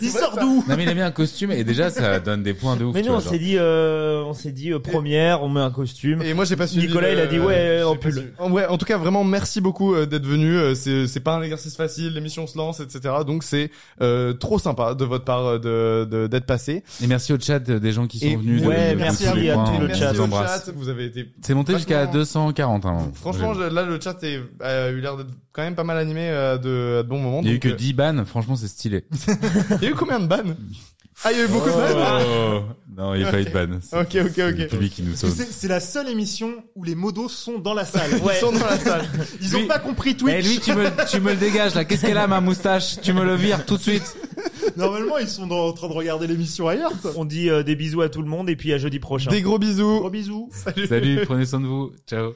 S4: Il sort d'où
S5: Non mais il a mis un costume et déjà ça donne des points de ouf.
S2: Mais
S5: tu
S2: non, on
S5: vois, genre.
S2: s'est dit, euh, on s'est dit euh, première, on met un costume.
S3: Et moi, j'ai pas suivi.
S2: Nicolas,
S3: le-
S2: il a dit ouais en
S3: j'ai pas
S2: pull.
S3: suivi. Oh, Ouais, en tout cas, vraiment, merci beaucoup euh, d'être venu. Euh, C'est c'est pas un exercice facile. L'émission se lance, etc. Donc, c'est euh, trop sympa de votre part euh, de de- d'être passé.
S5: Et merci au chat euh, des gens qui sont
S3: Et
S5: venus. de-
S2: ouais,
S5: de- de
S2: merci
S5: tous
S2: à
S5: les
S2: vous, à
S5: coins,
S2: tout
S5: on
S2: le
S5: vous
S3: merci au
S5: embrasse.
S3: chat. Vous avez été
S5: C'est monté jusqu'à
S3: Franchement-
S5: 240. hein.
S3: Franchement, je- là, le chat est, a eu l'air d'être quand même pas mal animé euh, de, à de bons moments.
S5: il y a eu
S3: donc,
S5: que
S3: euh,
S5: 10 bannes. Franchement, c'est stylé.
S3: Il y a eu combien de bannes Ah, il y a eu beaucoup de
S5: Oh.
S3: bannes
S5: Non, il n'y a pas eu de bannes. C'est
S3: Ok, ok,
S5: c'est le
S3: ok.
S5: public qui nous
S4: Parce
S5: sauve.
S4: que c'est c'est la seule émission où les modos sont dans la salle.
S2: Ouais.
S3: Ils sont dans la salle.
S4: Ils ont
S5: Lui-
S4: pas compris
S5: Mais
S3: Eh,
S4: Twitch.
S5: Eh, lui, tu me, tu me le dégages là. Qu'est-ce qu'elle a ma moustache Tu me le vires tout de suite.
S4: Normalement, ils sont dans- en train de regarder l'émission ailleurs. quoi.
S2: On dit euh, des bisous à tout le monde et puis à jeudi prochain.
S3: Des gros bisous.
S4: Gros bisous.
S5: Salut, prenez soin de vous. Ciao.